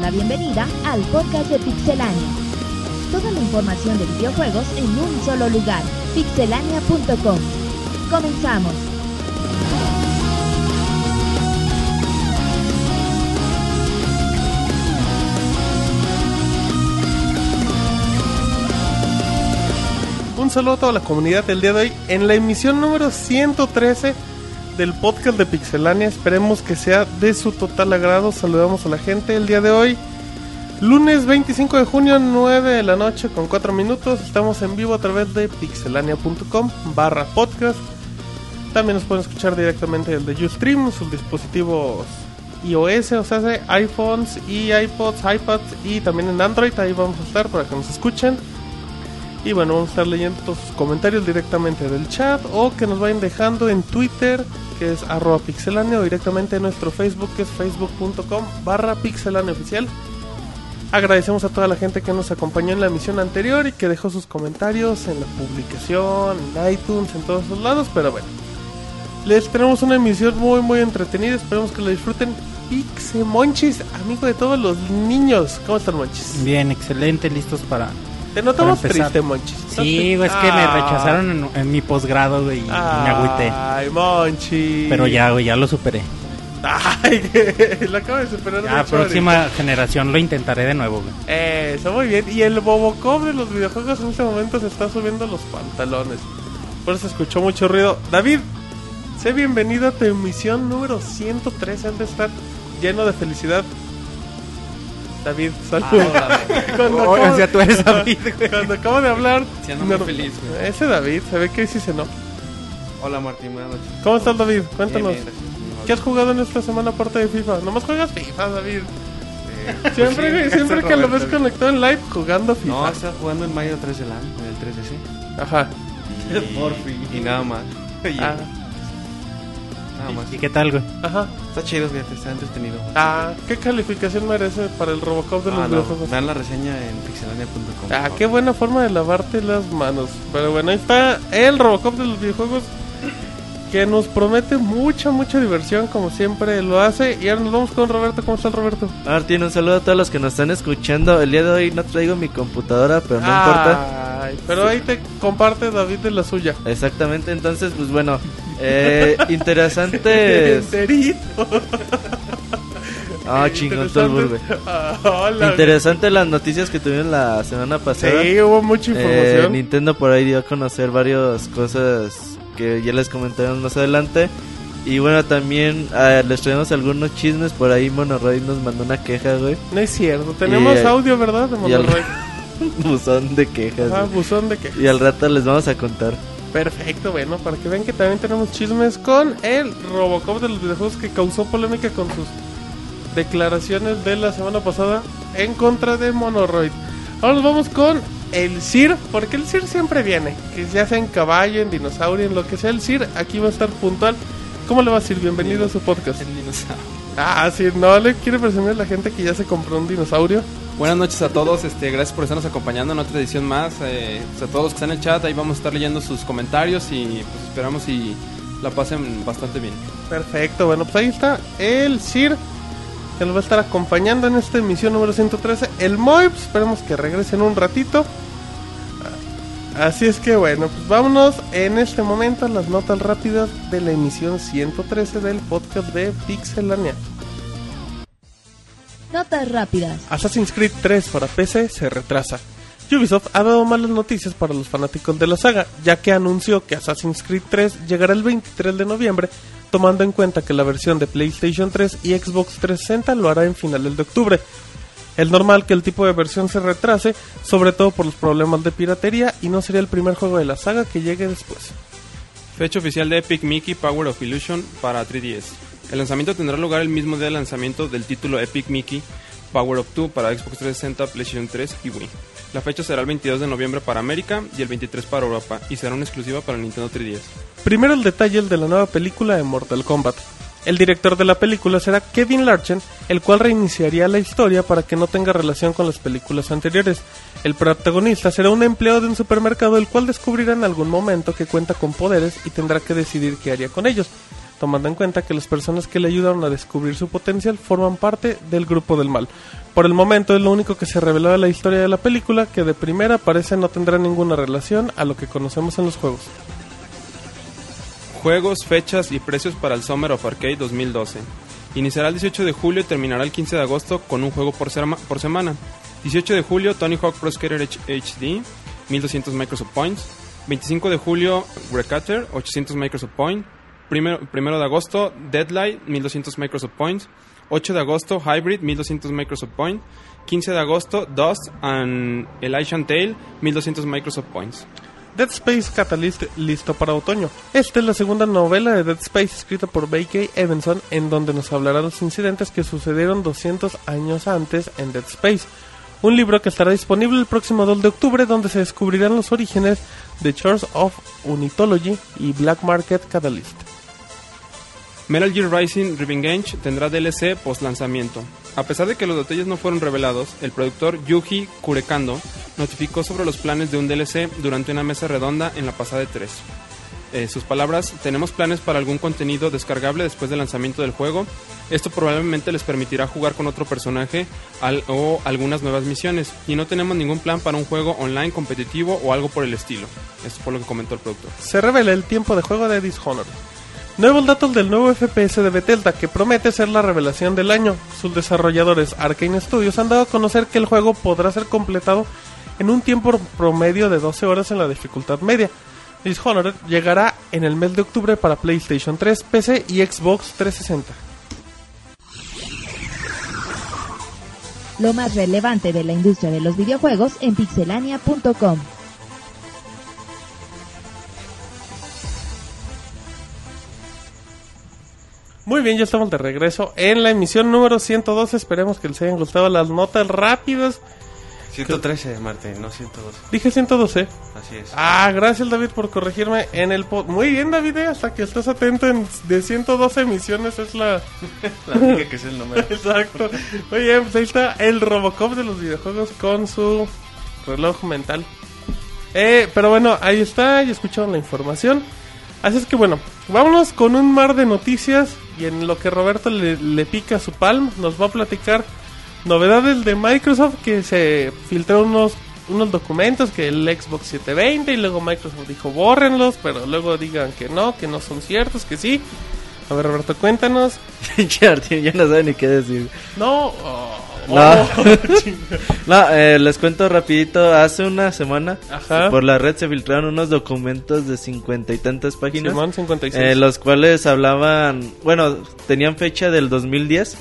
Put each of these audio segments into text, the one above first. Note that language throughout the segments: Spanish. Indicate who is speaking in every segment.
Speaker 1: la bienvenida al podcast de Pixelania. Toda la información de videojuegos en un solo lugar, pixelania.com. Comenzamos.
Speaker 2: Un saludo a toda la comunidad del día de hoy en la emisión número 113 del podcast de Pixelania. Esperemos que sea de su total agrado. Saludamos a la gente el día de hoy. Lunes 25 de junio, 9 de la noche con 4 minutos. Estamos en vivo a través de pixelania.com barra podcast. También nos pueden escuchar directamente desde YouStream, sus dispositivos iOS, o sea, de iPhones y iPods, iPads y también en Android. Ahí vamos a estar para que nos escuchen. Y bueno, vamos a estar leyendo todos sus comentarios directamente del chat o que nos vayan dejando en Twitter, que es arroba pixeláneo, o directamente en nuestro Facebook, que es facebook.com barra pixeláneo oficial. Agradecemos a toda la gente que nos acompañó en la emisión anterior y que dejó sus comentarios en la publicación, en iTunes, en todos los lados, pero bueno. Les tenemos una emisión muy muy entretenida, esperemos que la disfruten. Pixe Monchis, amigo de todos los niños. ¿Cómo están Monchis?
Speaker 3: Bien, excelente, listos para...
Speaker 2: Te notamos
Speaker 3: Para empezar.
Speaker 2: triste, Monchis.
Speaker 3: Sí, Ah. güey, es que me rechazaron en, en mi posgrado, güey, y me agüité.
Speaker 2: Ah, Ay, Monchis.
Speaker 3: Pero ya, güey, ya lo superé.
Speaker 2: Ay, que lo acabo de superar.
Speaker 3: La
Speaker 2: mucho ahorita.
Speaker 3: próxima generación lo intentaré de nuevo, güey.
Speaker 2: Eso, muy bien. Y el Bobocop de los videojuegos en este momento se está subiendo los pantalones. Por eso escuchó mucho ruido. David, sé bienvenido a tu emisión número 113. Has de estar lleno de felicidad. David, saludos.
Speaker 4: Ah,
Speaker 2: cuando,
Speaker 3: Oh, O- o
Speaker 2: acabo-
Speaker 3: sea, tú eres David, güey.
Speaker 2: cuando acabo de hablar...
Speaker 4: Sí, ando muy
Speaker 2: nor-
Speaker 4: feliz, güey.
Speaker 2: Ese David, se ve que sí se no.
Speaker 4: Hola Martín, buenas noches.
Speaker 2: ¿Cómo estás, David? Cuéntanos.
Speaker 4: Bien, bien, gracias.
Speaker 2: ¿Qué has jugado en esta semana aparte de FIFA? Nomás juegas FIFA, David.
Speaker 4: Este,
Speaker 2: Siempre,
Speaker 4: pues
Speaker 2: güey,
Speaker 4: sí,
Speaker 2: siempre
Speaker 4: ese
Speaker 2: que lo ves
Speaker 4: Roberto, güey.
Speaker 2: conectado en live jugando FIFA.
Speaker 4: No, estaba jugando en Mario 3 de LAN, en el 3DC.
Speaker 2: Ajá.
Speaker 4: Y, y nada más.
Speaker 2: Ah,
Speaker 4: Ah, Nada más.
Speaker 3: ¿Y qué tal, güey?
Speaker 2: ajá.
Speaker 4: Está chido, fíjate, está entretenido.
Speaker 2: Ah, ¿qué calificación merece para el Robocop de los
Speaker 4: Ah, no,
Speaker 2: videojuegos?
Speaker 4: vean la reseña en pixelania.com.
Speaker 2: Ah, qué buena forma de lavarte las manos. Pero bueno, ahí está el Robocop de los videojuegos que nos promete mucha, mucha diversión como siempre lo hace. Y ahora nos vamos con Roberto. ¿Cómo está el Roberto?
Speaker 5: Martín, un saludo a todos los que nos están escuchando. El día de hoy no traigo mi computadora, pero no
Speaker 2: Ah. Ay, pero ahí te comparte David de la suya.
Speaker 5: importa. Exactamente, entonces, pues bueno, eh, interesantes.
Speaker 2: Enterito.
Speaker 5: Ah, pues, chingón, todo el burbe.
Speaker 2: Ah, hola.
Speaker 5: Interesante las noticias que tuvieron la semana pasada.
Speaker 2: Sí, hubo mucha
Speaker 5: Eh,
Speaker 2: información.
Speaker 5: Nintendo por ahí dio a conocer varias cosas que ya les comentaremos más adelante. Y bueno, también eh, les traemos algunos chismes. Por ahí Monorroy nos mandó una queja, güey.
Speaker 2: no es cierto. Tenemos
Speaker 5: Y-
Speaker 2: audio, ¿verdad? De
Speaker 5: y al-
Speaker 2: Monterrey.
Speaker 5: Buzón de quejas.
Speaker 2: Ah,
Speaker 5: güey.
Speaker 2: buzón de que.
Speaker 5: Y al rato les vamos a contar.
Speaker 2: Perfecto, bueno, para que vean que también tenemos chismes con el Robocop de los videojuegos que causó polémica con sus declaraciones de la semana pasada en contra de Monoroid. Ahora nos vamos con el Sir, porque el Sir siempre viene, que se hace en caballo, en dinosaurio, en lo que sea el Sir, aquí va a estar puntual. ¿Cómo le va a Sir? Bienvenido a su podcast.
Speaker 4: El dinosaurio.
Speaker 2: Ah, sí, no le quiere presumir a la gente que ya se compró un dinosaurio.
Speaker 6: Buenas noches a todos, este, gracias por estarnos acompañando en otra edición más. eh, pues a todos los que están en el chat, ahí vamos a estar leyendo sus comentarios y pues esperamos y la pasen bastante bien.
Speaker 2: Perfecto, bueno, pues ahí está el Sir, que nos va a estar acompañando en esta emisión número 113. El Moib, esperemos que regrese en un ratito. Así es que bueno, pues vámonos en este momento a las notas rápidas de la emisión 113 del podcast de Pixelania.
Speaker 1: Notas rápidas.
Speaker 2: Assassin's Creed 3 para PC se retrasa. Ubisoft ha dado malas noticias para los fanáticos de la saga, ya que anunció que Assassin's Creed 3 llegará el 23 de noviembre, tomando en cuenta que la versión de PlayStation 3 y Xbox 360 lo hará en finales de octubre. Es normal que el tipo de versión se retrase, sobre todo por los problemas de piratería, y no sería el primer juego de la saga que llegue después.
Speaker 6: Fecha oficial de Epic Mickey Power of Illusion para 3DS. El lanzamiento tendrá lugar el mismo día del lanzamiento del título Epic Mickey Power of 2 para Xbox 360, PlayStation 3 y Wii. La fecha será el 22 de noviembre para América y el 23 para Europa y será una exclusiva para el Nintendo 3DS.
Speaker 2: Primero el detalle el de la nueva película de Mortal Kombat. El director de la película será Kevin Larchen, el cual reiniciaría la historia para que no tenga relación con las películas anteriores. El protagonista será un empleado de un supermercado el cual descubrirá en algún momento que cuenta con poderes y tendrá que decidir qué haría con ellos. tomando en cuenta que las personas que le ayudaron a descubrir su potencial forman parte del grupo del mal. Por el momento es lo único que se reveló de la historia de la película, que de primera parece no tendrá ninguna relación a lo que conocemos en los juegos.
Speaker 7: Juegos, fechas y precios para el Summer of Arcade 2012. Iniciará el 18 de julio y terminará el 15 de agosto con un juego por, serma- por semana. 18 de julio, Tony Hawk Pro Skater H- HD, 1200 Microsoft Points. 25 de julio, Recater, 800 Microsoft Points. 1 de agosto, Deadlight, 1200 Microsoft Points. 8 de agosto, Hybrid, 1200 Microsoft Points. 15 de agosto, Dust and Elysian Tail, 1200 Microsoft Points.
Speaker 2: Dead Space Catalyst listo para otoño. Esta es la segunda novela de Dead Space escrita por B.K. Evanson en donde nos hablará los incidentes que sucedieron 200 años antes en Dead Space. Un libro que estará disponible el próximo 2 de octubre donde se descubrirán los orígenes de Church of Unitology y Black Market Catalyst.
Speaker 7: Metal Gear Rising Revenge tendrá DLC post lanzamiento. A pesar de que los detalles no fueron revelados, el productor Yuji Kurekando notificó sobre los planes de un DLC durante una mesa redonda en la pasada 3. sus palabras, tenemos planes para algún contenido descargable después del lanzamiento del juego. Esto probablemente les permitirá jugar con otro personaje al- o algunas nuevas misiones. Y no tenemos ningún plan para un juego online competitivo o algo por el estilo. Esto fue lo que comentó el productor.
Speaker 2: se revela el tiempo de juego de Dishonored. Nuevos datos del nuevo FPS de Bethesda que promete ser la revelación del año. Sus desarrolladores Arkane Studios han dado a conocer que el juego podrá ser completado en un tiempo promedio de 12 horas en la dificultad media. Dishonored llegará en el mes de octubre para PlayStation 3, PC y Xbox 360.
Speaker 1: Lo más relevante de la industria de los videojuegos en pixelania.com.
Speaker 2: Muy bien, ya estamos de regreso en la emisión número 112. Esperemos que les hayan gustado las notas rápidas.
Speaker 4: 113, Martín, no 112.
Speaker 2: Dije 112.
Speaker 4: Así es.
Speaker 2: Ah, gracias David por corregirme en el pod. Muy bien David, eh, hasta que estás atento en de 112 emisiones es la...
Speaker 4: La única que es el número.
Speaker 2: Exacto. Muy bien, pues ahí está el Robocop de los videojuegos con su reloj mental. Eh, pero bueno, ahí está, ya escucharon la información. Así es que bueno, vámonos con un mar de noticias y en lo que Roberto le, le pica su palm, nos va a platicar novedades de Microsoft que se filtró unos unos documentos que el Xbox 720 y luego Microsoft dijo bórrenlos, pero luego digan que no, que no son ciertos, que sí. A ver Roberto, cuéntanos.
Speaker 5: Pinche Martín, ya no sabe ni qué decir.
Speaker 2: No. oh,
Speaker 5: No.
Speaker 2: oh.
Speaker 5: No, eh, les cuento rapidito, hace una semana
Speaker 2: Ajá.
Speaker 5: por la red se filtraron unos documentos de cincuenta y tantas páginas.
Speaker 2: Simón 56.
Speaker 5: Eh, los cuales hablaban, bueno, tenían fecha del 2010,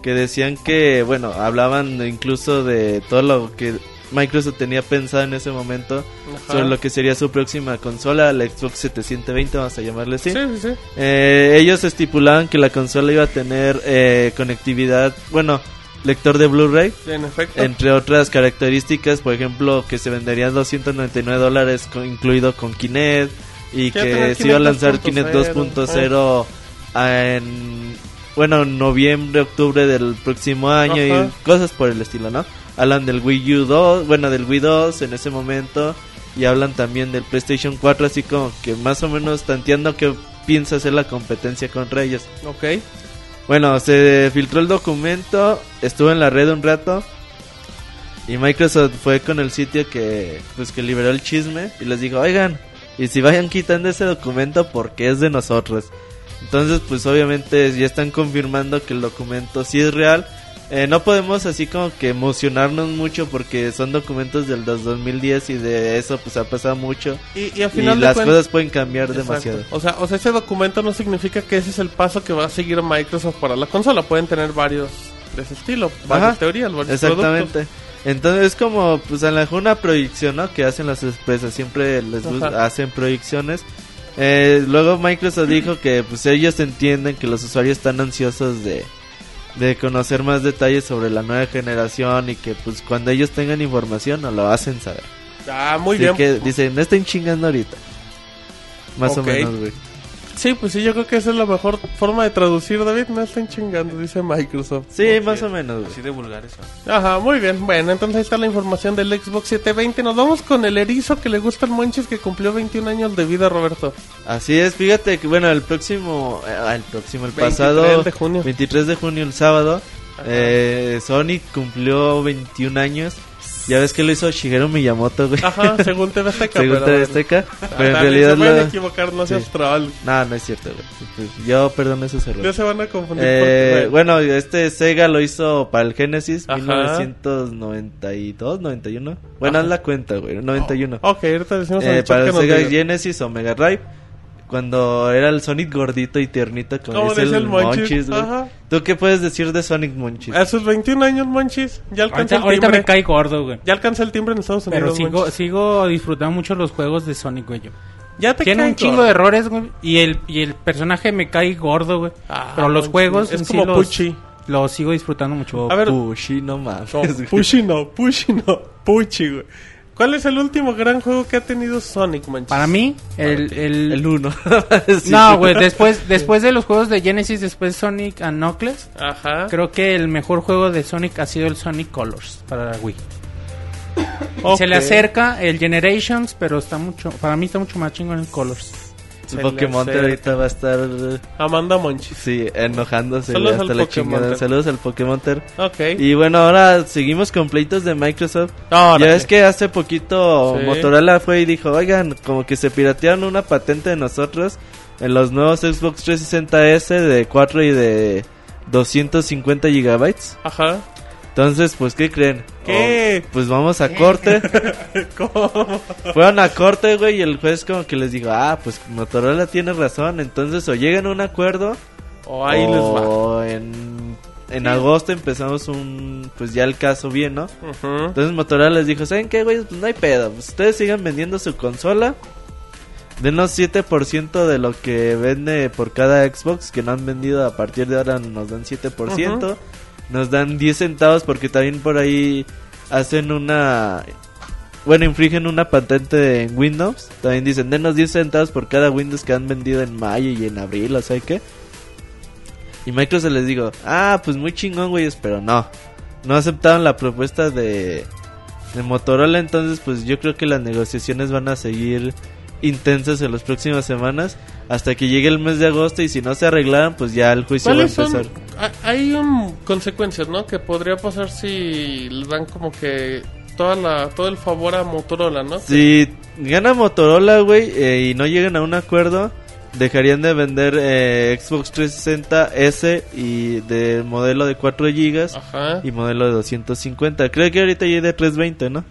Speaker 5: que decían que, bueno, hablaban incluso de todo lo que Microsoft tenía pensado en ese momento
Speaker 2: Ajá.
Speaker 5: sobre lo que sería su próxima consola, la Xbox 720, vamos a llamarle así.
Speaker 2: Sí, sí, sí.
Speaker 5: Eh, ellos estipulaban que la consola iba a tener eh, conectividad, bueno, lector de Blu-ray.
Speaker 2: En efecto.
Speaker 5: Entre otras características, por ejemplo, que se venderían 299 dólares co- incluido con Kinect y
Speaker 2: Que va a tener
Speaker 5: que se iba a
Speaker 2: Kinect
Speaker 5: lanzar
Speaker 2: 2.0,
Speaker 5: Kinect 2.0
Speaker 2: Oh.
Speaker 5: en bueno, en noviembre, octubre del próximo año
Speaker 2: Ajá.
Speaker 5: y cosas por el estilo, ¿no? Hablan del Wii U 2, bueno, del Wii 2 en ese momento y hablan también del PlayStation 4, así como que más o menos tanteando que piensa hacer la competencia contra ellos.
Speaker 2: Ok.
Speaker 5: Bueno, se filtró el documento, estuvo en la red un rato y Microsoft fue con el sitio que pues que liberó el chisme y les dijo, "Oigan, y si vayan quitando ese documento porque es de nosotros." Entonces, pues obviamente ya están confirmando que el documento sí es real. Eh, no podemos así como que emocionarnos mucho porque son documentos del 2010 y de eso pues ha pasado mucho
Speaker 2: Y, y al
Speaker 5: y
Speaker 2: final de
Speaker 5: las
Speaker 2: cuen-
Speaker 5: cosas pueden cambiar
Speaker 2: Exacto.
Speaker 5: demasiado.
Speaker 2: O sea, o sea, ese documento no significa que ese es el paso que va a seguir Microsoft para la consola. Pueden tener varios de ese estilo, varias
Speaker 5: Ajá.
Speaker 2: teorías, varios
Speaker 5: Exactamente.
Speaker 2: productos.
Speaker 5: Entonces es como, pues a lo mejor una proyección, ¿no? Que hacen las empresas, siempre les gus-
Speaker 2: Ajá.
Speaker 5: hacen proyecciones. Eh, luego Microsoft dijo que pues ellos entienden que los usuarios están ansiosos de, de conocer más detalles sobre la nueva generación y que pues cuando ellos tengan información nos lo hacen saber.
Speaker 2: Ah, muy
Speaker 5: Así
Speaker 2: bien.
Speaker 5: que dicen, no estén chingando ahorita. Más
Speaker 2: Ok.
Speaker 5: o menos, güey.
Speaker 2: Sí, pues sí, yo creo que esa es la mejor forma de traducir, David. No estén chingando, dice Microsoft.
Speaker 5: Sí, más o menos, güey.
Speaker 4: Así de vulgar eso.
Speaker 2: Ajá, muy bien. Bueno, entonces ahí está la información del Xbox 720. Nos vamos con el erizo que le gusta el Monchis que cumplió 21 años de vida, Roberto.
Speaker 5: Así es, fíjate que bueno, el próximo, eh, el próximo, el
Speaker 2: 23
Speaker 5: pasado
Speaker 2: de junio.
Speaker 5: 23 de junio, el sábado, eh, Sonic cumplió 21 años. Ya ves que lo hizo Shigeru Miyamoto, güey.
Speaker 2: Ajá, según TV Azteca.
Speaker 5: Según
Speaker 2: pero
Speaker 5: TV
Speaker 2: bueno.
Speaker 5: Azteca,
Speaker 2: Ah,
Speaker 5: pero en
Speaker 2: también
Speaker 5: realidad
Speaker 2: se pueden
Speaker 5: lo-
Speaker 2: equivocar, no seas
Speaker 5: Sí.
Speaker 2: troll.
Speaker 5: No, no es cierto, güey. Pues Yo perdono esos
Speaker 2: Ya
Speaker 5: errores.
Speaker 2: se van a confundir.
Speaker 5: Eh,
Speaker 2: porque-
Speaker 5: bueno, este Sega lo hizo para el Genesis
Speaker 2: Ajá.
Speaker 5: 1992, 91. Bueno, haz la cuenta, güey, 91.
Speaker 2: Ok, ahorita decimos a
Speaker 5: Eh,
Speaker 2: Michelle
Speaker 5: para
Speaker 2: que
Speaker 5: el
Speaker 2: nos
Speaker 5: Sega
Speaker 2: diga.
Speaker 5: Genesis o Mega Drive. Cuando era el Sonic gordito y tiernito, como,
Speaker 2: Como
Speaker 5: dice el, Monchis, güey.
Speaker 2: ajá.
Speaker 5: ¿Tú qué puedes decir de Sonic Monchis?
Speaker 2: A sus 21 años, Monchis, ya alcanza
Speaker 3: Ahorita,
Speaker 2: el
Speaker 3: ahorita
Speaker 2: timbre.
Speaker 3: me cae gordo, güey.
Speaker 2: Ya alcanza el timbre en Estados Unidos,
Speaker 3: Pero sigo,
Speaker 2: Monchis.
Speaker 3: sigo disfrutando mucho los juegos de Sonic, güey. yo.
Speaker 2: Ya te
Speaker 3: Tiene
Speaker 2: cae
Speaker 3: un chingo
Speaker 2: gordo.
Speaker 3: de errores, güey. Y el, y el personaje me cae gordo, güey.
Speaker 2: Ah,
Speaker 3: Pero los
Speaker 2: Monchis,
Speaker 3: juegos.
Speaker 2: es
Speaker 3: en sí
Speaker 2: como
Speaker 3: los-
Speaker 2: Pucci.
Speaker 3: Los sigo disfrutando mucho.
Speaker 2: A ver,
Speaker 5: Pushi, no mames.
Speaker 2: No,
Speaker 5: güey.
Speaker 2: Pushy no, Pushy no, Puchi, güey. ¿Cuál es el último gran juego que ha tenido Sonic, Monchis?
Speaker 3: Para mí, el. el-
Speaker 5: El 1.
Speaker 3: No, güey. Después, después de los juegos de Genesis, después Sonic and Knuckles.
Speaker 2: Ajá.
Speaker 3: Creo que el mejor juego de Sonic ha sido el Sonic Colors para la Wii. Se le
Speaker 2: Ok.
Speaker 3: acerca el Generations, pero está mucho, para mí está mucho más chingo en el Colors.
Speaker 5: Su Pokémon
Speaker 2: Se le
Speaker 5: ahorita va a estar eh,
Speaker 2: Amanda Monchis.
Speaker 5: sí, enojándose
Speaker 2: Saludos
Speaker 5: güey, hasta
Speaker 2: al
Speaker 5: la
Speaker 2: Pokémonter.
Speaker 5: chingada. Saludos al Pokémon.
Speaker 2: Ok.
Speaker 5: Y bueno, ahora seguimos con pleitos de Microsoft.
Speaker 2: Órale.
Speaker 5: Ya es que hace poquito
Speaker 2: Sí.
Speaker 5: Motorola fue y dijo, oigan, como que se piratearon una patente de nosotros en los nuevos Xbox 360S de 4 y de 250 gigabytes.
Speaker 2: Ajá.
Speaker 5: Entonces, pues, ¿qué creen?
Speaker 2: ¿Qué?
Speaker 5: Oh, pues vamos a corte. Oh.
Speaker 2: ¿Cómo?
Speaker 5: Fueron a corte, güey, y el juez como que les dijo, ah, pues Motorola tiene razón, entonces o llegan a un acuerdo
Speaker 2: O Oh, ahí les va.
Speaker 5: o en, en agosto empezamos un, pues ya el caso bien, ¿no?
Speaker 2: Ujú.
Speaker 5: Entonces Motorola les dijo, ¿saben qué, güey? Pues no hay pedo. pues, ustedes sigan vendiendo su consola. Denos 7% de lo que vende por cada Xbox que no han vendido. A partir de ahora nos dan 7%. Nos dan 10 centavos porque también por ahí hacen una... Bueno, infringen una patente en Windows. También dicen, denos 10 centavos por cada Windows que han vendido en mayo y en abril, o sea que... Y Microsoft les digo, ah, pues muy chingón, güeyes, pero no no aceptaron la propuesta de, de Motorola, entonces pues yo creo que las negociaciones van a seguir intensas en las próximas semanas hasta que llegue el mes de agosto y si no se arreglaran pues ya el juicio va a
Speaker 2: ¿Cuáles
Speaker 5: empezar.
Speaker 2: son? ha- Hay un, consecuencias, ¿no? Que podría pasar si le dan como que toda la, todo el favor a Motorola, ¿no?
Speaker 5: Si gana Motorola, güey, eh, y no llegan a un acuerdo, dejarían de vender eh, Xbox 360 S y de modelo de 4 GB
Speaker 2: Ajá.
Speaker 5: y modelo de 250. Creo que ahorita ya hay de 320, ¿no?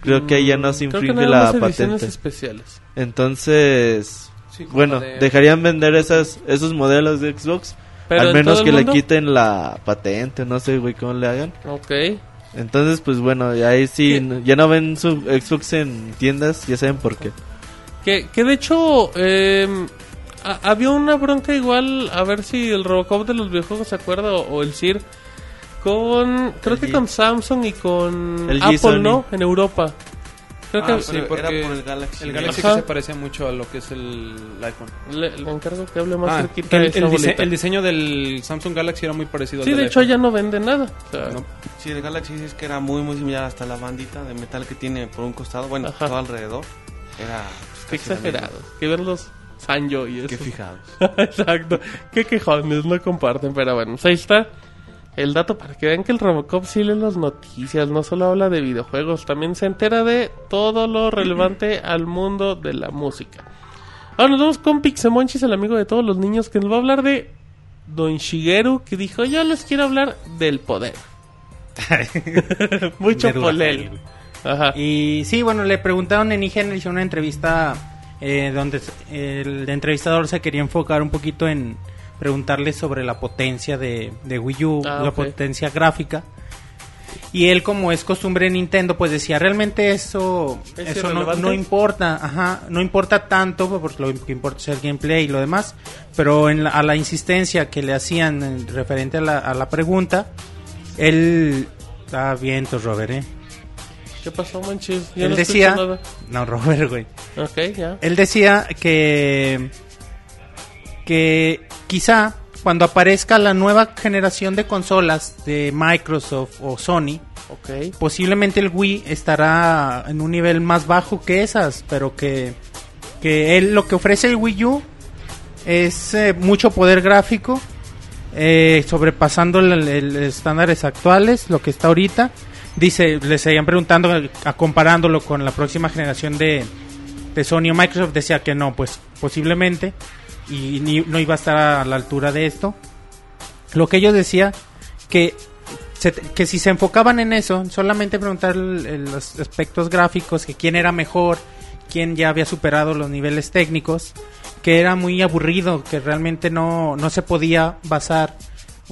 Speaker 5: Creo que ahí ya no se
Speaker 2: Mm, creo que
Speaker 5: infringe
Speaker 2: nada
Speaker 5: la
Speaker 2: más ediciones
Speaker 5: patente.
Speaker 2: especiales.
Speaker 5: Entonces,
Speaker 6: Sí, como
Speaker 5: bueno,
Speaker 6: de-
Speaker 5: dejarían vender esas, esos modelos de Xbox.
Speaker 2: Pero
Speaker 5: al
Speaker 2: en
Speaker 5: menos
Speaker 2: todo el
Speaker 5: que le
Speaker 2: mundo.
Speaker 5: quiten la patente, no sé, güey, cómo le hagan.
Speaker 2: Ok.
Speaker 5: Entonces, pues bueno, y ahí sí, n- ya no ven su Xbox en tiendas, ya saben por qué.
Speaker 2: Que, que de hecho, eh, ha- había una bronca igual, a ver si el Robocop de los videojuegos se acuerda o, o el CIR. Con, creo que
Speaker 5: LG.
Speaker 2: con Samsung y con
Speaker 5: LG,
Speaker 2: Apple,
Speaker 5: Sony.
Speaker 2: ¿no? En Europa. Creo
Speaker 6: Ah,
Speaker 2: que
Speaker 6: sí, porque
Speaker 4: era por el Galaxy.
Speaker 6: El Galaxy
Speaker 2: Ajá.
Speaker 6: que se parece mucho a lo que es el, el iPhone.
Speaker 2: le, le encargo que hable más
Speaker 6: Ah,
Speaker 2: cerquita
Speaker 6: que el,
Speaker 2: de esa
Speaker 6: el dise-
Speaker 2: bolita.
Speaker 6: el diseño del Samsung Galaxy era muy parecido
Speaker 2: Sí,
Speaker 6: al
Speaker 2: de
Speaker 6: del
Speaker 2: hecho
Speaker 6: iPhone.
Speaker 2: ya no vende nada. O sea,
Speaker 6: No,
Speaker 4: Sí, el Galaxy es que era muy, muy similar hasta la bandita de metal que tiene por un costado, bueno,
Speaker 2: Ajá.
Speaker 4: todo alrededor. Era pues,
Speaker 2: Qué
Speaker 4: casi la misma.
Speaker 2: exagerados. Que ver los Sanyo y eso.
Speaker 4: Qué fijados.
Speaker 2: Exacto. Qué quejones, no comparten. Pero bueno, pues ahí está el dato para que vean que el Robocop sí lee las noticias. No solo habla de videojuegos, también se entera de todo lo relevante al mundo de la música. Ahora nos vamos con Pixemonchis, el amigo de todos los niños, que nos va a hablar de Don Shigeru, que dijo: Yo les quiero hablar del poder. Mucho
Speaker 3: Del
Speaker 2: polel.
Speaker 3: Rafael.
Speaker 2: Ajá.
Speaker 3: Y sí, bueno, le preguntaron en IGN, le hicieron una entrevista eh, donde s- el entrevistador se quería enfocar un poquito en preguntarle sobre la potencia de, de Wii U,
Speaker 2: Ah,
Speaker 3: la
Speaker 2: ok.
Speaker 3: potencia gráfica. Y él, como es costumbre en Nintendo, pues decía, realmente eso,
Speaker 2: ¿Es
Speaker 3: eso no,
Speaker 2: irrelevante?
Speaker 3: no importa, ajá, no importa tanto, pues, porque lo que importa es el gameplay y lo demás, pero en la- a la insistencia que le hacían en- referente a la, a la pregunta, él... Está vientos, Robert, ¿eh?
Speaker 2: ¿Qué pasó, Monchis? Yo
Speaker 3: Él
Speaker 2: no escucho
Speaker 3: decía.
Speaker 2: nada.
Speaker 3: No, Robert, güey.
Speaker 2: Ok, ya.
Speaker 3: Él decía que. que quizá cuando aparezca la nueva generación de consolas de Microsoft o Sony,
Speaker 2: Ok.
Speaker 3: posiblemente el Wii estará en un nivel más bajo que esas, pero que, que él, lo que ofrece el Wii U es eh, mucho poder gráfico, eh, sobrepasando el- el- los estándares actuales, lo que está ahorita. Dice, le seguían preguntando, eh, a- comparándolo con la próxima generación de, de Sony o Microsoft, decía que no, pues posiblemente, y ni- no iba a estar a la altura de esto. Lo que ellos decía que se- que si se enfocaban en eso, en solamente preguntar el- el- los aspectos gráficos, que quién era mejor, quién ya había superado los niveles técnicos, que era muy aburrido, que realmente no, no se podía basar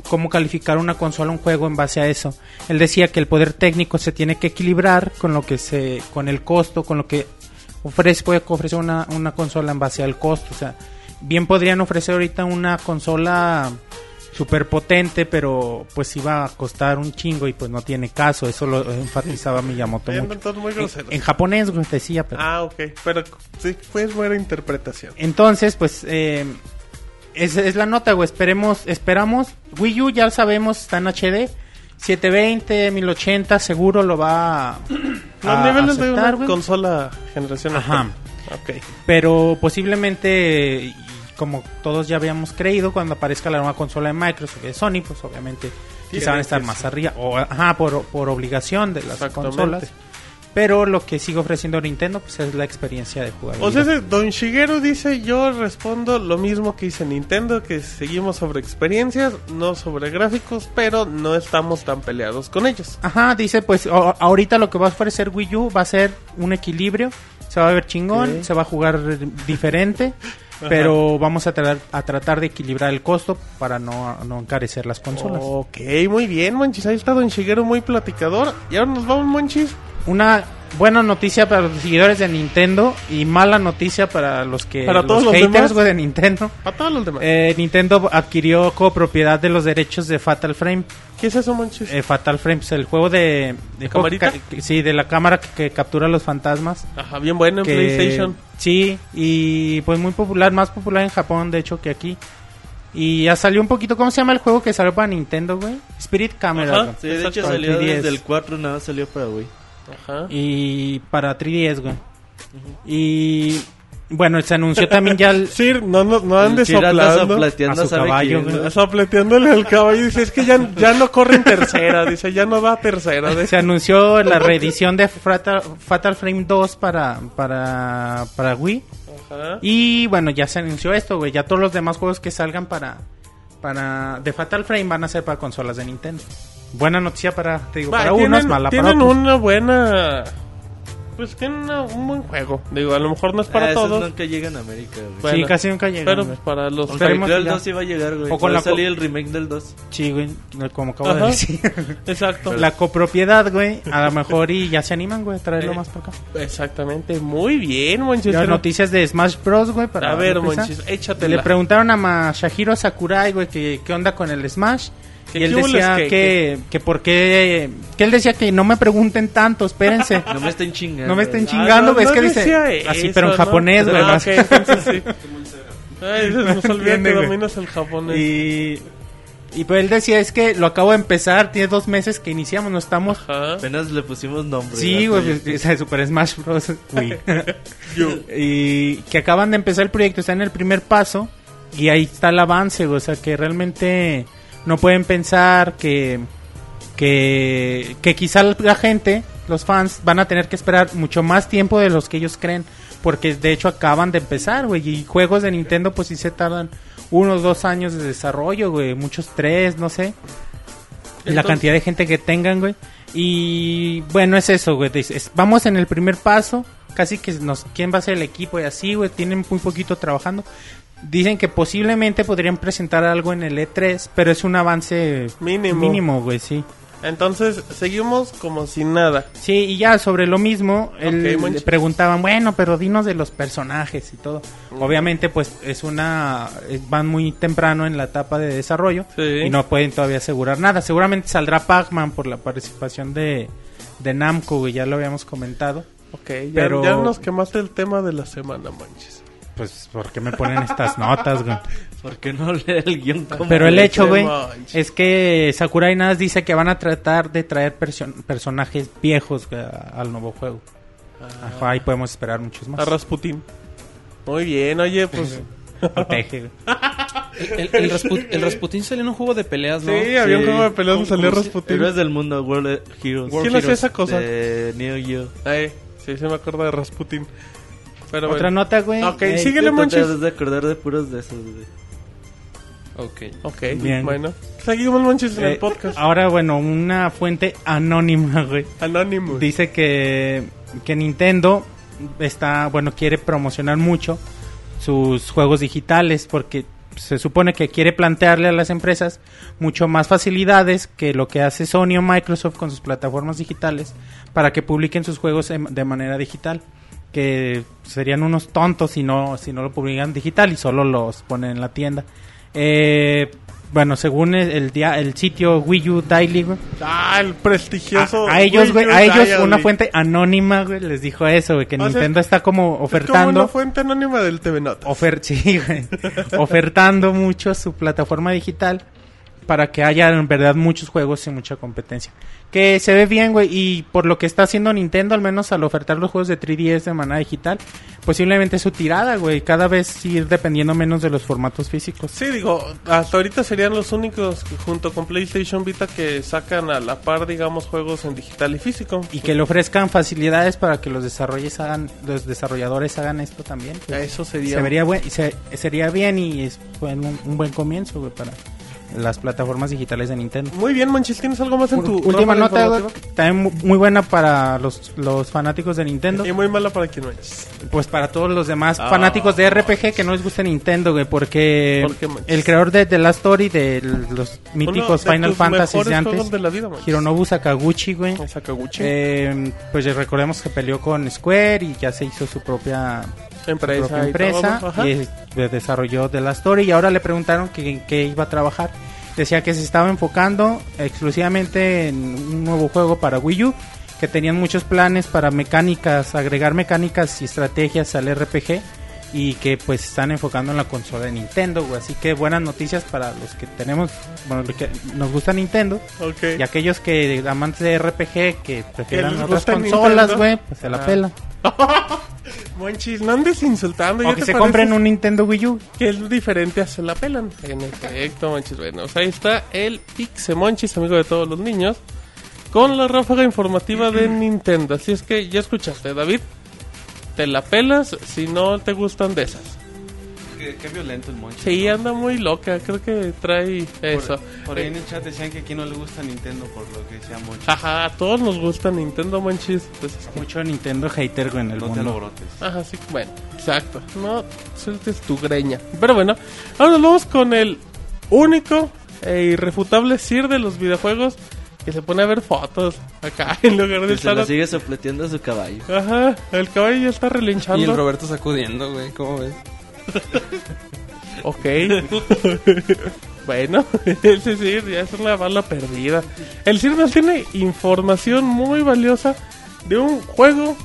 Speaker 3: cómo calificar una consola un juego en base a eso. Él decía que el poder técnico se tiene que equilibrar con lo que se, con el costo, con lo que ofrece, puede ofrecer una, una consola en base al costo. O sea, bien podrían ofrecer ahorita una consola súper potente, pero pues iba a costar un chingo y pues no tiene caso. Eso lo enfatizaba Miyamoto
Speaker 2: Ahí
Speaker 3: mucho.
Speaker 2: andan todos muy
Speaker 3: En,
Speaker 2: groseros.
Speaker 3: en japonés, güey, decía, pero.
Speaker 2: Ah, ok. Pero sí, fue buena interpretación.
Speaker 3: Entonces, pues, eh, esa es la nota, güey. Esperemos, esperamos. Wii U ya sabemos, está en HD. 720, 1080, seguro lo va a.
Speaker 2: Los
Speaker 3: a
Speaker 2: niveles de una
Speaker 3: aceptar, güey.
Speaker 2: consola generación
Speaker 3: Ajá.
Speaker 2: actual. Ok.
Speaker 3: Pero posiblemente, y como todos ya habíamos creído, cuando aparezca la nueva consola de Microsoft y de Sony, pues obviamente quizá van a estar
Speaker 2: que
Speaker 3: más
Speaker 2: sí.
Speaker 3: arriba. O, ajá, por, por obligación de las
Speaker 2: Exactamente.
Speaker 3: consolas. Pero lo que sigue ofreciendo Nintendo, pues es la experiencia de jugar.
Speaker 2: O sea, ese Don Shigeru dice, yo respondo lo mismo que hice Nintendo, que seguimos sobre experiencias, no sobre gráficos, pero no estamos tan peleados con ellos.
Speaker 3: Ajá, dice pues a- ahorita lo que va a ofrecer Wii U va a ser un equilibrio, se va a ver chingón,
Speaker 2: Ok.
Speaker 3: se va a jugar diferente, pero vamos a, tra- a tratar de equilibrar el costo para no, no encarecer las consolas.
Speaker 2: Ok, muy bien, Monchis. Ahí está Don Shigeru muy platicador. Y ahora nos vamos, Monchis.
Speaker 3: Una buena noticia para los seguidores de Nintendo y mala noticia para los que
Speaker 2: Para todos los
Speaker 3: haters
Speaker 2: demás.
Speaker 3: güey, de Nintendo.
Speaker 2: A todos los demás.
Speaker 3: Eh, Nintendo adquirió copropiedad de los derechos de Fatal Frame.
Speaker 2: ¿Qué es eso, Monchis?
Speaker 3: Eh, Fatal Frame es el juego de, de
Speaker 2: ¿Camarita?
Speaker 3: ca- sí, de la cámara que- que captura a los fantasmas.
Speaker 2: Ajá, bien bueno en
Speaker 3: que-
Speaker 2: PlayStation.
Speaker 3: Sí, y pues muy popular, más popular en Japón, de hecho, que aquí. Y ya salió un poquito, ¿cómo se llama el juego que salió para Nintendo, güey? Spirit Camera.
Speaker 2: Ajá,
Speaker 3: güey.
Speaker 5: Sí, de hecho
Speaker 2: Exacto.
Speaker 5: salió
Speaker 3: 3DS.
Speaker 5: desde el 4, nada más salió para Wii.
Speaker 2: Ajá.
Speaker 3: Y para 3DS, güey. Y bueno, se anunció también ya el...
Speaker 2: Sí, no, no, no
Speaker 5: El
Speaker 2: andes
Speaker 5: Kira anda
Speaker 2: soplando.
Speaker 5: soplateando,
Speaker 3: a su
Speaker 5: sabe
Speaker 3: caballo,
Speaker 5: quién,
Speaker 3: güey.
Speaker 5: ¿no?
Speaker 2: Sopleteándole al caballo. Dice, es que ya, ya no corre en tercera. Dice, ya no da tercera. De...
Speaker 3: Se anunció la reedición de Fatal, Fatal Frame 2 para, para, para Wii.
Speaker 2: Ajá.
Speaker 3: Y bueno, ya se anunció esto, güey. Ya todos los demás juegos que salgan para. para de Fatal Frame van a ser para consolas de Nintendo. Buena noticia para, te digo,
Speaker 2: Va,
Speaker 3: para
Speaker 2: tienen,
Speaker 3: unos, mala para
Speaker 2: tienen
Speaker 3: otros.
Speaker 2: una buena. Pues tienen una- un buen juego. Digo, a lo mejor no es para
Speaker 5: Ah, esos
Speaker 2: todos.
Speaker 5: nunca llegan a América, güey.
Speaker 2: Bueno,
Speaker 3: sí, casi nunca llegan.
Speaker 2: pero
Speaker 3: güey.
Speaker 2: pues, para los.
Speaker 5: Aunque
Speaker 3: Pues, esperemos
Speaker 5: creo el
Speaker 3: que ya.
Speaker 5: 2 iba a llegar, güey.
Speaker 3: O con la
Speaker 5: Va a salir
Speaker 3: co-
Speaker 5: el remake del 2.
Speaker 3: Sí, güey, no, como acabo
Speaker 2: Ajá.
Speaker 3: de decir.
Speaker 2: Exacto.
Speaker 3: la copropiedad, güey, a lo mejor y ya se animan, güey, a traerlo
Speaker 2: Eh,
Speaker 3: más para acá.
Speaker 2: Exactamente. Muy bien, Monchis.
Speaker 3: Ya
Speaker 2: Pero-
Speaker 3: noticias de Smash Bros, güey, para
Speaker 2: A ver,
Speaker 3: empezar.
Speaker 2: Monchis, échate
Speaker 3: Le preguntaron a Masahiro Sakurai, güey, que qué onda con el Smash.
Speaker 2: Que
Speaker 3: Y él
Speaker 2: qué hubo,
Speaker 3: decía
Speaker 2: les que-
Speaker 3: que, que, por qué... Que él decía que no me pregunten tanto, espérense.
Speaker 5: No me estén chingando.
Speaker 3: No me estén
Speaker 5: güey.
Speaker 3: chingando,
Speaker 2: Ah, no,
Speaker 3: güey, es
Speaker 2: no
Speaker 3: que dice
Speaker 2: decía
Speaker 3: así,
Speaker 2: eso,
Speaker 3: pero en
Speaker 2: ¿no?
Speaker 3: japonés, güey.
Speaker 2: Ah,
Speaker 3: más-
Speaker 2: ok, entonces sí. Ay, se nos olvida
Speaker 3: Entiende,
Speaker 2: que
Speaker 3: güey.
Speaker 2: dominas el japonés.
Speaker 3: Y, y pues él decía, es que lo acabo de empezar, tiene dos meses que iniciamos, no estamos...
Speaker 2: Ajá.
Speaker 5: Apenas le pusimos nombre.
Speaker 3: Sí,
Speaker 5: al
Speaker 3: güey,
Speaker 5: proyecto.
Speaker 3: pues, o sea, Super Smash Bros. Wii. y que acaban de empezar el proyecto, está en el primer paso y ahí está el avance, güey, o sea que realmente no pueden pensar que, que, que quizá la gente, los fans, van a tener que esperar mucho más tiempo de los que ellos creen, porque de hecho acaban de empezar, güey, y juegos de Nintendo pues sí se tardan unos dos años de desarrollo, güey, muchos tres, no sé la
Speaker 2: Entonces-
Speaker 3: cantidad de gente que tengan, güey. Y bueno, es eso, güey. dice, es- Vamos en el primer paso. Casi que nos, quién va a ser el equipo y así, güey. Tienen muy poquito trabajando. Dicen que posiblemente podrían presentar algo en el E3, pero es un avance
Speaker 2: Mínimo.
Speaker 3: mínimo güey, sí.
Speaker 2: Entonces, seguimos como si nada.
Speaker 3: Sí, y ya sobre lo mismo, él-
Speaker 2: Ok,
Speaker 3: le
Speaker 2: Monchis.
Speaker 3: preguntaban, bueno, pero dinos de los personajes y todo. Obviamente, pues es una. eh, Van muy temprano en la etapa de desarrollo
Speaker 2: Sí.
Speaker 3: y no pueden todavía asegurar nada. Seguramente saldrá Pac-Man por la participación de, de Namco, güey, ya lo habíamos comentado.
Speaker 2: Ok, ya,
Speaker 3: Pero-
Speaker 2: ya nos quemaste el tema de la semana, manches.
Speaker 3: Pues, ¿por qué me ponen estas notas, güey?
Speaker 5: ¿Por qué no leer el guión como
Speaker 3: Pero el
Speaker 5: lo
Speaker 3: hecho, güey,
Speaker 2: manches.
Speaker 3: es que Sakurai Nas dice que van a tratar de traer perso- personajes viejos güey, a- al nuevo juego.
Speaker 2: Ah.
Speaker 3: Ajá, ahí podemos esperar muchos
Speaker 2: A
Speaker 3: más.
Speaker 2: Rasputin. Muy bien, oye, pues.
Speaker 3: Al peje, güey.
Speaker 7: El, el, Rasput- el Rasputin salió en un juego de peleas, ¿no?
Speaker 2: sí, había un
Speaker 5: Sí.
Speaker 2: juego de peleas donde
Speaker 5: ¿Cómo-
Speaker 2: salía
Speaker 5: cómo se-
Speaker 2: Rasputin.
Speaker 5: Héroes del mundo, World Heroes.
Speaker 2: ¿Quién hacía esa cosa?
Speaker 5: De Neo Geo.
Speaker 2: Ay, eh, sí, se me acuerda de Rasputin. Pero
Speaker 3: Otra
Speaker 2: bueno. Ah,
Speaker 3: nota, güey. Eh,
Speaker 2: Ok,
Speaker 5: Ey,
Speaker 2: síguele,
Speaker 5: yo
Speaker 2: Monchis.
Speaker 5: traté de acordar de puros de esos, güey.
Speaker 7: Ok.
Speaker 2: Ok,
Speaker 3: Bien.
Speaker 2: bueno. Seguimos, Monchis, en
Speaker 3: Eh,
Speaker 2: el podcast.
Speaker 3: Ahora, bueno, una fuente anónima, güey.
Speaker 2: Anonymous.
Speaker 3: Dice que, que Nintendo está, bueno, quiere promocionar mucho sus juegos digitales porque se supone que quiere plantearle a las empresas mucho más facilidades que lo que hace Sony o Microsoft con sus plataformas digitales para que publiquen sus juegos en- de manera digital. Que serían unos tontos si no, si no lo publican digital y solo los ponen en la tienda. Eh, bueno, según el, el, dia- el sitio Wii U Daily, güey,
Speaker 2: Ah, el prestigioso.
Speaker 3: a, a ellos, güey, a ellos
Speaker 2: Diary.
Speaker 3: una fuente anónima, güey, les dijo eso, güey, que
Speaker 2: O sea,
Speaker 3: Nintendo está como
Speaker 2: Es como una
Speaker 3: ofertando,
Speaker 2: fuente anónima del TV Notas.
Speaker 3: ofer- sí, güey, ofertando mucho su plataforma digital para que haya en verdad muchos juegos y mucha competencia. Que se ve bien, güey, y por lo que está haciendo Nintendo, al menos al ofertar los juegos de 3DS de manera digital, posiblemente su tirada, güey, cada vez ir dependiendo menos de los formatos físicos.
Speaker 2: Sí, digo, hasta ahorita serían los únicos que, junto con PlayStation Vita que sacan a la par, digamos, juegos en digital y físico.
Speaker 3: Y que le ofrezcan facilidades para que los, desarrolles hagan, los desarrolladores hagan esto también.
Speaker 2: A Eso sería.
Speaker 3: se vería buen- se- sería bien y es buen- un, un buen comienzo güey, para las plataformas digitales de Nintendo.
Speaker 2: Muy bien, Manchis, ¿tienes algo más en tu ráfaga
Speaker 3: Última nota, güey,
Speaker 2: informativa?
Speaker 3: también mu- muy buena para los, los fanáticos de Nintendo.
Speaker 2: Y muy mala para quien no es.
Speaker 3: Pues para todos los demás
Speaker 2: Ah.
Speaker 3: fanáticos de RPG que no les gusta Nintendo, güey, porque
Speaker 2: ¿Por qué, manches?
Speaker 3: el creador de The Last Story, de los míticos
Speaker 2: Uno de
Speaker 3: Final
Speaker 2: tus
Speaker 3: Fantasy
Speaker 2: mejores
Speaker 3: de antes,
Speaker 2: juegos de la vida, manches.
Speaker 3: Hironobu Sakaguchi, güey.
Speaker 2: Sakaguchi.
Speaker 3: Eh, pues ya recordemos que peleó con Square y ya se hizo su propia
Speaker 2: empresa.
Speaker 3: propia
Speaker 2: y
Speaker 3: empresa
Speaker 2: todo, ajá.
Speaker 3: y eh, desarrolló de la Story y ahora le preguntaron que en qué iba a trabajar. Decía que se estaba enfocando exclusivamente en un nuevo juego para Wii U, que tenían muchos planes para mecánicas, agregar mecánicas y estrategias al RPG y que pues se están enfocando en la consola de Nintendo, güey. Así que buenas noticias para los que tenemos, bueno, los que nos gusta Nintendo
Speaker 2: Ok.
Speaker 3: y aquellos que amantes de RPG que prefieran
Speaker 2: les
Speaker 3: otras
Speaker 2: gusta
Speaker 3: consolas,
Speaker 2: Nintendo.
Speaker 3: güey, pues se la
Speaker 2: Ah.
Speaker 3: pela.
Speaker 2: Monchis, no andes insultando.
Speaker 3: O
Speaker 2: ¿ya
Speaker 3: que
Speaker 2: te
Speaker 3: se
Speaker 2: pareces?
Speaker 3: compren un Nintendo Wii U.
Speaker 2: Que es diferente a se la pelan. En efecto, Monchis. Bueno, pues ahí está el Pixe Monchis, amigo de todos los niños. Con la ráfaga informativa de Nintendo. Así es que ya escuchaste, David. Te la pelas si no te gustan de esas.
Speaker 4: Qué, qué violento el Monchi.
Speaker 2: Sí, anda muy loca. Creo que trae eso. Eh,
Speaker 4: Por, por ahí en el chat decían que aquí no le gusta Nintendo por lo que decía Monchi.
Speaker 2: Ajá, a todos nos gusta Nintendo, Monchis. Entonces,
Speaker 3: Mucho Nintendo hater, güey, en el
Speaker 4: no te
Speaker 3: mundo.
Speaker 4: alborotes.
Speaker 2: Ajá, sí, bueno, exacto. No sueltes tu greña. Pero bueno, ahora nos vamos con el único e irrefutable Sir de los videojuegos que se pone a ver fotos acá en lugar de
Speaker 5: Y se
Speaker 2: estar.
Speaker 5: la sigue sopleteando a su caballo.
Speaker 2: Ajá, el caballo ya está
Speaker 7: Y el
Speaker 2: relinchando.
Speaker 7: Roberto sacudiendo, güey, ¿cómo ves?
Speaker 2: Ok. bueno, ese Sir ya es una bala perdida. El Sir nos tiene información muy valiosa de un juego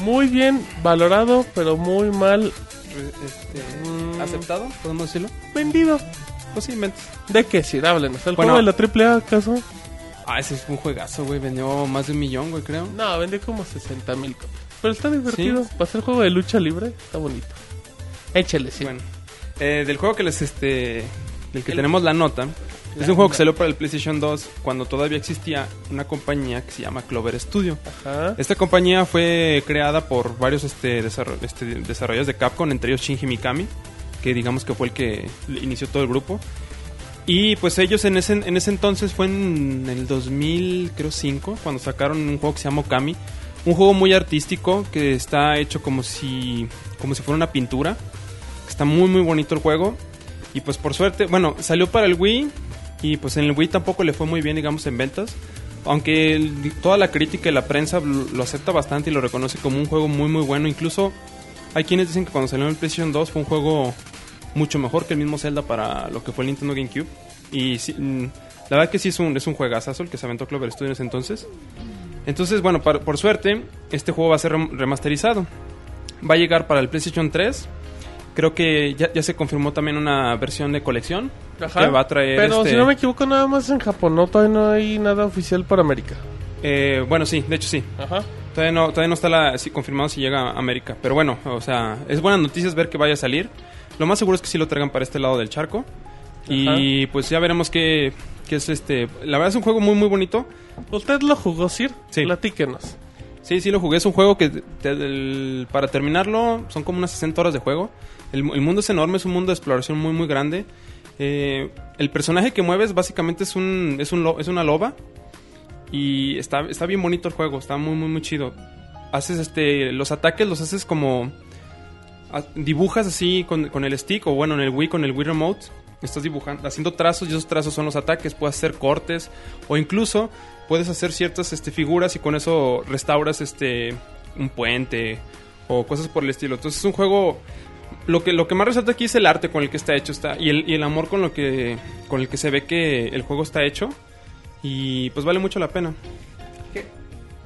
Speaker 2: muy bien valorado, pero muy mal Mm.
Speaker 7: este, ¿Aceptado? ¿Podemos decirlo?
Speaker 2: vendido.
Speaker 7: Pues sí, mentes.
Speaker 2: ¿De qué, Sir? Háblenos. ¿El
Speaker 7: Bueno.
Speaker 2: juego de la AAA, acaso?
Speaker 7: Ah, ese es un juegazo, güey. Vendió más de un millón, güey, creo.
Speaker 2: No, vendí como 60 mil copias. Pero está divertido. Para ser juego de lucha libre, está bonito. Échale, sí.
Speaker 7: Bueno, eh, del juego que les este. Del que tenemos la nota. Es un juego que salió para el PlayStation 2 cuando todavía existía una compañía que se llama Clover Studio.
Speaker 2: Ajá.
Speaker 7: Esta compañía fue creada por varios este, desarro- este, desarrolladores de Capcom, entre ellos Shinji Mikami, que digamos que fue el que le- inició todo el grupo. Y pues ellos en ese, en ese entonces fue en el 2005 cuando sacaron un juego que se llama Okami. Un juego muy artístico que está hecho como si, como si fuera una pintura. Está muy muy bonito el juego. Y pues por suerte, bueno, salió para el Wii y pues en el Wii tampoco le fue muy bien, digamos, en ventas. Aunque el- toda la crítica y la prensa lo lo acepta bastante y lo reconoce como un juego muy muy bueno. Incluso hay quienes dicen que cuando salió en el PlayStation 2 fue un juego mucho mejor que el mismo Zelda para lo que fue el Nintendo GameCube. Y sí, mm, la verdad que sí es un, es un juegazazo el que se aventó Clover Studios en ese entonces. Entonces, bueno, par- por suerte, este juego va a ser rem- remasterizado. Va a llegar para el PlayStation 3, Creo que ya, ya se confirmó también una versión de colección
Speaker 2: Ajá.
Speaker 7: que va a traer.
Speaker 2: Pero
Speaker 7: este,
Speaker 2: si no me equivoco, nada más en Japón, ¿no? Todavía no hay nada oficial para América.
Speaker 7: eh, bueno, sí, de hecho sí.
Speaker 2: Ajá.
Speaker 7: Todavía no, todavía no está la, sí, confirmado si llega a América. Pero bueno, o sea, es buenas noticias ver que vaya a salir. Lo más seguro es que sí lo traigan para este lado del charco. Y pues ya veremos qué, qué es este. La verdad es un juego muy, muy bonito.
Speaker 2: ¿Usted lo jugó, Sir?
Speaker 7: Sí.
Speaker 2: Platíquenos.
Speaker 7: Sí, sí lo jugué. Es un juego que te- el- para terminarlo son como unas 60 horas de juego. El, mu- el mundo es enorme, es un mundo de exploración muy, muy grande. Eh, el personaje que mueves básicamente es, un, es, un lo- es una loba. Y está, está bien bonito el juego, está muy, muy, muy chido. Haces este, los ataques los haces como... a- Dibujas así con, con el stick o bueno en el Wii con el Wii Remote. Estás dibujando, haciendo trazos y esos trazos son los ataques. Puedes hacer cortes o incluso puedes hacer ciertas este, figuras y con eso restauras este, un puente o cosas por el estilo. Entonces es un juego... Lo que, lo que más resalta aquí es el arte con el que está hecho está, y, el, y el amor con, lo que, con el que se ve que el juego está hecho. Y pues vale mucho la pena.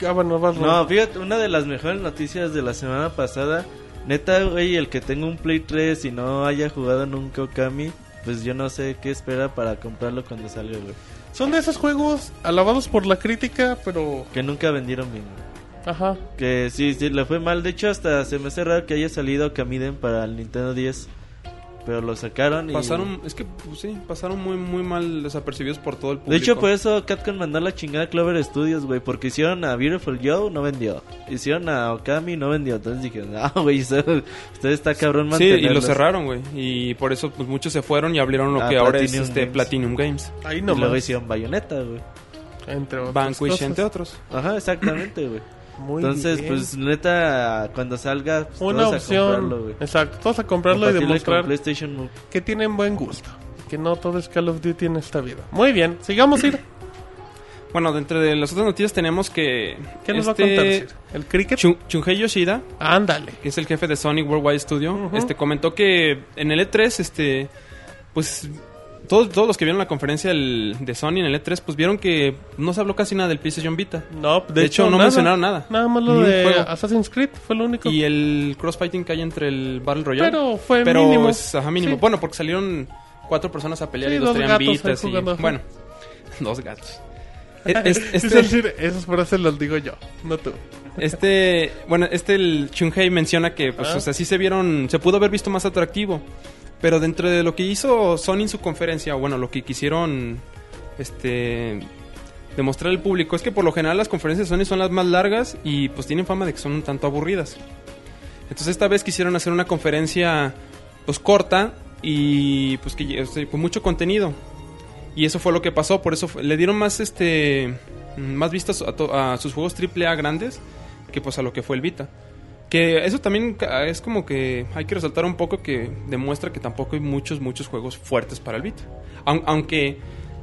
Speaker 2: Ah, bueno, vas,
Speaker 5: No, fíjate, una de las mejores noticias de la semana pasada. Neta, güey, el que tenga un Play 3 y no haya jugado nunca Okami, pues yo no sé qué espera para comprarlo cuando salga, güey.
Speaker 2: Son de esos juegos alabados por la crítica, pero...
Speaker 5: Que nunca vendieron bien, güey.
Speaker 2: Ajá.
Speaker 5: Que sí, sí, le fue mal. De hecho, hasta se me hace raro que haya salido Okamiden para el Nintendo 10. Pero lo sacaron y...
Speaker 7: Pasaron, es que pues, sí, pasaron muy, muy mal desapercibidos por todo el público.
Speaker 5: De hecho, por eso Capcom mandó la chingada a Clover Studios, güey. Porque hicieron a Beautiful Joe, no vendió. Hicieron a Okami, no vendió. Entonces dije, ah, güey, usted, usted está cabrón
Speaker 7: Sí, y lo
Speaker 5: mantenerlos".
Speaker 7: cerraron, güey. Y por eso pues, muchos se fueron y abrieron lo
Speaker 5: Ah,
Speaker 7: que ahora es
Speaker 5: Platinum
Speaker 7: este,
Speaker 5: Games.
Speaker 7: Platinum Games.
Speaker 2: Ahí
Speaker 5: Y
Speaker 2: nomás.
Speaker 5: luego hicieron Bayonetta, güey.
Speaker 2: Entre otras
Speaker 7: Banquish,
Speaker 2: cosas.
Speaker 7: entre otros.
Speaker 5: Ajá, exactamente, güey.
Speaker 2: Muy
Speaker 5: Entonces,
Speaker 2: bien.
Speaker 5: pues, neta, cuando salga, pues,
Speaker 2: Una
Speaker 5: todos
Speaker 2: opción.
Speaker 5: a comprarlo, güey.
Speaker 2: Exacto, todos a comprarlo y
Speaker 5: Compatible
Speaker 2: demostrar
Speaker 5: con PlayStation Move.
Speaker 2: que tienen buen gusto. Que no todo es Call of Duty en esta vida. Muy bien, sigamos ir.
Speaker 7: Bueno, dentro de las otras noticias tenemos que...
Speaker 2: ¿Qué nos
Speaker 7: este,
Speaker 2: va a contar? Sir? ¿El cricket?
Speaker 7: Shun- Shunhei Yoshida,
Speaker 2: Ándale.
Speaker 7: que es el jefe de Sonic Worldwide Studio,
Speaker 2: Ujú.
Speaker 7: este comentó que en el E3, este, pues todos, todos los que vieron la conferencia del- de Sony en el E3, pues vieron que no se habló casi nada del PlayStation Vita.
Speaker 2: No, de,
Speaker 7: De hecho, no
Speaker 2: nada.
Speaker 7: mencionaron nada.
Speaker 2: Nada más
Speaker 7: Ni
Speaker 2: lo
Speaker 7: un
Speaker 2: de
Speaker 7: juego.
Speaker 2: Assassin's Creed fue lo único.
Speaker 7: Y el crossfighting que hay entre el Battle Royale.
Speaker 2: Pero fue
Speaker 7: Pero
Speaker 2: mínimo.
Speaker 7: es, ajá, mínimo.
Speaker 2: Sí.
Speaker 7: Bueno, porque salieron cuatro personas a pelear
Speaker 2: Sí,
Speaker 7: y dos
Speaker 2: dos
Speaker 7: traían
Speaker 2: gatos ahí
Speaker 7: vitas y...
Speaker 2: jugando, ajá.
Speaker 7: Bueno, dos gatos. E- es-
Speaker 2: Es
Speaker 7: este-
Speaker 2: decir, esas frases las digo yo, no tú.
Speaker 7: Este, bueno, este el Chunhei menciona que, pues,
Speaker 2: Ah.
Speaker 7: o sea, sí se vieron, se pudo haber visto más atractivo. Pero dentro de lo que hizo Sony en su conferencia, o bueno, lo que quisieron, este, demostrar al público, es que por lo general las conferencias de Sony son las más largas y, pues, tienen fama de que son un tanto aburridas. Entonces esta vez quisieron hacer una conferencia, pues, corta y, pues, que, lle- o sea, con mucho contenido. Y eso fue lo que pasó, por eso fue- le dieron más, este, más vistas a, to- a sus juegos AAA grandes que pues a lo que fue el Vita. Que eso también ca- es como que hay que resaltar un poco que demuestra que tampoco hay muchos, muchos juegos fuertes para el Vita. Aun- aunque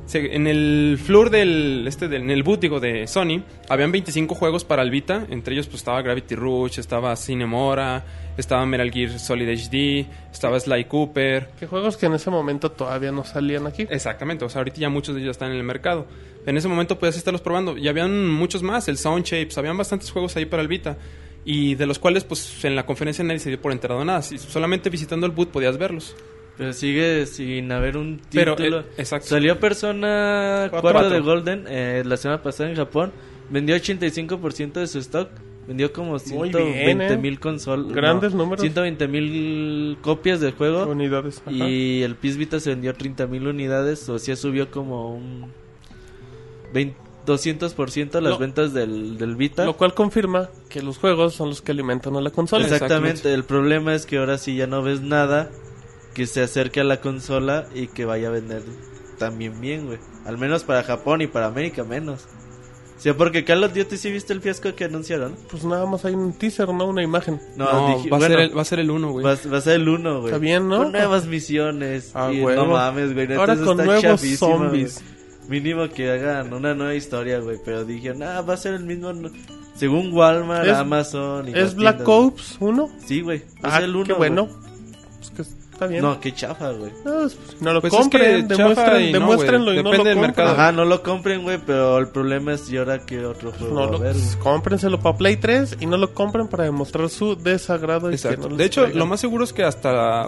Speaker 7: se- en el floor del, este, del- en el boot, digo, de Sony, habían 25 juegos para el Vita. Entre ellos pues estaba Gravity Rush, estaba Cinemora, estaba Metal Gear Solid HD, estaba Sly Cooper,
Speaker 2: Que juegos que en ese momento todavía no salían aquí.
Speaker 7: Exactamente, o sea, ahorita ya muchos de ellos están en el mercado. En ese momento podías estarlos probando. Y habían muchos más, el Sound Shapes, habían bastantes juegos ahí para el Vita. Y de los cuales, pues en la conferencia nadie se dio por enterado nada. Si- solamente visitando el boot podías verlos.
Speaker 5: Pero sigue sin haber un título.
Speaker 7: Pero, eh, exacto.
Speaker 5: Salió Persona 4,
Speaker 7: Cuatro.
Speaker 5: de Golden eh, la semana pasada en Japón. Vendió 85% de su stock. Vendió como
Speaker 2: Muy
Speaker 5: 120
Speaker 2: bien, eh.
Speaker 5: mil consolas.
Speaker 2: Grandes números.
Speaker 5: 120 mil copias del juego.
Speaker 2: Unidades. ajá.
Speaker 5: Y el PIS Vita se vendió 30.000 unidades, o sea, subió como un 20 200% las
Speaker 2: Lo-
Speaker 5: ventas del, del Vita.
Speaker 2: Lo cual confirma que los juegos son los que alimentan a la consola.
Speaker 5: exactamente. el problema es que ahora sí ya no ves nada que se acerque a la consola y que vaya a vender también bien, güey. Al menos para Japón y para América menos. O sea, porque Carlos Duty sí viste el fiasco que anunciaron.
Speaker 2: Pues nada más hay un teaser, ¿no? Una imagen.
Speaker 7: No,
Speaker 5: dije-
Speaker 7: va, a
Speaker 5: bueno,
Speaker 7: ser el, va a ser el uno, güey.
Speaker 5: va, va a ser el uno, güey.
Speaker 2: Está bien, ¿no?
Speaker 5: Con nuevas misiones.
Speaker 2: Ah,
Speaker 5: y
Speaker 2: huevo.
Speaker 5: no mames, güey. neta,
Speaker 2: Ahora
Speaker 5: eso
Speaker 2: con
Speaker 5: está
Speaker 2: nuevos
Speaker 5: chavísimo,
Speaker 2: zombies.
Speaker 5: güey. Mínimo que hagan una nueva historia, güey. Pero dije, nah, va a ser el mismo. no- Según Walmart,
Speaker 2: Es-
Speaker 5: Amazon. Y
Speaker 2: ¿Es
Speaker 5: las
Speaker 2: Black
Speaker 5: tiendas, güey.
Speaker 2: Ops 1?
Speaker 5: Sí, güey. Es
Speaker 2: Ah,
Speaker 5: el uno.
Speaker 2: qué bueno.
Speaker 5: güey.
Speaker 2: Pues que- Está bien.
Speaker 5: No, qué chafa, güey.
Speaker 2: No, es- no lo
Speaker 7: Pues es
Speaker 2: compren,
Speaker 7: que chafa
Speaker 2: demuéstren-
Speaker 7: y no, güey,
Speaker 2: demuéstrenlo y no lo
Speaker 7: depende del
Speaker 2: compren.
Speaker 7: mercado.
Speaker 2: Ajá.
Speaker 5: Ajá, no lo compren, güey, pero el problema es y ahora que otro juego.
Speaker 2: Pues No
Speaker 5: va a
Speaker 2: lo,
Speaker 5: haber, güey?
Speaker 2: cómprenselo para Play 3 y no lo compren para demostrar su desagrado. y que
Speaker 7: Exacto.
Speaker 2: no les
Speaker 7: de hecho,
Speaker 2: traigan.
Speaker 7: lo más seguro es que hasta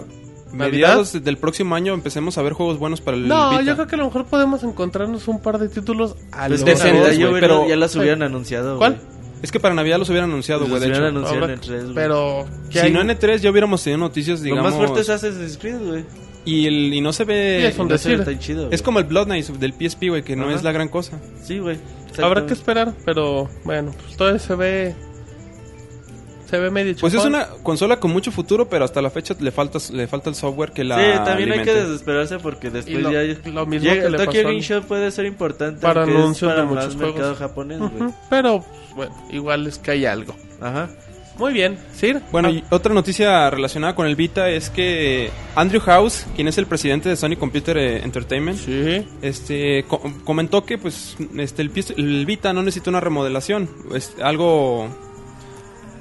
Speaker 7: mediados del próximo año empecemos a ver juegos buenos para el
Speaker 2: No,
Speaker 7: Vita.
Speaker 2: yo creo que a lo mejor podemos encontrarnos un par de títulos a
Speaker 5: Pues
Speaker 2: lo
Speaker 5: que
Speaker 7: los
Speaker 5: Zelda,
Speaker 7: dos,
Speaker 5: yo,
Speaker 7: güey,
Speaker 5: güey, no-
Speaker 7: pero-
Speaker 5: ya las hubieran anunciado.
Speaker 2: ¿Cuál?
Speaker 5: güey.
Speaker 7: Es que para Navidad los hubieran anunciado,
Speaker 5: Los
Speaker 7: güey, de
Speaker 5: hubieran
Speaker 7: hecho.
Speaker 5: anunciado en el 3, güey.
Speaker 2: Pero, ¿qué
Speaker 7: Si
Speaker 2: hay?
Speaker 7: no en E3 ya hubiéramos tenido noticias,
Speaker 5: Lo
Speaker 7: digamos.
Speaker 5: más fuerte es Assassin's Creed, güey.
Speaker 7: y, el, y no se ve...
Speaker 2: Sí, es un
Speaker 5: No se ve
Speaker 2: decir.
Speaker 5: tan chido, güey.
Speaker 7: Es como el Blood Knights del PSP, güey, que no
Speaker 5: Ajá.
Speaker 7: es la gran cosa.
Speaker 5: Sí, güey.
Speaker 2: Habrá que
Speaker 5: Exactamente.
Speaker 2: esperar, pero bueno, pues todavía se ve. Se ve medio
Speaker 7: Pues es
Speaker 2: chafón.
Speaker 7: una consola con mucho futuro, pero hasta la fecha le falta, le falta el software que la
Speaker 5: Sí, también hay que
Speaker 7: alimente.
Speaker 5: desesperarse porque
Speaker 2: Y
Speaker 5: después
Speaker 2: lo-
Speaker 5: ya...
Speaker 2: lo mismo
Speaker 5: llega-
Speaker 2: que
Speaker 5: el
Speaker 2: le
Speaker 5: Tokyo
Speaker 2: pasó
Speaker 5: Game
Speaker 2: al-
Speaker 5: Show puede ser importante
Speaker 2: para
Speaker 5: porque es
Speaker 2: anuncios de
Speaker 5: para
Speaker 2: muchos
Speaker 5: más
Speaker 2: juegos.
Speaker 5: mercado japonés, güey.
Speaker 2: Ujú, Pero, pues, bueno, igual es que hay algo.
Speaker 5: Ajá.
Speaker 2: Muy bien, Sir.
Speaker 7: Bueno,
Speaker 2: Ah,
Speaker 7: y otra noticia relacionada con el Vita es que Andrew House, quien es el presidente de Sony Computer eh, Entertainment,
Speaker 2: sí.
Speaker 7: este co- comentó que pues este el, PS el Vita no necesita una remodelación es algo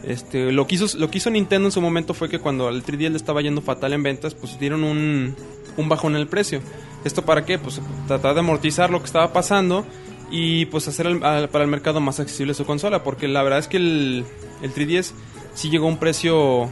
Speaker 7: este lo que hizo lo que hizo Nintendo en su momento fue que cuando el 3DS le estaba yendo fatal en ventas pues dieron un un bajón en el precio esto para qué pues tratar de amortizar lo que estaba pasando y pues hacer al- al- para el mercado más accesible su consola porque la verdad es que el el 3DS sí llegó a un precio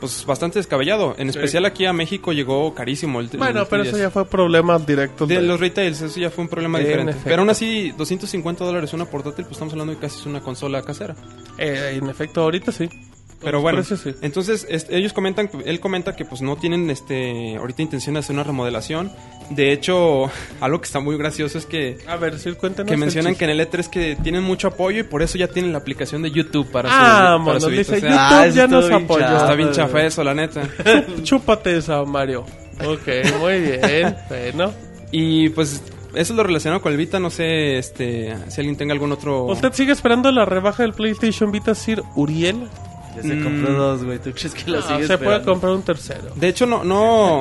Speaker 7: pues bastante descabellado en especial aquí a México llegó carísimo el, el
Speaker 2: Bueno, pero
Speaker 7: 3DS.
Speaker 2: eso ya fue problemas directos.
Speaker 7: De
Speaker 2: de-
Speaker 7: los retails, eso ya fue un problema
Speaker 2: En
Speaker 7: diferente.
Speaker 2: efecto.
Speaker 7: Pero aún así, 250 dólares una portátil, pues estamos hablando de casi es una consola casera.
Speaker 2: Eh, en efecto, ahorita sí.
Speaker 7: Pero
Speaker 2: Los
Speaker 7: bueno,
Speaker 2: precios sí.
Speaker 7: entonces este, ellos comentan, él comenta que pues no tienen este ahorita intención de hacer una remodelación. De hecho, algo que está muy gracioso es que,
Speaker 2: A ver, Sir, cuéntanos.
Speaker 7: que
Speaker 2: el
Speaker 7: mencionan
Speaker 2: chiste.
Speaker 7: que en el E3 que tienen mucho apoyo y por eso ya tienen la aplicación de YouTube para su-
Speaker 2: Ah,
Speaker 7: para
Speaker 2: monos,
Speaker 7: su Vita.
Speaker 2: dice Ah,
Speaker 7: O sea,
Speaker 2: YouTube
Speaker 5: ah, eso
Speaker 2: ya
Speaker 5: estuvo
Speaker 2: nos
Speaker 5: bien
Speaker 2: apoyó.
Speaker 5: chafa.
Speaker 7: Está bien
Speaker 5: güey.
Speaker 7: chafa eso, la neta.
Speaker 2: Chú- Chúpate esa, Mario. Ok, muy bien. bueno.
Speaker 7: Y pues eso es lo relacionado con el Vita, no sé este si alguien tenga algún otro...
Speaker 2: ¿Usted sigue esperando la rebaja del PlayStation Vita, Sir Uriel?
Speaker 5: Ya se
Speaker 7: Mm.
Speaker 5: compró dos, güey. ¿Tú crees que lo
Speaker 2: Ah,
Speaker 5: sigues
Speaker 2: se puede
Speaker 5: esperando?
Speaker 2: comprar un tercero.
Speaker 7: De hecho, no, no.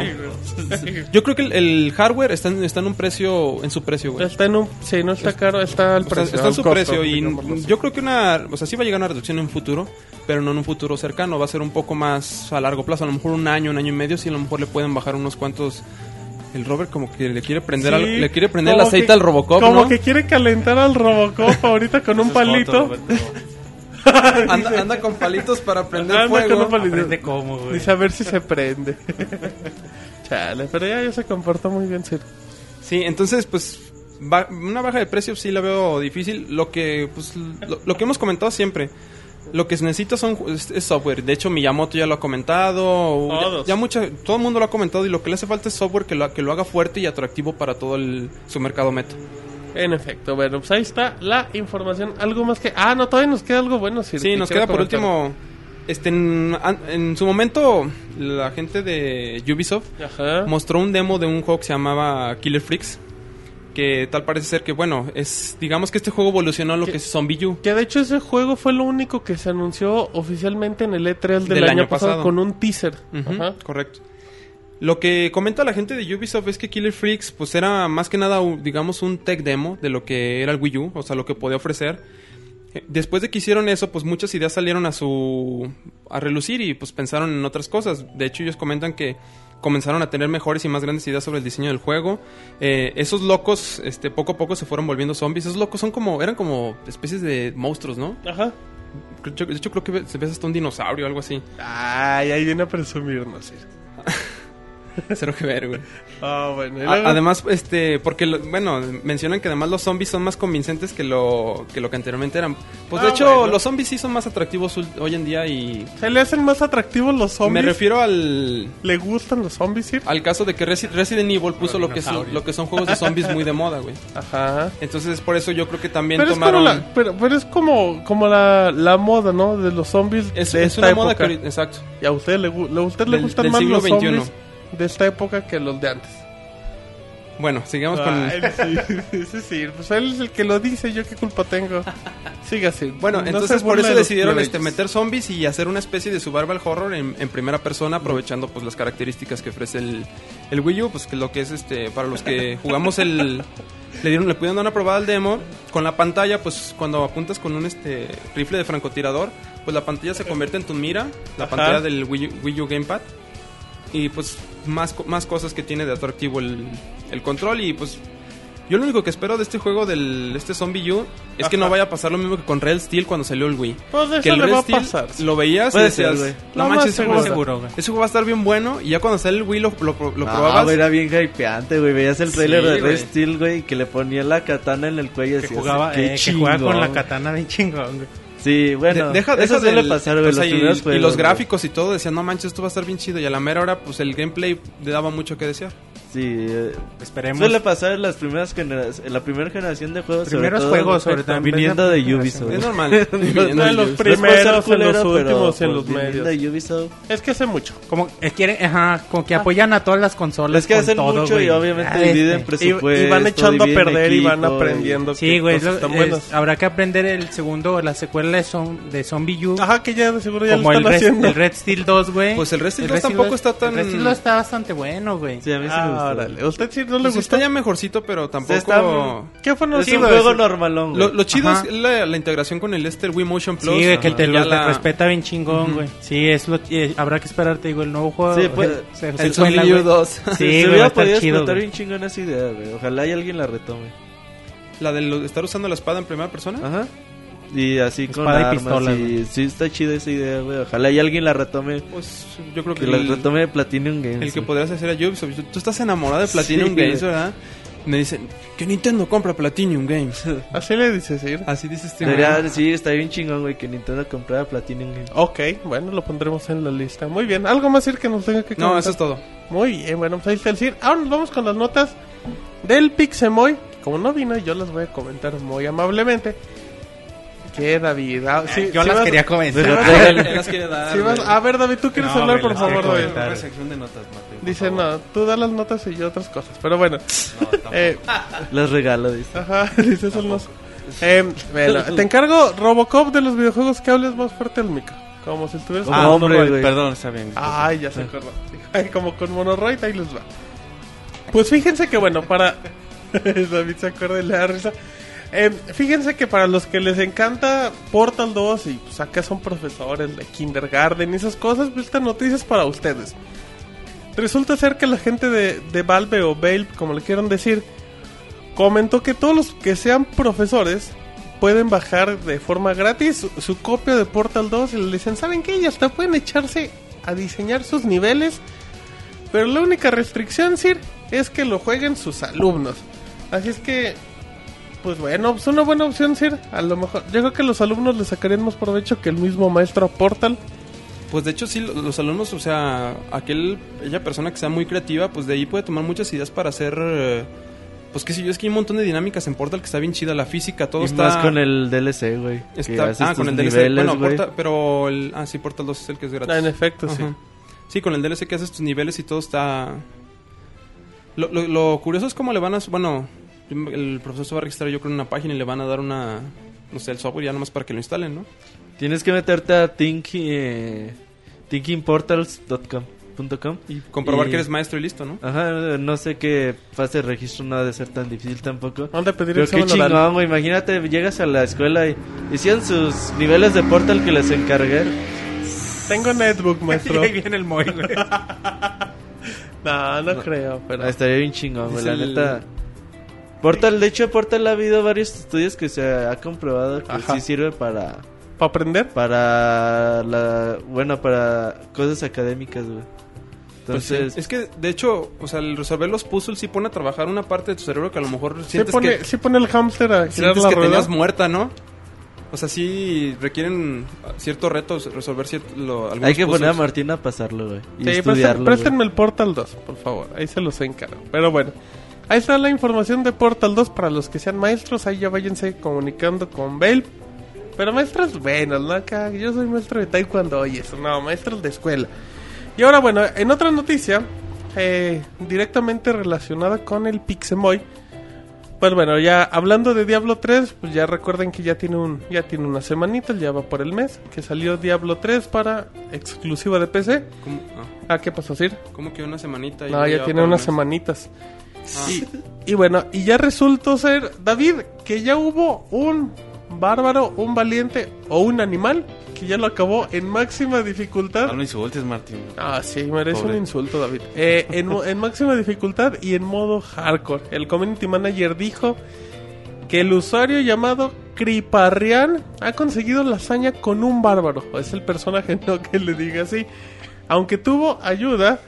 Speaker 7: Yo creo que el, el hardware está en, está en un precio, en su precio, güey.
Speaker 2: Está en un... Sí, no está caro, está al
Speaker 7: O sea,
Speaker 2: precio.
Speaker 7: está en
Speaker 2: al
Speaker 7: su
Speaker 2: costo,
Speaker 7: precio y
Speaker 2: digámoslo así.
Speaker 7: yo creo que una, o sea, sí va a llegar una reducción en un futuro, pero no en un futuro cercano, va a ser un poco más a largo plazo, a lo mejor un año, un año y medio, si a lo mejor le pueden bajar unos cuantos. El Robert como que le quiere prender,
Speaker 2: Sí,
Speaker 7: al- le quiere prender el
Speaker 2: como
Speaker 7: aceite
Speaker 2: que-
Speaker 7: al Robocop,
Speaker 2: Como
Speaker 7: ¿no?
Speaker 2: que quiere calentar al Robocop ahorita con un palito.
Speaker 7: Anda, anda con palitos para prender
Speaker 2: Anda
Speaker 7: fuego.
Speaker 2: con un palito.
Speaker 3: Aprende cómo, güey.
Speaker 2: Dice a ver si se prende. Chale, pero ya, ya se comportó muy bien, Sir.
Speaker 7: Sí, entonces, pues, ba- una baja de precio sí la veo difícil. Lo que, pues, lo, lo que hemos comentado siempre. Lo que se necesita son, ju- es, es software. De hecho, Miyamoto ya lo ha comentado. ya-
Speaker 2: Todos.
Speaker 7: Ya, mucha, todo el mundo lo ha comentado. Y lo que le hace falta es software que lo, que lo haga fuerte y atractivo para todo el, su mercado meta.
Speaker 2: En efecto, bueno, pues ahí está la información. Algo más que... Ah, no, todavía nos queda algo bueno, Sir.
Speaker 7: Sí,
Speaker 2: que
Speaker 7: nos
Speaker 2: quiero
Speaker 7: queda por
Speaker 2: comentar.
Speaker 7: último. Este, en, an- en su momento, la gente de Ubisoft
Speaker 2: Ajá.
Speaker 7: mostró un demo de un juego que se llamaba Killer Freaks. Que tal parece ser que, bueno, es digamos que este juego evolucionó a lo
Speaker 2: ¿Qué?
Speaker 7: que es Zombie U.
Speaker 2: Que de hecho ese juego fue lo único que se anunció oficialmente en el E3 del,
Speaker 7: Del
Speaker 2: año,
Speaker 7: año
Speaker 2: pasado,
Speaker 7: pasado.
Speaker 2: con un teaser.
Speaker 7: Ujú,
Speaker 2: Ajá.
Speaker 7: Correcto. Lo que comenta la gente de Ubisoft es que Killer Freaks pues era más que nada u- digamos un tech demo de lo que era el Wii U, o sea, lo que podía ofrecer. Eh, Después de que hicieron eso, pues muchas ideas salieron a su a relucir y pues pensaron en otras cosas. De hecho, ellos comentan que comenzaron a tener mejores y más grandes ideas sobre el diseño del juego. Eh, esos locos, este, poco a poco se fueron volviendo zombies. Esos locos son como eran como especies de monstruos, ¿no?
Speaker 2: Ajá.
Speaker 7: Creo- yo- De hecho, creo que ve- se ve hasta un dinosaurio o algo así.
Speaker 2: Ay, ahí viene a presumirnos. Sir.
Speaker 7: Cero que ver, güey.
Speaker 2: Ah, bueno. y
Speaker 7: A-
Speaker 2: luego-
Speaker 7: Además, este, porque, lo- bueno, mencionan que además los zombies son más convincentes que lo que, lo que anteriormente eran. Pues de
Speaker 2: Ah,
Speaker 7: hecho,
Speaker 2: bueno.
Speaker 7: los zombies sí son más atractivos ul- hoy en día y
Speaker 2: se le hacen más atractivos los
Speaker 7: me
Speaker 2: zombies.
Speaker 7: refiero al,
Speaker 2: ¿Le gustan los zombies, Sir?
Speaker 7: al caso de que Resi- Resident Evil puso lo que, son, lo que son juegos de zombies muy de moda, güey.
Speaker 2: Ajá.
Speaker 7: Entonces, por eso yo creo que también
Speaker 2: Pero es, como
Speaker 7: tomaron...
Speaker 2: la, pero, pero es como, como la, la moda, ¿no? De los zombies
Speaker 7: Es,
Speaker 2: de
Speaker 7: es
Speaker 2: esta
Speaker 7: una moda
Speaker 2: época.
Speaker 7: que... ahorita- Exacto.
Speaker 2: Y a usted le, gu- le- a usted le
Speaker 7: Del-
Speaker 2: gustan
Speaker 7: del
Speaker 2: más
Speaker 7: siglo
Speaker 2: los
Speaker 7: XXI.
Speaker 2: zombies de esta época que los de antes.
Speaker 7: Bueno, sigamos con...
Speaker 2: Ah, él sí, sí, sí, pues él es el que lo dice, yo qué culpa tengo. Siga así.
Speaker 7: Bueno,
Speaker 2: No
Speaker 7: entonces
Speaker 2: se
Speaker 7: por
Speaker 2: burle
Speaker 7: eso
Speaker 2: de los
Speaker 7: decidieron
Speaker 2: plebeyos.
Speaker 7: este, meter zombies y hacer una especie de survival horror en, en primera persona, aprovechando pues las características que ofrece el, el Wii U, pues que lo que es este, para los que jugamos el... Le, dieron, le pudieron dar una probada al demo. Con la pantalla, pues cuando apuntas con un este, rifle de francotirador, pues la pantalla se convierte en tu mira, la pantalla del Wii U, Wii U Gamepad. Y pues más, co- más cosas que tiene de atractivo el, el control. Y pues yo lo único que espero de este juego, del este Zombie U, es que no vaya a pasar lo mismo que con Red Steel cuando salió el Wii.
Speaker 2: Pues eso
Speaker 7: que el
Speaker 2: le
Speaker 7: Red
Speaker 2: va a
Speaker 7: Steel
Speaker 2: pasar.
Speaker 7: Lo veías y
Speaker 5: Puede ser,
Speaker 7: decías,
Speaker 5: güey.
Speaker 7: no
Speaker 2: Lo más
Speaker 7: manches, ese juego,
Speaker 2: seguro.
Speaker 3: Seguro, güey.
Speaker 7: ese juego va a estar bien bueno. Y ya cuando sale el Wii lo, lo, pro- lo
Speaker 5: No,
Speaker 7: probabas.
Speaker 5: güey, era bien hypeante, güey. Veías el trailer
Speaker 7: Sí,
Speaker 5: de Red
Speaker 7: güey.
Speaker 5: Steel, güey, que le ponía la katana en el cuello. y
Speaker 3: Que
Speaker 5: decías,
Speaker 3: jugaba, eh,
Speaker 5: "Qué
Speaker 3: que jugaba
Speaker 5: chingón".
Speaker 3: con la katana bien chingón, güey.
Speaker 5: Sí, bueno.
Speaker 7: De- deja,
Speaker 5: eso
Speaker 7: deja
Speaker 5: suele
Speaker 7: del-
Speaker 5: pasar, güey.
Speaker 7: o sea,
Speaker 5: los
Speaker 7: y,
Speaker 5: primeros
Speaker 7: y
Speaker 5: juegos,
Speaker 7: los
Speaker 5: güey.
Speaker 7: gráficos y todo decían, no manches, esto va a estar bien chido. Y a la mera hora, pues el gameplay le daba mucho que desear.
Speaker 5: Sí, eh,
Speaker 3: Esperemos.
Speaker 5: suele pasar en las primeras generaciones. En la primera generación de juegos. sobre
Speaker 3: Primeros
Speaker 5: todo,
Speaker 3: juegos, sobre
Speaker 5: están
Speaker 3: todo.
Speaker 5: Viniendo de Ubisoft.
Speaker 7: Es
Speaker 5: güey.
Speaker 7: normal.
Speaker 2: No,
Speaker 7: Viendo
Speaker 2: de
Speaker 7: el
Speaker 2: los
Speaker 5: No es por
Speaker 7: Ubisoft.
Speaker 5: ser
Speaker 2: primeros, en los
Speaker 5: culero, pero,
Speaker 2: últimos, en
Speaker 5: pues,
Speaker 2: los
Speaker 5: viniendo
Speaker 2: medios.
Speaker 5: de Ubisoft.
Speaker 2: Es que hace mucho.
Speaker 3: Como eh, quieren, ajá, como que apoyan a todas las consolas.
Speaker 5: Es que
Speaker 3: con
Speaker 5: hacen
Speaker 3: todo,
Speaker 5: mucho
Speaker 3: güey.
Speaker 5: y obviamente
Speaker 3: Ah,
Speaker 5: dividen
Speaker 2: Y,
Speaker 3: este.
Speaker 5: presupuesto.
Speaker 2: y van echando a
Speaker 5: dividen
Speaker 2: perder y van
Speaker 5: equipo,
Speaker 2: aprendiendo.
Speaker 3: Sí,
Speaker 2: que
Speaker 3: güey,
Speaker 2: cosas
Speaker 3: es lo-
Speaker 2: tan
Speaker 3: es-
Speaker 2: buenas.
Speaker 3: habrá que aprender el segundo, la secuela de, Zom- de Zombie U.
Speaker 2: Ajá, que ya de seguro ya lo
Speaker 3: como el
Speaker 2: están
Speaker 3: Red,
Speaker 2: haciendo.
Speaker 3: el Red Steel 2, güey.
Speaker 7: Pues el Red Steel 2 tampoco está tan-
Speaker 3: El Red Steel 2 está bastante bueno, güey.
Speaker 5: Sí, a mí sí me
Speaker 2: Ah,
Speaker 5: gustó.
Speaker 2: órale. ¿Usted sí no le
Speaker 7: Pues
Speaker 2: gustó?
Speaker 7: está ya mejorcito, pero tampoco.
Speaker 5: está-
Speaker 2: ¿Qué fue? No,
Speaker 5: Es
Speaker 2: sí,
Speaker 5: un
Speaker 2: güey,
Speaker 5: juego
Speaker 2: sí.
Speaker 5: normalón, güey.
Speaker 7: Lo, lo chido
Speaker 3: Ajá.
Speaker 7: es la, la integración con el este, el Wii Motion Plus.
Speaker 3: Sí, güey, que
Speaker 7: Ah,
Speaker 3: te,
Speaker 7: ya
Speaker 3: lo, te
Speaker 7: la-
Speaker 3: respeta bien chingón, güey. Sí, es lo, eh, habrá que esperar, te digo, el nuevo juego.
Speaker 5: Sí, pues,
Speaker 3: se-
Speaker 7: El
Speaker 3: secuela,
Speaker 7: Zombie
Speaker 3: güey.
Speaker 7: U 2.
Speaker 5: Sí,
Speaker 3: Sí,
Speaker 5: se
Speaker 3: güey, va a
Speaker 5: hubiera
Speaker 3: estar
Speaker 5: podido
Speaker 3: chido,
Speaker 5: explotar
Speaker 3: güey.
Speaker 5: bien chingón esa idea, güey. Ojalá y alguien la retome.
Speaker 7: La de lo- estar usando la espada en primera persona.
Speaker 5: Ajá. Y así con
Speaker 3: Espada y
Speaker 5: armas
Speaker 3: pistola,
Speaker 5: y-
Speaker 3: güey.
Speaker 5: sí está chida esa idea, güey. Ojalá y alguien la retome.
Speaker 7: Pues yo creo que,
Speaker 5: Que la
Speaker 7: el,
Speaker 5: retome de Platinum Games.
Speaker 7: el que
Speaker 5: güey.
Speaker 7: podrías hacer a Ubisoft. Tú estás enamorado de Platinum
Speaker 5: Sí,
Speaker 7: Games,
Speaker 5: güey.
Speaker 7: ¿verdad? Me dicen que Nintendo compra Platinum Games.
Speaker 2: Así le dices, sí.
Speaker 7: Así dice este. güey.
Speaker 5: Debería- sí, está bien chingón, güey, que Nintendo comprara Platinum Games.
Speaker 2: Ok, bueno, lo pondremos en la lista. Muy bien, ¿algo más ir que nos tenga que
Speaker 7: No,
Speaker 2: comentar?
Speaker 7: eso es todo.
Speaker 2: Muy bien, bueno, pues ahí está el CIR. Ahora nos vamos con las notas del Pixemoy. Como no vino, yo las voy a comentar muy amablemente. Que David. ah, sí,
Speaker 3: Yo
Speaker 2: sí
Speaker 3: las
Speaker 2: vas-
Speaker 3: quería comentar.
Speaker 7: Él las quiere dar.
Speaker 2: sí vas-
Speaker 7: güey.
Speaker 2: a ver, David, tú quieres
Speaker 3: No,
Speaker 2: hablar,
Speaker 3: güey,
Speaker 2: por
Speaker 3: las quiero
Speaker 2: favor, David.
Speaker 3: comentar.
Speaker 4: Una sección de notas, Mateo. por
Speaker 2: Dice,
Speaker 4: favor.
Speaker 2: no, tú da las notas y yo otras cosas. Pero bueno,
Speaker 4: No, tampoco.
Speaker 2: eh,
Speaker 7: Ah.
Speaker 5: Las regalo, dice.
Speaker 2: ajá, dice eso no. Eh, bueno, te encargo Robocop de los videojuegos que hables más fuerte al micro. Como si estuvieras.
Speaker 5: Ah, hombre,
Speaker 4: Robert,
Speaker 5: güey.
Speaker 4: pues, Perdón, está bien.
Speaker 2: Ay, ya se acordó. Ay, como con Monoroid, ahí les va. Pues fíjense que, bueno, para. David se acuerda y le da risa. Eh, fíjense que para los que les encanta Portal 2 y pues acá son profesores de kindergarten y esas cosas, pues esta noticia es para ustedes. Resulta ser que la gente de, de Valve o Valve, como le quieran decir, comentó que todos los que sean profesores pueden bajar de forma gratis su, su copia de Portal 2 y le dicen, ¿saben qué? Y hasta pueden echarse a diseñar sus niveles. Pero la única restricción, Sir, es que lo jueguen sus alumnos. Así es que, pues bueno, es una buena opción, Sir. A lo mejor, yo creo que los alumnos le sacarían más provecho que el mismo maestro a Portal.
Speaker 7: Pues de hecho sí, lo- los alumnos, o sea, aquel, ella persona que sea muy creativa, pues de ahí puede tomar muchas ideas para hacer, eh, pues qué sé yo, es que hay un montón de dinámicas en Portal que está bien chida, la física, todo
Speaker 5: y
Speaker 7: está...
Speaker 5: más con el DLC, güey. que
Speaker 7: está-
Speaker 5: haces
Speaker 7: ah,
Speaker 5: tus
Speaker 7: con el DLC,
Speaker 5: niveles,
Speaker 7: bueno,
Speaker 5: güey.
Speaker 7: Portal- pero, el, ah, sí, Portal 2 es el que es gratis.
Speaker 2: Ah, en efecto,
Speaker 7: Ajá.
Speaker 2: sí.
Speaker 7: Sí, con el DLC que haces tus niveles y todo está... Lo, lo- lo curioso es cómo le van a... su- Bueno, el profesor se va a registrar yo creo en una página y le van a dar una... No sé, el software ya nomás para que lo instalen, ¿no?
Speaker 5: Tienes que meterte a thinking, eh, thinkingportals.com. punto com.
Speaker 7: Y comprobar
Speaker 5: Y-
Speaker 7: que eres maestro y listo, ¿no?
Speaker 5: Ajá, no sé qué fase de registro no ha de ser tan difícil tampoco.
Speaker 2: Van a pedir
Speaker 5: Pero qué
Speaker 2: examen oral.
Speaker 5: chingón, güey. Imagínate, llegas a la escuela y hicieron sus niveles de Portal que les encargué.
Speaker 2: Tengo netbook, maestro.
Speaker 3: Ahí viene el Moy, güey.
Speaker 2: no, no creo, pero...
Speaker 5: Ah, Estaría bien chingón, güey,
Speaker 7: Es
Speaker 5: la
Speaker 7: el-
Speaker 5: neta. Portal, de hecho, Portal ha habido varios estudios que se ha comprobado que
Speaker 2: Ajá.
Speaker 5: sí sirve para.
Speaker 2: ¿Para aprender?
Speaker 5: Para la. Bueno, para cosas académicas, güey.
Speaker 7: Pues
Speaker 5: Entonces.
Speaker 7: sí. es que de hecho, o sea, el resolver los puzzles sí pone a trabajar una parte de tu cerebro que a lo mejor
Speaker 2: Sí
Speaker 7: sientes
Speaker 2: pone,
Speaker 7: que,
Speaker 2: sí pone el hámster a girar
Speaker 7: sientes
Speaker 2: la
Speaker 7: que
Speaker 2: rueda.
Speaker 7: tenías muerta, ¿no? O sea, sí requieren ciertos retos resolver cierto, lo- algunos
Speaker 5: Hay que poner a
Speaker 7: puzzles.
Speaker 5: Martín a pasarlo, güey. Y
Speaker 2: Sí, presten-
Speaker 5: estudiarlo. güey.
Speaker 2: préstenme el Portal 2, por favor. Ahí se los encargo. Pero bueno, ahí está la información de Portal 2 para los que sean maestros. Ahí ya váyanse comunicando con Bale. Pero maestros buenos, ¿no? Acá, yo soy maestro de taekwondo y eso. No, maestros de escuela. Y ahora, bueno, en otra noticia, eh, directamente relacionada con el Pixemoy. Pues bueno, ya hablando de Diablo 3, pues ya recuerden que ya tiene un ya tiene una semanita, ya va por el mes, que salió Diablo 3 para exclusiva de PC.
Speaker 7: ¿Cómo, ah,
Speaker 2: Ah, ¿qué pasó, Sir?
Speaker 7: ¿cómo que una semanita? y
Speaker 2: No,
Speaker 7: luego
Speaker 2: ya
Speaker 7: va
Speaker 2: tiene
Speaker 7: para
Speaker 2: unas
Speaker 7: el mes?
Speaker 2: semanitas.
Speaker 7: Ah.
Speaker 2: Y, y bueno, y ya resultó ser, David, que ya hubo un bárbaro, un valiente o un animal que ya lo acabó en máxima dificultad.
Speaker 4: Ah, No insultes, Martín.
Speaker 2: Ah, sí, merece
Speaker 4: Pobre.
Speaker 2: un insulto, David. Eh, en, mo- en máxima dificultad y en modo hardcore. El community manager dijo que el usuario llamado Criparrian ha conseguido la hazaña con un bárbaro. Es el personaje, no que le diga así. Aunque tuvo ayuda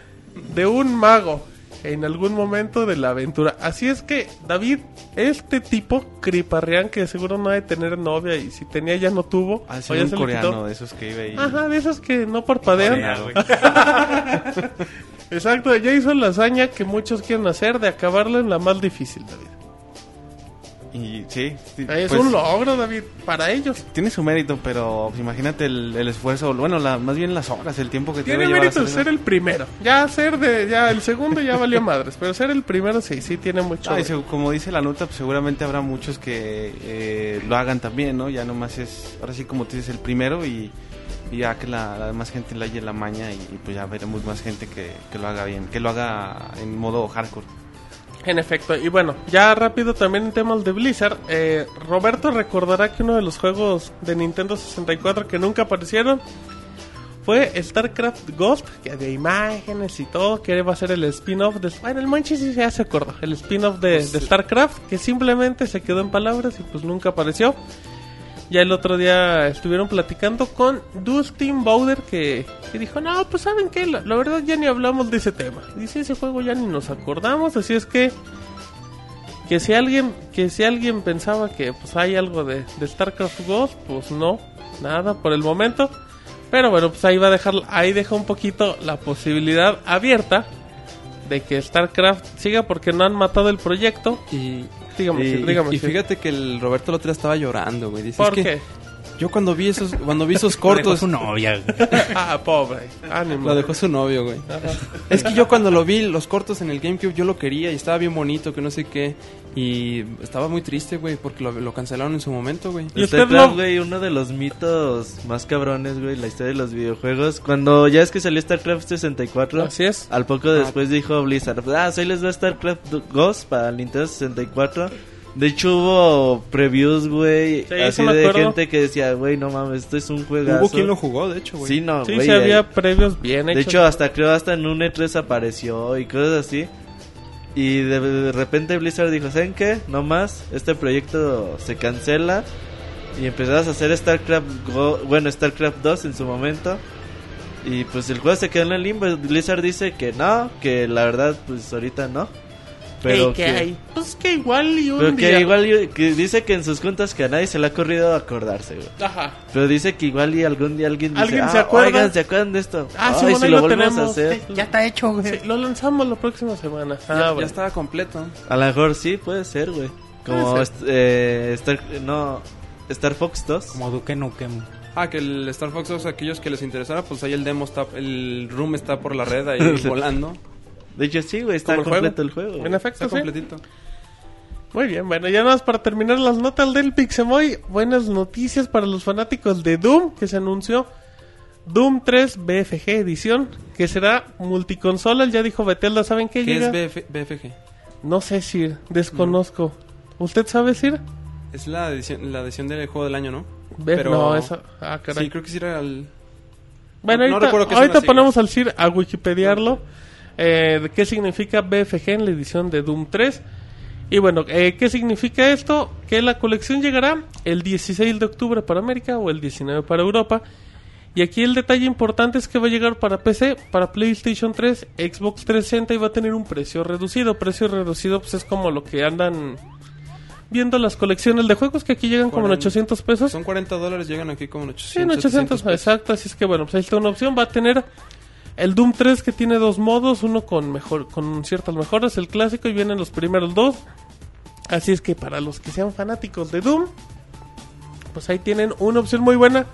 Speaker 2: de un mago en algún momento de la aventura. Así es que, David, este tipo Criparrian, que seguro no ha de tener novia y si tenía ya no tuvo.
Speaker 4: Ha de
Speaker 2: o
Speaker 4: ser
Speaker 2: ya
Speaker 4: Ah, un
Speaker 2: se le quitó.
Speaker 4: coreano de esos que iba ahí.
Speaker 2: Ajá, de esos que no parpadean.
Speaker 4: Coreano, güey.
Speaker 2: Exacto, ya hizo la hazaña que muchos quieren hacer de acabarla en la más difícil, David.
Speaker 4: Y sí. sí,
Speaker 2: Es
Speaker 4: pues,
Speaker 2: un logro, David, para ellos.
Speaker 4: Tiene su mérito, pero pues, imagínate el, el esfuerzo, bueno, la, más bien las horas, el tiempo que te
Speaker 2: Tiene
Speaker 4: debe llevar a
Speaker 2: mérito
Speaker 4: hacer
Speaker 2: ser el primero. Ya ser de, ya el segundo ya valió madres, pero ser el primero sí, sí tiene mucho.
Speaker 4: eso. Ay, seg- como dice la nota, pues, seguramente habrá muchos que eh, lo hagan también, ¿no? Ya nomás es, ahora sí como tú dices, el primero y, y ya que la, la demás gente le halle la maña y, y, pues ya veremos más gente que, que lo haga bien, que lo haga en modo hardcore.
Speaker 2: En efecto, y bueno, ya rápido también en temas de Blizzard, eh, Roberto recordará que uno de los juegos de Nintendo 64 que nunca aparecieron fue StarCraft Ghost, que había imágenes y todo, que va a ser el spin-off de... Bueno, el Monchi sí ya se acordó, el spin-off de, de StarCraft, que simplemente se quedó en palabras y pues nunca apareció. Ya el otro día estuvieron platicando con Dustin Bowder que, que dijo, no, pues saben que la, la verdad ya ni hablamos de ese tema. Dice, ese juego ya ni nos acordamos, así es que... Que si alguien, que si alguien pensaba que pues hay algo de, de StarCraft Ghost, pues no, nada por el momento. Pero bueno, pues ahí va a dejar, ahí deja un poquito la posibilidad abierta de que StarCraft siga porque no han matado el proyecto.
Speaker 7: Y,
Speaker 2: Dígame,
Speaker 7: y-
Speaker 2: sí, dígame,
Speaker 7: y
Speaker 2: sí.
Speaker 7: fíjate que el Roberto el otro día estaba llorando, güey. Dice,
Speaker 2: ¿Por
Speaker 7: "Es que
Speaker 2: qué?
Speaker 7: Yo cuando vi esos, cuando vi esos
Speaker 3: Dejó
Speaker 7: cortos,
Speaker 3: su novia, güey.
Speaker 2: Ah, pobre, ánimo.
Speaker 7: lo dejó su novio, güey. Es que yo cuando lo vi, los cortos en el GameCube, yo lo quería y estaba bien bonito, que no sé qué. Y estaba muy triste, güey, porque lo, lo cancelaron en su momento, güey.
Speaker 2: ¿Y
Speaker 5: Y
Speaker 2: usted
Speaker 5: usted
Speaker 2: no?
Speaker 5: Este güey, uno de los mitos más cabrones, güey, la historia de los videojuegos. Cuando ya es que salió StarCraft 64,
Speaker 2: Así es.
Speaker 5: al poco después dijo Blizzard, ah, soy les va StarCraft Ghost para el Nintendo 64. De hecho hubo previews, güey,
Speaker 2: Sí, sí
Speaker 5: así
Speaker 2: me
Speaker 5: de
Speaker 2: acuerdo.
Speaker 5: gente que decía, güey, no mames, esto es un juegazo.
Speaker 7: Hubo quien lo jugó, de hecho, güey.
Speaker 5: Sí, no,
Speaker 2: Sí,
Speaker 5: Ah, güey,
Speaker 2: se
Speaker 5: ahí-
Speaker 2: había previos bien
Speaker 5: de
Speaker 2: hechos.
Speaker 5: hecho, hasta creo hasta en un E3 apareció y cosas así. Y de, de repente Blizzard dijo, ¿saben qué? No más, este proyecto se cancela. Y empezabas a hacer StarCraft, Go- bueno, StarCraft 2 en su momento. Y pues el juego se quedó en el limbo. Blizzard dice que no, que la verdad pues ahorita no. Pero
Speaker 2: Ey, ¿qué
Speaker 5: que,
Speaker 2: hay? Pues que igual y un
Speaker 5: pero que
Speaker 2: día.
Speaker 5: igual y- que dice que en sus cuentas que a nadie se le ha corrido acordarse, güey.
Speaker 2: Ajá.
Speaker 5: Pero dice que igual y algún día alguien dice,
Speaker 2: ¿Alguien se
Speaker 5: "Ah,
Speaker 2: acuerda?"
Speaker 5: oigan, ¿se acuerdan de esto?
Speaker 2: Ah, sí,
Speaker 5: Ay,
Speaker 2: bueno,
Speaker 5: si
Speaker 2: ahí
Speaker 5: lo
Speaker 2: lo
Speaker 5: volvemos
Speaker 2: tenemos.
Speaker 5: a hacer.
Speaker 2: Sí,
Speaker 3: Ya está hecho, güey.
Speaker 2: Sí, lo lanzamos la próxima semana. Ah,
Speaker 7: Ya, ya
Speaker 2: bueno.
Speaker 7: estaba completo.
Speaker 5: A lo mejor sí, puede ser, güey. Como
Speaker 2: Puede
Speaker 5: est- eh, Star, no, Star Fox 2.
Speaker 3: Como Duque Nukem.
Speaker 7: Ah, que el Star Fox 2, aquellos que les interesara, pues ahí el demo está, el room está por la red ahí volando.
Speaker 5: De hecho, sí, güey, está
Speaker 2: Como el
Speaker 5: completo
Speaker 2: juego.
Speaker 5: el juego.
Speaker 2: En
Speaker 5: güey.
Speaker 2: efecto,
Speaker 7: Está
Speaker 2: sí.
Speaker 7: completito.
Speaker 2: Muy bien, bueno, ya nada más para terminar las notas del Pixemoy. Buenas noticias para los fanáticos de Doom, que se anunció Doom 3 BFG edición, que será multiconsola. Ya dijo Betelda, ¿saben qué,
Speaker 7: ¿Qué
Speaker 2: llega?
Speaker 7: es BF BFG?
Speaker 2: No sé, Sir, desconozco. ¿Usted sabe, Sir?
Speaker 7: Es la edición, la edición del juego del año, ¿no?
Speaker 2: Ve-
Speaker 7: Pero-
Speaker 2: No, esa. Ah, caray.
Speaker 7: Sí, creo que sí era el...
Speaker 2: Bueno,
Speaker 7: No
Speaker 2: ahorita,
Speaker 7: recuerdo qué son
Speaker 2: ahorita
Speaker 7: las siglas.
Speaker 2: ponemos al CIR a wikipediarlo. eh, de ¿Qué significa BFG en la edición de Doom 3? Y bueno, eh, ¿qué significa esto? Que la colección llegará el 16 de octubre para América o el 19 para Europa. Y aquí el detalle importante es que va a llegar para PC, para PlayStation 3, Xbox 360 y va a tener un precio reducido. Precio reducido pues es como lo que andan viendo las colecciones de juegos que aquí llegan como en
Speaker 7: Cuaren-
Speaker 2: 800 pesos.
Speaker 7: Son 40 dólares, llegan aquí como en
Speaker 2: Pues Sí, en
Speaker 7: 800.
Speaker 2: 800,
Speaker 7: 700 pesos.
Speaker 2: exacto. Así es que bueno, pues ahí está una opción. Va a tener el Doom 3 que tiene dos modos: uno con, mejor, con ciertas mejoras, el clásico, y vienen los primeros dos. Así es que para los que sean fanáticos de Doom, pues ahí tienen una opción muy buena.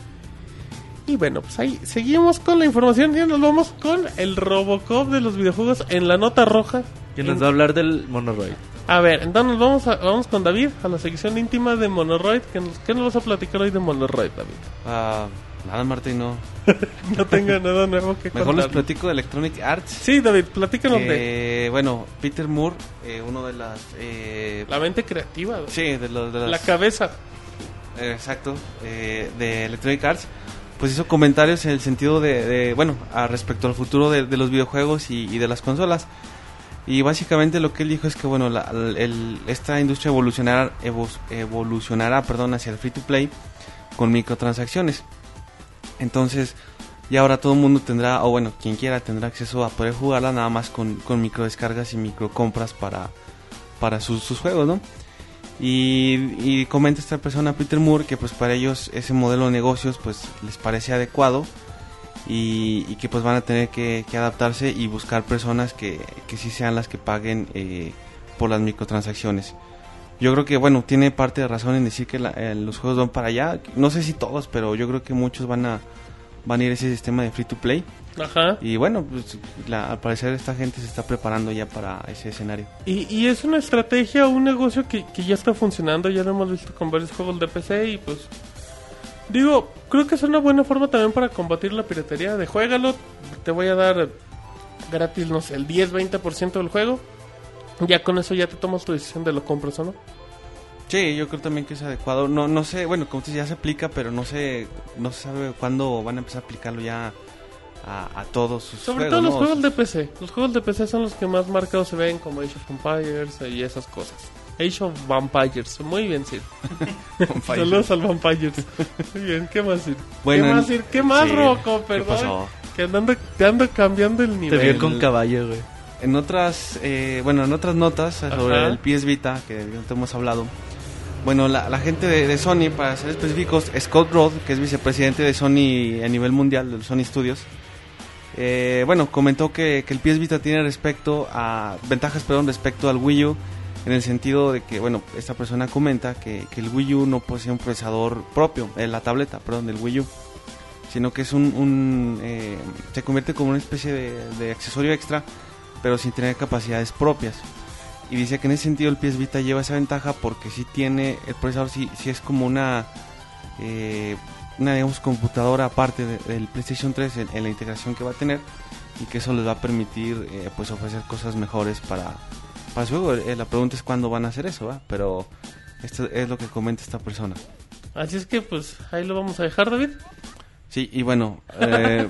Speaker 2: Y bueno, pues ahí seguimos con la información y nos vamos con el Robocop de los videojuegos en la nota roja.
Speaker 5: Que nos va a hablar del Monoroid.
Speaker 2: A ver, entonces vamos, a- vamos con David a la sección íntima de Monoroid. ¿Qué nos, ¿Qué nos vas a platicar hoy de Monoroid, David?
Speaker 4: Ah, nada, Martín, no.
Speaker 2: No tengo nada nuevo que
Speaker 4: Mejor les
Speaker 2: contar.
Speaker 4: platico de Electronic Arts.
Speaker 2: Sí, David, platícanos de
Speaker 4: que, bueno, Peter Moore, eh, uno de las... eh,
Speaker 2: la mente creativa, güey.
Speaker 4: sí, de los... de
Speaker 2: la
Speaker 4: las-
Speaker 2: cabeza.
Speaker 4: eh, exacto, eh, de Electronic Arts, pues hizo comentarios en el sentido de, de, bueno, a respecto al futuro de, de los videojuegos y, y de las consolas. Y básicamente lo que él dijo es que, bueno, la- el- el- esta industria evolucionará, evo- evolucionará perdón, hacia el free to play con microtransacciones. Entonces, y ahora todo el mundo tendrá, o bueno, quien quiera tendrá acceso a poder jugarla nada más con, con microdescargas y microcompras para, para sus, sus juegos, ¿no? Y, y comenta esta persona, Peter Moore, que pues para ellos ese modelo de negocios pues les parece adecuado y, y que pues van a tener que, que adaptarse y buscar personas que, que sí sean las que paguen eh, por las microtransacciones. Yo creo que, bueno, tiene parte de razón en decir que la- eh, los juegos van para allá. No sé si todos, pero yo creo que muchos van a, van a ir a ese sistema de free to play.
Speaker 2: Ajá.
Speaker 4: Y bueno, pues, la- al parecer esta gente se está preparando ya para ese escenario.
Speaker 2: Y, y es una estrategia, un negocio que, que ya está funcionando, ya lo hemos visto con varios juegos de PC y pues... Digo, creo que es una buena forma también para combatir la piratería de juégalo, te voy a dar gratis, no sé, el 10-20% del juego. Ya con eso ya te tomas tu decisión de lo compras o no.
Speaker 4: Sí, yo creo también que es adecuado. No, no sé, bueno, como tú dices, ya se aplica, pero no sé, no se sabe cuándo van a empezar a aplicarlo ya a, a todos sus
Speaker 2: Sobre
Speaker 4: juegos,
Speaker 2: todo los
Speaker 4: ¿no?
Speaker 2: juegos de PC. Los juegos de PC son los que más marcados se ven, como Age of Empires y esas cosas. Age of Vampires, muy bien, Sid. Saludos al Vampires. Muy bien, ¿qué más, Sid?
Speaker 4: Bueno,
Speaker 2: ¿Qué más,
Speaker 4: en-
Speaker 2: Sid? ¿Qué más,
Speaker 4: sí,
Speaker 2: Rocco?
Speaker 4: ¿qué
Speaker 2: Perdón.
Speaker 4: pasó?
Speaker 2: Que andando, te ando cambiando el
Speaker 5: Te
Speaker 2: nivel.
Speaker 5: vio con caballo, güey.
Speaker 4: En otras, eh, bueno, en otras notas sobre
Speaker 2: Ajá.
Speaker 4: el PS Vita, que ya te hemos hablado. Bueno, la, la gente de, de Sony, para ser específicos, Scott Roth, que es vicepresidente de Sony a nivel mundial, de los Sony Studios, eh, bueno, comentó que, que el PS Vita tiene respecto a ventajas, perdón, respecto al Wii U, en el sentido de que, bueno, esta persona comenta que, que el Wii U no posee un procesador propio, eh, la tableta, perdón, del Wii U, sino que es un, un, eh, se convierte como una especie de- de accesorio extra pero sin tener capacidades propias. Y dice que en ese sentido el PS Vita lleva esa ventaja porque si tiene, el procesador si es como una, eh, una digamos, computadora aparte de- del PlayStation 3 en, en la integración que va a tener y que eso les va a permitir eh, pues ofrecer cosas mejores para, para su juego. Eh, la pregunta es cuándo van a hacer eso, ¿va? pero esto es lo que comenta esta persona.
Speaker 2: Así es que, pues, ahí lo vamos a dejar, David.
Speaker 4: Sí, y bueno, eh,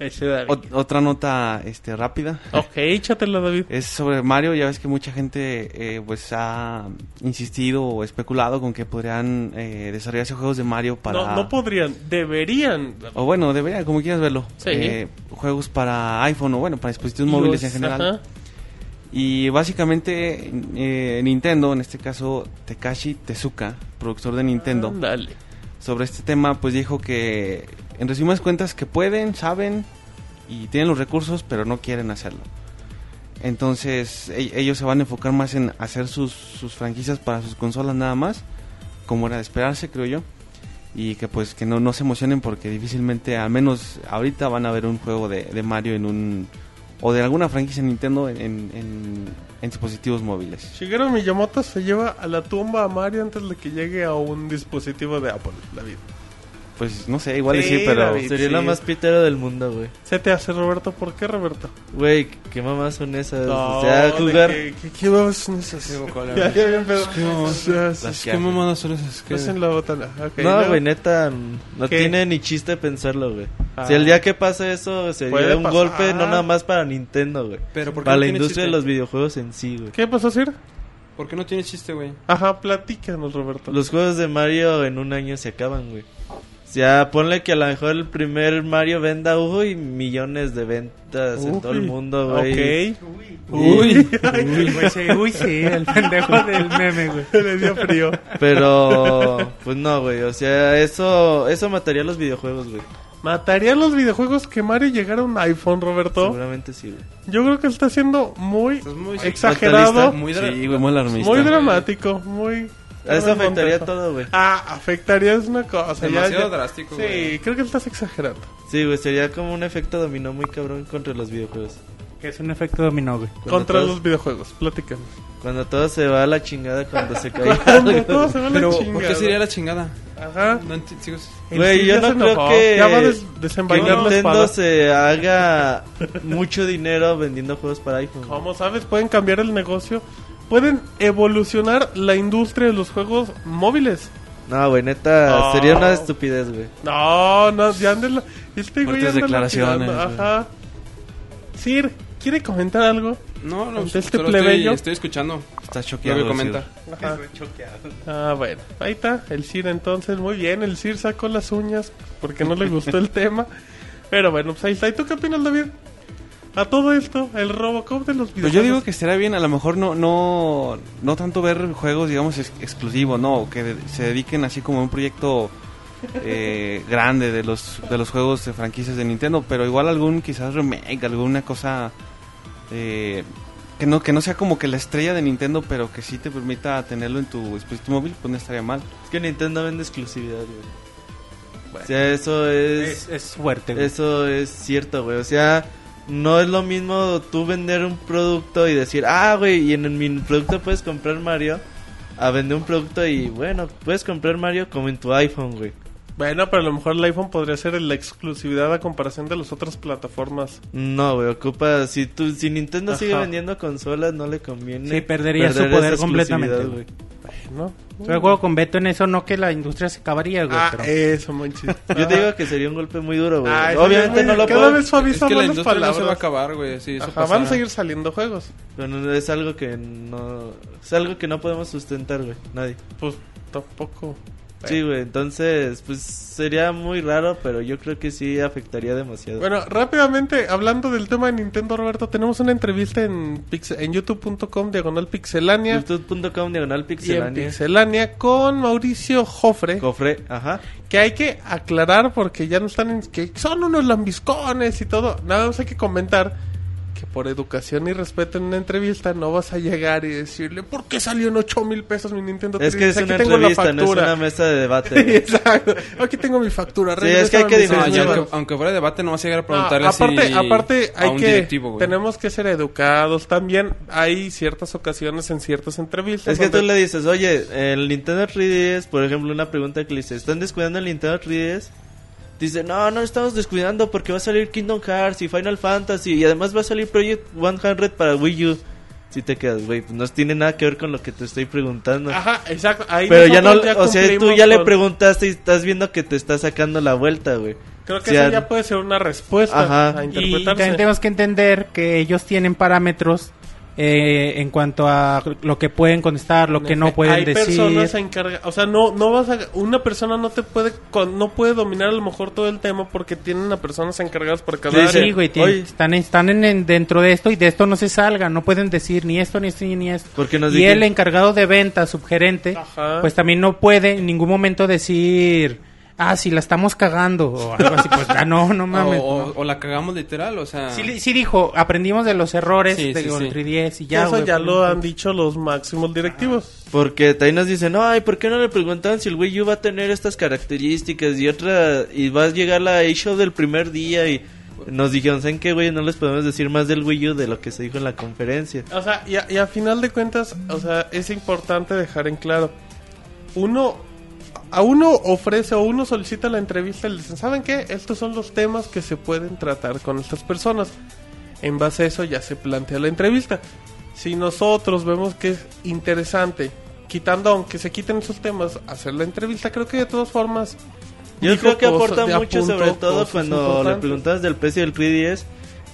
Speaker 2: Ese David.
Speaker 4: ot- otra nota este, rápida.
Speaker 2: Ok, échatela, David.
Speaker 4: Es sobre Mario, ya ves que mucha gente eh, pues ha insistido o especulado con que podrían eh, desarrollarse juegos de Mario para...
Speaker 2: No, no podrían, deberían.
Speaker 4: o bueno, deberían, como quieras verlo.
Speaker 2: Sí.
Speaker 4: Eh, juegos para iPhone o bueno, para dispositivos móviles en
Speaker 2: Los-
Speaker 4: general.
Speaker 2: ajá.
Speaker 4: Y básicamente eh, Nintendo, en este caso Tekashi Tezuka, productor de Nintendo,
Speaker 2: Ándale.
Speaker 4: sobre este tema pues dijo que en resumidas cuentas que pueden, saben y tienen los recursos pero no quieren hacerlo. Entonces e- ellos se van a enfocar más en hacer sus, sus franquicias para sus consolas nada más, como era de esperarse creo yo. Y que pues que no, no se emocionen porque difícilmente, al menos ahorita van a ver un juego de, de Mario en un... o de alguna franquicia de Nintendo en, en- en- en dispositivos móviles.
Speaker 2: Shigeru Miyamoto se lleva a la tumba a Mario antes de que llegue a un dispositivo de Apple, David.
Speaker 4: Pues no sé, igual y
Speaker 2: Sí,
Speaker 4: sí, pero...
Speaker 2: David.
Speaker 5: Sería
Speaker 2: sí.
Speaker 5: lo más pitero del mundo, güey.
Speaker 2: Se te hace, Roberto. ¿Por qué, Roberto?
Speaker 5: Güey, qué mamás son esas.
Speaker 2: No,
Speaker 5: o sea,
Speaker 2: de
Speaker 5: jugar.
Speaker 2: que- que- ¿Qué vamos en esas? Ya, ya bien pedo. O sea, sí,
Speaker 4: Las
Speaker 2: sí,
Speaker 4: que
Speaker 7: ¿Qué
Speaker 4: hacen.
Speaker 7: mamadas son esas? ¿Qué?
Speaker 2: es Pues en la botana. Ok,
Speaker 5: No,
Speaker 2: luego-
Speaker 5: güey, neta, no
Speaker 2: ¿Qué?
Speaker 5: tiene ni chiste pensarlo, güey.
Speaker 2: Ah.
Speaker 5: Si el día que pase eso
Speaker 2: Puede
Speaker 5: sería un
Speaker 2: pasar.
Speaker 5: golpe, no nada más para Nintendo, güey.
Speaker 7: Pero ¿por qué
Speaker 5: Para
Speaker 7: no
Speaker 5: la
Speaker 7: tiene
Speaker 5: industria de
Speaker 7: chiste?
Speaker 5: los videojuegos en sí, güey.
Speaker 2: ¿Qué pasó, Sir?
Speaker 7: ¿Por qué no tiene chiste, güey?
Speaker 2: Ajá, platícanos, Roberto.
Speaker 5: Los juegos de Mario en un año se acaban, güey. O sea, ponle que a lo mejor el primer Mario venda, uy, millones de ventas en todo el
Speaker 2: Uy.
Speaker 5: mundo, güey.
Speaker 2: Ok.
Speaker 5: Uy.
Speaker 3: Uy, sí, uy, sí, el pendejo del meme, güey.
Speaker 2: Le dio frío.
Speaker 5: Pero, pues no, güey. O sea, eso, eso mataría los videojuegos, güey.
Speaker 2: ¿Mataría los videojuegos que Mario llegara a un iPhone, Roberto?
Speaker 5: Seguramente sí, güey.
Speaker 2: Yo creo que está siendo muy
Speaker 7: Estás muy-
Speaker 2: exagerado,
Speaker 7: Muy dra-
Speaker 4: Sí, güey, muy alarmista.
Speaker 2: muy dramático, muy...
Speaker 5: Eso afectaría
Speaker 2: Montazo.
Speaker 5: todo, güey.
Speaker 2: Ah, afectaría es una cosa. ya-
Speaker 7: Demasiado
Speaker 2: ya-
Speaker 7: drástico,
Speaker 2: Sí,
Speaker 7: güey.
Speaker 2: creo que estás exagerando.
Speaker 5: Sí, güey, sería como un efecto dominó muy cabrón contra los videojuegos.
Speaker 3: Que es un efecto dominó, güey.
Speaker 5: Cuando
Speaker 2: Contra
Speaker 5: todos-
Speaker 2: los videojuegos, platícanos.
Speaker 5: Cuando todo se va a la chingada, cuando se cae.
Speaker 2: Cuando todo se va a la
Speaker 7: Pero ¿por
Speaker 2: chingada.
Speaker 7: qué sería la chingada?
Speaker 2: Ajá.
Speaker 7: No enti- sigo-
Speaker 2: El
Speaker 5: Güey,
Speaker 2: Sir
Speaker 5: yo
Speaker 2: ya
Speaker 5: no
Speaker 2: se
Speaker 5: creo
Speaker 2: enojó.
Speaker 5: que-
Speaker 2: Ya va a des-
Speaker 5: que
Speaker 2: desenvainar la espada.
Speaker 5: Nintendo se haga mucho dinero vendiendo juegos para iPhone. güey.
Speaker 2: Como sabes, pueden cambiar el negocio. Pueden evolucionar la industria de los juegos móviles.
Speaker 5: No, güey, neta,
Speaker 2: No.
Speaker 5: sería una estupidez, güey.
Speaker 2: No, no, ya anda la- Este güey
Speaker 4: Fuertes
Speaker 2: anda
Speaker 4: declaraciones,
Speaker 2: latigando,
Speaker 4: güey.
Speaker 2: Ajá. Sir, ¿quiere comentar algo?
Speaker 6: No, no,
Speaker 2: Ante este
Speaker 6: solo
Speaker 2: plebeyo.
Speaker 6: estoy, estoy escuchando
Speaker 4: Está
Speaker 6: lo
Speaker 4: choqueado.
Speaker 6: que comenta.
Speaker 4: Sir.
Speaker 2: Ajá. Ah, bueno. Ahí está, el Sir entonces. Muy bien, el Sir sacó las uñas porque no le gustó el tema. Pero bueno, pues ahí está. ¿Y tú qué opinas, David? A todo esto, el Robocop de los
Speaker 4: Pues
Speaker 2: videojuegos.
Speaker 4: yo digo que estaría bien, a lo mejor no no no tanto ver juegos, digamos, ex- exclusivos, no, o que de- se dediquen así como a un proyecto eh, grande de los de los juegos de franquicias de Nintendo, pero igual algún quizás remake, alguna cosa eh, que no que no sea como que la estrella de Nintendo, pero que sí te permita tenerlo en tu dispositivo móvil, pues no estaría mal.
Speaker 5: Es que Nintendo vende exclusividad, güey. O sea, eso es...
Speaker 2: Eh,
Speaker 3: Es, es fuerte, güey.
Speaker 5: Eso es cierto, güey. O sea, no es lo mismo tú vender un producto y decir, ah, güey, y en el- mi producto puedes comprar Mario. A vender un producto y, bueno, puedes comprar Mario como en tu iPhone, güey.
Speaker 2: Bueno, pero a lo mejor el iPhone podría ser la exclusividad a comparación de las otras plataformas.
Speaker 5: No, güey, ocupa. Si, tú, si Nintendo sigue
Speaker 2: Ajá.
Speaker 5: vendiendo consolas, no le conviene.
Speaker 3: Sí, perdería su poder
Speaker 5: esa
Speaker 3: completamente,
Speaker 5: exclusividad,
Speaker 3: güey.
Speaker 2: ¿No?
Speaker 3: Estoy de acuerdo con Beto en eso, no que la industria se acabaría, güey.
Speaker 2: Ah,
Speaker 3: pero-
Speaker 5: eh,
Speaker 2: eso, manches.
Speaker 5: Yo te digo que sería un golpe muy duro, güey.
Speaker 2: Ah, eso
Speaker 5: Obviamente
Speaker 2: ya-
Speaker 5: no lo
Speaker 2: cada
Speaker 5: puedo.
Speaker 2: vez
Speaker 6: Es
Speaker 2: suaviza
Speaker 6: que la
Speaker 2: más las
Speaker 6: industria no se va a
Speaker 2: palabras.
Speaker 6: acabar, güey. Sí, eso
Speaker 2: Ajá,
Speaker 6: pasará.
Speaker 2: van a seguir saliendo juegos.
Speaker 5: pero no- es algo que no. Es algo que no podemos sustentar, güey. Nadie.
Speaker 2: Pues tampoco.
Speaker 5: Sí, güey, entonces, pues sería muy raro, pero yo creo que sí afectaría demasiado.
Speaker 2: Bueno, rápidamente, hablando del tema de Nintendo, Roberto, tenemos una entrevista en, pix- en youtube.com diagonal pixelania
Speaker 5: YouTube.com
Speaker 2: y
Speaker 5: diagonal
Speaker 2: en
Speaker 5: pixelania.
Speaker 2: pixelania con Mauricio Jofre,
Speaker 5: Cofre, ajá.
Speaker 2: que hay que aclarar porque ya no están en... que son unos lambiscones y todo. Nada más hay que comentar que por educación y respeto en una entrevista no vas a llegar y decirle ¿por qué salió en 8 mil pesos mi Nintendo
Speaker 5: Es que es
Speaker 2: 3DS?
Speaker 5: una
Speaker 2: Aquí tengo la
Speaker 5: entrevista, no es
Speaker 2: factura".
Speaker 5: una mesa de debate. güey.
Speaker 2: Exacto. Aquí tengo mi factura.
Speaker 5: Sí, es que hay
Speaker 2: regrésame
Speaker 5: que
Speaker 2: mis
Speaker 6: No,
Speaker 5: diferenciar.
Speaker 2: seis
Speaker 6: ya
Speaker 2: mil
Speaker 6: aunque,
Speaker 2: varos.
Speaker 6: aunque fuera debate, no vas a llegar a
Speaker 2: No,
Speaker 6: preguntarle así
Speaker 2: Ah, aparte, aparte
Speaker 6: a
Speaker 2: hay
Speaker 6: un
Speaker 2: que
Speaker 6: directivo, güey.
Speaker 2: tenemos que ser educados también. Hay ciertas ocasiones en ciertas entrevistas.
Speaker 5: Es que tú
Speaker 2: donde-
Speaker 5: le dices, oye, el Nintendo 3DS, por ejemplo, una pregunta que le dices, ¿están descuidando el Nintendo 3DS? Dice, no, no lo estamos descuidando porque va a salir Kingdom Hearts y Final Fantasy y además va a salir Project 100 para Wii U. Si te quedas, güey, pues no tiene nada que ver con lo que te estoy preguntando.
Speaker 2: Ajá, exacto. Ahí
Speaker 5: Pero ya no,
Speaker 2: nosotros
Speaker 5: o sea, tú
Speaker 2: cumplimos
Speaker 5: ya le
Speaker 2: con-
Speaker 5: preguntaste y estás viendo que te está sacando la vuelta, güey.
Speaker 2: Creo que
Speaker 5: O sea,
Speaker 2: esa ya puede ser una respuesta
Speaker 5: Ajá.
Speaker 2: a
Speaker 3: Y también
Speaker 2: interpretarse.
Speaker 3: tenemos que entender que ellos tienen parámetros eh, en cuanto a lo que pueden contestar, lo que no pueden
Speaker 2: Hay
Speaker 3: decir.
Speaker 2: personas encargadas, o sea, no, no vas a, una persona no te puede, con- no puede dominar a lo mejor todo el tema porque tienen a personas encargadas por cada
Speaker 5: Sí,
Speaker 2: área.
Speaker 3: Sí, güey, tienen-
Speaker 5: Oye.
Speaker 3: están, están en, en- dentro de esto y de esto no se salgan, no pueden decir ni esto, ni esto, ni esto.
Speaker 5: Porque nos
Speaker 3: y
Speaker 5: dijeron-
Speaker 3: el encargado de venta, subgerente,
Speaker 2: Ajá.
Speaker 3: pues también no puede en ningún momento decir, ah, si la estamos cagando o algo así, pues ah, no, no mames.
Speaker 6: o, o-
Speaker 3: no.
Speaker 6: o la cagamos literal, o sea.
Speaker 3: Sí, li- sí dijo, aprendimos de los errores
Speaker 6: Sí,
Speaker 3: de
Speaker 6: sí,
Speaker 3: con
Speaker 6: sí.
Speaker 3: 3DS y ya.
Speaker 2: Eso
Speaker 3: güey,
Speaker 2: ya
Speaker 3: pues,
Speaker 2: lo han dicho los máximos directivos.
Speaker 5: Porque también nos dicen, ay, ¿por qué no le preguntaban si el Wii U va a tener estas características y otra, y va a llegar la show del primer día y nos dijeron, ¿saben qué, güey? No les podemos decir más del Wii U de lo que se dijo en la conferencia.
Speaker 2: O sea, y a, y a final de cuentas, o sea, es importante dejar en claro. Uno, a uno ofrece o uno solicita la entrevista y le dicen, ¿saben qué? Estos son los temas que se pueden tratar con estas personas. En base a eso ya se plantea la entrevista. Si nosotros vemos que es interesante, quitando, aunque se quiten esos temas, hacer la entrevista, creo que de todas formas...
Speaker 5: Yo
Speaker 2: dijo
Speaker 5: creo que
Speaker 2: cosas-
Speaker 5: aporta
Speaker 2: de
Speaker 5: mucho,
Speaker 2: apuntó
Speaker 5: sobre todo
Speaker 2: cosas
Speaker 5: cuando le
Speaker 2: importantes.
Speaker 5: preguntabas del precio del 3DS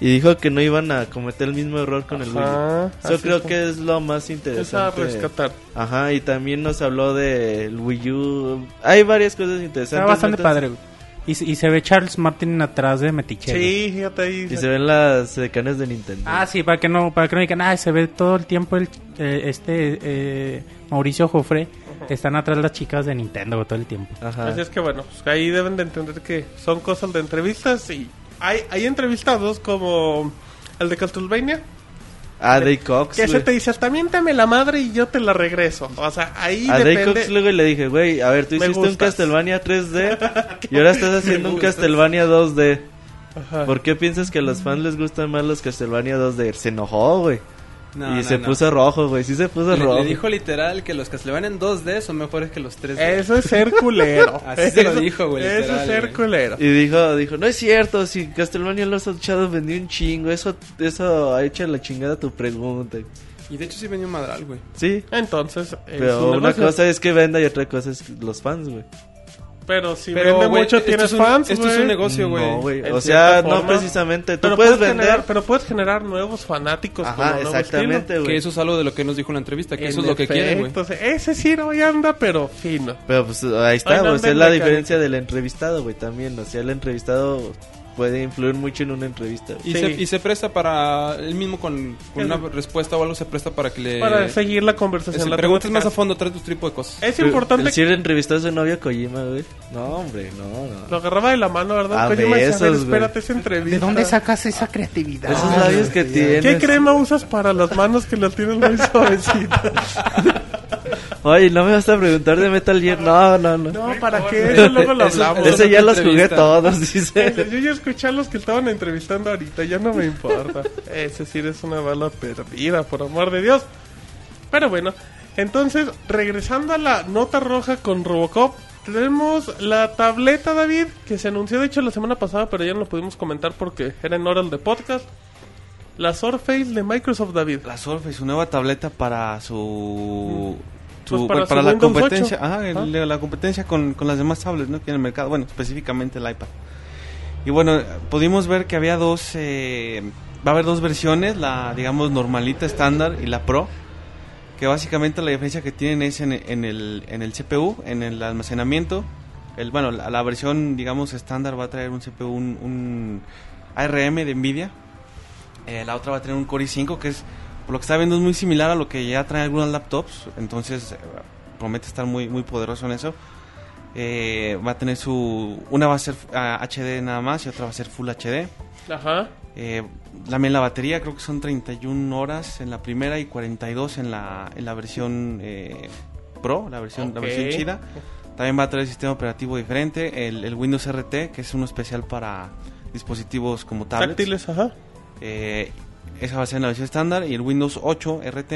Speaker 5: y dijo que no iban a cometer el mismo error con el Wii U.
Speaker 2: Ajá,
Speaker 5: Yo
Speaker 2: Ah, así
Speaker 5: creo
Speaker 2: es como-
Speaker 5: que es lo más
Speaker 2: es a
Speaker 5: interesante.
Speaker 2: rescatar.
Speaker 5: Ajá, y también nos habló del Wii U. Hay varias cosas interesantes.
Speaker 3: Está bastante
Speaker 5: ¿no? Entonces-
Speaker 3: padre, güey. Y, se- y se ve Charles Martin atrás de Metiche.
Speaker 2: Sí, fíjate ahí.
Speaker 5: Y se ven las decanas de Nintendo.
Speaker 3: Ah, sí, para que no, para que no digan, ah, se ve todo el tiempo el, eh, este eh, Mauricio Jofre. Están atrás las chicas de Nintendo güey, todo el tiempo.
Speaker 5: Ajá.
Speaker 2: Así es que bueno, pues, ahí deben de entender que son cosas de entrevistas y hay, hay entrevistados como el de Castlevania,
Speaker 5: A Day Cox.
Speaker 2: que ese
Speaker 5: güey.
Speaker 2: te dice, miéntame la madre y yo te la regreso. O sea, ahí
Speaker 5: A Day
Speaker 2: depende.
Speaker 5: Cox luego le dije, güey, a ver, tú
Speaker 2: Me
Speaker 5: hiciste un
Speaker 2: gustas.
Speaker 5: Castlevania 3D y ahora estás haciendo un Castlevania 2D.
Speaker 2: Ajá.
Speaker 5: ¿Por qué piensas que a los fans les gustan más los Castlevania 2D? Se enojó, güey.
Speaker 6: No,
Speaker 5: y
Speaker 6: no,
Speaker 5: se
Speaker 6: no.
Speaker 5: puso rojo, güey. Sí se puso
Speaker 6: Le,
Speaker 5: rojo.
Speaker 6: le dijo literal que los Castlevania en 2D son mejores que los 3D.
Speaker 2: Eso es ser culero.
Speaker 6: Así se lo
Speaker 2: Eso-
Speaker 6: dijo, güey,
Speaker 2: Eso es
Speaker 6: literal,
Speaker 2: ser
Speaker 6: güey.
Speaker 2: culero.
Speaker 5: Y dijo, dijo, no es cierto, si Castlevania Los Shadows vendió un chingo, eso, eso ha hecho la chingada tu pregunta.
Speaker 7: Y de hecho sí venía un madral, güey.
Speaker 5: Sí.
Speaker 2: Entonces, es
Speaker 5: Pero
Speaker 2: un
Speaker 5: una
Speaker 2: negocio.
Speaker 5: cosa es que venda y otra cosa es los fans, güey.
Speaker 2: Pero si
Speaker 7: Pero,
Speaker 2: vende
Speaker 7: güey,
Speaker 2: mucho,
Speaker 7: esto
Speaker 2: tienes
Speaker 7: es un-
Speaker 2: fans,
Speaker 7: Esto es un
Speaker 2: güey.
Speaker 7: negocio, güey.
Speaker 5: No, güey.
Speaker 2: En
Speaker 5: O sea,
Speaker 2: cierta
Speaker 5: no
Speaker 2: forma.
Speaker 5: precisamente. Tú
Speaker 2: Pero
Speaker 5: puedes vender.
Speaker 2: generar- pero puedes generar nuevos fanáticos con
Speaker 5: Ajá,
Speaker 2: un nuevo
Speaker 5: exactamente,
Speaker 2: estilo.
Speaker 5: güey.
Speaker 7: Que eso es algo de lo que nos dijo en la entrevista, que eso
Speaker 2: En
Speaker 7: es lo que quieren, güey.
Speaker 2: efecto, Ese sí no ya anda, pero fino.
Speaker 5: Pero pues ahí
Speaker 2: Ay,
Speaker 5: está,
Speaker 2: no
Speaker 5: güey. esa es
Speaker 2: anden
Speaker 5: la
Speaker 2: de
Speaker 5: diferencia del entrevistado, güey, también. O sea, el entrevistado puede influir mucho en una entrevista. güey.
Speaker 7: Y,
Speaker 2: Sí.
Speaker 7: se, y se presta para, él mismo con, con una respuesta o algo se presta para que le...
Speaker 2: Para seguir la
Speaker 7: se
Speaker 2: conversación. la
Speaker 7: preguntes más
Speaker 2: temática.
Speaker 7: a fondo, traes tu tipo de cosas.
Speaker 2: Es importante
Speaker 5: El
Speaker 2: que
Speaker 5: Sir entrevistó a su novio Kojima, güey. No, hombre, no, no.
Speaker 2: lo agarraba de la mano, ¿verdad?
Speaker 5: A
Speaker 2: Kojima? Decía, a ver,
Speaker 5: besos, güey.
Speaker 2: espérate esa entrevista.
Speaker 3: ¿De dónde sacas esa creatividad?
Speaker 5: Esos labios que tienes.
Speaker 2: ¿Qué crema usas para las manos que las tienen muy suavecitas?
Speaker 5: Oye, no me vas a preguntar de Metal Gear. No, no, no.
Speaker 2: No, ¿para qué? Eso luego lo
Speaker 7: Eso-
Speaker 2: hablamos.
Speaker 5: Ese ya los jugué
Speaker 7: entrevista.
Speaker 5: todos, dice.
Speaker 2: Yo ya escuché a los que estaban entrevistando ahorita, ya no me importa. Ese sí es una bala perdida, por amor de Dios. Pero bueno, entonces, regresando a la nota roja con Robocop, tenemos la tableta, David, que se anunció de hecho la semana pasada, pero ya no lo pudimos comentar porque era en hora de podcast. La Surface de Microsoft, David.
Speaker 4: La Surface, su nueva tableta para su...
Speaker 2: Pues
Speaker 4: su-
Speaker 2: para
Speaker 4: pues,
Speaker 2: su
Speaker 4: para la
Speaker 2: Windows
Speaker 4: competencia,
Speaker 2: 8.
Speaker 4: ajá, el-
Speaker 2: Ajá.
Speaker 4: la competencia con, con las demás tablets ¿no? que hay en el mercado, bueno, específicamente el iPad. Y bueno, pudimos ver que había dos, eh, va a haber dos versiones, la digamos normalita estándar y la Pro, que básicamente la diferencia que tienen es en, en el, en el CPU, en el almacenamiento. El, bueno, la, la versión digamos estándar va a traer un CPU, un, un ARM de Nvidia, eh, la otra va a tener un Core i5 que es, por lo que está viendo, es muy similar a lo que ya traen algunas laptops. Entonces, eh, promete estar muy, muy poderoso en eso. Eh, va a tener su... Una va a ser ah, HD nada más y otra va a ser Full HD.
Speaker 2: Ajá.
Speaker 4: Eh, también la batería, creo que son 31 horas en la primera y 42 en la, en la versión eh, Pro, la versión, la
Speaker 2: Ok.
Speaker 4: versión chida. También va a traer sistema operativo diferente, el, el Windows RT, que es uno especial para dispositivos como tablets.
Speaker 2: Táctiles, ajá.
Speaker 4: Eh, esa va a ser en la versión estándar y el Windows 8 RT.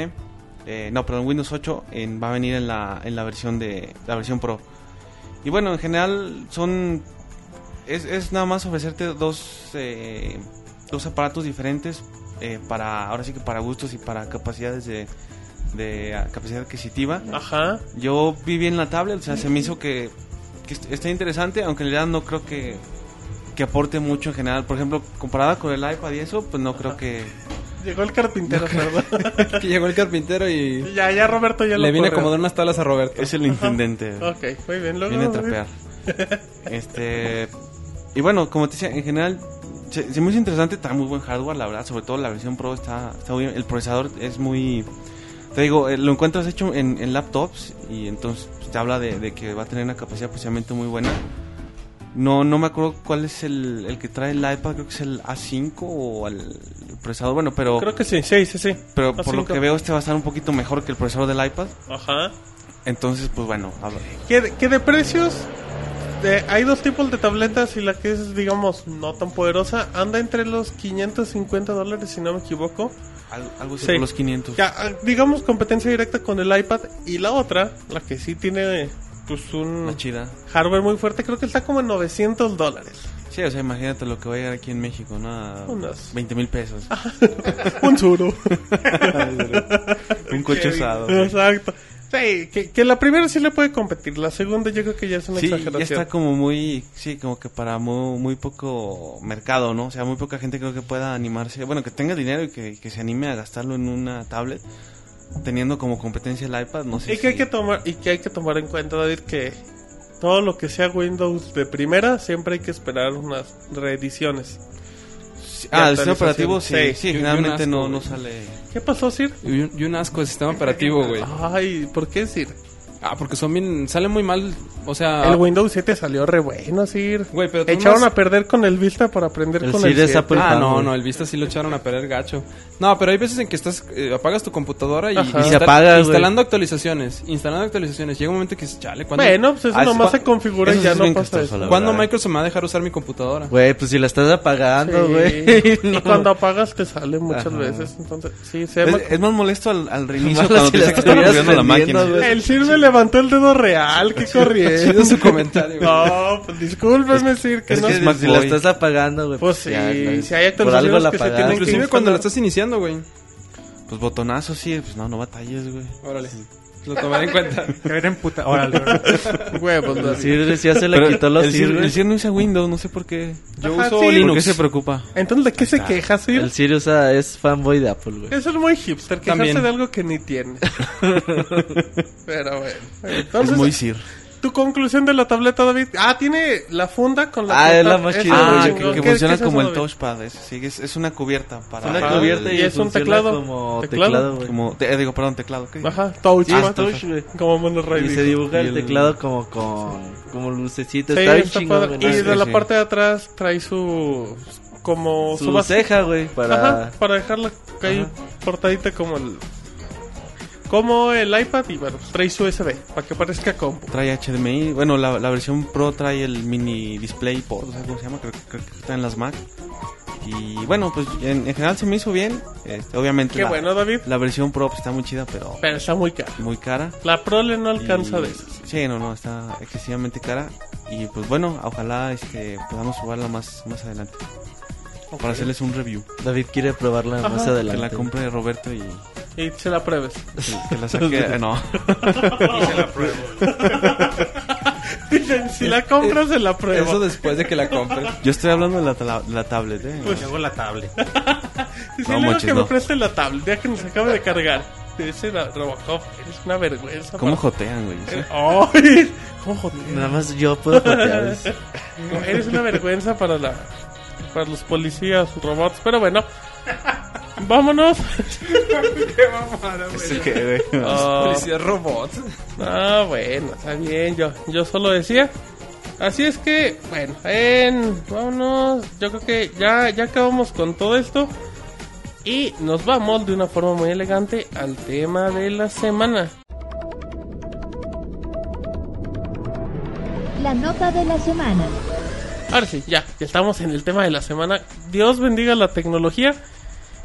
Speaker 4: eh, no, perdón, Windows 8 en- va a venir en la, en la versión de la versión Pro. Y bueno, en general son es, es nada más ofrecerte dos eh, dos aparatos diferentes eh, para ahora sí que para gustos y para capacidades de, de ah, capacidad adquisitiva.
Speaker 2: Ajá.
Speaker 4: Yo vi bien la tablet, o sea, se me hizo que, que est- está interesante, aunque en realidad no creo que, que aporte mucho en general. Por ejemplo, comparada con el iPad y eso, pues no creo que...
Speaker 2: Llegó el carpintero, ¿verdad?
Speaker 7: que llegó el carpintero y
Speaker 2: ya, ya Roberto ya
Speaker 7: le
Speaker 2: lo
Speaker 7: viene
Speaker 2: corrió.
Speaker 7: como dar unas tablas a Roberto.
Speaker 4: Es el intendente.
Speaker 2: Ok, muy bien. Luego
Speaker 4: Viene a
Speaker 2: David.
Speaker 4: trapear. Este... Y bueno, como te decía, en general se, se me hizo interesante, está muy buen hardware, la verdad. Sobre todo la versión Pro está, está muy bien. El procesador es muy... Te digo, eh, lo encuentras hecho en, en laptops y entonces pues, te habla de, de que va a tener una capacidad de procesamiento muy buena. No, no me acuerdo cuál es el, el que trae el iPad, creo que es el A5 o el procesador, bueno, pero,
Speaker 2: Creo que sí, sí, sí, sí.
Speaker 4: pero
Speaker 2: A
Speaker 4: por lo
Speaker 2: cinco.
Speaker 4: que veo este va a estar un poquito mejor que el procesador del iPad.
Speaker 2: Ajá.
Speaker 4: Entonces, pues bueno, a ver.
Speaker 2: Que, de- que de precios de- hay dos tipos de tabletas y la que es, digamos, no tan poderosa anda entre los 550 dólares, si no me equivoco.
Speaker 4: Al- algo así
Speaker 2: Sí.
Speaker 4: por los 500.
Speaker 2: Ya, ah, digamos, competencia directa con el iPad y la otra, la que sí tiene pues un
Speaker 4: Una chida.
Speaker 2: hardware muy fuerte, creo que está como en 900 dólares.
Speaker 4: Sí, o sea, imagínate lo que va a llegar aquí en México, ¿no?
Speaker 2: Unas-
Speaker 4: 20 mil pesos.
Speaker 2: un suro.
Speaker 4: un coche usado.
Speaker 2: Exacto. Sí, que, que la primera sí le puede competir, la segunda yo creo que ya es una
Speaker 4: Sí, ya
Speaker 2: exageración.
Speaker 4: está como muy, sí, como que para muy, muy poco mercado, ¿no? O sea, muy poca gente creo que pueda animarse, bueno, que tenga dinero y que, que se anime a gastarlo en una tablet, teniendo como competencia el iPad, no sé.
Speaker 2: Y que, hay
Speaker 4: si-
Speaker 2: que tomar, y que hay que tomar en cuenta, David, que todo lo que sea Windows de primera, siempre hay que esperar unas reediciones.
Speaker 4: Ah, el sistema operativo, sí, sí,
Speaker 2: Sí,
Speaker 7: y un
Speaker 4: generalmente
Speaker 7: asco,
Speaker 4: no,
Speaker 7: güey.
Speaker 4: no sale.
Speaker 2: ¿Qué pasó, Sir?
Speaker 7: Y un, y un asco de sistema operativo, güey.
Speaker 2: Ay, ¿por qué, Sir?
Speaker 7: Ah, porque son bien, salen muy mal, o sea...
Speaker 2: El Windows 7 salió re bueno, Sir.
Speaker 7: Ah. Güey, pero tú
Speaker 2: Echaron
Speaker 7: nomás-
Speaker 2: a perder con el Vista para aprender
Speaker 5: El
Speaker 2: con
Speaker 5: Sir
Speaker 2: el
Speaker 5: es
Speaker 2: 7.
Speaker 5: Apple
Speaker 7: ah,
Speaker 5: fan,
Speaker 7: no,
Speaker 5: güey.
Speaker 7: no, el Vista sí lo echaron a perder gacho. No, pero hay veces en que estás eh, apagas tu computadora y,
Speaker 2: Ajá.
Speaker 7: y
Speaker 2: Y se
Speaker 7: instal-
Speaker 5: apaga, güey.
Speaker 7: instalando actualizaciones, instalando actualizaciones. Llega un momento que dices, chale, ¿cuándo,
Speaker 2: Bueno, pues eso
Speaker 4: Ah,
Speaker 2: nomás
Speaker 4: sí,
Speaker 2: se configura
Speaker 4: eso
Speaker 2: y
Speaker 4: sí
Speaker 2: ya
Speaker 4: es
Speaker 2: no
Speaker 4: bien
Speaker 2: pasa
Speaker 4: costoso,
Speaker 2: eso.
Speaker 4: la verdad.
Speaker 7: ¿cuándo Microsoft me va a dejar usar mi computadora?
Speaker 5: Güey, pues si la estás apagando, güey.
Speaker 2: Sí. Y
Speaker 5: No.
Speaker 2: cuando apagas te sale muchas
Speaker 5: Ajá.
Speaker 2: veces. Entonces, sí, se llama-
Speaker 4: Es, es más molesto al, al reinicio
Speaker 5: Malo
Speaker 4: cuando
Speaker 5: si
Speaker 4: te
Speaker 5: la
Speaker 4: dice que está
Speaker 5: estuvieras
Speaker 4: muriendo la máquina.
Speaker 5: vendiendo, güey.
Speaker 2: El Sir me levantó el dedo real, qué corriente.
Speaker 7: Chido su comentario. güey.
Speaker 2: No, pues discúlpeme, Sir, que
Speaker 5: Es
Speaker 2: no
Speaker 5: que
Speaker 4: Mac
Speaker 5: si la
Speaker 4: Boy.
Speaker 5: estás apagando, güey.
Speaker 2: Pues sí,
Speaker 5: ya,
Speaker 2: si hay
Speaker 5: Por algo
Speaker 2: actualizaciones
Speaker 5: la
Speaker 2: que se
Speaker 5: apagaste.
Speaker 2: tienen que
Speaker 7: Inclusive
Speaker 2: ir
Speaker 7: cuando
Speaker 2: con-
Speaker 7: la estás iniciando, güey.
Speaker 4: Pues botonazo, sí, pues no, no batalles, güey.
Speaker 6: Órale. Lo tomaré en cuenta.
Speaker 3: Que ver en puta. Órale.
Speaker 2: Huevos,
Speaker 5: El
Speaker 2: no.
Speaker 5: Sir ya se le quitó los
Speaker 4: el Sir,
Speaker 5: Sir.
Speaker 4: el Sir no usa Windows, no sé por qué.
Speaker 6: Yo
Speaker 2: Ajá,
Speaker 6: uso
Speaker 2: sí.
Speaker 4: ¿Por qué
Speaker 6: Linux.
Speaker 4: se preocupa?
Speaker 2: Entonces, ¿de qué se queja, Sir?
Speaker 5: El Sir usa- es fanboy de Apple, güey.
Speaker 2: Eso es muy hipster, quejarse
Speaker 6: También.
Speaker 2: de algo que ni tiene. Pero bueno.
Speaker 4: Es
Speaker 2: Entonces,
Speaker 4: muy Sir.
Speaker 2: tu conclusión de la tableta, David. Ah, tiene la funda con la
Speaker 5: Ah,
Speaker 2: punta.
Speaker 5: es la más
Speaker 2: Esa
Speaker 5: chida,
Speaker 2: está
Speaker 5: güey.
Speaker 4: Ah,
Speaker 5: yo
Speaker 4: que,
Speaker 2: chingón.
Speaker 4: que
Speaker 2: ¿Qué-
Speaker 4: funciona
Speaker 2: qué es eso,
Speaker 4: como el
Speaker 2: David?
Speaker 4: touchpad, es, sí, es, es una cubierta para...
Speaker 2: Una
Speaker 5: Ajá.
Speaker 2: cubierta y
Speaker 5: Y
Speaker 2: es un
Speaker 5: funciona
Speaker 2: teclado.
Speaker 5: Como
Speaker 2: Teclado.
Speaker 5: teclado, güey.
Speaker 4: Como, te- eh, digo, perdón, teclado. ¿qué?
Speaker 2: Ajá, touch.
Speaker 5: Ah,
Speaker 2: ¿no?
Speaker 5: es touch, güey.
Speaker 2: Como Monorail.
Speaker 5: Y se
Speaker 2: dijo.
Speaker 5: dibuja el
Speaker 4: el-
Speaker 5: teclado como con como lucecita.
Speaker 2: Sí,
Speaker 5: está bien
Speaker 2: está
Speaker 5: chingón,
Speaker 2: padre.
Speaker 5: güey.
Speaker 2: Y
Speaker 4: Sí,
Speaker 2: de la
Speaker 4: sí.
Speaker 2: parte de atrás trae su... Como
Speaker 5: Su,
Speaker 2: su base-
Speaker 5: ceja, güey. Para...
Speaker 2: Ajá, para dejarla ahí portadita como el... Como el iPad y bueno, pues, trae su USB para que parezca compu.
Speaker 4: Trae HDMI. Bueno, la, la versión Pro trae el mini display port, o sea, ¿cómo se llama? Creo, que- creo que está en las Mac. Y bueno, pues en, en general se me hizo bien. Este, obviamente
Speaker 2: Qué
Speaker 4: la,
Speaker 2: bueno, David.
Speaker 4: la versión Pro pues, está muy chida, pero
Speaker 2: Pero está muy caro.
Speaker 4: muy cara.
Speaker 2: La prole no alcanza
Speaker 4: Y-
Speaker 2: de esas.
Speaker 4: Sí, no, no, está excesivamente cara. Y pues bueno, ojalá este, podamos jugarla más, más adelante. Para hacerles un review.
Speaker 5: David quiere probarla
Speaker 2: Ajá.
Speaker 5: más
Speaker 2: Que
Speaker 5: adelante.
Speaker 4: Que la compre Roberto y
Speaker 2: Y se la pruebes.
Speaker 4: que, que la saque. eh, no.
Speaker 2: Dicen, si la compras, se la pruebo.
Speaker 7: Eso después de que la compres.
Speaker 4: Yo estoy hablando de la, tala- de la tablet, ¿eh?
Speaker 3: Pues hago la tablet.
Speaker 2: Y si le
Speaker 4: No,
Speaker 2: digo
Speaker 4: manches,
Speaker 2: que me
Speaker 4: no.
Speaker 2: presten la tablet, ya que nos acabe de cargar. Dice la Robocop, eres una vergüenza.
Speaker 4: ¿Cómo
Speaker 2: para-
Speaker 4: jotean, güey? O sea,
Speaker 2: Ay, ¿Cómo joder?
Speaker 5: Nada más yo puedo jotear. es-
Speaker 2: Eres una vergüenza para la para los policías, robots, pero bueno. Vámonos.
Speaker 4: ese que, güey.
Speaker 2: Ah,
Speaker 7: Policía robot.
Speaker 2: ah, bueno, está bien, yo yo solo decía. Así es que, bueno, en, vámonos. Yo creo que ya ya acabamos con todo esto y nos vamos de una forma muy elegante al tema de la semana.
Speaker 1: La nota de la semana.
Speaker 2: Ahora sí, ya, ya estamos en el tema de la semana. Dios bendiga la tecnología.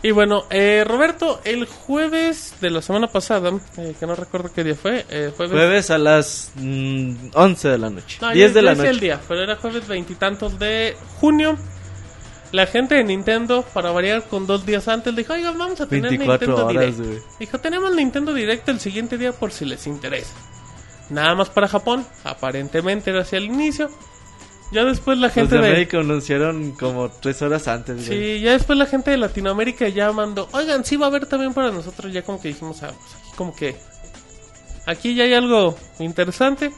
Speaker 2: Y bueno, eh, Roberto, el jueves de la semana pasada, eh, que no recuerdo qué día fue, eh, jueves...
Speaker 5: Jueves a las mm, 11 de la noche.
Speaker 2: No,
Speaker 5: 10
Speaker 2: yo-
Speaker 5: de
Speaker 2: yo
Speaker 5: la
Speaker 2: hice el
Speaker 5: noche.
Speaker 2: día, pero era jueves veintitantos de junio. La gente de Nintendo, para variar con dos días antes, dijo, oigan, vamos a tener
Speaker 5: 24
Speaker 2: Nintendo Direct.
Speaker 5: horas, güey.
Speaker 2: Dijo, tenemos Nintendo Direct el siguiente día por si les interesa. Nada más para Japón, aparentemente era hacia el inicio. Ya después la
Speaker 5: Los
Speaker 2: gente
Speaker 5: de
Speaker 2: de...
Speaker 5: América anunciaron como 3 horas antes, güey.
Speaker 2: Sí, ya después la gente de Latinoamérica ya mandó, oigan, sí va a haber también para nosotros, ya como que dijimos, ah, pues aquí como que aquí ya hay algo interesante.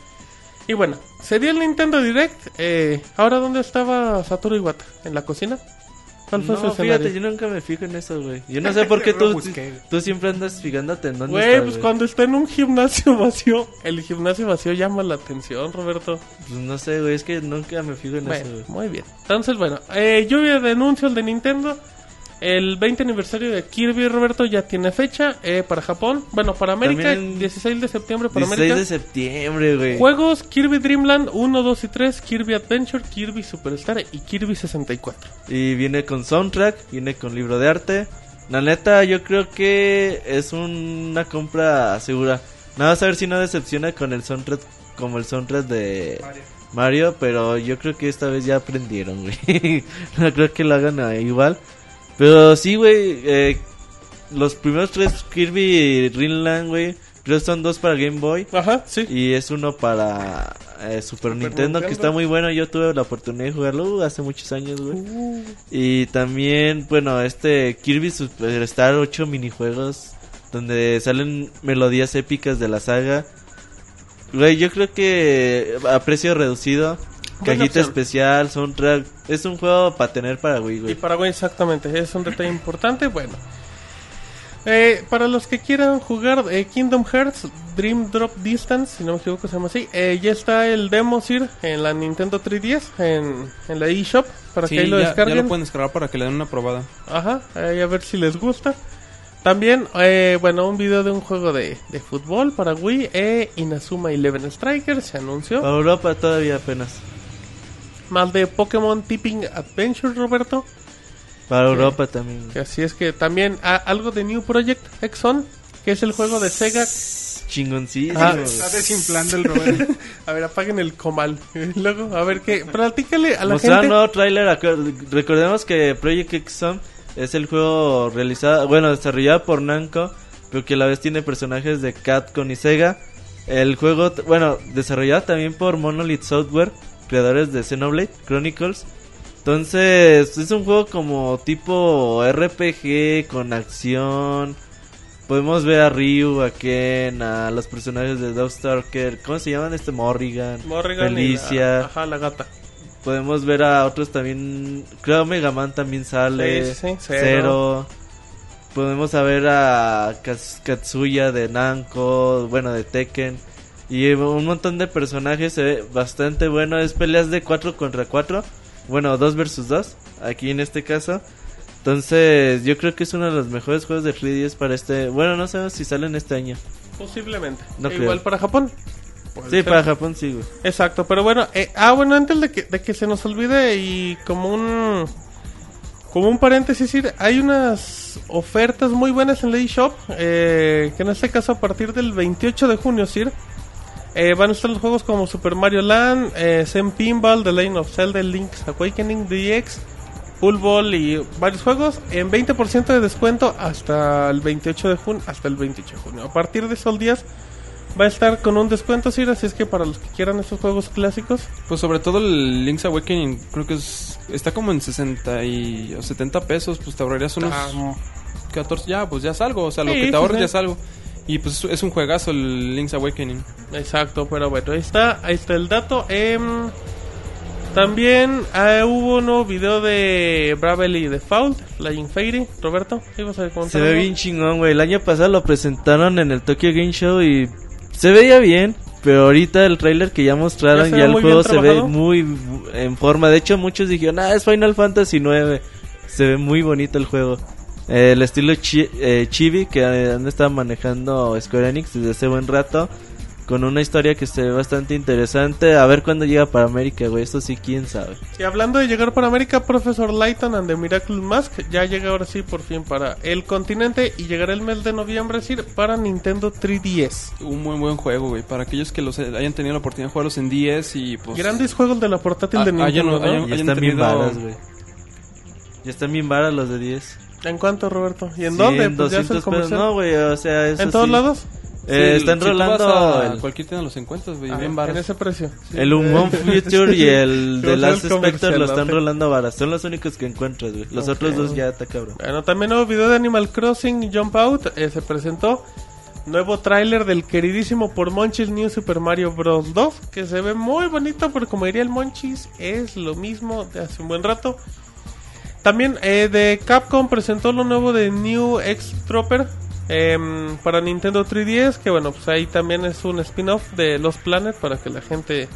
Speaker 2: Y bueno, sería el Nintendo Direct. eh, Ahora, ¿dónde estaba Satoru Iwata? ¿En la cocina? ¿Cuál fue su
Speaker 5: No,
Speaker 2: escenario?
Speaker 5: fíjate, yo nunca me fijo en eso, güey. Yo no sé por qué tú,
Speaker 3: busqué, güey.
Speaker 5: tú siempre andas fijándote en dónde
Speaker 2: Güey,
Speaker 5: está,
Speaker 2: pues
Speaker 5: güey.
Speaker 2: cuando está en un gimnasio vacío, el gimnasio vacío llama la atención, Roberto.
Speaker 5: Pues no sé, güey, es que nunca me fijo en
Speaker 2: Bueno,
Speaker 5: eso, güey.
Speaker 2: muy bien. Entonces, bueno, eh, lluvia de anuncios de Nintendo. El 20 aniversario de Kirby Roberto ya tiene fecha eh, para Japón. Bueno, para América,
Speaker 5: También-
Speaker 2: 16 de septiembre para
Speaker 5: 16 de
Speaker 2: América.
Speaker 5: septiembre, güey.
Speaker 2: Juegos Kirby Dreamland 1, 2 y 3, Kirby Adventure, Kirby Superstar y Kirby 64.
Speaker 5: Y viene con soundtrack, viene con libro de arte. La neta, yo creo que es una compra segura. Nada más a ver si no decepciona con el soundtrack como el soundtrack de Mario, pero yo creo que esta vez ya aprendieron, güey. no creo que lo hagan ahí igual. Pero sí, güey, eh, los primeros tres Kirby Dreamland, güey, creo que son dos para Game Boy.
Speaker 2: Ajá, sí.
Speaker 5: Y es uno para eh, Super, Nintendo, que está muy bueno. Yo tuve la oportunidad de jugarlo uh, hace muchos años, güey.
Speaker 2: Uh.
Speaker 5: Y también, bueno, este Kirby Superstar 8 minijuegos donde salen melodías épicas de la saga. Güey, yo creo que a precio reducido,
Speaker 2: Buena
Speaker 5: cajita
Speaker 2: opción.
Speaker 5: especial, soundtrack, es un juego para tener para Wii,
Speaker 2: Y
Speaker 5: güey.
Speaker 2: Paraguay, exactamente. Es un detalle importante. Bueno. Eh, para los que quieran jugar eh, Kingdom Hearts Dream Drop Distance, si no me equivoco se llama así, eh, ya está el demo Sir en la Nintendo 3DS, en, en la eShop, para
Speaker 7: Sí,
Speaker 2: que ahí lo
Speaker 7: ya-
Speaker 2: descarguen.
Speaker 7: ya lo pueden descargar para que le den una probada.
Speaker 2: Ajá, ahí a ver si les gusta. También, eh, bueno, un video de un juego de, de fútbol para Wii, eh, Inazuma Eleven Strikers se anunció.
Speaker 7: Ah.
Speaker 5: Para Europa todavía apenas.
Speaker 2: Más de Pokémon Tipping Adventure, Roberto.
Speaker 5: Para Europa también. güey.
Speaker 2: Que Así es que también ah, algo de New Project Exxon, que es el juego de Sega.
Speaker 5: Chingoncísimo.
Speaker 2: Ah,
Speaker 5: güey.
Speaker 3: Está desinflando el Roberto.
Speaker 2: A ver, apaguen el comal. Luego, a ver qué. Platícale a la
Speaker 5: Mostraron un
Speaker 2: gente.
Speaker 5: nuevo tráiler. acu- Recordemos que Project X Zone Es el juego realizado, bueno, desarrollado por Namco, pero que a la vez tiene personajes de Capcom y Sega. El juego, t- bueno, desarrollado también por Monolith Software, creadores de Xenoblade Chronicles. Entonces, es un juego como tipo RPG con acción. Podemos ver a Ryu, a Ken, a los personajes de Darkstalker. ¿Cómo se llaman este? Morrigan.
Speaker 2: Morrigan y la-
Speaker 5: Felicia.
Speaker 2: ajá, la gata.
Speaker 5: Podemos ver a otros también. Creo Mega Man también sale.
Speaker 2: Sí, sí, sí,
Speaker 5: Cero.
Speaker 2: Zero.
Speaker 5: Podemos a ver a Kas- Katsuya de Namco, bueno, de Tekken. Y un montón de personajes, se ve bastante bueno. Es peleas de 4 contra 4. Bueno, 2 versus 2, aquí en este caso. Entonces, yo creo que es uno de los mejores juegos de 3DS para este. Bueno, no sabemos si salen este año.
Speaker 2: Posiblemente.
Speaker 5: No
Speaker 2: E
Speaker 5: creo.
Speaker 2: Igual para Japón.
Speaker 5: Sí, para Japón sí, güey.
Speaker 2: Exacto, pero bueno, eh, ah, bueno, antes de que, de que se nos olvide y como un como un paréntesis, ir, hay unas ofertas muy buenas en Lady Shop, eh, que en este caso a partir del 28 de junio, Sir, eh, van a estar los juegos como Super Mario Land, eh, Zen Pinball, The Lane of Zelda, Link's Awakening, DX, Pool Ball y varios juegos en 20% de descuento hasta el 28 de junio, hasta el 28 de junio. A partir de esos días va a estar con un descuento, Sir, así es que para los que quieran estos juegos clásicos,
Speaker 7: Pues sobre todo el Link's Awakening, creo que es, está como en 60 y, o 70 pesos, pues te ahorrarías unos
Speaker 2: Ah,
Speaker 7: 14, ya, pues ya salgo, o sea, lo
Speaker 2: Sí,
Speaker 7: que
Speaker 2: sí,
Speaker 7: te ahorras
Speaker 2: sí.
Speaker 7: ya salgo. Y pues es un juegazo el Link's Awakening.
Speaker 2: Exacto, pero bueno, ahí está, ahí está el dato. Em, también ah, hubo un nuevo video de Bravely Default, Flying Fairy. Roberto, ¿qué ibas a contar?
Speaker 5: Se ve
Speaker 2: algo?
Speaker 5: bien chingón, güey. El año pasado lo presentaron en el Tokyo Game Show y se veía bien. Pero ahorita el trailer que ya
Speaker 2: Ya
Speaker 5: mostraron, ya,
Speaker 2: se ve
Speaker 5: el
Speaker 2: muy
Speaker 5: juego
Speaker 2: bien
Speaker 5: se ve
Speaker 2: trabajado.
Speaker 5: muy bu- en forma. De hecho, muchos dijeron, ah, es Final Fantasy 9. Se ve muy bonito el juego. Eh, el estilo chi- eh, chibi que eh, han estado manejando Square Enix desde hace buen rato. Con una historia que se ve bastante interesante. A ver cuándo llega para América, güey. Eso sí, quién sabe.
Speaker 2: Y hablando de llegar para América, Profesor Lighton and the Miracle Mask ya llega ahora sí por fin para el continente y llegará el mes de noviembre, Sir, para Nintendo 3DS.
Speaker 7: Un muy buen juego, güey. Para aquellos que los hayan tenido la oportunidad de jugarlos en 10 y pues...
Speaker 2: Grandes juegos de la portátil
Speaker 7: Ah,
Speaker 2: de
Speaker 7: ah, ya
Speaker 2: Nintendo.
Speaker 7: no, ah, ya
Speaker 2: ¿no?
Speaker 5: Ya
Speaker 7: hayan
Speaker 5: están bien
Speaker 7: tenido-
Speaker 5: varas, güey. Ya están bien varas los de 10.
Speaker 2: ¿En cuánto, Roberto? ¿Y en
Speaker 5: Sí,
Speaker 2: dónde?
Speaker 5: en
Speaker 2: Pues ya es el
Speaker 5: 200 pesos.
Speaker 2: comercial.
Speaker 5: No, güey, o sea, eso
Speaker 2: ¿En todos
Speaker 5: sí.
Speaker 2: lados?
Speaker 7: sí,
Speaker 5: Eh, están
Speaker 7: si tú vas
Speaker 5: rolando
Speaker 7: a
Speaker 5: el-
Speaker 7: Cualquier tienda los encuentras, güey,
Speaker 2: Ah,
Speaker 7: bien
Speaker 2: en
Speaker 7: barato.
Speaker 2: ese precio.
Speaker 5: El Unwon Future y el
Speaker 2: Creo
Speaker 5: The
Speaker 2: que
Speaker 5: Last
Speaker 2: es comercial,
Speaker 5: Spectre lo están
Speaker 2: ¿no?
Speaker 5: rolando varas. Son los únicos que encuentras, güey. Los otros
Speaker 2: Ok.
Speaker 5: dos ya está cabrón.
Speaker 2: Bueno, también nuevo video de Animal Crossing Jump Out eh, se presentó. Nuevo tráiler del queridísimo por Monchis New Super Mario Bros. 2, que se ve muy bonito, pero como diría el Monchis, es lo mismo de hace un buen rato. También eh, de Capcom presentó lo nuevo de New X Trooper em, para Nintendo 3DS, que bueno, pues ahí también es un spin-off de Los Planet para que la gente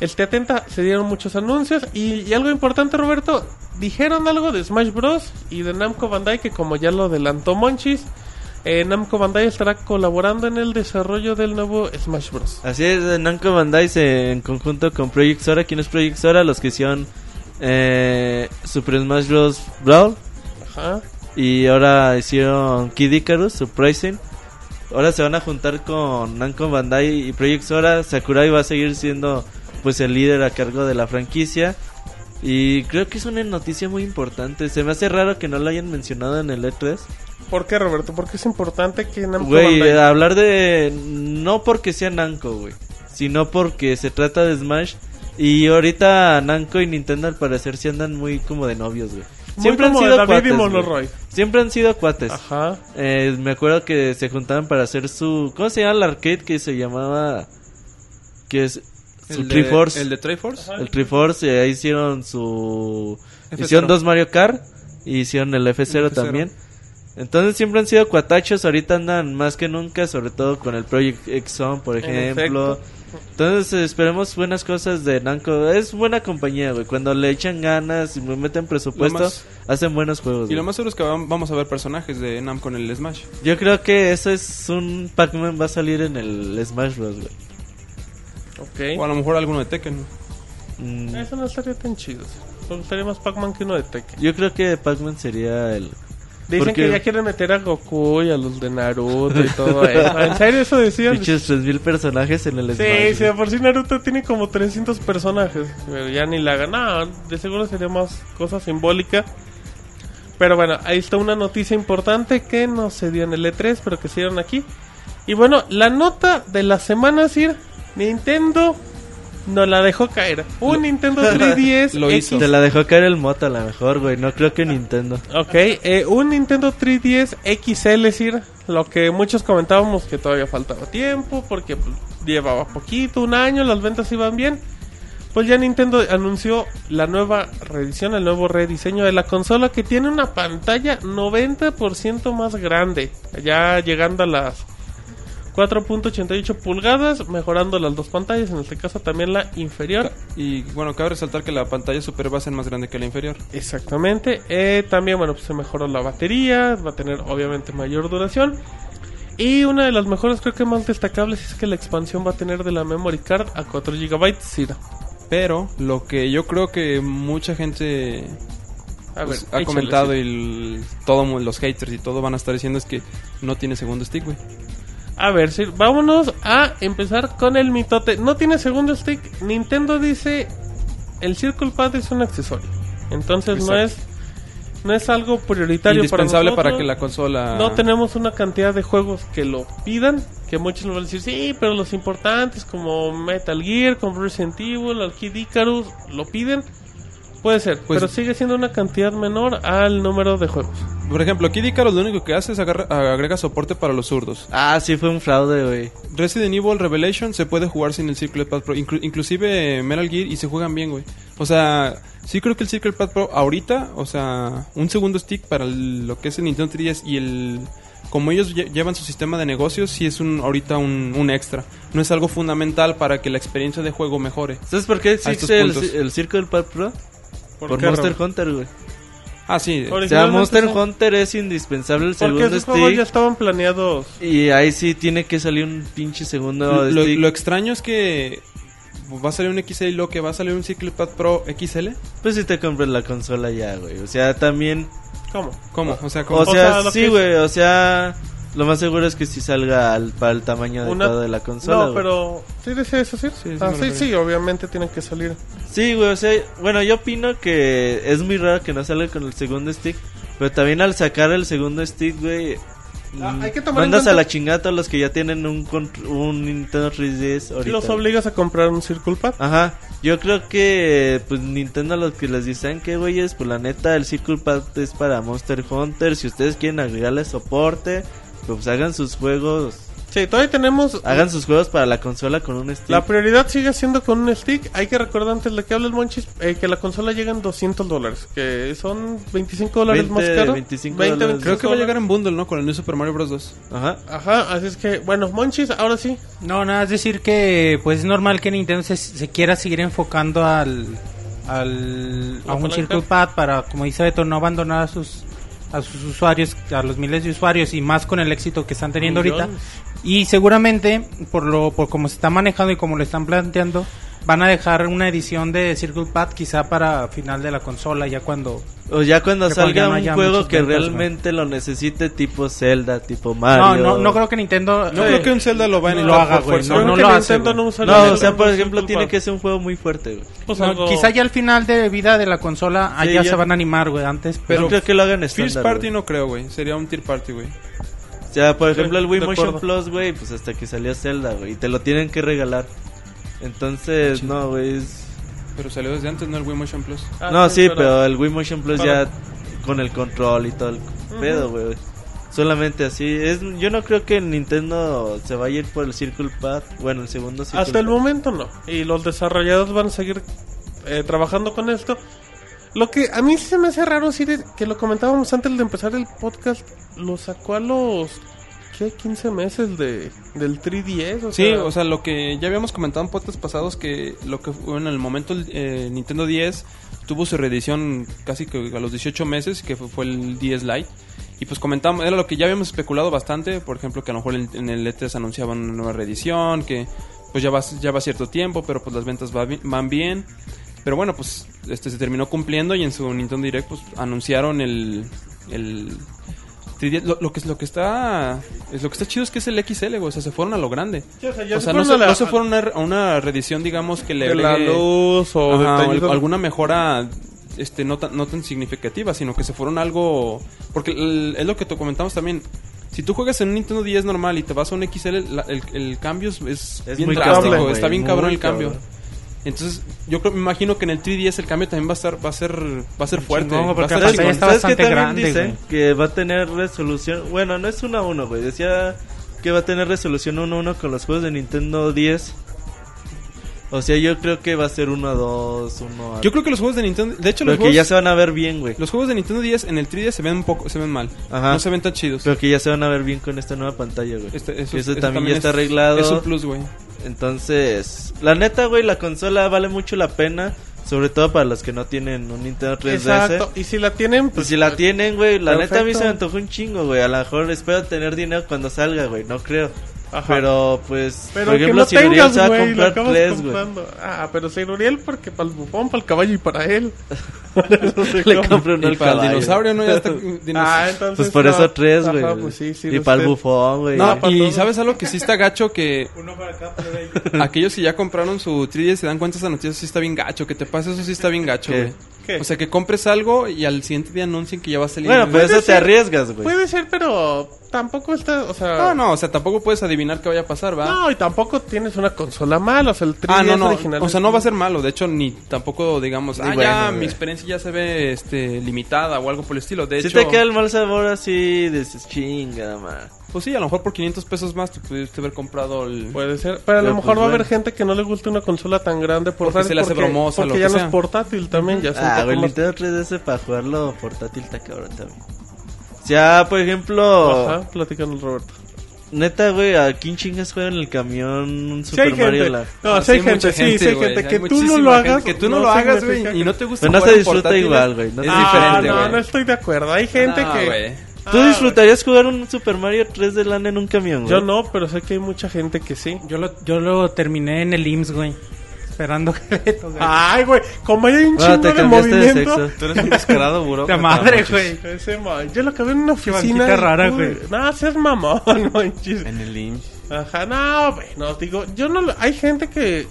Speaker 2: esté atenta. Se dieron muchos anuncios y, y algo importante, Roberto, dijeron algo de Smash Bros. y de Namco Bandai, que como ya lo adelantó Monchis, eh, Namco Bandai estará colaborando en el desarrollo del nuevo Smash Bros.
Speaker 5: Así es, eh, Namco Bandai se- en conjunto con Project Sora. ¿Quién es Project Sora? Los que hicieron eh, Super Smash Bros. Brawl.
Speaker 2: Ajá.
Speaker 5: Y ahora hicieron Kid Icarus, Surprising. Ahora se van a juntar con Namco Bandai y Project Sora. Sakurai va a seguir siendo pues el líder a cargo de la franquicia. Y creo que es una noticia muy importante. Se me hace raro que no lo hayan mencionado en el E E3.
Speaker 2: ¿Por qué, Roberto? Porque es importante que Namco
Speaker 5: Güey,
Speaker 2: Bandai...
Speaker 5: eh, hablar de... No porque sea Namco, güey. Sino porque se trata de Smash. Y ahorita Namco y Nintendo al parecer se andan muy como de novios, güey.
Speaker 2: Muy
Speaker 5: Siempre han
Speaker 2: como
Speaker 5: sido
Speaker 2: David y
Speaker 5: cuates. güey.
Speaker 2: Monoroy.
Speaker 5: Siempre han sido cuates.
Speaker 2: Ajá.
Speaker 5: Eh, me acuerdo que se juntaban para hacer su. ¿Cómo se llama el arcade que se llamaba? Que es. Su
Speaker 7: El de-
Speaker 5: Triforce.
Speaker 7: ¿El de Triforce?
Speaker 5: El Triforce, y ahí hicieron su.
Speaker 7: F0.
Speaker 5: Hicieron dos Mario Kart. Y hicieron el F0,
Speaker 7: F0.
Speaker 5: también. Entonces siempre han sido cuatachos. Ahorita andan más que nunca, sobre todo con el Project Exxon, por
Speaker 2: En
Speaker 5: ejemplo. Entonces eh, esperemos buenas cosas de Namco. Es buena compañía, güey. Cuando le echan ganas y meten presupuesto,
Speaker 7: Lo más-
Speaker 5: hacen buenos juegos.
Speaker 7: Y lo
Speaker 5: güey.
Speaker 7: más seguro es que vam- vamos a ver personajes de Namco en el Smash.
Speaker 5: Yo creo que eso es un Pac-Man va a salir en el Smash Bros, güey.
Speaker 7: O a
Speaker 2: Ok.
Speaker 7: lo mejor alguno de Tekken.
Speaker 5: Mm,
Speaker 2: Eso no estaría tan chido. Me gustaría más Pac-Man que uno de Tekken.
Speaker 5: yo creo que Pac-Man sería el...
Speaker 2: Dicen
Speaker 5: Porque-
Speaker 2: que ya quieren meter a Goku y a los de Naruto y todo eso. ¿En serio eso decían?
Speaker 5: Pinches 3000 personajes en el
Speaker 2: Sí,
Speaker 5: Smash.
Speaker 2: sí,
Speaker 5: güey.
Speaker 2: de por si Naruto tiene como 300 Ah, personajes, pero ya ni la gana. De seguro sería más cosa simbólica. Pero bueno, ahí está una noticia importante que no se dio en el E3, pero que se dieron aquí. Y bueno, la nota de la semana, Sir, Nintendo nos la dejó caer. Un Nintendo 3DS
Speaker 6: Lo hizo.
Speaker 5: Te la dejó caer el moto a lo mejor, güey. No creo que Nintendo.
Speaker 2: Ok, eh, un Nintendo 3DS XL, es decir, lo que muchos comentábamos que todavía faltaba tiempo, porque pues, llevaba poquito, un año, las ventas iban bien. Pues ya Nintendo anunció la nueva reedición, el nuevo rediseño de la consola que tiene una pantalla 90% más grande, ya llegando a las 4.88 pulgadas, mejorando las dos pantallas, en este caso también la inferior.
Speaker 7: Y bueno, cabe resaltar que la pantalla superior va a ser más grande que la inferior.
Speaker 2: Exactamente. Eh, también, bueno, pues se mejoró la batería, va a tener obviamente mayor duración. Y una de las mejoras creo que más destacables es que la expansión va a tener de la memory card a 4 GB. Sí,
Speaker 7: Pero lo que yo creo que mucha gente
Speaker 2: a
Speaker 7: pues,
Speaker 2: ver,
Speaker 7: ha comentado y el- todo mu- los haters y todo van a estar diciendo es que no tiene segundo stick, güey.
Speaker 2: A ver, Sir, vámonos a empezar con el mitote. No tiene segundo stick. Nintendo dice el Circle Pad es un accesorio. Entonces no es
Speaker 7: Exacto.
Speaker 2: no es algo prioritario para
Speaker 7: Indispensable para,
Speaker 2: nosotros.
Speaker 7: que la consola...
Speaker 2: No tenemos una cantidad de juegos que lo pidan, que muchos nos van a decir, sí, pero los importantes como Metal Gear, como Resident Evil, al Kid Icarus, lo piden. Puede ser,
Speaker 7: Pues-
Speaker 2: pero sigue siendo una cantidad menor al número de juegos.
Speaker 7: Por ejemplo, Kid Icarus lo único que hace es agarra- agrega soporte para los zurdos.
Speaker 5: Ah, sí, fue un fraude, güey.
Speaker 7: Resident Evil Revelation se puede jugar sin el Circle Pad Pro. Inclu- inclusive eh, Metal Gear y se juegan bien, güey. O sea, sí creo que el Circle Pad Pro ahorita, o sea, un segundo stick para el- lo que es el Nintendo 3DS y el... Como ellos lle- llevan su sistema de negocios, sí es un ahorita un, un extra. No es algo fundamental para que la experiencia de juego mejore.
Speaker 5: ¿Sabes por qué
Speaker 7: estos
Speaker 5: existe el,
Speaker 7: puntos.
Speaker 5: el circo del Pad Pro? Por,
Speaker 2: qué,
Speaker 5: Monster
Speaker 2: Raúl? Pues
Speaker 5: Hunter, güey.
Speaker 7: Ah, sí.
Speaker 2: Ahora-
Speaker 5: O sea,
Speaker 2: Originalmente
Speaker 5: Monster
Speaker 2: son-
Speaker 5: Hunter es indispensable el
Speaker 2: Porque
Speaker 5: segundo
Speaker 2: esos juegos ya
Speaker 5: stick.
Speaker 2: estaban planeados.
Speaker 5: Y ahí sí tiene que salir un pinche segundo
Speaker 7: lo,
Speaker 5: stick.
Speaker 7: lo extraño es que va a salir un XL y lo que va a salir un Circle Pad Pro XL.
Speaker 5: Pues si te compras la consola ya, güey. O sea, también.
Speaker 2: ¿Cómo?
Speaker 7: ¿Cómo? O sea, ¿cómo?
Speaker 5: O sea,
Speaker 2: sea, lo que
Speaker 5: sí,
Speaker 2: es-
Speaker 5: güey. O sea, lo más seguro es que sí salga al, para el tamaño
Speaker 2: Una-
Speaker 5: adecuado de la consola.
Speaker 2: no,
Speaker 5: güey.
Speaker 2: pero... ¿Sí decía eso, Sir?
Speaker 7: sí me
Speaker 2: ah, sí,
Speaker 7: refería.
Speaker 2: sí, obviamente tienen que salir.
Speaker 5: Sí, güey, o sea, bueno, yo opino que es muy raro que no salga con el segundo stick, pero también al sacar el segundo stick, güey,
Speaker 2: Ah,
Speaker 5: mm,
Speaker 2: hay que tomar en
Speaker 5: mandas
Speaker 2: cuenta-
Speaker 5: a la chingada a todos los que ya tienen un, contr- un Nintendo 3DS ahorita. Ah.
Speaker 2: Los obligas a comprar un Circle Pad.
Speaker 5: Ajá, yo creo que pues Nintendo los que les dicen que güeyes, pues la neta el Circle Pad es para Monster Hunter, si ustedes quieren agregarle soporte, pues hagan sus juegos,
Speaker 2: Sí, todavía tenemos...
Speaker 5: hagan sus juegos para la consola con un stick.
Speaker 2: La prioridad sigue siendo con un stick. Hay que recordar antes de que hable el Monchis eh, que la consola llega en 200 dólares, que son 25 dólares
Speaker 5: 20,
Speaker 2: más caro.
Speaker 5: 25
Speaker 2: 20,
Speaker 5: dólares.
Speaker 7: Creo que va a llegar
Speaker 2: dólares.
Speaker 7: en bundle, ¿no? Con el New Super Mario Bros. 2.
Speaker 5: Ajá.
Speaker 2: Ajá, así es que, bueno, Monchis, ahora sí.
Speaker 3: No, nada, es decir que pues es normal que Nintendo se, se quiera seguir enfocando al, al
Speaker 2: La
Speaker 3: a un
Speaker 2: palanca.
Speaker 3: Circle Pad para, como dice Beto, no abandonar a sus a sus usuarios, a los miles de usuarios y más con el éxito que están teniendo ahorita.
Speaker 2: Millones.
Speaker 3: Y seguramente por lo por cómo se está manejando y como lo están planteando, van a dejar una edición de Circle Pad quizá para final de la consola ya cuando
Speaker 5: O ya cuando
Speaker 3: Que cuando
Speaker 5: salga
Speaker 3: ya no
Speaker 5: un
Speaker 3: haya
Speaker 5: juego
Speaker 3: muchos
Speaker 5: que
Speaker 3: ventas,
Speaker 5: realmente lo necesite, tipo Zelda, tipo
Speaker 3: No,
Speaker 5: Mario.
Speaker 3: no, no creo que Nintendo
Speaker 7: No
Speaker 3: eh,
Speaker 7: creo que un Zelda lo vaya a
Speaker 3: lo haga,
Speaker 7: por
Speaker 3: güey,
Speaker 7: fuerza.
Speaker 3: no,
Speaker 2: Creo
Speaker 3: no
Speaker 2: que
Speaker 3: lo hace,
Speaker 2: Nintendo
Speaker 3: güey.
Speaker 2: no usaría
Speaker 5: No, o
Speaker 2: el-
Speaker 5: sea, por
Speaker 2: un
Speaker 5: ejemplo,
Speaker 2: Circle
Speaker 5: tiene
Speaker 2: Pad.
Speaker 5: que ser un juego muy fuerte, güey.
Speaker 2: Pues
Speaker 3: no,
Speaker 2: algo-
Speaker 3: quizá ya al final de vida de la consola
Speaker 5: Sí,
Speaker 3: allá
Speaker 5: ya-
Speaker 3: se van a animar, güey, antes
Speaker 5: Pero
Speaker 3: pero
Speaker 5: no creo que lo hagan
Speaker 7: First
Speaker 5: estándar.
Speaker 7: Party
Speaker 5: güey.
Speaker 7: no creo, güey. Sería un Tier Party, güey.
Speaker 5: O sea, por ejemplo, el
Speaker 2: Sí,
Speaker 5: Wii
Speaker 2: de
Speaker 5: Motion
Speaker 2: acuerdo.
Speaker 5: Plus, güey, pues hasta que salió Zelda, güey, y te lo tienen que regalar. Entonces, no, güey. es-
Speaker 7: Pero salió desde antes, ¿no? El Wii Motion Plus.
Speaker 2: Ah,
Speaker 5: No, sí, pero el Wii Motion Plus
Speaker 2: Para-
Speaker 5: ya con el control y todo el pedo, güey. Solamente así. Es, yo no creo que Nintendo se vaya a ir por el Circle Pad. Bueno, el segundo Circle
Speaker 2: Hasta el
Speaker 5: Pad.
Speaker 2: momento no. Y los desarrolladores van a seguir eh, trabajando con esto. Lo que a mí sí se me hace raro, sí, de- que lo comentábamos antes de empezar el podcast, lo sacó a los ¿qué? 15 meses de, del 3DS. O
Speaker 7: Sí,
Speaker 2: sea,
Speaker 7: o sea, lo que ya habíamos comentado en podcasts pasados que lo que fue en el momento el eh, Nintendo 10 tuvo su reedición casi que a los 18 meses, que fue, fue el 10 Lite. Y pues comentamos, era lo que ya habíamos especulado bastante, por ejemplo, que a lo mejor en, en el E3 anunciaban una nueva reedición, que pues ya va, ya va cierto tiempo, pero pues las ventas va bi- van bien. Pero bueno, pues este se terminó cumpliendo y en su Nintendo Direct pues anunciaron el, el 3DS. Lo, lo que, lo que está es lo que está chido es que es el XL, güey, o sea, se fueron a lo grande.
Speaker 2: Sí, o sea, ya
Speaker 7: O
Speaker 2: se
Speaker 7: sea, no
Speaker 2: fueron
Speaker 7: se,
Speaker 2: a la-
Speaker 7: no se fueron a, una- a una reedición, digamos, que le
Speaker 2: de la
Speaker 7: agregue-
Speaker 2: luz o
Speaker 7: Ajá,
Speaker 2: detalles
Speaker 7: o al-
Speaker 2: de-
Speaker 7: alguna mejora este, no, tan, no tan significativas, sino que se fueron algo... Porque el- es lo que te comentamos también. Si tú juegas en un Nintendo 10 normal y te vas a un XL, la- el, el cambio es, es
Speaker 5: Es
Speaker 7: bien
Speaker 5: muy
Speaker 7: drástico,
Speaker 2: cabrón,
Speaker 5: güey,
Speaker 7: está bien
Speaker 5: muy
Speaker 7: cabrón el cambio.
Speaker 5: cabrón.
Speaker 7: Entonces, yo creo, me imagino que en el 3DS el cambio también va a estar, va a ser, va a ser fuerte.
Speaker 3: Chingón, güey,
Speaker 7: va a
Speaker 3: porque
Speaker 7: estar
Speaker 3: aparte
Speaker 7: chingón.
Speaker 3: ya está
Speaker 5: ¿Sabes qué
Speaker 3: bastante
Speaker 5: también
Speaker 3: grande,
Speaker 5: dicen?
Speaker 3: güey.
Speaker 5: Que va a tener resolución. Bueno, no es 1 a 1, güey. Decía que va a tener resolución 1 a 1 con los juegos de Nintendo 10. O sea, yo creo que va a ser 1 a 2, 1 a.
Speaker 7: Yo creo que los juegos de Nintendo, de hecho los
Speaker 5: Pero que
Speaker 7: juegos,
Speaker 5: ya se van a ver bien, güey.
Speaker 7: los juegos de Nintendo 10 en el 3DS se ven un poco, se ven mal,
Speaker 5: Ajá.
Speaker 7: no se ven tan chidos.
Speaker 5: Pero que ya se van a ver bien con esta nueva pantalla, güey.
Speaker 7: Este-
Speaker 5: Que eso,
Speaker 7: eso
Speaker 5: también ya
Speaker 7: es-
Speaker 5: está arreglado. Ah,
Speaker 7: Es un plus, güey.
Speaker 5: Entonces, la neta, güey, la consola vale mucho la pena. Sobre todo para los que no tienen un Nintendo 3DS.
Speaker 2: Exacto. Y si la tienen,
Speaker 5: Pues si la tienen, güey, la neta a mí
Speaker 2: Perfecto.
Speaker 5: se me antojó un chingo, güey. A lo mejor espero tener dinero cuando salga, güey, no creo.
Speaker 2: Ajá.
Speaker 5: Pero pues,
Speaker 2: Pero
Speaker 5: por
Speaker 2: que
Speaker 5: ejemplo,
Speaker 2: no
Speaker 5: si Uriel
Speaker 2: tengas,
Speaker 5: se va a
Speaker 2: güey, lo
Speaker 5: comprar
Speaker 2: acabas
Speaker 5: tres, güey.
Speaker 2: comprando. Ah, pero sin Uriel porque para el bufón, para el caballo y para él.
Speaker 5: Le compro uno
Speaker 7: Y
Speaker 5: al
Speaker 7: para el
Speaker 5: caballo.
Speaker 7: dinosaurio no ya está dinos-
Speaker 2: Ah, entonces
Speaker 5: Pues por
Speaker 2: no.
Speaker 5: eso tres,
Speaker 2: Ajá,
Speaker 5: güey.
Speaker 2: pues sí, sí,
Speaker 5: y
Speaker 2: los
Speaker 5: para el
Speaker 2: tres.
Speaker 5: bufón, güey.
Speaker 7: No,
Speaker 2: Ya, para
Speaker 7: y
Speaker 2: todos.
Speaker 7: sabes algo que sí está gacho que aquellos que ya compraron su 3DS se dan cuenta de esa noticia, eso sí está bien gacho, que te pasa eso sí está bien gacho,
Speaker 5: ¿Qué?
Speaker 7: güey.
Speaker 2: ¿Qué?
Speaker 7: O sea, que compres algo y al siguiente día anuncien que ya va a salir.
Speaker 2: pues
Speaker 5: bueno, pues,
Speaker 7: el-
Speaker 5: pero eso te
Speaker 2: ser-
Speaker 5: arriesgas,
Speaker 7: pues.
Speaker 5: güey.
Speaker 2: Puede ser, pero tampoco está, o sea...
Speaker 7: No, no, o sea, tampoco puedes adivinar qué vaya a pasar, ¿va?
Speaker 2: No, y tampoco tienes una consola mala, o sea, el 3
Speaker 7: Ah, no, no.
Speaker 2: original.
Speaker 7: O
Speaker 2: es-
Speaker 7: sea, no va a ser malo. De hecho, ni tampoco digamos,
Speaker 5: Ni
Speaker 7: ah,
Speaker 5: bueno,
Speaker 7: ya
Speaker 5: güey.
Speaker 7: mi experiencia ya se ve este, limitada o algo por el estilo. De
Speaker 5: Si
Speaker 7: hecho,
Speaker 5: te queda el mal sabor así, dices, chinga, man.
Speaker 7: pues sí, a lo mejor por 500 pesos más te pudiste haber comprado el.
Speaker 2: Puede ser, pero a lo
Speaker 5: Pero,
Speaker 2: mejor
Speaker 5: pues,
Speaker 2: va a haber
Speaker 5: bueno.
Speaker 2: gente que no le guste una consola tan grande por
Speaker 7: Porque se le hace bromosa, lo
Speaker 2: porque
Speaker 7: que
Speaker 2: ya no
Speaker 7: sea.
Speaker 2: es portátil también, ya es un
Speaker 5: Ah,
Speaker 2: poco
Speaker 5: güey, el
Speaker 2: más-
Speaker 5: Nintendo 3DS para jugarlo portátil está cabrón también. O sea, por ejemplo,
Speaker 2: Ajá, platícanos, Roberto.
Speaker 5: neta, güey, ¿a quién chingas juega en el camión un
Speaker 2: Si hay
Speaker 5: Super Mario
Speaker 2: gente,
Speaker 5: Land?
Speaker 2: no, si hay gente,
Speaker 7: mucha
Speaker 2: sí, sí hay
Speaker 7: güey.
Speaker 2: gente
Speaker 7: Hay
Speaker 2: que tú no
Speaker 7: muchísima
Speaker 2: lo
Speaker 7: gente
Speaker 2: hagas,
Speaker 7: Que tú no, lo hagas, güey.
Speaker 2: significa
Speaker 7: Y
Speaker 2: que-
Speaker 7: no te gusta.
Speaker 5: Pero no
Speaker 7: jugar
Speaker 5: se
Speaker 7: en
Speaker 5: disfruta
Speaker 7: portátiles,
Speaker 5: igual, güey. No
Speaker 7: es
Speaker 5: se
Speaker 2: Ah,
Speaker 7: diferente,
Speaker 2: no,
Speaker 7: güey.
Speaker 2: no estoy de acuerdo. Hay gente
Speaker 7: No,
Speaker 2: que
Speaker 7: güey.
Speaker 5: ¿Tú
Speaker 2: Ah,
Speaker 5: disfrutarías jugar un Super Mario 3 de LAN en un camión, güey?
Speaker 2: Yo no, pero sé que hay mucha gente que sí.
Speaker 3: Yo lo, yo lo terminé en el IMSS, güey. Esperando que le tocara.
Speaker 2: Ay, güey, como ahí hay un chingo
Speaker 5: Bueno, Ah, te
Speaker 2: de
Speaker 5: cambiaste de
Speaker 2: movimiento.
Speaker 5: sexo.
Speaker 4: Tú eres un descarado
Speaker 3: ¡Puta
Speaker 4: burócrata.
Speaker 3: madre,
Speaker 4: Mochis.
Speaker 3: güey!
Speaker 2: Ese ma- Yo lo acabé en una oficina.
Speaker 3: banquita
Speaker 2: y-
Speaker 3: rara,
Speaker 2: uy,
Speaker 3: güey.
Speaker 2: No, seas mamón, no manches.
Speaker 4: En el IMSS.
Speaker 2: Ajá, no, güey, no, digo, yo no lo- Hay gente que,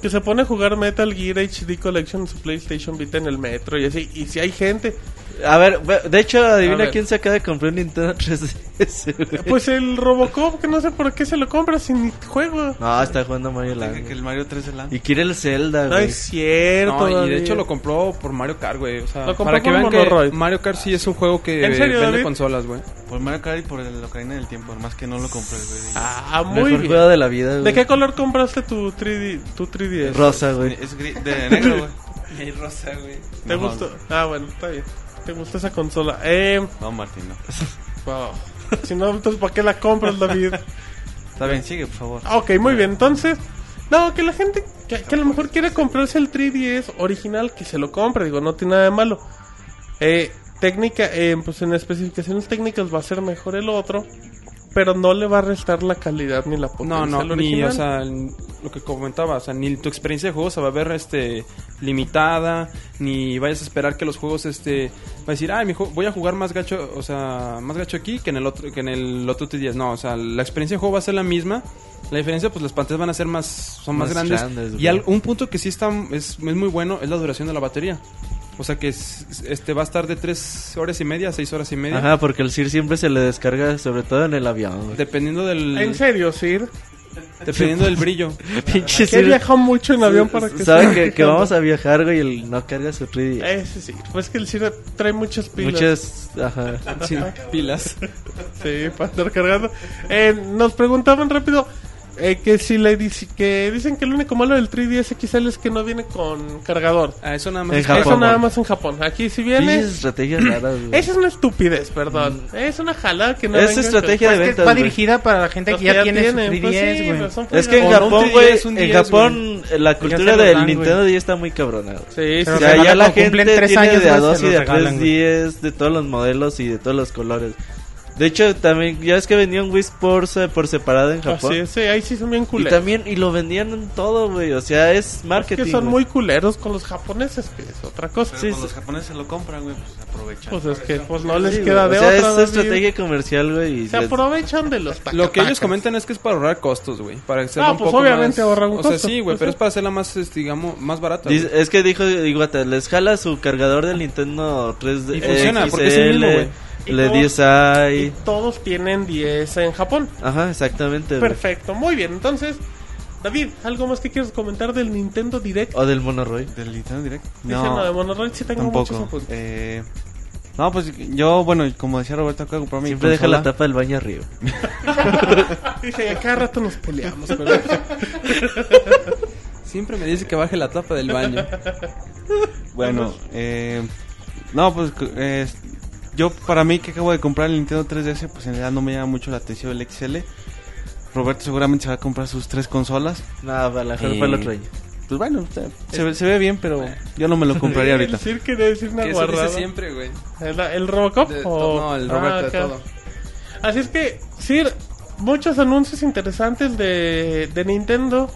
Speaker 2: que se pone a jugar Metal Gear HD Collection en su PlayStation Vita en el metro y así. Y si hay gente,
Speaker 5: A ver, ve- de hecho,
Speaker 2: A
Speaker 5: adivina
Speaker 2: ver.
Speaker 5: quién se acaba de comprar un Nintendo 3DS, güey.
Speaker 2: pues el Robocop, que no sé por qué se lo compra sin juego.
Speaker 5: No, está jugando Mario Land.
Speaker 4: Que el Mario 3 de la...
Speaker 5: Y quiere el Zelda,
Speaker 2: No
Speaker 5: güey.
Speaker 2: es cierto.
Speaker 7: No, y
Speaker 2: David.
Speaker 7: de hecho lo compró por Mario Kart, güey. O sea,
Speaker 2: Lo compró
Speaker 7: para que
Speaker 2: por
Speaker 7: vean que
Speaker 2: Monoroid.
Speaker 7: Mario Kart sí es un juego que
Speaker 2: ¿En serio,
Speaker 7: vende
Speaker 2: David?
Speaker 7: consolas, güey.
Speaker 4: Por Mario Kart y por el Ocarina del Tiempo. Más que no lo compré, güey.
Speaker 2: Ah,
Speaker 5: Mejor
Speaker 2: muy bien.
Speaker 5: juego de la vida, güey.
Speaker 2: ¿De qué color compraste tu 3D, tu 3DS?
Speaker 5: Rosa, güey.
Speaker 4: Es gri- de negro, güey.
Speaker 7: rosa, güey.
Speaker 2: ¿Te
Speaker 4: No,
Speaker 2: gustó? Ah, bueno, está bien. ¿Te gustó esa consola? Eh,
Speaker 4: No, Martín, no.
Speaker 2: wow. Si no, entonces ¿para qué la compras, David?
Speaker 4: Está bien, sigue, por favor.
Speaker 2: Ah, Ok, muy bien. Entonces, no, que la gente que, que a lo mejor quiera comprarse el 3DS original, que se lo compre. Digo, no tiene nada de malo. Eh, técnica, eh, pues en especificaciones técnicas va a ser mejor el otro, pero no le va a restar la calidad ni la potencia
Speaker 7: No, no,
Speaker 2: al
Speaker 7: ni,
Speaker 2: original.
Speaker 7: o sea, n- lo que comentaba, o sea, ni tu experiencia de juego se va a ver este, limitada, ni vayas a esperar que los juegos, este, va a decir, ay, mi ju- voy a jugar más gacho, o sea, más gacho aquí que en el otro, que en el otro T10. No, o sea, la experiencia de juego va a ser la misma. La diferencia, pues las pantallas van a ser más, son
Speaker 5: Más
Speaker 7: más, grandes.
Speaker 5: grandes,
Speaker 7: y
Speaker 5: güey.
Speaker 7: al- un punto que sí está, es, es muy bueno, es la duración de la batería. O sea que es- este va a estar de 3 horas y media a 6 horas y media.
Speaker 5: Ajá, porque el Sir siempre se le descarga, sobre todo en el avión, güey.
Speaker 7: Dependiendo del,
Speaker 2: En serio, Sir.
Speaker 7: dependiendo del brillo.
Speaker 5: Pinche
Speaker 2: Que he
Speaker 5: Sir.
Speaker 2: viajado mucho en avión para que...
Speaker 5: Ah, Sabe que, que vamos a viajar, güey, y el- no carga su 3DS.
Speaker 2: Ese sí, pues que el Sir trae muchas pilas.
Speaker 5: Muchas, ajá.
Speaker 7: sin pilas.
Speaker 2: Sí, para estar cargando. Eh, nos preguntaban rápido eh, que si le dice, que dicen que el único malo del 3DS XL es que no viene con cargador.
Speaker 7: Ah, eso nada más.
Speaker 5: En
Speaker 7: es-
Speaker 5: Japón,
Speaker 2: Eso nada
Speaker 5: güey.
Speaker 2: más en Japón. Aquí si
Speaker 5: Pinches
Speaker 2: viene.
Speaker 5: estrategias raras, güey.
Speaker 2: Esa es una estupidez, perdón. Es una jalada que no.
Speaker 5: Es
Speaker 2: venga con-
Speaker 5: Mm. estrategia
Speaker 3: Pues
Speaker 5: de
Speaker 3: que
Speaker 5: ventas,
Speaker 3: va
Speaker 5: güey.
Speaker 3: dirigida para la gente
Speaker 2: Los
Speaker 3: que ya tiene su
Speaker 2: tienen, pues
Speaker 3: 3DS,
Speaker 2: sí,
Speaker 3: güey.
Speaker 2: pero son
Speaker 5: Es que en
Speaker 2: fregados.
Speaker 5: Japón,
Speaker 7: 3DS,
Speaker 5: güey,
Speaker 7: un
Speaker 5: en
Speaker 7: 10,
Speaker 5: Japón la cultura
Speaker 3: se lo
Speaker 5: del
Speaker 3: dan,
Speaker 5: Nintendo
Speaker 3: güey.
Speaker 5: 10 está muy cabrona, güey.
Speaker 2: Sí, sí, sí.
Speaker 3: Pero
Speaker 5: O sea, ya
Speaker 3: regalan
Speaker 5: la
Speaker 3: cuando
Speaker 5: gente
Speaker 3: cumplen tres
Speaker 5: tiene
Speaker 3: años,
Speaker 5: de a
Speaker 3: güey,
Speaker 5: 2
Speaker 3: se
Speaker 5: y
Speaker 3: los
Speaker 5: de a
Speaker 3: regalan,
Speaker 5: 3
Speaker 3: güey.
Speaker 5: 10 de todos los modelos y de todos los colores. De hecho, también, ya es que vendían Wii por, se- por separado en Japón.
Speaker 2: Así es, sí, ahí sí son bien
Speaker 5: y
Speaker 2: culeros.
Speaker 5: también, y lo vendían en todo, güey. O sea, es
Speaker 2: Es
Speaker 5: marketing.
Speaker 2: que son
Speaker 5: güey.
Speaker 2: muy culeros con los japoneses, que es otra cosa.
Speaker 4: Pero
Speaker 5: Sí,
Speaker 4: pues
Speaker 5: sí.
Speaker 4: los japoneses lo compran, güey, pues aprovechan.
Speaker 2: Pues es que pues no les
Speaker 5: Sí,
Speaker 2: queda de
Speaker 5: güey. O sea,
Speaker 2: otra.
Speaker 5: es
Speaker 2: David.
Speaker 5: estrategia comercial, güey. y
Speaker 2: Se
Speaker 5: les-
Speaker 2: aprovechan de los tacatacas.
Speaker 7: Lo que ellos comentan es que es para ahorrar costos, güey. Para hacerla
Speaker 2: Ah,
Speaker 7: un
Speaker 2: pues
Speaker 7: poco
Speaker 2: obviamente
Speaker 7: más-
Speaker 2: ahorra un
Speaker 7: O sea,
Speaker 2: costo,
Speaker 7: sí,
Speaker 2: pues
Speaker 7: güey, pero
Speaker 2: sí.
Speaker 7: es para hacerla más, este, digamos, más barata.
Speaker 5: Dice-
Speaker 7: güey.
Speaker 5: es que dijo Iguata, les jala su cargador del Nintendo 3D.
Speaker 7: Y funciona, porque es el mismo, güey.
Speaker 2: Y
Speaker 5: Le
Speaker 2: todos-
Speaker 5: 10i.
Speaker 2: Y todos tienen 10 en Japón.
Speaker 5: Ajá, exactamente. güey.
Speaker 2: Perfecto, muy bien. Entonces, David, ¿algo más que quieres comentar del Nintendo Direct?
Speaker 5: O del Monoroy.
Speaker 4: ¿Del Nintendo Direct?
Speaker 2: Dicen lo de Monoroid, sí tengo muchos
Speaker 4: tampoco.
Speaker 7: pues.
Speaker 2: apuntes.
Speaker 4: Eh, no, pues yo, bueno, como decía Roberto, acabo de comprar mi
Speaker 5: Siempre deja
Speaker 4: consola.
Speaker 5: la tapa del baño arriba.
Speaker 7: Ah,
Speaker 2: Dice, a cada rato nos peleamos. Pero...
Speaker 7: Siempre me dice que baje la tapa del baño.
Speaker 4: Bueno, eh, no, pues eh, yo para mí que acabo de comprar el Nintendo 3DS, pues en realidad no me llama mucho la atención el XL. Roberto seguramente se va a comprar sus tres consolas.
Speaker 5: Nada, para la mejor
Speaker 4: Y-
Speaker 5: para el otro año.
Speaker 4: Pues bueno, usted- se, ve- se ve bien, pero yo no me lo compraría
Speaker 2: El
Speaker 4: ahorita.
Speaker 2: Sir quería decir una
Speaker 7: Que eso
Speaker 2: guarrada.
Speaker 7: dice siempre, güey.
Speaker 2: ¿El, el Robocop?
Speaker 7: De
Speaker 2: o-
Speaker 7: to- No, el
Speaker 2: Ah,
Speaker 7: Roberto de
Speaker 2: acá.
Speaker 7: todo.
Speaker 2: Así es que, Sir, muchos anuncios interesantes de, de Nintendo,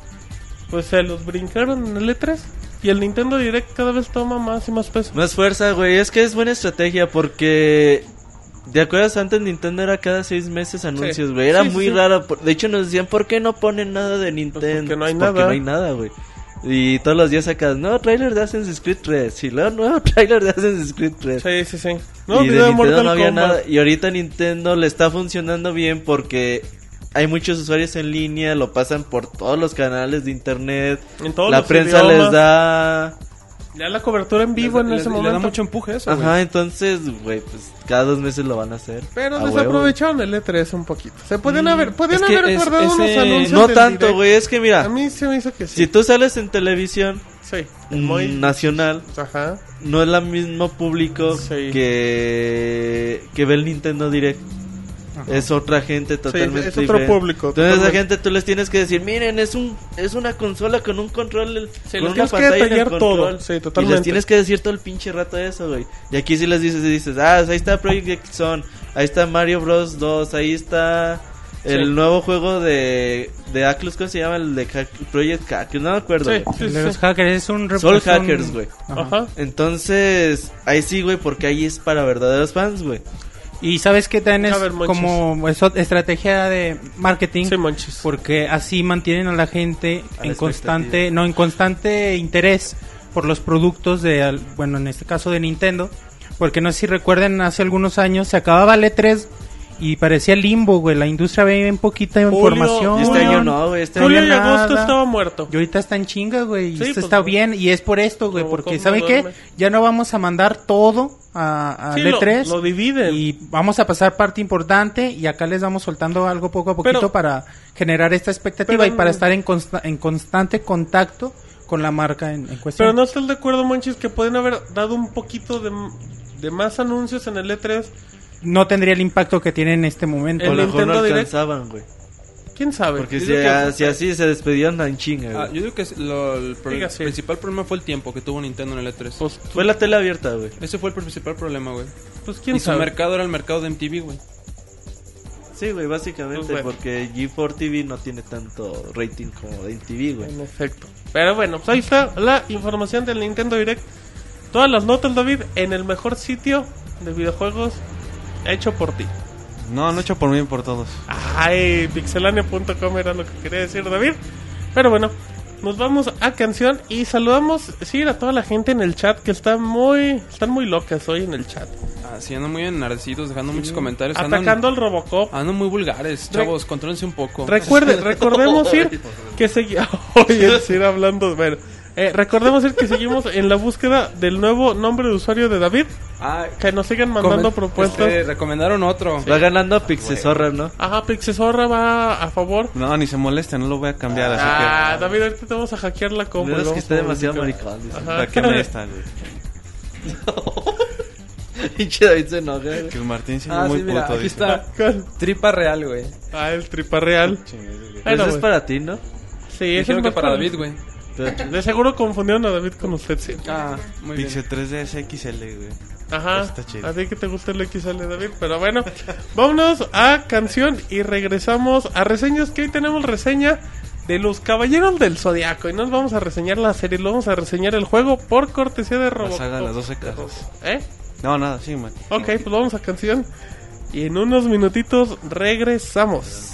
Speaker 2: pues se los brincaron en el E3. Y el Nintendo Direct cada vez toma más y más peso.
Speaker 5: Más fuerza, güey. Es que es buena estrategia porque. ¿Te acuerdas? Antes Nintendo era cada seis meses anuncios, güey. Era
Speaker 2: Sí, sí,
Speaker 5: muy
Speaker 2: sí.
Speaker 5: raro. por- De hecho, nos decían, ¿por qué no ponen nada de Nintendo?
Speaker 2: porque no hay
Speaker 5: Pues porque
Speaker 2: nada.
Speaker 5: no hay nada, güey. Y todos los días sacas, no, trailer de Assassin's Creed 3. Y luego, no, trailer de Assassin's Creed 3.
Speaker 2: Sí, sí, sí. No,
Speaker 5: y
Speaker 2: video
Speaker 5: de
Speaker 2: de
Speaker 5: Nintendo
Speaker 2: Mortal
Speaker 5: no había
Speaker 2: Kombat.
Speaker 5: nada. Y ahorita Nintendo le está funcionando bien porque hay muchos usuarios en línea, lo pasan por todos los canales de internet.
Speaker 2: En todos
Speaker 5: la
Speaker 2: los
Speaker 5: prensa les
Speaker 2: idiomas.
Speaker 5: da.
Speaker 2: Le da la cobertura en vivo en
Speaker 7: Le-
Speaker 2: ese
Speaker 7: le-
Speaker 2: momento.
Speaker 7: Le da mucho empuje eso, güey.
Speaker 5: Ajá, entonces, güey, pues cada dos meses lo van a hacer.
Speaker 2: Pero
Speaker 5: A huevo.
Speaker 2: desaprovecharon el E3 un poquito. Se pueden haber, pueden
Speaker 7: es que
Speaker 2: haber
Speaker 7: es-
Speaker 2: guardado
Speaker 7: ese-
Speaker 2: unos anuncios.
Speaker 5: No
Speaker 2: del
Speaker 5: tanto,
Speaker 2: Direct.
Speaker 5: güey, es que
Speaker 2: A
Speaker 5: mira,
Speaker 2: mí se me hizo que sí.
Speaker 5: si tú sales en televisión
Speaker 2: Sí.
Speaker 5: mm,
Speaker 2: Muy...
Speaker 5: nacional,
Speaker 2: Ajá.
Speaker 5: no es el mismo público
Speaker 2: Sí.
Speaker 5: que, que ve el Nintendo Direct. Es otra gente totalmente
Speaker 2: es otro
Speaker 5: diferente.
Speaker 2: público,
Speaker 5: Entonces a esa
Speaker 2: totalmente.
Speaker 5: gente tú les tienes que decir, miren, es un es una consola con un control,
Speaker 2: Sí,
Speaker 5: con
Speaker 2: les
Speaker 5: una
Speaker 2: tienes que
Speaker 5: en el
Speaker 2: detallar
Speaker 5: control".
Speaker 2: todo. Sí,
Speaker 5: Y les
Speaker 2: totalmente.
Speaker 5: tienes que decir todo el pinche rato eso, güey. Y aquí sí les dices, y dices, ah, ahí está Project Zone, ahí está Mario Bros 2, ahí está el
Speaker 2: Sí.
Speaker 5: nuevo juego de de Atlus, ¿cómo se llama? El de Hack- Project Hackers, no me acuerdo.
Speaker 2: Sí,
Speaker 5: güey.
Speaker 2: sí,
Speaker 3: El
Speaker 2: sí,
Speaker 3: de los
Speaker 2: sí.
Speaker 3: hackers es un... rep-
Speaker 5: Soul
Speaker 3: es un-
Speaker 5: Hackers, güey.
Speaker 2: Ajá.
Speaker 5: Entonces, ahí sí, güey, porque ahí es para verdaderos fans, güey.
Speaker 3: Y sabes que también es
Speaker 2: A ver, Monchis.
Speaker 3: como eso- estrategia de marketing.
Speaker 2: Sí, manches.
Speaker 3: porque así mantienen a la gente
Speaker 5: A la
Speaker 3: en constante,
Speaker 5: expectativa.
Speaker 3: no en constante interés por los productos de, al- bueno, en este caso de Nintendo, porque no sé si recuerden hace algunos años se acababa el E3 y parecía limbo, güey, la industria veía bien poquita
Speaker 2: Julio,
Speaker 3: información.
Speaker 5: Y este año no, güey, este
Speaker 2: Julio
Speaker 5: año
Speaker 2: y
Speaker 3: había
Speaker 2: agosto
Speaker 3: nada.
Speaker 2: estaba muerto.
Speaker 3: Y ahorita están chingas, güey. y
Speaker 2: Sí,
Speaker 3: esto
Speaker 2: pues,
Speaker 3: está
Speaker 2: no.
Speaker 3: bien. Y es por esto, güey.
Speaker 2: No,
Speaker 3: Porque,
Speaker 2: ¿cómo
Speaker 3: ¿sabe qué?
Speaker 2: duerme?
Speaker 3: Ya no vamos a mandar todo a, E a
Speaker 2: Sí, lo,
Speaker 3: E3.
Speaker 2: lo dividen.
Speaker 3: Y vamos a pasar parte importante y acá les vamos soltando algo poco a poquito
Speaker 2: Pero-
Speaker 3: para generar esta expectativa
Speaker 2: pero
Speaker 3: y
Speaker 2: no-
Speaker 3: para estar en, consta- en constante contacto con la marca en, en cuestión.
Speaker 2: Pero no estás de acuerdo, manches, que pueden haber dado un poquito de, de más anuncios en el E E3.
Speaker 3: No tendría el impacto que tiene en este momento.
Speaker 5: A
Speaker 2: El
Speaker 5: lo mejor no
Speaker 2: Nintendo Direct. Pues,
Speaker 5: alcanzaban, güey.
Speaker 2: ¿Quién sabe?
Speaker 5: Porque
Speaker 7: Yo
Speaker 5: si,
Speaker 7: digo que-
Speaker 5: a- si así se despidieron tan chinga,
Speaker 7: Ah,
Speaker 5: güey.
Speaker 7: yo digo que es lo- el, pro-
Speaker 2: Diga, sí.
Speaker 7: principal problema fue el tiempo que tuvo Nintendo en el E3.
Speaker 2: Pues,
Speaker 5: Fue la tele abierta, güey.
Speaker 7: Ese fue el principal problema, güey.
Speaker 2: pues quién
Speaker 7: Y su
Speaker 2: sabe.
Speaker 7: mercado era el mercado de MTV, güey.
Speaker 5: Sí, güey, básicamente
Speaker 2: Pues, güey.
Speaker 5: porque G4 TV no tiene tanto rating como de MTV, güey.
Speaker 2: En efecto. Pero bueno, pues ahí está la información del Nintendo Direct. Todas las notas, David, en el mejor sitio de videojuegos hecho por ti.
Speaker 4: No, no hecho por mí, por todos.
Speaker 2: Ay, pixelania.com era lo que quería decir David. Pero bueno, nos vamos a canción y saludamos, sí, a toda la gente en el chat que está muy, están muy locas hoy en el chat.
Speaker 7: Así andan muy enardecidos, dejando muchos comentarios. andan-
Speaker 2: Atacando al Robocop.
Speaker 7: Andan muy vulgares,
Speaker 2: Re-
Speaker 7: chavos, contrólense un poco.
Speaker 2: Recuerde, recordemos ir que seguimos. hablando. Bueno, eh, recordemos ir que seguimos en la búsqueda del nuevo nombre de usuario de David.
Speaker 7: Ah,
Speaker 2: Que nos sigan mandando
Speaker 7: comen-
Speaker 2: propuestas.
Speaker 7: este, recomendaron otro.
Speaker 5: Va ganando Pixesorra, ¿no?
Speaker 2: Ajá, Pixesorra va a favor.
Speaker 4: No, ni se moleste, no lo voy a cambiar, así
Speaker 2: Ah, David, ahorita te vamos a hackear la compu.
Speaker 5: No es
Speaker 2: ¿no?
Speaker 5: que esté demasiado
Speaker 2: Ajá.
Speaker 5: maricón. dice.
Speaker 4: que para que me está, güey.
Speaker 5: Pinche David se enoja, güey.
Speaker 4: Que el Martín se ve
Speaker 7: Ah,
Speaker 4: muy
Speaker 7: sí, mira,
Speaker 4: puto,
Speaker 7: aquí
Speaker 4: dice.
Speaker 7: está. Tripa real, güey.
Speaker 2: Ah, el tripa real.
Speaker 5: Pero
Speaker 2: Bueno,
Speaker 5: eso Pues es
Speaker 2: güey.
Speaker 5: para ti, ¿no?
Speaker 2: Sí, ese
Speaker 7: Dijeron
Speaker 2: es
Speaker 7: que
Speaker 2: más
Speaker 7: para David, güey.
Speaker 5: Pero-
Speaker 2: De seguro confundieron a David con usted, sí.
Speaker 7: Ah, muy bien.
Speaker 4: Pixel 3DS XL, güey.
Speaker 2: Ajá.
Speaker 4: Está chido.
Speaker 2: A ti que te gusta el XL, David. Pero bueno, vámonos a canción y regresamos a reseñas. Que hoy tenemos reseña de los Caballeros del Zodiaco. Y nos vamos a reseñar la serie, lo vamos a reseñar el juego por cortesía de Robocop.
Speaker 4: saga de las 12 casas.
Speaker 2: ¿Eh?
Speaker 4: No, nada, sí, man.
Speaker 2: Ok, pues vamos a canción. Y en unos minutitos regresamos.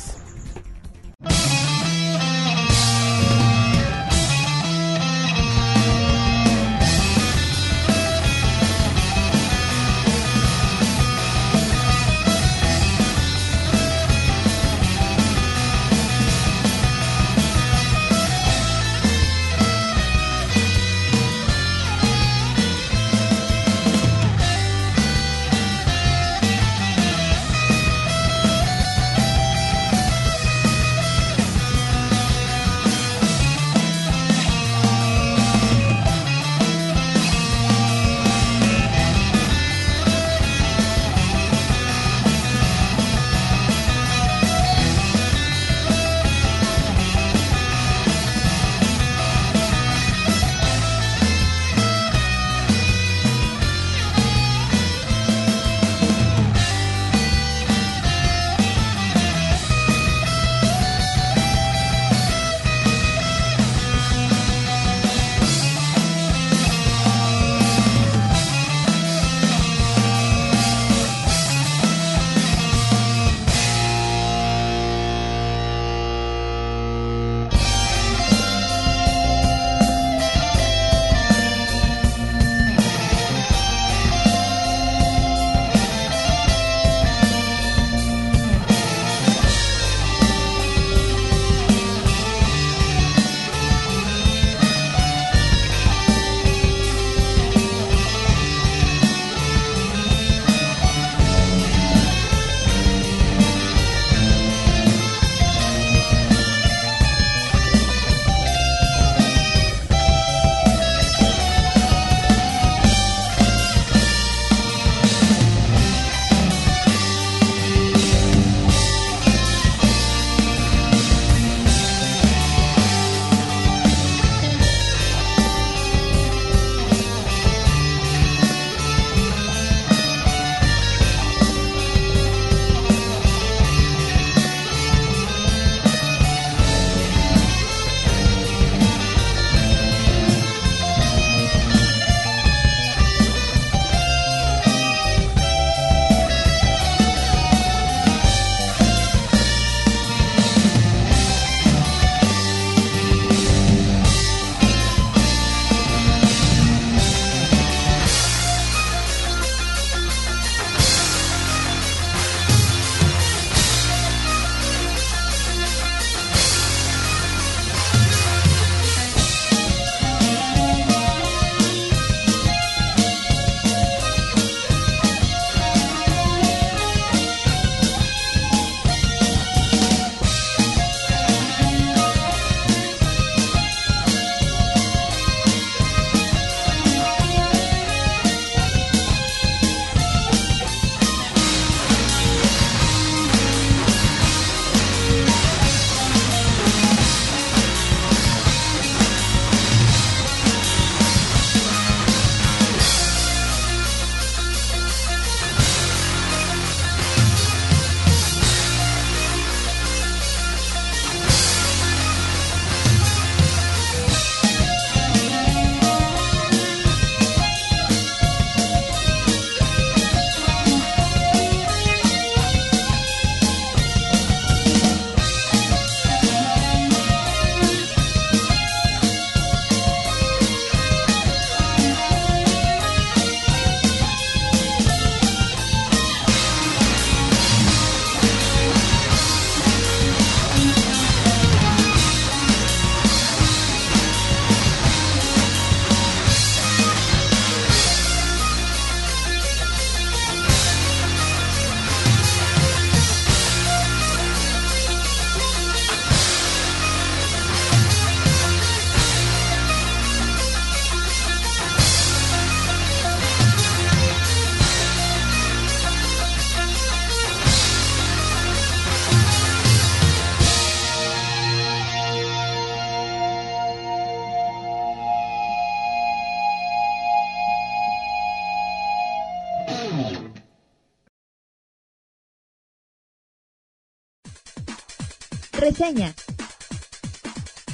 Speaker 1: reseña.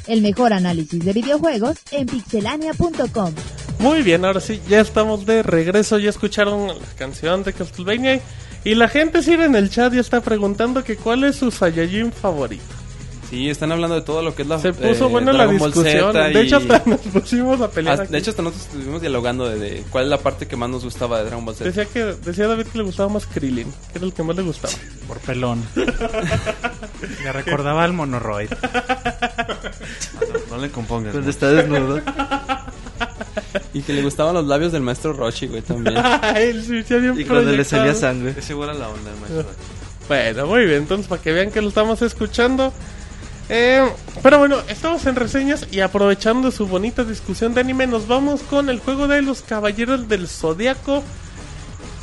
Speaker 1: El mejor análisis de videojuegos en pixelania.com.
Speaker 2: Muy bien, ahora sí, ya estamos de regreso, ya escucharon la canción de Castlevania y la gente sigue en el chat y está preguntando que cuál es su Saiyajin favorito.
Speaker 7: Sí, están hablando de todo lo que es la
Speaker 2: Se puso
Speaker 7: eh,
Speaker 2: buena la
Speaker 7: Dragon Ball
Speaker 2: discusión, eh.
Speaker 7: Z
Speaker 2: de
Speaker 7: y-
Speaker 2: hecho hasta nos pusimos a pelear.
Speaker 7: hasta-
Speaker 2: aquí.
Speaker 7: de hecho, hasta nosotros estuvimos dialogando de, de cuál es la parte que más nos gustaba de Dragon Ball Z.
Speaker 2: decía que decía David que le gustaba más Krillin, que era el que más le gustaba.
Speaker 3: Por pelón. Me recordaba al monoroid.
Speaker 4: No, no le compongas.
Speaker 5: Cuando
Speaker 4: ¿no?
Speaker 5: está desnudo.
Speaker 7: Y que le gustaban los labios del maestro Roshi, güey, también.
Speaker 2: Él sí, sí, bien
Speaker 5: Y cuando le salía
Speaker 2: proyectado.
Speaker 5: sangre.
Speaker 4: Ese era la onda, maestro.
Speaker 2: Bueno, muy bien, entonces para que vean que lo estamos escuchando. Eh, pero bueno, estamos en reseñas y aprovechando su bonita discusión de anime, nos vamos con el juego de los Caballeros del Zodiaco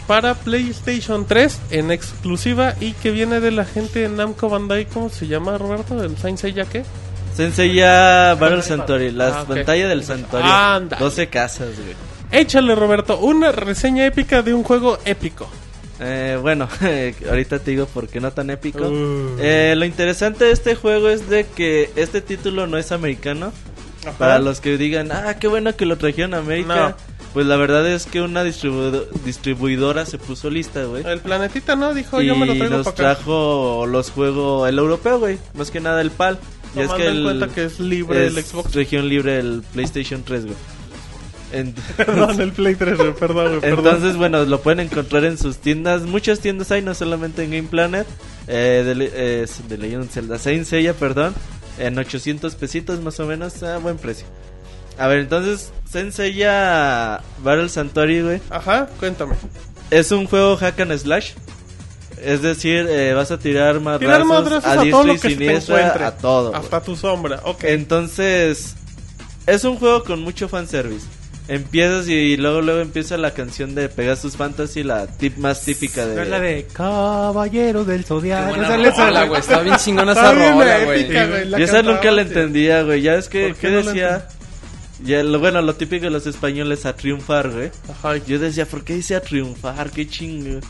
Speaker 2: para PlayStation 3 en exclusiva y que viene de la gente de Namco Bandai, ¿cómo se llama Roberto? ¿Del Saint Seiya qué?
Speaker 5: Sensei ya Battle Santori, la
Speaker 2: Ah, ok.
Speaker 5: pantalla del Santori.
Speaker 2: Anda.
Speaker 5: 12 casas, güey.
Speaker 2: Échale Roberto, una reseña épica de un juego épico.
Speaker 5: Eh, bueno, ahorita te digo por qué no tan épico.
Speaker 2: Uh.
Speaker 5: Eh, lo interesante de este juego es de que este título no es americano. Para los que digan, ah, qué bueno que lo trajeron a América.
Speaker 2: No.
Speaker 5: Pues la verdad es que una distribuido- distribuidora se puso lista, güey.
Speaker 2: El planetita no dijo,
Speaker 5: Y
Speaker 2: yo me lo traigo
Speaker 5: nos
Speaker 2: para acá.
Speaker 5: trajo los juegos, el europeo, güey. Más que nada el PAL. Y es
Speaker 2: Tomando
Speaker 5: que
Speaker 2: en
Speaker 5: el-
Speaker 2: cuenta que es libre el
Speaker 5: es
Speaker 2: Xbox.
Speaker 5: Región libre el PlayStation 3, güey. En-
Speaker 2: Perdón, el Play 3, güey, perdón, güey, perdón.
Speaker 5: Entonces, bueno, lo pueden encontrar en sus tiendas. Muchas tiendas hay, no solamente en Game Planet. Eh, de, le- eh, de Legend of Zelda Saint Seiya, perdón. En 800 pesitos más o menos, a buen precio. A ver, entonces, Saint Seiya Battle Santuary, güey.
Speaker 2: Ajá, cuéntame.
Speaker 5: Es un juego hack and slash. Es decir, eh, vas a tirar madrazos,
Speaker 2: Tirar madrazos a, todo
Speaker 5: diestra
Speaker 2: lo
Speaker 5: y
Speaker 2: que se te
Speaker 5: siniestra,
Speaker 2: encuentre.
Speaker 5: a todo. güey.
Speaker 2: Hasta tu sombra, ok.
Speaker 5: Entonces, es un juego con mucho fanservice. Empiezas y luego luego empieza la canción de Pegasus Fantasy, la tip más típica
Speaker 3: Es
Speaker 5: de...
Speaker 3: la de Caballero del Zodiaco.
Speaker 7: Buena
Speaker 3: Esa le
Speaker 7: rola,
Speaker 3: sale-
Speaker 7: güey, Está bien chingona
Speaker 2: Está
Speaker 7: esa
Speaker 2: bien
Speaker 7: rola,
Speaker 2: épica,
Speaker 7: güey.
Speaker 2: güey, la
Speaker 5: Yo esa
Speaker 2: cantaba,
Speaker 5: nunca la
Speaker 2: sí.
Speaker 5: entendía, güey. Ya es que,
Speaker 2: ¿Por qué
Speaker 5: ¿qué
Speaker 2: no la
Speaker 5: decía? Ya, lo, bueno, lo típico de los españoles a triunfar, güey.
Speaker 2: Ajá,
Speaker 5: Yo decía, ¿por qué dice a triunfar? Qué chingo.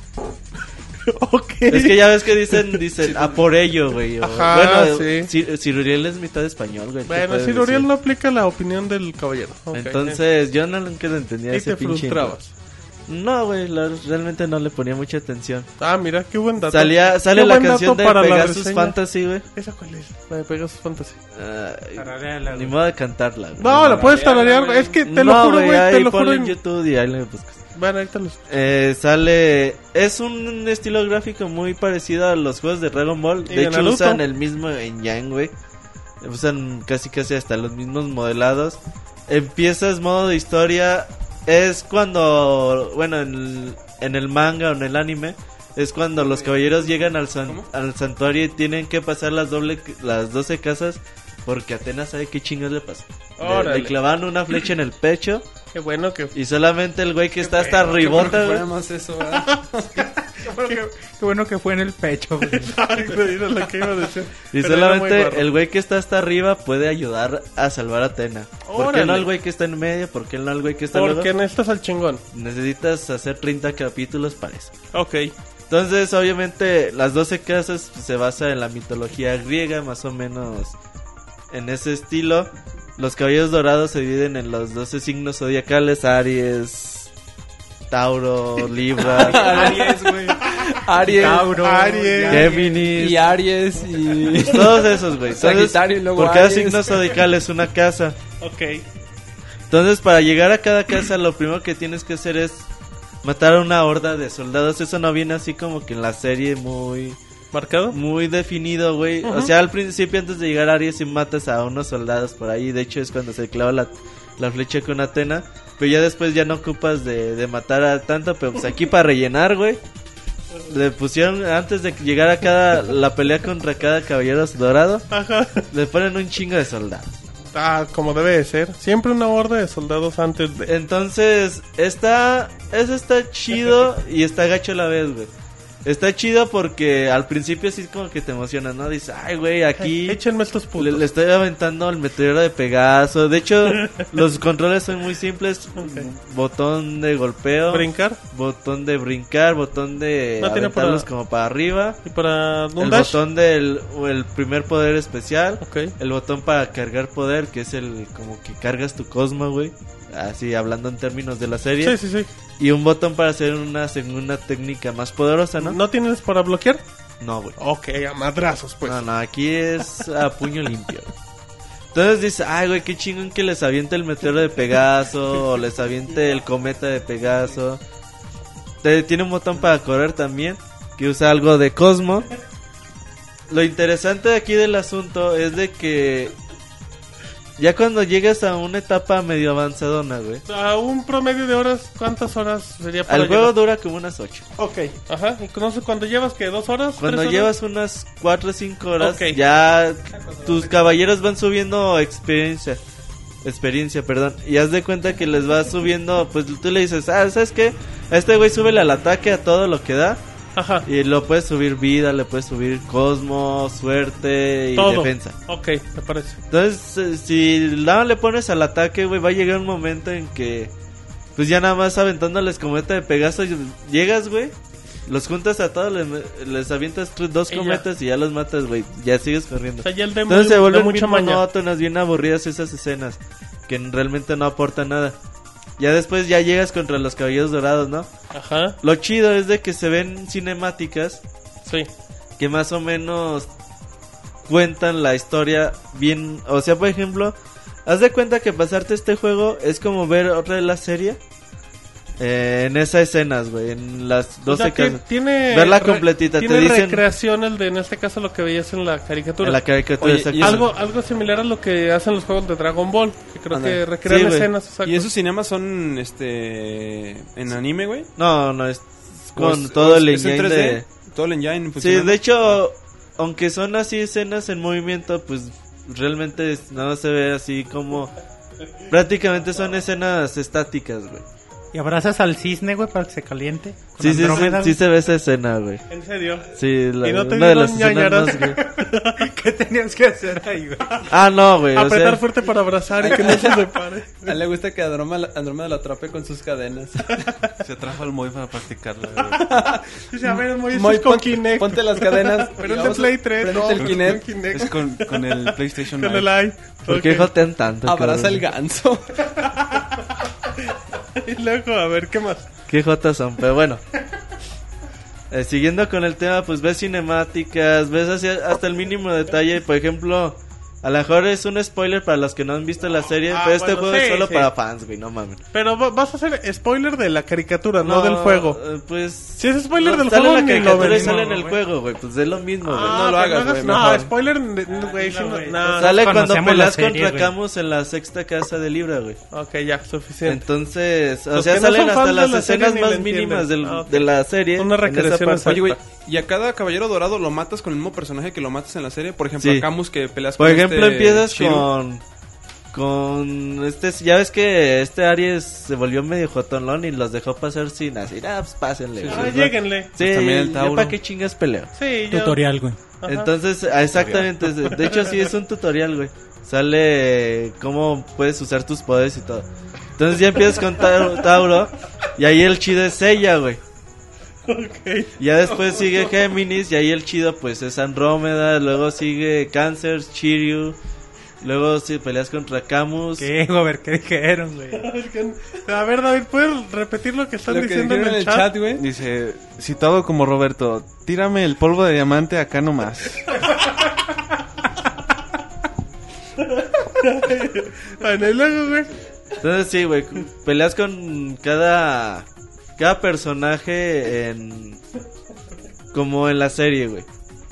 Speaker 2: ok.
Speaker 5: Es que ya ves que dicen, dicen, a por ello, güey. o-
Speaker 2: Ajá,
Speaker 5: bueno,
Speaker 2: sí.
Speaker 5: Cir- Ciruriel es mitad español, güey. ¿qué
Speaker 2: Bueno,
Speaker 5: puedes
Speaker 2: si Doriel
Speaker 5: decir?
Speaker 2: no aplica la opinión del caballero. ok.
Speaker 5: Entonces, yo no nunca
Speaker 2: Y
Speaker 5: lo entendía
Speaker 2: te
Speaker 5: ese pinche.
Speaker 2: frustrabas.
Speaker 5: No, güey, la- realmente no le ponía mucha atención.
Speaker 2: Ah, mira, qué buen dato.
Speaker 5: Salía,
Speaker 2: Qué
Speaker 5: sale la
Speaker 2: buen
Speaker 5: canción
Speaker 2: dato
Speaker 5: de
Speaker 2: para la
Speaker 5: Pegasus
Speaker 2: reseña.
Speaker 5: Fantasy, güey.
Speaker 2: ¿Esa cuál es? La de Pegasus Fantasy.
Speaker 5: Ay,
Speaker 3: Tarareala, güey.
Speaker 5: ni modo de cantarla, güey.
Speaker 2: No, la puedes tararear. Es que te lo
Speaker 5: No,
Speaker 2: juro, güey, te
Speaker 5: ahí
Speaker 2: lo juro.
Speaker 5: ponle en
Speaker 2: en-
Speaker 5: YouTube y ahí le buscas.
Speaker 2: Bueno, ahorita los...
Speaker 5: Eh, sale. Es un estilo gráfico muy parecido a los juegos de Dragon Ball.
Speaker 2: Y
Speaker 5: De,
Speaker 2: de
Speaker 5: hecho,
Speaker 2: Naruto.
Speaker 5: usan el mismo en Yang, güey. Usan casi casi hasta los mismos modelados. Empiezas modo de historia. Es cuando. Bueno, en el, en el manga o en el anime. Es cuando los caballeros llegan al, san- al santuario y tienen que pasar las, doble, las 12 casas. Porque Atenas sabe qué chingas le pasó. Le- Le,
Speaker 2: Órale.
Speaker 5: clavan una flecha en el pecho.
Speaker 2: Qué bueno que...
Speaker 5: Y solamente el güey que está hasta arribota, güey.
Speaker 7: más eso, ¿verdad?
Speaker 3: Qué qué bueno que fue en el pecho, güey.
Speaker 2: Ay, güey, era lo que iba a decir.
Speaker 5: Y
Speaker 2: Pero era muy
Speaker 5: solamente
Speaker 2: guarro.
Speaker 5: el güey que está hasta arriba puede ayudar a salvar a Atena. ¿Por qué
Speaker 2: Órale.
Speaker 5: no el güey que está en medio? ¿Por qué no el güey que está
Speaker 2: Porque
Speaker 5: luego?
Speaker 2: necesitas al chingón.
Speaker 5: Necesitas hacer 30 capítulos para eso.
Speaker 2: Ok.
Speaker 5: Entonces, obviamente, las 12 casas pues, se basa en la mitología griega, más o menos en ese estilo. Los caballeros dorados se dividen en los 12 signos zodiacales, Aries, Tauro, Libra,
Speaker 7: Aries, güey. Aries.
Speaker 3: Tauro.
Speaker 2: Aries.
Speaker 5: Géminis.
Speaker 7: Y Aries y...
Speaker 5: Todos esos, güey. Entonces,
Speaker 7: Sagitario y luego
Speaker 5: Por cada
Speaker 7: Aries.
Speaker 5: signo zodiacal es una casa.
Speaker 2: Ok.
Speaker 5: Entonces, para llegar a cada casa, lo primero que tienes que hacer es matar a una horda de soldados. Eso no viene así como que en la serie muy
Speaker 2: ¿Marcado?
Speaker 5: muy definido, güey. O sea, al principio, antes de llegar a Aries, y matas a unos soldados por ahí. De hecho, es cuando se clava la, la flecha con Atena. Pero ya después ya no ocupas de, de matar a tanto. Pero pues aquí para rellenar, güey. Le pusieron, antes de llegar a cada, la pelea contra cada caballero dorado,
Speaker 2: Ajá.
Speaker 5: le ponen un chingo de soldados.
Speaker 2: Ah, como debe de ser. Siempre una horda de soldados antes de...
Speaker 5: Entonces, está. Eso está chido y está gacho a la vez, güey. Está chido porque al principio sí como que te emocionas, ¿no? Dices, ay, güey, aquí...
Speaker 2: Échenme estos putos.
Speaker 5: Eh, Le, le estoy aventando el meteoro de Pegaso. De hecho, los controles son muy simples. Botón de golpeo.
Speaker 2: Brincar.
Speaker 5: Botón de brincar. Botón de
Speaker 2: No tiene
Speaker 5: aventarlos
Speaker 2: para-
Speaker 5: como para arriba.
Speaker 2: Y para un
Speaker 5: el
Speaker 2: dash.
Speaker 5: botón del o el primer poder especial.
Speaker 2: Ok.
Speaker 5: El botón para cargar poder, que es el como que cargas tu cosmo, güey. Así hablando en términos de la serie.
Speaker 2: Sí, sí, sí.
Speaker 5: Y un botón para hacer una segunda técnica más poderosa, Ah, ¿no?
Speaker 2: ¿No tienes para bloquear?
Speaker 5: No, güey.
Speaker 2: Ok, a madrazos, pues.
Speaker 5: Ah, No, no, aquí es a puño limpio. Entonces dice, ay, güey, qué chingón que les aviente el meteoro de Pegaso o les aviente el cometa de Pegaso. Te- Tiene un botón para correr también, que usa algo de Cosmo. Lo interesante de aquí del asunto es de que ya cuando llegas a una etapa medio avanzadona, güey,
Speaker 2: A un promedio de horas, ¿cuántas horas sería para
Speaker 5: el juego
Speaker 2: llegar?
Speaker 5: dura como unas 8.
Speaker 2: Ok, ajá. Y no sé, cuando llevas que dos horas.
Speaker 5: Cuando
Speaker 2: ¿Tres horas?
Speaker 5: llevas unas 4 o 5 horas,
Speaker 2: Ok.
Speaker 5: ya tus caballeros van subiendo experiencia. Experiencia, perdón. Y haz de cuenta que les va subiendo. Pues tú le dices, ah, ¿sabes qué? A este güey súbele al ataque a todo lo que da.
Speaker 2: Ajá.
Speaker 5: Y lo puedes subir vida, le puedes subir cosmo, suerte y
Speaker 2: Todo.
Speaker 5: defensa.
Speaker 2: Ok, me parece.
Speaker 5: Entonces, eh, si nada más le pones al ataque, güey, va a llegar un momento en que, pues ya nada más aventándoles cometa de Pegaso, y- llegas, güey, los juntas a todos, les, les avientas tú dos
Speaker 2: Y ya.
Speaker 5: cometas y ya los matas, güey, ya sigues corriendo.
Speaker 2: O sea, ya el demo
Speaker 5: Entonces se vuelven
Speaker 2: mucha
Speaker 5: bien
Speaker 2: maña.
Speaker 5: monótonas, bien aburridas esas escenas, que realmente no aportan nada. Ya después ya llegas contra los caballeros dorados, ¿no?
Speaker 2: Ajá,
Speaker 5: Lo chido es de que se ven cinemáticas
Speaker 2: sí.
Speaker 5: que más o menos cuentan la historia bien. O sea, por ejemplo, haz de cuenta que pasarte este juego es como ver otra de la serie eh, en esas escenas, güey, en las 12
Speaker 2: O sea, que
Speaker 5: casas.
Speaker 2: tiene
Speaker 5: Verla
Speaker 2: re-
Speaker 5: completita, te
Speaker 2: tiene
Speaker 5: dicen-
Speaker 2: recreación el de en este caso lo que veías en la caricatura.
Speaker 5: En la caricatura,
Speaker 6: Oye,
Speaker 5: exacto.
Speaker 6: y
Speaker 2: algo algo similar a lo que hacen los juegos de Dragon Ball, que creo
Speaker 6: Ándale.
Speaker 2: que recrean
Speaker 5: Sí, güey.
Speaker 2: escenas, exacto.
Speaker 6: ¿Y esos cinemas son este en anime, güey?
Speaker 5: No, no, es
Speaker 6: ¿O
Speaker 5: con
Speaker 6: es-
Speaker 5: todo
Speaker 6: o es-
Speaker 5: el
Speaker 6: es en
Speaker 5: engine
Speaker 6: 3D?
Speaker 5: de...
Speaker 6: Todo el engine. pues,
Speaker 5: Sí,
Speaker 6: ¿no?
Speaker 5: de hecho, aunque son así escenas en movimiento, pues realmente es- no se ve así como... Prácticamente son escenas estáticas, güey.
Speaker 3: Y abrazas al cisne, güey, para que se caliente. Con
Speaker 5: Sí, sí, sí,
Speaker 3: Andrómeda,
Speaker 5: sí
Speaker 3: güey.
Speaker 5: se ve esa escena, güey.
Speaker 2: En serio.
Speaker 5: Sí, la,
Speaker 2: Y no te
Speaker 5: una de
Speaker 2: dieron
Speaker 5: las escenas
Speaker 2: ñañaras.
Speaker 5: más, güey.
Speaker 3: ¿Qué tenías que hacer ahí, güey?
Speaker 5: Ah, no, güey. O
Speaker 2: Apretar
Speaker 5: sea,
Speaker 2: fuerte para abrazar y que no se separe.
Speaker 8: A él le gusta que Andrómeda, Andrómeda lo atrape con sus cadenas.
Speaker 4: Se trajo al Moy para practicarlo.
Speaker 2: Ah,
Speaker 4: güey.
Speaker 2: Dice, a ver, muy
Speaker 8: Moy,
Speaker 2: con
Speaker 8: pon-
Speaker 2: Kinect.
Speaker 8: ponte las cadenas.
Speaker 2: Pero
Speaker 8: y
Speaker 2: es de
Speaker 8: vamos a-
Speaker 2: Play 3,
Speaker 8: préndete
Speaker 2: no,
Speaker 8: el Kinect.
Speaker 2: Con
Speaker 4: Es
Speaker 2: Kinect.
Speaker 4: con, con el PlayStation
Speaker 2: Con el
Speaker 4: Live.
Speaker 2: AI.
Speaker 5: ¿por
Speaker 2: Ok.
Speaker 5: qué jotean tanto?
Speaker 8: Abraza el
Speaker 5: cabrón?
Speaker 8: ganso.
Speaker 2: Y luego, a ver, ¿qué más?
Speaker 5: Qué jotas son, pero bueno. Eh, siguiendo con el tema, pues ves cinemáticas, ves hacia- hasta el mínimo detalle. Por ejemplo, a lo mejor es un spoiler para los que no han visto la serie,
Speaker 2: Ah,
Speaker 5: pero este
Speaker 2: bueno,
Speaker 5: juego es
Speaker 2: sí,
Speaker 5: solo
Speaker 2: sí.
Speaker 5: para fans, güey, no mames.
Speaker 2: Pero va- vas a hacer spoiler de la caricatura, no, del juego.
Speaker 5: eh, pues...
Speaker 2: Si es spoiler
Speaker 5: no,
Speaker 2: del
Speaker 5: sale
Speaker 2: juego,
Speaker 5: en
Speaker 2: ni
Speaker 5: la
Speaker 2: lo
Speaker 5: caricatura y
Speaker 2: ves.
Speaker 5: sale en
Speaker 2: No,
Speaker 5: el
Speaker 2: güey.
Speaker 5: juego, güey, pues es lo mismo, güey.
Speaker 2: Ah,
Speaker 8: no lo
Speaker 2: que
Speaker 8: hagas, güey,
Speaker 2: No,
Speaker 8: mejor.
Speaker 2: spoiler, n- güey. sí, no, no,
Speaker 5: Sale cuando
Speaker 3: Conocemos la
Speaker 5: peleas
Speaker 3: serie,
Speaker 5: contra
Speaker 3: güey.
Speaker 5: Camus en la sexta casa de Libra, güey.
Speaker 2: Ok, ya, suficiente.
Speaker 5: Entonces, o
Speaker 2: Los
Speaker 5: sea,
Speaker 2: que no
Speaker 5: salen
Speaker 2: son
Speaker 5: hasta
Speaker 2: fans de
Speaker 5: las
Speaker 2: la serie
Speaker 5: escenas
Speaker 2: ni
Speaker 5: más
Speaker 2: la entienden.
Speaker 5: mínimas del-
Speaker 2: Ah, ok.
Speaker 5: de la serie.
Speaker 2: Una
Speaker 5: en esa
Speaker 2: recreación
Speaker 5: parte.
Speaker 2: exacta.
Speaker 6: Oye, güey, ¿y a cada caballero dorado lo matas con el mismo personaje que lo matas en la serie? Por ejemplo,
Speaker 5: Sí.
Speaker 6: a Camus que peleas
Speaker 5: Por
Speaker 6: con
Speaker 5: ejemplo,
Speaker 6: este
Speaker 5: empiezas
Speaker 6: Shiru.
Speaker 5: con. Con este, ya ves que este Aries se volvió medio jotonlón y los dejó pasar sin así, ah, pues pásenle.
Speaker 2: Ah,
Speaker 5: güey".
Speaker 2: lléguenle.
Speaker 5: Sí,
Speaker 4: Pues también el
Speaker 5: ya
Speaker 4: Tauro.
Speaker 5: para qué chingas peleo.
Speaker 2: Sí, yo-
Speaker 9: Tutorial, güey.
Speaker 2: Ajá.
Speaker 5: Entonces, ah, exactamente, de hecho sí es un tutorial, güey. Sale cómo puedes usar tus poderes y todo. Entonces ya empiezas con Tau- Tauro y ahí el chido es ella, güey.
Speaker 2: Ok.
Speaker 5: Ya después sigue Géminis y ahí el chido pues es Andrómeda, luego sigue Cáncer, Chiryu, luego si peleas contra Camus.
Speaker 3: ¿Qué, güey? A ver, ¿qué dijeron, güey?
Speaker 2: A ver, David, ¿puedes repetir lo que están
Speaker 8: Lo que
Speaker 2: diciendo
Speaker 8: dijeron
Speaker 2: en el chat?
Speaker 8: güey.
Speaker 4: Dice, citado como Roberto, tírame el polvo de diamante acá nomás.
Speaker 2: Bueno, y luego, güey.
Speaker 5: Entonces sí, güey, cu- peleas con cada cada personaje en como en la serie, güey.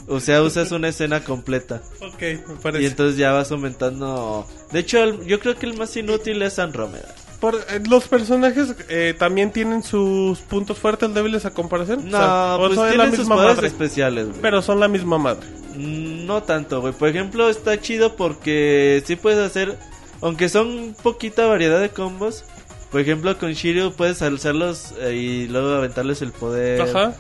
Speaker 5: O sea, usas una escena completa
Speaker 2: Ok, me
Speaker 5: y
Speaker 2: parece.
Speaker 5: entonces ya vas aumentando. De hecho, el- yo creo que el más inútil es Andrómeda.
Speaker 2: Por- eh, los personajes eh, también tienen sus puntos fuertes, débiles a comparación.
Speaker 5: No,
Speaker 2: O sea, o son
Speaker 5: pues
Speaker 2: de
Speaker 5: tienen sus poderes
Speaker 2: madre.
Speaker 5: especiales, güey.
Speaker 2: Pero son la misma madre.
Speaker 5: Mm, No tanto, güey. Por ejemplo, está chido porque sí puedes hacer, aunque son poquita variedad de combos. Por ejemplo, con Shiryu puedes alzarlos eh, y luego aventarles el poder.
Speaker 2: Ajá.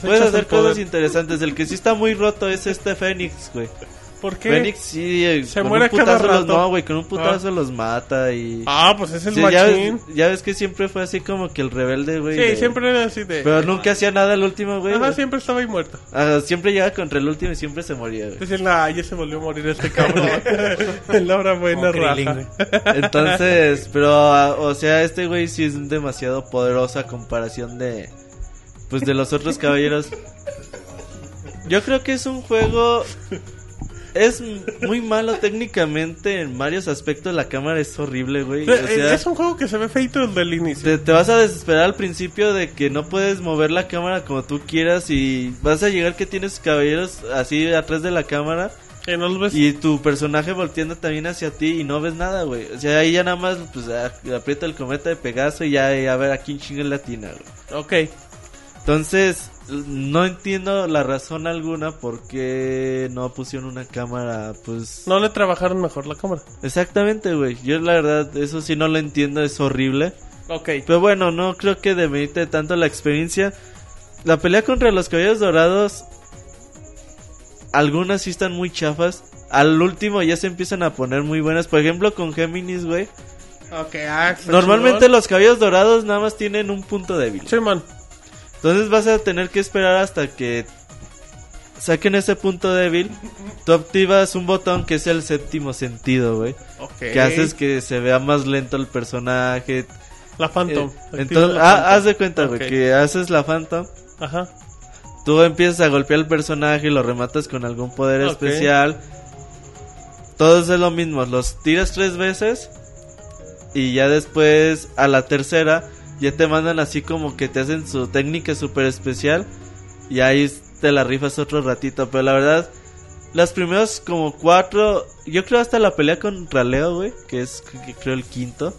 Speaker 5: Puedes
Speaker 2: Fechas
Speaker 5: hacer
Speaker 2: del poder.
Speaker 5: cosas interesantes. El que sí está muy roto es este Fénix, güey.
Speaker 2: ¿Por qué?
Speaker 5: Fénix sí, eh,
Speaker 2: Se
Speaker 5: con
Speaker 2: muere
Speaker 5: un
Speaker 2: cada
Speaker 5: putazo los,
Speaker 2: rato.
Speaker 5: No, güey, con un putazo los mata y...
Speaker 2: Ah, pues es el
Speaker 5: Sí, ya,
Speaker 2: machín.
Speaker 5: ves, ya ves que siempre fue así como que el rebelde, güey.
Speaker 2: Sí,
Speaker 5: de-
Speaker 2: siempre era así de...
Speaker 5: Pero nunca hacía nada el último, güey.
Speaker 2: Ajá, siempre estaba ahí muerto.
Speaker 5: Ah, siempre llegaba contra el último y siempre se moría, güey.
Speaker 2: Decían, ah, ya se volvió a morir este cabrón. en la hora buena, Ah,
Speaker 3: Como Krillin,
Speaker 2: raja.
Speaker 3: güey.
Speaker 5: Entonces, pero, ah, o sea, este güey sí es demasiado poderoso a comparación de, pues, de los otros caballeros. Yo creo que es un juego, es muy malo técnicamente en varios aspectos, la cámara es horrible, güey.
Speaker 2: Pero,
Speaker 5: O sea,
Speaker 2: eh, es un juego que se ve feito desde el inicio.
Speaker 5: te, te vas a desesperar al principio de que no puedes mover la cámara como tú quieras y vas a llegar que tienes caballeros así atrás de la cámara.
Speaker 2: Que no lo ves.
Speaker 5: Y tu personaje volteando también hacia ti y no ves nada, güey. O sea, ahí ya nada más, pues, a- aprieta el cometa de Pegaso y ya, eh, a ver a quién chinga el latina, güey.
Speaker 2: Ok.
Speaker 5: Entonces, l- no entiendo la razón alguna por qué no pusieron una cámara, pues...
Speaker 2: No le trabajaron mejor la cámara.
Speaker 5: Exactamente, güey. Yo la verdad, eso sí no lo entiendo, es horrible.
Speaker 2: Ok.
Speaker 5: Pero bueno, no creo que demerite tanto la experiencia. La pelea contra los caballeros dorados. Algunas sí están muy chafas. Al último ya se empiezan a poner muy buenas. Por ejemplo, con Géminis, güey.
Speaker 2: Ok, ah, está
Speaker 5: Normalmente
Speaker 2: chingón.
Speaker 5: los caballeros dorados nada más tienen un punto débil.
Speaker 2: Sí, man.
Speaker 5: Entonces vas a tener que esperar hasta que saquen ese punto débil. Tú activas un botón que es el séptimo sentido, güey.
Speaker 2: Ok.
Speaker 5: Que haces que se vea más lento el personaje.
Speaker 2: La Phantom.
Speaker 5: Eh,
Speaker 2: Activa
Speaker 5: entonces,
Speaker 2: la
Speaker 5: ah,
Speaker 2: Phantom.
Speaker 5: haz de cuenta, güey,
Speaker 2: Ok.
Speaker 5: que haces la Phantom.
Speaker 2: Ajá.
Speaker 5: Tú empiezas a golpear al personaje y lo rematas con algún poder
Speaker 2: Ok.
Speaker 5: especial. Todos es lo mismo, los tiras tres veces y ya después a la tercera ya te mandan así como que te hacen su técnica super especial y ahí te la rifas otro ratito. Pero la verdad, las primeros como cuatro, yo creo hasta la pelea contra Leo, güey, que es que creo el quinto.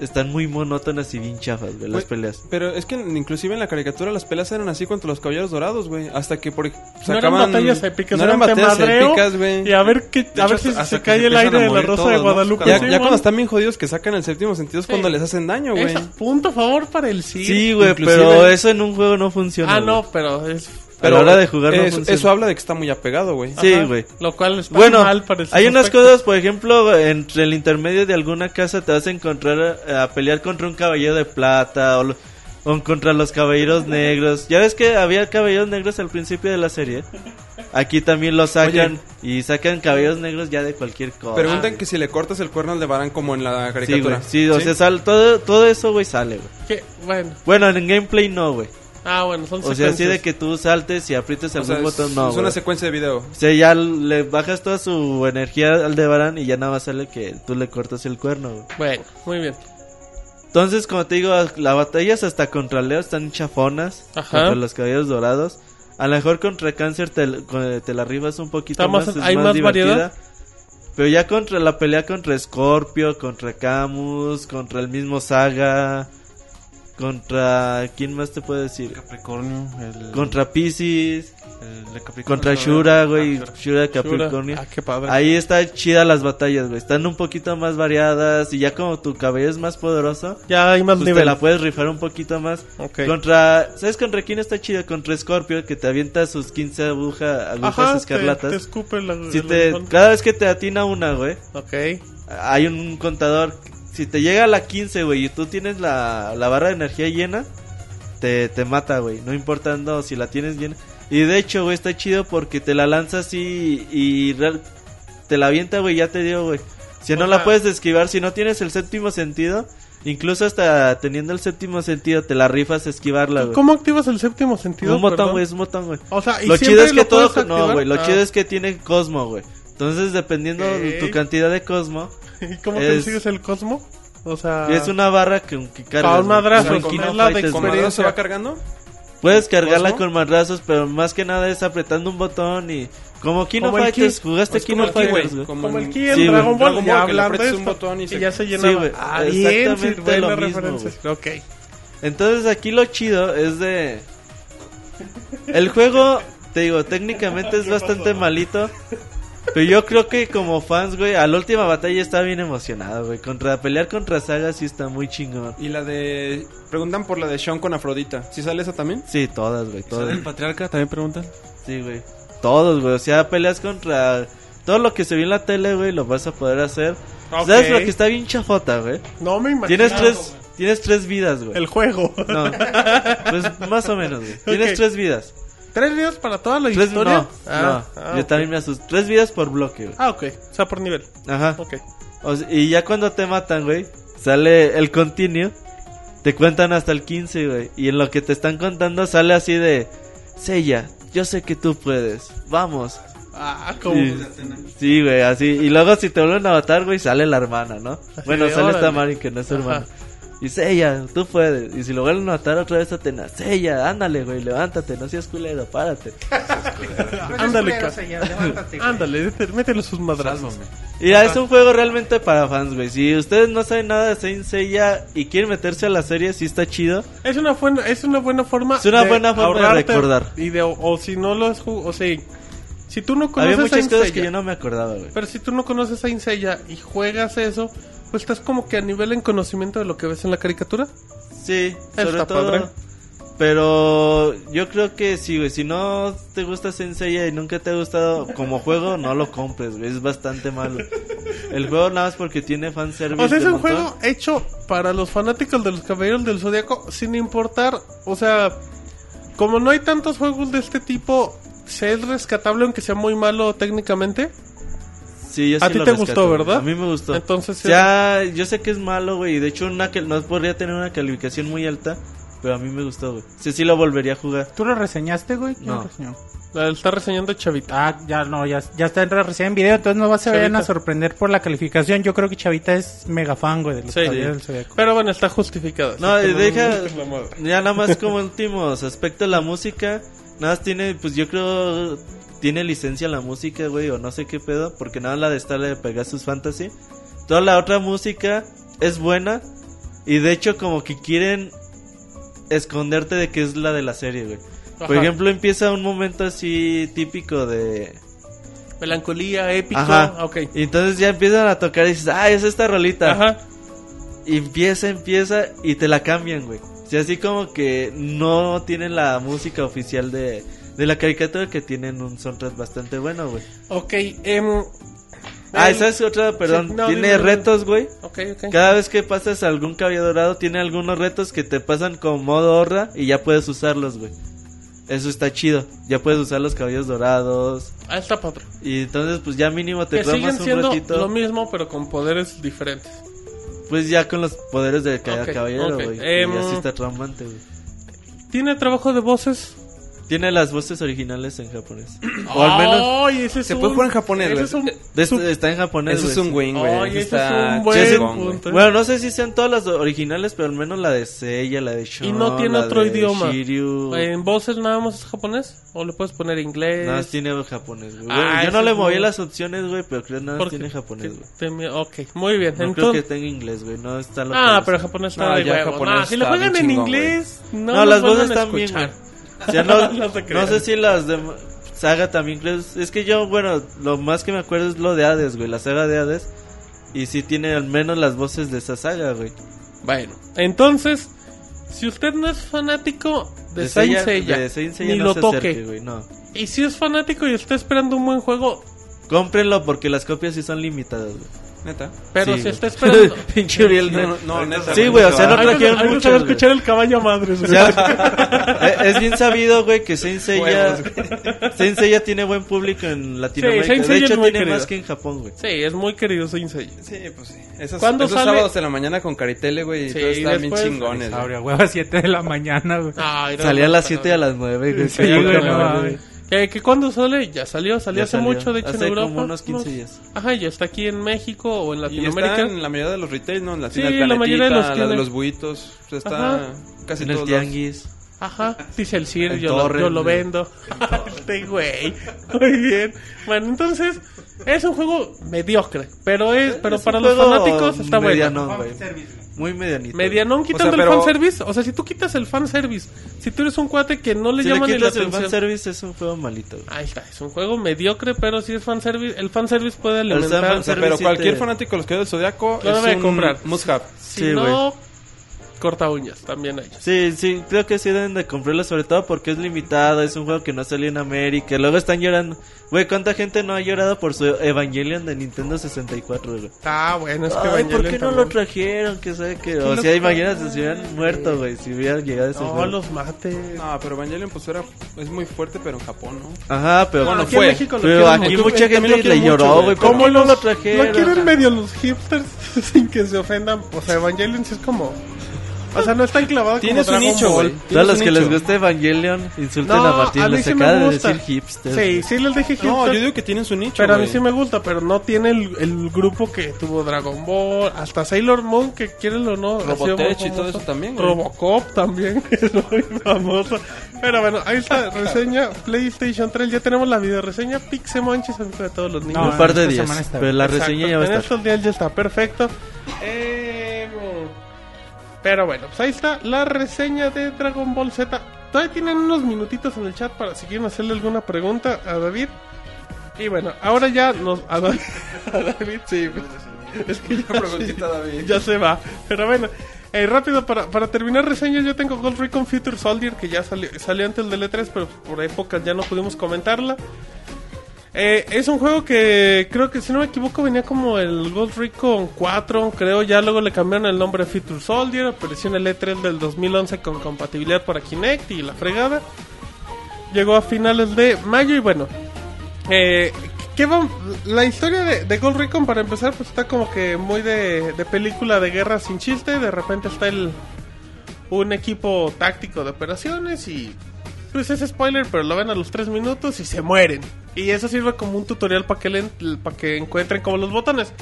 Speaker 5: Están muy monótonas y bien chafas, güey, las
Speaker 7: Güey,
Speaker 5: peleas.
Speaker 7: Pero es que inclusive en la caricatura las peleas eran así contra los caballeros dorados, güey. Hasta que por
Speaker 2: No eran
Speaker 7: sacaban-
Speaker 2: batallas épicas,
Speaker 7: no eran
Speaker 2: eran te
Speaker 7: batallas
Speaker 2: madreo
Speaker 7: épicas, güey.
Speaker 2: Y a ver, qué,
Speaker 4: De
Speaker 2: a
Speaker 4: hecho,
Speaker 2: ver si
Speaker 4: hasta
Speaker 2: se
Speaker 4: que
Speaker 2: cae
Speaker 4: se
Speaker 2: el aire
Speaker 4: empiezan a
Speaker 2: de la
Speaker 4: morir
Speaker 2: Rosa
Speaker 4: todos,
Speaker 2: de
Speaker 4: ¿no?
Speaker 2: Guadalupe.
Speaker 7: Ya,
Speaker 2: Sí,
Speaker 7: ya
Speaker 2: man.
Speaker 7: cuando están bien jodidos que sacan el séptimo sentido es
Speaker 2: Sí.
Speaker 7: cuando les hacen daño, güey.
Speaker 2: Esa- punto a favor para el sí.
Speaker 5: Sí, güey,
Speaker 7: inclusive-
Speaker 5: pero eso en un juego no funciona.
Speaker 2: Ah,
Speaker 5: güey.
Speaker 2: no, pero es...
Speaker 5: Pero a la hora de jugar no
Speaker 7: eso,
Speaker 5: funciona.
Speaker 7: eso habla de que está muy apegado, güey.
Speaker 5: Sí,
Speaker 2: Ajá,
Speaker 5: güey.
Speaker 2: Lo cual está
Speaker 5: Bueno,
Speaker 2: mal para el
Speaker 5: hay unas
Speaker 2: aspecto.
Speaker 5: cosas, por ejemplo, entre el intermedio de alguna casa te vas a encontrar eh, a, pelear contra un caballero de plata o, lo- o contra los caballeros negros. Ya ves que había caballeros negros al principio de la serie. Aquí también los sacan y sacan caballeros negros ya de cualquier cosa.
Speaker 7: Ah, Preguntan que si le cortas el cuerno al de Barán como en la
Speaker 5: Sí, güey.
Speaker 7: caricatura.
Speaker 5: Sí, o sea, sal- todo, todo eso, güey, sale, güey.
Speaker 2: Que- Bueno,
Speaker 5: Bueno, en gameplay no, güey.
Speaker 2: ah, bueno, son
Speaker 5: O sea, así de
Speaker 2: secuencias.
Speaker 5: que tú saltes y aprietes
Speaker 7: O sea,
Speaker 5: algún
Speaker 7: es,
Speaker 5: botón, no,
Speaker 7: es una
Speaker 5: güey.
Speaker 7: secuencia de video.
Speaker 5: O sea, ya le bajas toda su energía al de Barán y ya nada más sale que tú le cortas el cuerno, güey.
Speaker 2: Bueno, muy bien.
Speaker 5: Entonces, como te digo, las batallas hasta contra Leo están chafonas.
Speaker 2: Ajá.
Speaker 5: Contra los caballeros dorados. A lo mejor contra Cáncer te, con- te la rifas un poquito
Speaker 2: Está
Speaker 5: más.
Speaker 2: más-
Speaker 5: es
Speaker 2: hay
Speaker 5: más,
Speaker 2: más
Speaker 5: divertida.
Speaker 2: variedad.
Speaker 5: Pero ya contra la pelea contra Scorpio, contra Camus, contra el mismo Saga. Contra. ¿Quién más te puede decir?
Speaker 4: Capricornio, el,
Speaker 5: Contra Pisces.
Speaker 4: el de Capricornio.
Speaker 5: Contra
Speaker 4: Ah,
Speaker 5: Shura, güey.
Speaker 4: Shura.
Speaker 5: Shura Capricornio.
Speaker 2: Ah, qué padre.
Speaker 5: Ahí está chida las batallas, güey. Están un poquito más variadas y ya como tu cabello es más poderoso,
Speaker 2: Ya hay más
Speaker 5: pues te
Speaker 2: nivel.
Speaker 5: la puedes rifar un poquito más.
Speaker 2: Ok.
Speaker 5: Contra, ¿sabes contra quién está chida? Contra Scorpio que te avienta sus 15 aguja- agujas
Speaker 2: Ajá, te- Te,
Speaker 5: escarlatas.
Speaker 2: escupe la...
Speaker 5: si
Speaker 2: el
Speaker 5: te,
Speaker 2: aguijón.
Speaker 5: cada vez que te atina una, güey,
Speaker 2: Ok.
Speaker 5: hay un contador. Si te llega a la 15, güey, y tú tienes la, la barra de energía llena, te, te mata, güey. No importando si la tienes llena. Y de hecho, güey, está chido porque te la lanza así y real- te la avienta, güey, ya te dio, güey. Si
Speaker 2: O
Speaker 5: no
Speaker 2: sea-
Speaker 5: la puedes esquivar, si no tienes el séptimo sentido, incluso hasta teniendo el séptimo sentido, te la rifas a esquivarla, güey.
Speaker 2: ¿Cómo activas el séptimo sentido?
Speaker 5: Un botón,
Speaker 2: Perdón.
Speaker 5: güey, es un botón, güey.
Speaker 2: O sea, ¿y
Speaker 5: Lo
Speaker 2: siempre
Speaker 5: chido es que
Speaker 2: lo
Speaker 5: todo.
Speaker 2: puedes
Speaker 5: No,
Speaker 2: activar?
Speaker 5: güey, lo
Speaker 2: Ah,
Speaker 5: chido es que tiene Cosmo, güey. Entonces, dependiendo de
Speaker 2: Ok.
Speaker 5: tu cantidad de Cosmo,
Speaker 2: ¿Y cómo
Speaker 5: es-
Speaker 2: consigues el cosmo? O sea...
Speaker 5: Es una barra que, que cargas.
Speaker 2: Pa' un
Speaker 5: güey.
Speaker 2: madrazo,
Speaker 5: Como
Speaker 2: con
Speaker 5: King of
Speaker 2: la de
Speaker 5: Fighters,
Speaker 7: ¿Con
Speaker 5: güey.
Speaker 2: experiencia.
Speaker 7: Madero se va cargando?
Speaker 5: Puedes cargarla
Speaker 7: ¿Cosmo?
Speaker 5: con madrazos, pero más que nada es apretando un botón y. Como King
Speaker 2: Como
Speaker 5: of
Speaker 2: el
Speaker 5: Fighters,
Speaker 2: Ki-
Speaker 5: jugaste
Speaker 7: es
Speaker 5: King
Speaker 7: como
Speaker 5: of
Speaker 7: el Ki,
Speaker 5: Fighters, güey.
Speaker 7: güey,
Speaker 2: Como el
Speaker 7: Ki
Speaker 2: Ki en
Speaker 5: Sí, güey.
Speaker 2: Dragon Ball,
Speaker 7: Dragon Ball,
Speaker 2: ya
Speaker 7: que
Speaker 2: hablando
Speaker 7: le
Speaker 2: de
Speaker 7: aprietas
Speaker 2: esto,
Speaker 7: un botón
Speaker 2: y,
Speaker 7: y se-
Speaker 2: ya se
Speaker 5: Sí,
Speaker 2: llenaba.
Speaker 5: güey,
Speaker 2: ah, bien, sí,
Speaker 5: exactamente
Speaker 2: buena
Speaker 5: lo mismo,
Speaker 2: referencia. Pues Ok.
Speaker 5: Entonces aquí lo chido es de. El juego, te digo, técnicamente es bastante malito. Pero yo creo que como fans, güey, a la última batalla estaba bien emocionado, güey. Contra pelear contra Saga sí está muy chingón.
Speaker 6: Y la de. Preguntan por la de Sean con Afrodita. ¿Sí sale esa también?
Speaker 5: Sí, todas, güey, todas.
Speaker 4: ¿El patriarca también preguntan?
Speaker 5: Sí, güey. Todos, güey. O sea, peleas contra todo lo que se vio en la tele, güey, lo vas a poder hacer.
Speaker 2: Ok.
Speaker 5: ¿Sabes lo que está bien chafota, güey?
Speaker 2: No me imagino.
Speaker 5: Tienes tres, tienes tres vidas, güey.
Speaker 2: El juego.
Speaker 5: No, pues más o menos, güey. Tienes
Speaker 2: Ok.
Speaker 5: tres vidas.
Speaker 2: ¿Tres videos para toda la
Speaker 5: Tres,
Speaker 2: historia?
Speaker 5: no,
Speaker 2: Ah,
Speaker 5: no.
Speaker 2: ah,
Speaker 5: Yo
Speaker 2: ok.
Speaker 5: también me asusto. Tres vidas por bloque, güey.
Speaker 2: Ah, ok. O sea, por nivel.
Speaker 5: Ajá.
Speaker 2: Ok.
Speaker 5: O sea, y ya cuando te matan, güey, sale el continuo. Te cuentan hasta el 15, güey. Y en lo que te están contando sale así de... Sella, yo sé que tú puedes. Vamos.
Speaker 2: Ah, como.
Speaker 5: Sí, sí, güey, así. Y luego si te vuelven a matar, güey, sale la hermana, ¿no? Bueno,
Speaker 2: de,
Speaker 5: sale esta
Speaker 2: órale.
Speaker 5: Mari que no es su
Speaker 2: Ajá.
Speaker 5: hermana. Y Sella, tú puedes. Y si lo vuelven a matar otra vez, Atena. Sella, ándale, güey, levántate. No seas culero, párate.
Speaker 2: Ándale, ca-
Speaker 3: Ah,
Speaker 2: Ándale, dete- métele sus madrazos.
Speaker 5: Y ya, es un juego realmente para fans, güey. Si ustedes no saben nada de Saint Seiya y quieren meterse a la serie, sí está chido.
Speaker 2: Es una buena, es una buena forma.
Speaker 5: Es una buena forma de
Speaker 2: ahorrarte
Speaker 5: recordar.
Speaker 2: Y de, o, o si no lo has jugado, o sea, si tú no conoces
Speaker 5: Había muchas
Speaker 2: Saint
Speaker 5: cosas
Speaker 2: Seiya,
Speaker 5: que yo no me acordaba, güey.
Speaker 2: Pero si tú no conoces a Insella y juegas eso, pues estás como que a nivel en conocimiento de lo que ves en la caricatura.
Speaker 5: Sí,
Speaker 2: Está
Speaker 5: sobre todo.
Speaker 2: padre.
Speaker 5: Pero yo creo que sí, güey. Si no te gusta Saint Seiya y nunca te ha gustado como juego, no lo compres, güey. Es bastante malo. El juego nada más porque tiene fanservice.
Speaker 2: O sea, es
Speaker 5: de
Speaker 2: un
Speaker 5: montón.
Speaker 2: juego hecho para los fanáticos de los Caballeros del Zodíaco, sin importar, o sea, como no hay tantos juegos de este tipo, se es rescatable aunque sea muy malo técnicamente.
Speaker 5: Sí, yo sí
Speaker 2: A ti
Speaker 5: lo
Speaker 2: te
Speaker 5: rescato,
Speaker 2: gustó,
Speaker 5: güey.
Speaker 2: ¿verdad?
Speaker 5: A mí me gustó.
Speaker 2: Entonces,
Speaker 5: Ya, yo sé que es malo, güey. Y de hecho, una que no podría tener una calificación muy alta. Pero a mí me gustó, güey. Sí, sí lo volvería a jugar.
Speaker 3: ¿Tú lo reseñaste, güey? ¿Quién
Speaker 5: No.
Speaker 3: lo reseñó?
Speaker 2: eh, La está reseñando Chavita.
Speaker 3: Ah, ya no, ya, ya está en recién en video, entonces no vas a vayan
Speaker 2: Chavita.
Speaker 3: a sorprender por la calificación. Yo creo que Chavita es mega fan, güey, de los
Speaker 2: Sí.
Speaker 3: Caballeros del Zodiaco.
Speaker 2: Pero bueno, está justificada.
Speaker 5: No,
Speaker 2: así que
Speaker 5: eh, deja-
Speaker 2: es la madre.
Speaker 5: Ya nada más como últimos aspectos la música. Nada más tiene, pues yo creo, tiene licencia la música, güey, o no sé qué pedo, porque nada más la de esta la de Pegasus Fantasy. Toda la otra música es buena y de hecho como que quieren esconderte de que es la de la serie, güey. Por
Speaker 2: Ajá.
Speaker 5: ejemplo, empieza un momento así típico de...
Speaker 2: Melancolía, épico. Ah,
Speaker 5: Ajá.
Speaker 2: Ok.
Speaker 5: Y entonces ya empiezan a tocar y dices, ah, es esta rolita.
Speaker 2: Ajá.
Speaker 5: Y empieza, empieza y te la cambian, güey. O sea, así como que no tienen la música oficial de, de la caricatura que tienen un soundtrack bastante bueno, güey.
Speaker 2: Ok. em,
Speaker 5: Ah,
Speaker 2: el-
Speaker 5: esa es otra, perdón.
Speaker 2: sí, no,
Speaker 5: tiene
Speaker 2: dime, dime.
Speaker 5: retos, güey.
Speaker 2: Ok, ok.
Speaker 5: Cada vez que pasas algún cabello dorado, tiene algunos retos que te pasan con modo horra y ya puedes usarlos, güey. Eso está chido. Ya puedes usar los cabellos dorados.
Speaker 2: Ah, está padre.
Speaker 5: Y entonces, pues ya mínimo te
Speaker 2: Que siguen
Speaker 5: tomas un
Speaker 2: siendo
Speaker 5: ratito.
Speaker 2: lo mismo, pero con poderes diferentes.
Speaker 5: Pues ya con los poderes de cada
Speaker 2: Ok,
Speaker 5: caballero,
Speaker 2: ok.
Speaker 5: güey.
Speaker 2: Em,
Speaker 5: Y así está traumante, güey.
Speaker 2: Tiene trabajo de voces.
Speaker 5: Tiene las voces originales en japonés. o al menos.
Speaker 2: Ay, ese es
Speaker 6: Se
Speaker 2: un-
Speaker 6: puede jugar en japonés,
Speaker 2: ese
Speaker 6: güey.
Speaker 2: es un-
Speaker 5: de este- está en japonés.
Speaker 6: Eso es
Speaker 5: güey.
Speaker 6: un win, güey.
Speaker 2: Ay,
Speaker 6: Eso
Speaker 2: ese
Speaker 6: está
Speaker 2: es un buen
Speaker 6: chingón, güey.
Speaker 2: punto.
Speaker 5: Bueno, no sé si sean todas las originales, pero al menos la de Seiya, la de Shon,
Speaker 2: Y no tiene
Speaker 5: la
Speaker 2: otro
Speaker 5: de
Speaker 2: idioma.
Speaker 5: Shiryu.
Speaker 2: En voces nada más es japonés. O le puedes poner inglés.
Speaker 5: Nada más tiene japonés, güey.
Speaker 2: Ah,
Speaker 5: Yo
Speaker 2: ese
Speaker 5: no le
Speaker 2: es
Speaker 5: moví
Speaker 2: un-
Speaker 5: las opciones, güey, pero creo que nada más
Speaker 2: Porque-
Speaker 5: tiene japonés, güey.
Speaker 2: te- te- ok, muy bien.
Speaker 5: No creo que
Speaker 2: Entonces,
Speaker 5: tenga inglés, güey. No está lo
Speaker 2: ah,
Speaker 5: que-
Speaker 2: pero japonés está
Speaker 6: No,
Speaker 2: de
Speaker 6: ya
Speaker 2: huevo.
Speaker 6: japonés
Speaker 2: Nah, si lo
Speaker 6: está
Speaker 2: juegan
Speaker 6: bien
Speaker 2: en
Speaker 6: chingón,
Speaker 2: inglés, no.
Speaker 5: No,
Speaker 2: los
Speaker 5: las
Speaker 2: van
Speaker 5: voces
Speaker 2: a
Speaker 5: están bien,
Speaker 2: escuchar.
Speaker 5: güey. O sea, no,
Speaker 2: No te
Speaker 5: no
Speaker 2: creas.
Speaker 5: sé si las de saga también crees. Es que yo, bueno, lo más que me acuerdo es lo de Hades, güey. La saga de Hades. Y sí tiene al menos las voces de esa saga, güey.
Speaker 2: Bueno, entonces, si usted no es fanático de, Saint Seiya,
Speaker 5: de Saint Seiya
Speaker 2: ni
Speaker 5: no
Speaker 2: lo
Speaker 5: se
Speaker 2: toque.
Speaker 5: acerque, güey, no.
Speaker 2: Y si es fanático y está esperando un buen juego,
Speaker 5: Cómprenlo porque las copias sí son limitadas, güey.
Speaker 6: Neta.
Speaker 2: pero
Speaker 5: Sí,
Speaker 2: si
Speaker 5: güey.
Speaker 2: está esperando.
Speaker 5: Pinche Uriel,
Speaker 6: No,
Speaker 5: güey.
Speaker 6: no, no, neta.
Speaker 5: Sí, güey, o sea, no
Speaker 2: Ahí
Speaker 5: trajeron
Speaker 2: nos- ahí nos
Speaker 5: muchas,
Speaker 2: va a
Speaker 5: güey.
Speaker 2: escuchar el caballo a madres. güey.
Speaker 5: Ya- eh, es bien sabido, güey, que Saint Seiya, Saint Seiya tiene buen público en Latinoamérica.
Speaker 2: Sí, Saint
Speaker 5: de
Speaker 2: Seiya
Speaker 5: hecho,
Speaker 2: es muy
Speaker 5: tiene más
Speaker 2: querido.
Speaker 5: que en Japón, güey.
Speaker 2: Sí, es muy querido Saint Seiya.
Speaker 6: Sí, pues sí. Esos,
Speaker 2: ¿Cuándo
Speaker 6: esos
Speaker 2: sale?
Speaker 6: sábados de la mañana con Caritele, güey, y
Speaker 2: Sí,
Speaker 6: todos estaban bien
Speaker 2: después- Ah,
Speaker 6: chingones. güey.
Speaker 3: Ahora, güey, a 7 de la mañana, güey.
Speaker 2: Ay, no,
Speaker 5: Salía a
Speaker 2: no,
Speaker 5: las
Speaker 2: no,
Speaker 5: 7
Speaker 2: no.
Speaker 5: y a las 9, güey.
Speaker 3: Sí, güey, no mames.
Speaker 2: Eh, ¿Que cuándo sale? Ya salió, salió
Speaker 5: Ya
Speaker 2: hace
Speaker 5: salió.
Speaker 2: mucho, de hecho
Speaker 5: Hace
Speaker 2: en Europa.
Speaker 5: como unos 15 días.
Speaker 2: Ajá, ya está aquí en México o en
Speaker 6: Y está
Speaker 2: Latinoamérica.
Speaker 6: en la mayoría de los retail, ¿no? En la
Speaker 2: Sí,
Speaker 6: tienda del
Speaker 2: la mayoría de
Speaker 6: Planetita,
Speaker 2: los
Speaker 6: la de
Speaker 2: tiene.
Speaker 6: los buitos. O sea,
Speaker 7: pues,
Speaker 6: está
Speaker 2: Ajá.
Speaker 6: casi
Speaker 5: En
Speaker 6: en
Speaker 5: el
Speaker 6: todos lados.
Speaker 5: tianguis.
Speaker 2: Ajá, dice el Sir,
Speaker 5: En
Speaker 2: yo, lo-
Speaker 5: Torrent,
Speaker 2: yo lo
Speaker 5: güey.
Speaker 2: vendo. Este güey. Muy bien. Bueno, entonces, es un juego mediocre, pero es pero
Speaker 5: Es
Speaker 2: para
Speaker 5: un
Speaker 2: los
Speaker 5: juego
Speaker 2: fanáticos está bueno.
Speaker 5: medianón, güey. Muy medianito.
Speaker 2: Medianón quitando
Speaker 7: pero-
Speaker 2: el fanservice. O sea, si tú quitas el fanservice, si tú eres un cuate que no le
Speaker 5: Si le
Speaker 2: llama ni la
Speaker 5: quitas el
Speaker 2: atención.
Speaker 5: fanservice, es un juego malito. güey.
Speaker 2: Ahí está, es un juego mediocre, pero si es fanservice, el fanservice puede
Speaker 5: sea,
Speaker 2: alimentar.
Speaker 5: fanservice-
Speaker 7: Pero
Speaker 5: sí
Speaker 7: cualquier
Speaker 5: te-
Speaker 7: fanático de los Caballeros del Zodiaco
Speaker 2: Lo
Speaker 7: es
Speaker 2: debe
Speaker 7: un
Speaker 2: comprar.
Speaker 7: must have.
Speaker 2: si
Speaker 5: Pues sí,
Speaker 2: no, corta uñas también hay.
Speaker 5: Sí, sí, creo que sí deben de comprarlo, sobre todo porque es limitado, es un juego que no salió en América. Luego están llorando. Güey, ¿cuánta gente no ha llorado por su Evangelion de Nintendo 64, güey?
Speaker 2: Ah, bueno, es que
Speaker 5: Ay, ¿por
Speaker 2: Evangelion
Speaker 5: qué no
Speaker 2: también.
Speaker 5: lo trajeron? Que sabe que. O
Speaker 2: los
Speaker 5: sea, imagínate si hubieran muerto, güey, si hubieran llegado ese
Speaker 2: No,
Speaker 5: juego.
Speaker 2: los mates.
Speaker 7: No, pero Evangelion pues era, es muy fuerte, pero en Japón, ¿no?
Speaker 5: Ajá, pero
Speaker 2: No,
Speaker 5: bueno,
Speaker 2: aquí en
Speaker 5: fue.
Speaker 2: México lo
Speaker 5: pero
Speaker 2: quieren
Speaker 5: aquí
Speaker 2: mucho,
Speaker 5: mucha
Speaker 2: güey, también
Speaker 5: gente
Speaker 2: lo
Speaker 5: le
Speaker 2: quieren mucho,
Speaker 5: lloró,
Speaker 2: güey.
Speaker 5: güey. ¿Por
Speaker 2: ¿Cómo
Speaker 5: qué no
Speaker 2: los-
Speaker 5: lo trajeron?
Speaker 2: Lo quieren medio los hipsters sin que se ofendan. O sea, Evangelion sí es como. O sea, no está enclavado
Speaker 7: Tienes
Speaker 2: como
Speaker 7: un
Speaker 2: Dragon
Speaker 7: nicho,
Speaker 2: Ball.
Speaker 7: güey.
Speaker 5: Todos los
Speaker 7: Tienes
Speaker 5: que
Speaker 7: un
Speaker 5: les
Speaker 7: nicho.
Speaker 5: gusta Evangelion insulten
Speaker 2: No,
Speaker 5: a Martín.
Speaker 2: a mí
Speaker 5: les
Speaker 2: sí me
Speaker 5: acaba de
Speaker 2: gusta.
Speaker 5: decir hipster.
Speaker 2: Sí, sí les dije hipster.
Speaker 7: No, yo digo que tienen su nicho.
Speaker 2: Pero a mí
Speaker 7: güey.
Speaker 2: sí me gusta, pero no tiene el, el grupo que tuvo Dragon Ball, hasta Sailor Moon, que quieren o no. ha sido muy
Speaker 7: Robotech y
Speaker 2: famoso.
Speaker 7: todo eso también, güey.
Speaker 2: Robocop también, que es muy famoso. Pero bueno, ahí está, reseña PlayStation 3. Ya tenemos la video reseña Pixemonches, amigo de todos los niños.
Speaker 5: Un
Speaker 3: No,
Speaker 5: par de
Speaker 3: esta
Speaker 5: días.
Speaker 3: semana está-
Speaker 5: Pero la
Speaker 2: Exacto,
Speaker 5: reseña ya va
Speaker 2: En
Speaker 5: a estar.
Speaker 2: estos días ya está perfecto. Eh, pero bueno, pues ahí está la reseña de Dragon Ball Z. Todavía tienen unos minutitos en el chat para si quieren hacerle alguna pregunta a David. Y bueno, ahora ya nos. A David, a David, sí. Es que ya,
Speaker 8: preguntita, David.
Speaker 2: ya se va. Pero bueno, eh, rápido, para, para terminar reseñas, yo tengo Gold Recon Future Soldier, que ya salió, salió antes del E3, pero por épocas ya no pudimos comentarla. Eh, es un juego que creo que si no me equivoco venía como el Gold Recon 4, creo, ya luego le cambiaron el nombre a Future Soldier, apareció en el E3 del 2011 con compatibilidad para Kinect y la fregada. Llegó a finales de mayo y bueno, eh, ¿qué va- la historia de, de Gold Recon para empezar pues está como que muy de, de película de guerra sin chiste, de repente está el un equipo táctico de operaciones y pues es spoiler, pero lo ven a los 3 minutos y se mueren. Y eso sirve como un tutorial para que, le- pa' que encuentren como los botones.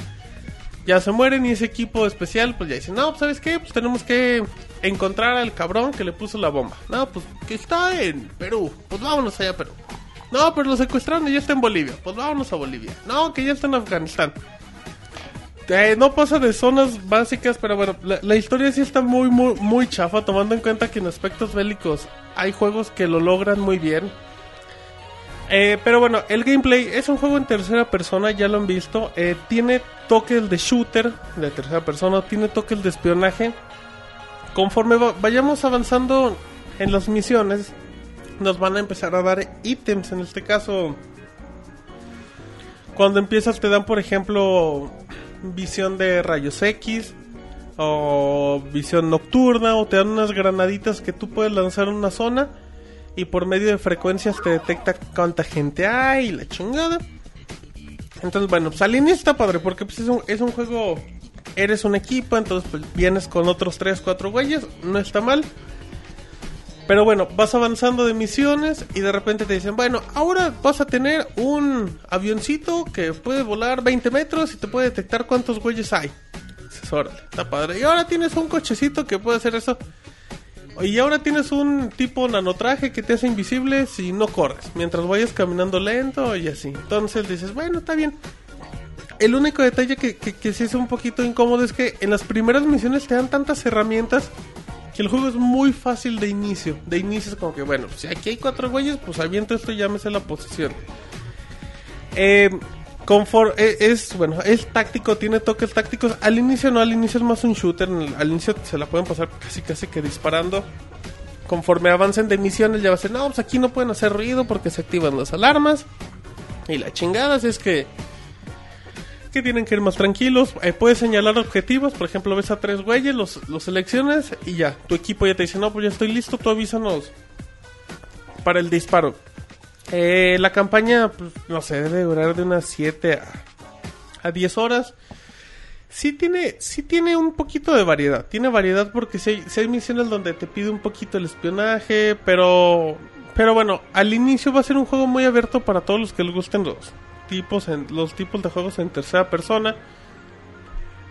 Speaker 2: Ya se mueren y ese equipo especial pues ya dice, no, pues, ¿sabes qué? Pues tenemos que encontrar al cabrón que le puso la bomba. No, pues que está en Perú, pues vámonos allá a Perú. No, pero lo secuestraron y ya está en Bolivia, pues vámonos a Bolivia. No, que ya está en Afganistán. Eh, no pasa de zonas básicas, pero bueno, la, la historia sí está muy, muy, muy chafa, tomando en cuenta que en aspectos bélicos hay juegos que lo logran muy bien. Eh, pero bueno, el gameplay es un juego en tercera persona, ya lo han visto. eh, tiene toques de shooter, de tercera persona, tiene toques de espionaje. Conforme va- vayamos avanzando en las misiones, nos van a empezar a dar ítems, en este caso cuando empiezas te dan, por ejemplo, visión de rayos X o visión nocturna o te dan unas granaditas que tú puedes lanzar en una zona y por medio de frecuencias te detecta cuánta gente hay y la chingada. Entonces, bueno, pues Alien está padre porque pues, es, un, es un juego, eres un equipo, entonces pues, vienes con otros 3, 4 güeyes, no está mal. Pero bueno, vas avanzando de misiones y de repente te dicen, bueno, ahora vas a tener un avioncito que puede volar 20 metros y te puede detectar cuántos güeyes hay. Dices, órale, está padre. Y ahora tienes un cochecito que puede hacer eso. Y ahora tienes un tipo nanotraje que te hace invisible si no corres, mientras vayas caminando lento y así. Entonces dices, bueno, está bien. El único detalle que, que, que sí es un poquito incómodo es que en las primeras misiones te dan tantas herramientas que el juego es muy fácil de inicio. De inicio es como que, bueno, si aquí hay cuatro güeyes, pues aviento esto y llámese la posición. Eh, confor- eh, es, bueno, es táctico, tiene toques tácticos. Al inicio no, al inicio es más un shooter. en el- Al inicio se la pueden pasar casi casi que disparando. Conforme avancen de misiones ya va a ser, no, pues aquí no pueden hacer ruido porque se activan las alarmas. Y la chingada, así es que... Que tienen que ir más tranquilos. Eh, puedes señalar objetivos. Por ejemplo, ves a tres güeyes, los, los seleccionas y ya. Tu equipo ya te dice, no, pues ya estoy listo, tú avísanos para el disparo. Eh, la campaña, pues, no sé, debe durar de unas 7 a, a 10 horas. Sí tiene, sí tiene un poquito de variedad. Tiene variedad porque si hay, sí hay misiones donde te pide un poquito el espionaje, pero... Pero bueno, al inicio va a ser un juego muy abierto para todos los que les gusten los tipos, en, los tipos de juegos en tercera persona.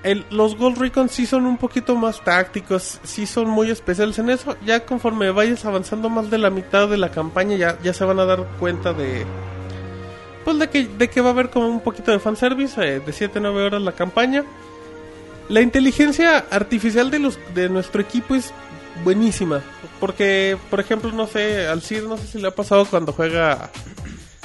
Speaker 2: El- los Gold Recon sí son un poquito más tácticos, sí son muy especiales en eso. Ya conforme vayas avanzando más de la mitad de la campaña, ya, ya se van a dar cuenta de. Pues de que, de que va a haber como un poquito de fanservice, eh, de 7-9 horas la campaña. La inteligencia artificial de, los, de nuestro equipo es buenísima. Porque, por ejemplo, no sé, al Cid no sé si le ha pasado cuando juega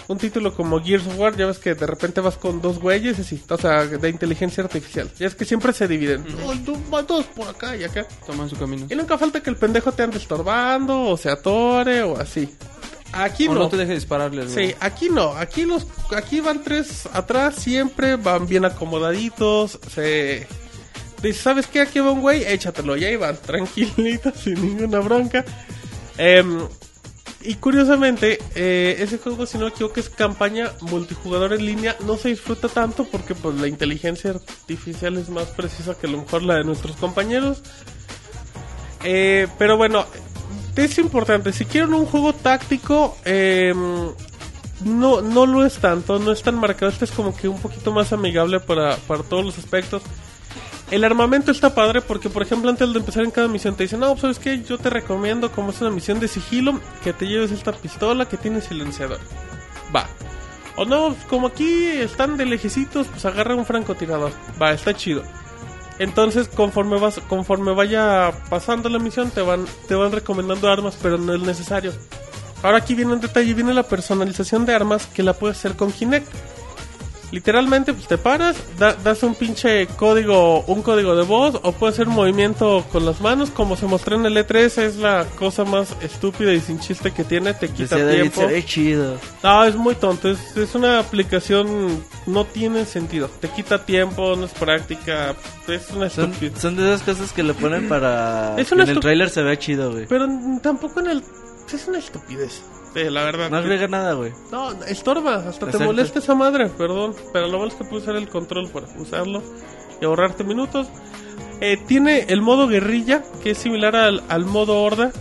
Speaker 2: un título como Gears of War. Ya ves que de repente vas con dos güeyes, así, o sea, de inteligencia artificial. Ya es que siempre se dividen. Oh, tú vas dos por acá y acá.
Speaker 7: Toman su camino.
Speaker 2: Y nunca falta que el pendejo te ande estorbando, o se atore, o así. Aquí
Speaker 7: O
Speaker 2: no.
Speaker 7: no te deje dispararle. güey.
Speaker 2: Sí, aquí no, aquí los, aquí van tres atrás, siempre van bien acomodaditos, se dice, ¿sabes qué? Aquí va un güey, échatelo, y ahí van, tranquilitos, sin ninguna bronca. Em, y curiosamente, eh, ese juego, si no me equivoco, es campaña multijugador en línea, no se disfruta tanto porque pues la inteligencia artificial es más precisa que a lo mejor la de nuestros compañeros. Eh, pero bueno, es importante. Si quieren un juego táctico, eh, no, no lo es tanto, no es tan marcado. Este es como que un poquito más amigable para, para todos los aspectos. El armamento está padre porque, por ejemplo, antes de empezar en cada misión te dicen, no, pues, ¿sabes qué? Yo te recomiendo, como es una misión de sigilo, que te lleves esta pistola que tiene silenciador. Va. O no, pues, como aquí están de lejecitos, pues agarra un francotirador. Va, está chido. Entonces, conforme vas, conforme vaya pasando la misión, te van, te van recomendando armas, pero no es necesario. Ahora aquí viene un detalle, viene la personalización de armas que la puedes hacer con Kinect. Literalmente, pues te paras, da- das un pinche código, un código de voz, o puedes hacer movimiento con las manos, como se mostró en el E3, es la cosa más estúpida y sin chiste que tiene, te quita
Speaker 5: Decía David,
Speaker 2: tiempo.
Speaker 5: se ve chido.
Speaker 2: No, es muy tonto. Es, es una aplicación. No tiene sentido. Te quita tiempo, no es práctica. Es una
Speaker 5: Son,
Speaker 2: estupidez.
Speaker 5: son de esas cosas que le ponen para...
Speaker 2: Es una
Speaker 5: en el
Speaker 2: estu-
Speaker 5: tráiler se ve chido, güey.
Speaker 2: Pero n- tampoco en el. Es una estupidez. Sí, la verdad.
Speaker 5: No agrega nada, güey.
Speaker 2: No, estorba. Hasta te
Speaker 5: Exacto.
Speaker 2: molesta esa madre. Perdón. Pero lo malo es que puedes usar el control para usarlo y ahorrarte minutos. Eh, tiene el modo guerrilla, que es similar al, al modo horda.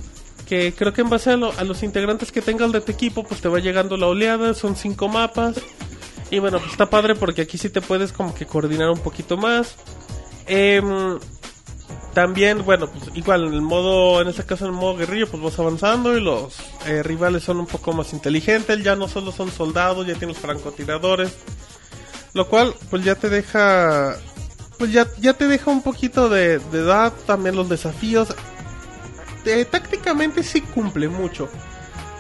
Speaker 2: Que creo que en base a, lo- a los integrantes que tengas de tu equipo, pues te va llegando la oleada. Son cinco mapas. Y bueno, pues está padre porque aquí sí te puedes como que coordinar un poquito más. Em, también, bueno, pues igual en el modo, en este caso en el modo guerrillo, pues vas avanzando y los eh, rivales son un poco más inteligentes. Ya no solo son soldados, ya tienes francotiradores. Lo cual, pues ya te deja. Pues ya, ya te deja un poquito de, de edad, también los desafíos. Eh, tácticamente sí cumple mucho.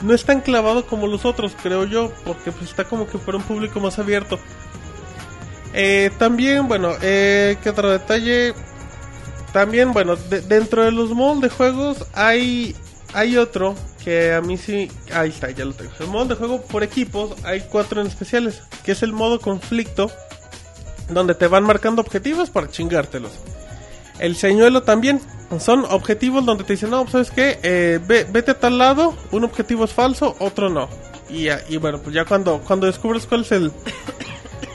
Speaker 2: No es tan clavado como los otros, creo yo, porque pues está como que para un público más abierto. Eh, también, bueno, eh, ¿qué otro detalle? También, bueno, de- dentro de los mods de juegos hay, hay otro que a mí sí... Ahí está, ya lo tengo. El modo de juego por equipos hay cuatro en especiales, que es el modo conflicto, donde te van marcando objetivos para chingártelos. El señuelo también. Son objetivos donde te dicen, no, pues, ¿sabes qué? Eh, ve- vete a tal lado, un objetivo es falso, otro no. Y, ya- y bueno, pues ya cuando, cuando descubres cuál es el...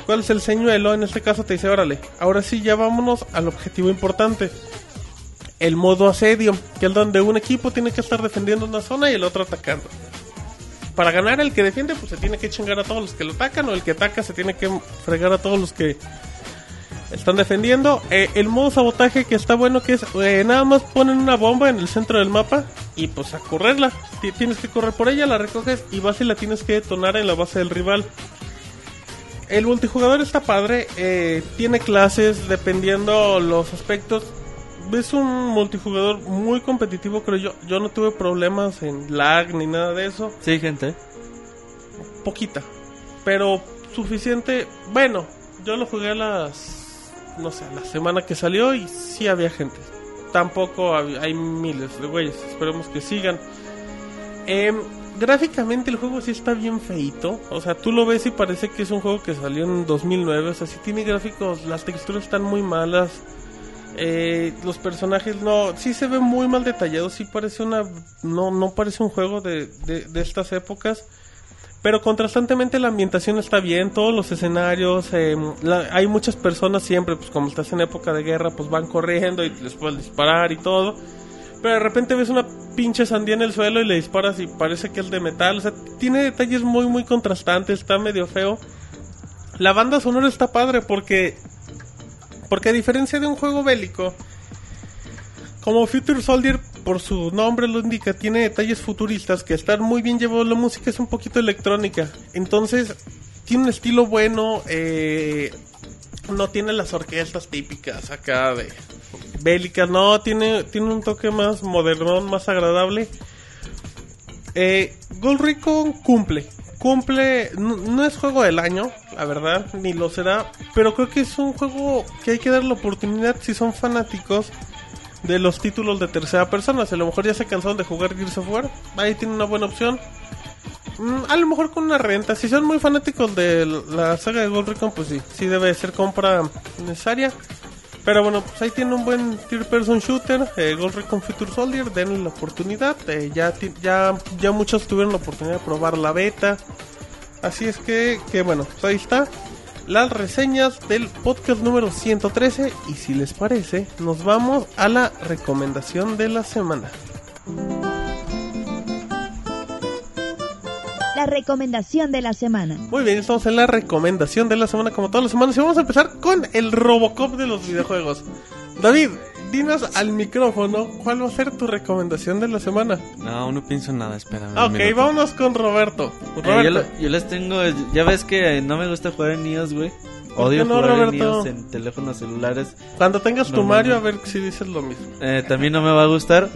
Speaker 2: ¿Cuál es el señuelo? En este caso te dice, órale, ahora sí ya vámonos al objetivo importante. El modo asedio, que es donde un equipo tiene que estar defendiendo una zona y el otro atacando. Para ganar el que defiende, pues se tiene que chingar a todos los que lo atacan, o el que ataca se tiene que fregar a todos los que están defendiendo. Eh, el modo sabotaje que está bueno, que es eh, nada más ponen una bomba en el centro del mapa y pues a correrla. Ti- Tienes que correr por ella, la recoges y vas y la tienes que detonar en la base del rival. El multijugador está padre, eh, tiene clases dependiendo los aspectos. Es un multijugador muy competitivo, creo yo. Yo no tuve problemas en lag ni nada de eso.
Speaker 5: Sí, gente.
Speaker 2: Poquita, pero suficiente. Bueno, yo lo jugué a las. No sé, a la semana que salió y sí había gente. Tampoco hab- hay miles de güeyes. Esperemos que sigan. Em, gráficamente el juego sí está bien feito. O sea, tú lo ves y parece que es un juego que salió en 2009. O sea, sí tiene gráficos. Las texturas están muy malas. Eh, los personajes no, sí se ven muy mal detallados. Sí parece una. No, no parece un juego de, de, de estas épocas. Pero contrastantemente la ambientación está bien, todos los escenarios, eh, la- hay muchas personas siempre, pues como estás en época de guerra, pues van corriendo y les pueden disparar y todo. Pero de repente ves una pinche sandía en el suelo y le disparas y parece que es de metal. O sea, tiene detalles muy, muy contrastantes, está medio feo. La banda sonora está padre porque, porque a diferencia de un juego bélico, como Future Soldier, por su nombre lo indica, tiene detalles futuristas que están muy bien llevados. La música es un poquito electrónica. Entonces, tiene un estilo bueno. eh, no tiene las orquestas típicas acá de bélicas, no, tiene, tiene un toque más modernón, más agradable. Eh, Gol Recon cumple, cumple, no, no es juego del año, la verdad, ni lo será, pero creo que es un juego que hay que dar la oportunidad si son fanáticos de los títulos de tercera persona. Si a lo mejor ya se cansaron de jugar Gears of War, ahí tienen una buena opción. Mm, a lo mejor con una renta. Si son muy fanáticos de la saga de Gold Recon, pues sí, sí debe ser compra necesaria. Pero bueno, pues ahí tiene un buen third person shooter, eh, Gold Recon Future Soldier, denle la oportunidad. eh, ya, ti- ya, ya muchos tuvieron la oportunidad de probar la beta. Así es que, que bueno, pues ahí está. Las reseñas del podcast número 113 y si les parece, nos vamos a la recomendación de la semana.
Speaker 1: La recomendación de la semana.
Speaker 2: Muy bien, estamos en la recomendación de la semana como todas las semanas y vamos a empezar con el Robocop de los videojuegos. David, dinos al micrófono cuál va a ser tu recomendación de la semana.
Speaker 4: No, no pienso en nada, espérame. un
Speaker 2: Ah, ok,
Speaker 4: minuto.
Speaker 2: vámonos con Roberto.
Speaker 5: Eh, yo,
Speaker 2: Roberto,
Speaker 5: lo- yo les tengo. Ya ves que eh, no me gusta jugar en iOS, güey. Odio
Speaker 2: no,
Speaker 5: jugar en
Speaker 2: Roberto?
Speaker 5: iOS en teléfonos celulares.
Speaker 2: cuando tengas tu
Speaker 5: No,
Speaker 2: Mario
Speaker 5: no,
Speaker 2: a ver si dices lo mismo.
Speaker 5: Eh, también no me va a gustar.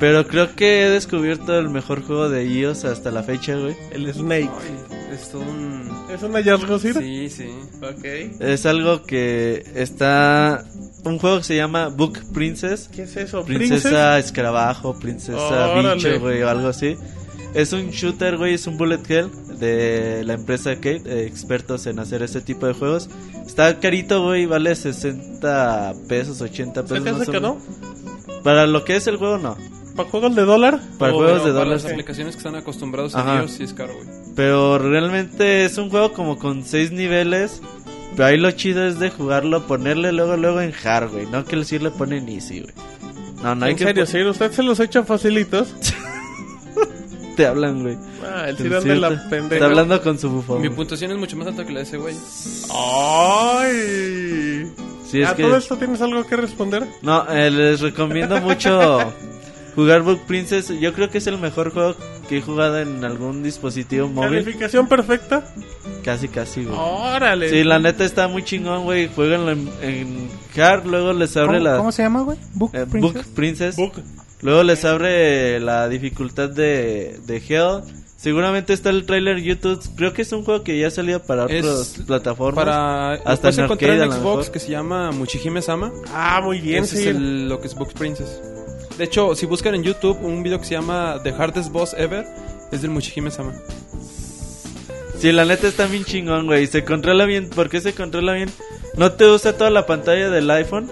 Speaker 5: pero creo que he descubierto el mejor juego de iOS hasta la fecha, güey.
Speaker 2: El Snake.
Speaker 7: Ay, es todo un...
Speaker 2: ¿Es un hallazgo, Sir?
Speaker 7: Sí, sí.
Speaker 2: Ok. ¿Qué
Speaker 5: Es algo que está. Un juego que se llama Book Princess.
Speaker 2: es eso?
Speaker 5: Princesa Escarabajo, Princesa
Speaker 2: Órale.
Speaker 5: Bicho, güey, o algo así. Es un shooter, güey, es un bullet hell de la empresa Kate, eh, expertos en hacer este tipo de juegos. Está carito, güey, vale 60 pesos,
Speaker 2: ¿Se
Speaker 5: 80 pesos.
Speaker 2: te
Speaker 5: pues, más
Speaker 2: hace
Speaker 5: o
Speaker 2: que no?
Speaker 5: menos. Para lo que es el juego, no.
Speaker 2: ¿Para juegos de dólar?
Speaker 5: Para
Speaker 2: O-
Speaker 5: juegos de
Speaker 2: no,
Speaker 5: dólar,
Speaker 2: para-
Speaker 5: sí.
Speaker 7: Las aplicaciones que están acostumbrados
Speaker 5: Ajá.
Speaker 7: a Dios sí es caro, güey.
Speaker 5: Pero realmente es un juego como con 6 niveles. Pero ahí lo chido es de jugarlo, ponerle luego, luego en hard, güey. No que el sí le ponen easy, güey. No, no hay
Speaker 2: En
Speaker 5: que
Speaker 2: serio, Sir, usted se los echa facilitos.
Speaker 5: te hablan, güey.
Speaker 2: Ah, el Sir
Speaker 5: Te-
Speaker 2: anda en
Speaker 5: te-
Speaker 2: la
Speaker 5: Está
Speaker 2: pendeja.
Speaker 5: hablando con su bufón.
Speaker 7: Mi
Speaker 5: güey.
Speaker 7: puntuación es mucho más alta que la de ese güey.
Speaker 2: ¡Ay!
Speaker 5: Sí, es
Speaker 2: ¿A
Speaker 5: que...
Speaker 2: Ah, todo esto tienes algo que responder?
Speaker 5: No, eh, les recomiendo mucho jugar Book Princess. Yo creo que es el mejor juego que he jugado en algún dispositivo móvil.
Speaker 2: ¿Calificación perfecta?
Speaker 5: Casi, casi, güey.
Speaker 2: ¡Órale!
Speaker 5: Sí, la neta está muy chingón, güey. Jueguenlo en, en hard, luego les abre
Speaker 3: ¿Cómo,
Speaker 5: la...
Speaker 3: cómo se llama, güey? Book
Speaker 5: eh,
Speaker 3: Princess.
Speaker 5: Book Princess.
Speaker 2: Book.
Speaker 5: Luego les abre la dificultad de, de Hell. Seguramente está el trailer en YouTube. Creo que es un juego que ya ha salido para
Speaker 7: Es
Speaker 5: otras plataformas.
Speaker 7: Para...
Speaker 5: Hasta
Speaker 7: Hasta puedes
Speaker 5: en
Speaker 7: encontrar
Speaker 5: arcade,
Speaker 7: en
Speaker 5: a lo
Speaker 7: Xbox
Speaker 5: mejor.
Speaker 7: que se llama Muchihime Sama.
Speaker 2: Ah, muy bien,
Speaker 7: Ese
Speaker 2: sí.
Speaker 7: es el- lo que es Box Princess. De hecho, si buscan en YouTube un video que se llama The Hardest Boss Ever, es del Muchihime Sama.
Speaker 5: Sí, la neta está bien chingón, güey. Se controla bien. ¿Por qué se controla bien? No te usa toda la pantalla del iPhone.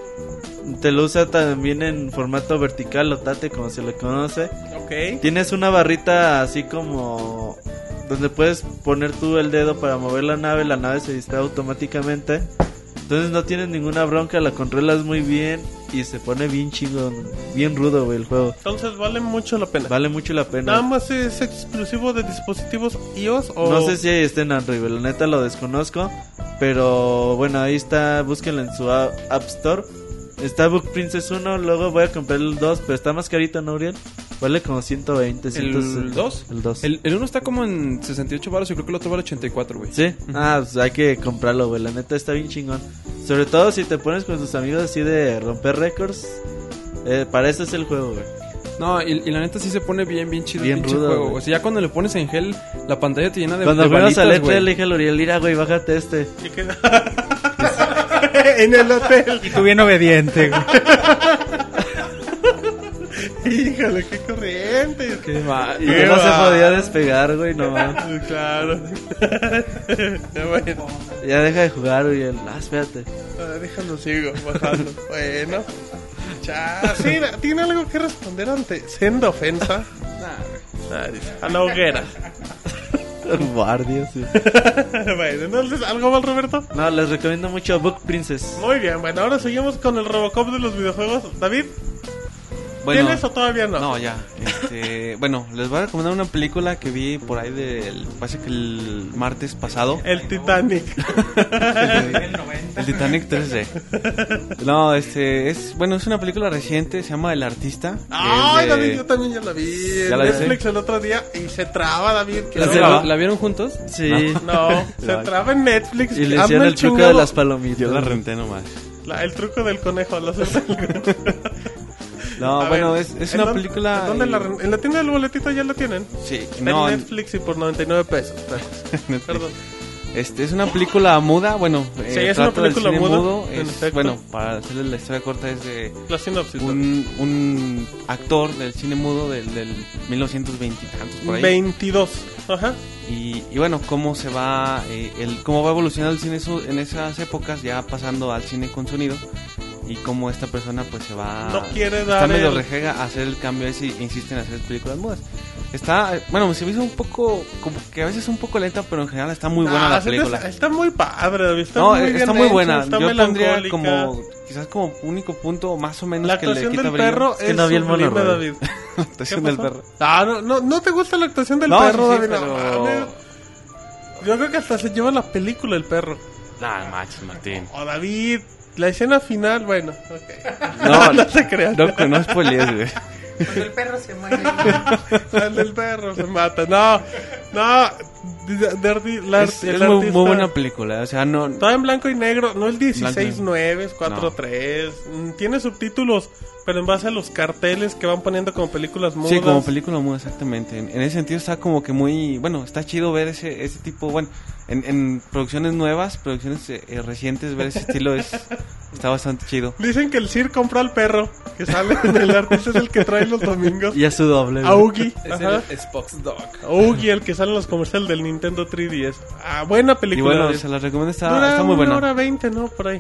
Speaker 5: Te lo usa también en formato vertical o tate, como se le conoce.
Speaker 2: Ok.
Speaker 5: Tienes una barrita así como... Donde puedes poner tú el dedo para mover la nave. La nave se distrae automáticamente. Entonces no tienes ninguna bronca. La controlas muy bien. Y se pone bien chingón. Bien rudo, güey, el juego.
Speaker 2: Entonces vale mucho la pena.
Speaker 5: Vale mucho la
Speaker 2: ¿Nada
Speaker 5: pena.
Speaker 2: más es exclusivo de dispositivos iOS o...?
Speaker 5: No sé si ahí está en Android, la neta lo desconozco. Pero bueno, ahí está, búsquenlo en su a- App Store. Está Book Princess 1, luego voy a comprar el 2, pero está más carito, ¿no, Uriel? Vale como 120, 160.
Speaker 7: 2?
Speaker 5: El 2.
Speaker 7: El, el uno está como en 68 baros y creo que el otro vale 84, güey.
Speaker 5: Sí, ah, pues hay que comprarlo, güey, la neta está bien chingón. Sobre todo si te pones con tus amigos así de romper récords. Eh, para eso es el juego, güey.
Speaker 7: No, y, y la neta sí se pone bien, bien chido
Speaker 5: Bien
Speaker 7: el pinche
Speaker 5: rudo,
Speaker 7: juego.
Speaker 5: güey.
Speaker 7: O sea, ya cuando le pones en gel, la pantalla te llena de
Speaker 5: Cuando
Speaker 7: de
Speaker 5: fuimos al
Speaker 7: balitas,
Speaker 5: E3
Speaker 7: güey.
Speaker 5: le dije al Uriel, mira, güey, bájate este.
Speaker 2: ¿Qué queda? en el hotel.
Speaker 3: Y tú bien obediente, güey.
Speaker 2: Híjole, qué corriente.
Speaker 7: Qué va-
Speaker 5: Y
Speaker 2: Qué
Speaker 5: yo no se
Speaker 2: va.
Speaker 5: podía despegar, güey, no mames.
Speaker 2: Claro. bueno,
Speaker 5: Ya deja de jugar, Uriel. Ah, espérate.
Speaker 2: ahora Ah, déjalo, sigo bajando. Bueno. Chao. Sí, ¿tiene algo que responder ante senda ofensa? Nah, dice, A la hoguera.
Speaker 5: Guardia, sí.
Speaker 2: bueno, entonces, ¿algo mal, Roberto?
Speaker 5: No, les recomiendo mucho Book Princess.
Speaker 2: Muy bien, bueno, ahora seguimos con el Robocop de los videojuegos. David,
Speaker 4: Bueno,
Speaker 2: ¿Tienes o todavía no?
Speaker 4: No, ya. Este, bueno, les voy a recomendar una película que vi por ahí del. Parece que el martes pasado.
Speaker 2: El Titanic.
Speaker 4: El Titanic 3D. No, este. es Bueno, es una película reciente, se llama El Artista. que es
Speaker 2: Ay,
Speaker 4: de-
Speaker 2: David, yo también ya la vi.
Speaker 4: ¿Ya
Speaker 2: en
Speaker 4: la viste?
Speaker 2: Netflix el otro día y se traba, David. que
Speaker 5: ¿La
Speaker 2: no-
Speaker 5: se va?
Speaker 8: ¿La vieron juntos?
Speaker 5: Sí.
Speaker 2: No, se traba en Netflix.
Speaker 5: Y le
Speaker 2: hazme
Speaker 5: hicieron el truco
Speaker 2: chingado-
Speaker 5: de las palomitas.
Speaker 4: Yo la renté nomás.
Speaker 2: la- el truco del conejo. lo sé.
Speaker 4: No,
Speaker 2: A
Speaker 4: bueno,
Speaker 2: ver,
Speaker 4: es, es
Speaker 2: ¿en
Speaker 4: una
Speaker 2: dónde-
Speaker 4: película.
Speaker 2: ¿en, dónde la,
Speaker 4: renté?
Speaker 2: ren- en la tienda del boletito ya la tienen.
Speaker 4: Sí,
Speaker 2: en
Speaker 4: no, en-
Speaker 2: Netflix y por 99 pesos.
Speaker 4: Netflix.
Speaker 2: Perdón.
Speaker 4: Este, es una película muda, bueno, eh,
Speaker 2: Sí, es una
Speaker 4: trata del
Speaker 2: película
Speaker 4: cine
Speaker 2: muda,
Speaker 4: mudo,
Speaker 2: en
Speaker 4: es-
Speaker 2: efecto.
Speaker 4: bueno, para hacerles la historia corta es de
Speaker 2: La sinopsis. David.
Speaker 4: un, un actor del cine mudo del, del 1920 y tantos por ahí.
Speaker 2: 22. Ajá.
Speaker 4: Y, y bueno, cómo se va, eh, el, cómo va evolucionando el cine su- en esas épocas, ya pasando al cine con sonido. Y cómo esta persona pues se va...
Speaker 2: No quiere
Speaker 4: está
Speaker 2: dar
Speaker 4: medio
Speaker 2: el-
Speaker 4: rejega a hacer el cambio ese y insiste en hacer películas mudas. Está, eh, bueno, se me hizo un poco, como que a veces un poco lenta, pero en general está muy buena
Speaker 2: Ah,
Speaker 4: la
Speaker 2: se te-
Speaker 4: película
Speaker 2: Está muy padre, David. Está
Speaker 4: no,
Speaker 2: muy bien
Speaker 4: está muy
Speaker 2: hecha,
Speaker 4: buena.
Speaker 2: está
Speaker 4: Yo pondría
Speaker 2: melancólica.
Speaker 4: como, quizás como único punto más o menos
Speaker 2: La
Speaker 4: que le
Speaker 2: actuación
Speaker 4: quita
Speaker 2: del
Speaker 4: brillo.
Speaker 2: perro
Speaker 5: que
Speaker 2: es
Speaker 5: no vi el
Speaker 2: sublime,
Speaker 5: mono,
Speaker 2: David.
Speaker 4: La
Speaker 2: ¿Qué
Speaker 4: actuación del
Speaker 2: pasó?
Speaker 4: perro.
Speaker 2: Ah, no, no, no te gusta la actuación del
Speaker 4: No,
Speaker 2: perro,
Speaker 4: sí, sí,
Speaker 2: David. No
Speaker 4: pero-
Speaker 2: mames. Yo creo que hasta se lleva la película el perro.
Speaker 4: Nah, manches, Martín.
Speaker 2: O David, la escena final, bueno, ok.
Speaker 4: No,
Speaker 2: no te creas.
Speaker 4: No, que no spoilees, güey.
Speaker 3: Cuando el perro se muere.
Speaker 2: El del perro se mata. No, no. de- de- la-
Speaker 4: Es,
Speaker 2: el
Speaker 4: es muy, muy
Speaker 2: artista-
Speaker 4: buena película. O sea, no.
Speaker 2: Todo en blanco y negro, no el
Speaker 4: Blanco y
Speaker 2: 16-9, es 4-3. Mm, Tiene subtítulos, pero en base a los carteles que van poniendo como películas mudas.
Speaker 4: Sí, como película muda, exactamente. En, en ese sentido está como que muy. Bueno, está chido ver ese, ese tipo. Bueno, en, en producciones nuevas, producciones eh, eh, recientes, ver ese estilo es, está bastante chido.
Speaker 2: Dicen que el Sir compró al perro, que sale en el artista, es el que trae los domingos.
Speaker 5: Y a su doble.
Speaker 2: A Ugi.
Speaker 5: eh.
Speaker 8: Es
Speaker 2: Ajá.
Speaker 8: el Spox Dog.
Speaker 2: A Ugi, el que sale en los comerciales del Nintendo 3DS. Ah, buena
Speaker 4: Y
Speaker 2: película.
Speaker 4: bueno,
Speaker 2: David.
Speaker 4: se la recomiendo. Está,
Speaker 2: Dura
Speaker 4: está muy
Speaker 2: una
Speaker 4: buena.
Speaker 2: hora veinte, ¿no? Por ahí.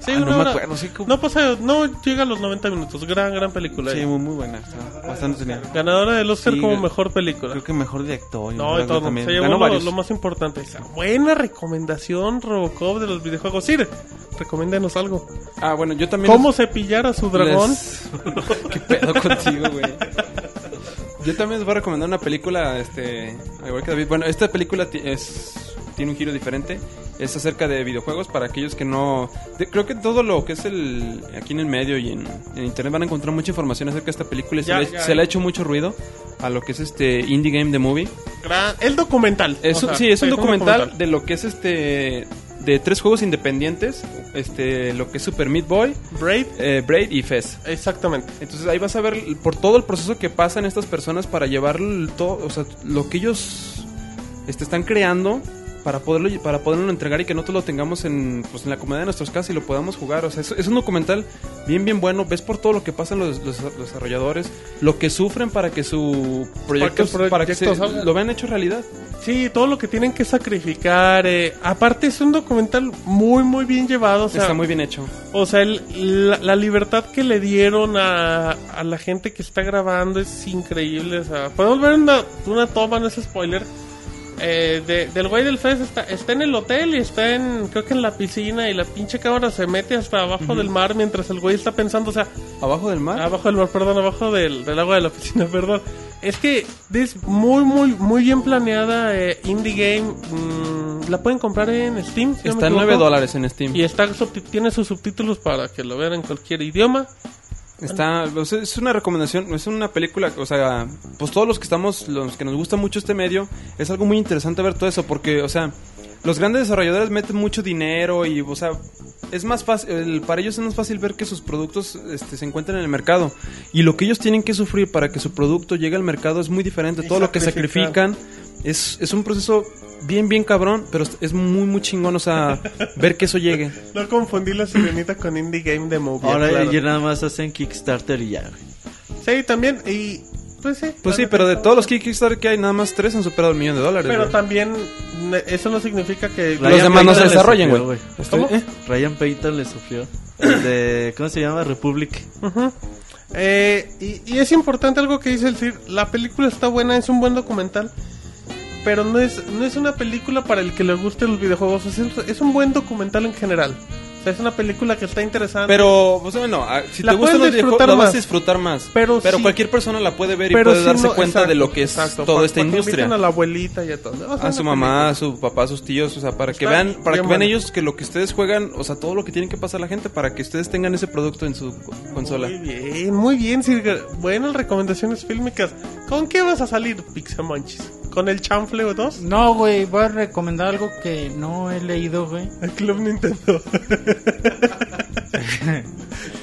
Speaker 2: Sí,
Speaker 4: Ah,
Speaker 2: una
Speaker 4: no me
Speaker 2: hora.
Speaker 4: acuerdo. Sí, como-
Speaker 2: No pasa, no llega a los 90 minutos. Gran, gran película.
Speaker 4: Sí,
Speaker 2: eh.
Speaker 4: muy, muy buena. Está bastante genial.
Speaker 2: Ganadora del Oscar
Speaker 4: Sí,
Speaker 2: como
Speaker 4: ga-
Speaker 2: mejor película.
Speaker 4: Creo que mejor director. yo
Speaker 2: No,
Speaker 4: creo
Speaker 2: de
Speaker 4: que
Speaker 2: todo.
Speaker 4: también.
Speaker 2: Se llevó
Speaker 4: Ganó
Speaker 2: lo,
Speaker 4: varios.
Speaker 2: lo más importante. Esa buena recomendación, Robocop, de los videojuegos. Sir, recomiéndanos algo.
Speaker 7: Ah, bueno, yo también.
Speaker 2: ¿Cómo cepillar a su dragón?
Speaker 7: Les- ¿Qué pedo contigo, güey? Yo también les voy a recomendar una película, este, al igual que David. Bueno, esta película ti- es, tiene un giro diferente. Es acerca de videojuegos para aquellos que no... de- creo que todo lo que es el... Aquí en el medio y en, en internet van a encontrar mucha información acerca de esta película. Y
Speaker 2: Ya,
Speaker 7: se, le,
Speaker 2: ya.
Speaker 7: se le ha hecho mucho ruido a lo que es este Indie Game The Movie.
Speaker 2: Gran- El documental.
Speaker 7: Es
Speaker 2: O sea,
Speaker 7: un- sí, es un documental, de lo que es este... De tres juegos independientes. Este, lo que es Super Meat Boy,
Speaker 2: Braid.
Speaker 7: eh, Braid y Fez.
Speaker 2: Exactamente.
Speaker 7: Entonces ahí vas a ver el- por todo el proceso que pasan estas personas para llevar el todo, o sea, lo que ellos este, están creando para poderlo lle- para poderlo entregar y que nosotros lo tengamos en, pues, en la comodidad de nuestras casas y lo podamos jugar. O sea, es, es un documental bien, bien bueno. Ves por todo lo que pasan los, los- los desarrolladores, lo que sufren para que su proyecto,
Speaker 2: Para que el
Speaker 7: para que se-
Speaker 2: proyecto salga.
Speaker 7: lo vean hecho realidad.
Speaker 2: Sí, todo lo que tienen que sacrificar. eh, Aparte, es un documental muy, muy bien llevado. O sea,
Speaker 7: Está muy bien hecho.
Speaker 2: O sea, el- la, la libertad que le dieron a, a la gente que está grabando es increíble. O sea, podemos ver una, una toma, no es spoiler. eh, de- del güey del Fez está, está en el hotel y está en, creo que en la piscina. Y la pinche cámara se mete hasta abajo del mar mientras el güey está pensando. O sea,
Speaker 7: Abajo del mar.
Speaker 2: abajo del mar, perdón, abajo del, del agua de la piscina, perdón. Es que es muy, muy, muy bien planeada. eh, indie Game. mm, la pueden comprar en Steam. si no me
Speaker 7: está en
Speaker 2: equivoco.
Speaker 7: 9 dólares en Steam.
Speaker 2: Y está, subti- tiene sus subtítulos para que lo vean en cualquier idioma.
Speaker 7: Está, o sea, es una recomendación, es una película, o sea, pues todos los que estamos, los que nos gusta mucho este medio, es algo muy interesante ver todo eso, porque, o sea, los grandes desarrolladores meten mucho dinero y, o sea, es más fácil, el- para ellos es más fácil ver que sus productos este, se encuentran en el mercado. Y lo que ellos tienen que sufrir para que su producto llegue al mercado es muy diferente.
Speaker 2: Y
Speaker 7: Todo lo que
Speaker 2: sacrificar.
Speaker 7: sacrifican es, es un proceso bien, bien cabrón, pero es muy, muy chingón, o sea, ver que eso llegue.
Speaker 2: No confundí la sirenita con Indie Game de Movie.
Speaker 5: Ahora
Speaker 2: claro.
Speaker 5: ya nada más hacen Kickstarter y ya. güey.
Speaker 2: Sí, también. Y. Pues sí.
Speaker 7: Pues sí, pero de todos los Kickstarter que hay, nada más tres han superado el millón de dólares.
Speaker 2: Pero
Speaker 7: güey.
Speaker 2: también. ne- Eso no significa que.
Speaker 5: Ryan
Speaker 7: demás no se
Speaker 5: Payton le
Speaker 7: desarrollan,
Speaker 5: sufrió,
Speaker 7: güey.
Speaker 2: ¿Cómo?
Speaker 7: Estoy- ¿eh?
Speaker 5: Ryan Payton le sufrió. El de, ¿Cómo se llama? Republic.
Speaker 2: Ujú. Eh, y, y es importante algo que dice el Sir. La película está buena, es un buen documental. Pero no es, no es una película para el que le gusten los videojuegos. Es, el- es un buen documental en general. O Es una película que está interesante.
Speaker 7: Pero, pues bueno, ah, si
Speaker 2: La
Speaker 7: te gustan los
Speaker 2: puedes
Speaker 7: videojuegos,
Speaker 2: disfrutar
Speaker 7: la vas
Speaker 2: más.
Speaker 7: a disfrutar más.
Speaker 2: Pero
Speaker 7: Pero,
Speaker 2: sí-
Speaker 7: cualquier persona la puede ver y
Speaker 2: Pero
Speaker 7: puede
Speaker 2: sí
Speaker 7: darse
Speaker 2: no-
Speaker 7: cuenta
Speaker 2: exacto,
Speaker 7: de lo que es
Speaker 2: exacto.
Speaker 7: toda
Speaker 2: Pa-
Speaker 7: esta
Speaker 2: porque
Speaker 7: industria.
Speaker 2: invitan a la abuelita y a todo. No, es
Speaker 7: A
Speaker 2: una
Speaker 7: su mamá,
Speaker 2: película.
Speaker 7: a su papá, a sus tíos, o sea, para que
Speaker 2: Pues Está
Speaker 7: vean, para
Speaker 2: bien
Speaker 7: que vean
Speaker 2: bueno.
Speaker 7: ellos que lo que ustedes juegan, o sea, todo lo que tienen que pasar a la gente, para que ustedes tengan ese producto en su consola.
Speaker 2: Muy bien, muy bien, Sirga. Buenas recomendaciones fílmicas. ¿Con qué vas a salir, Pixamonchis? ¿Con el chanfle o dos?
Speaker 3: No, güey, voy a recomendar algo que no he leído, güey.
Speaker 2: El Club Nintendo.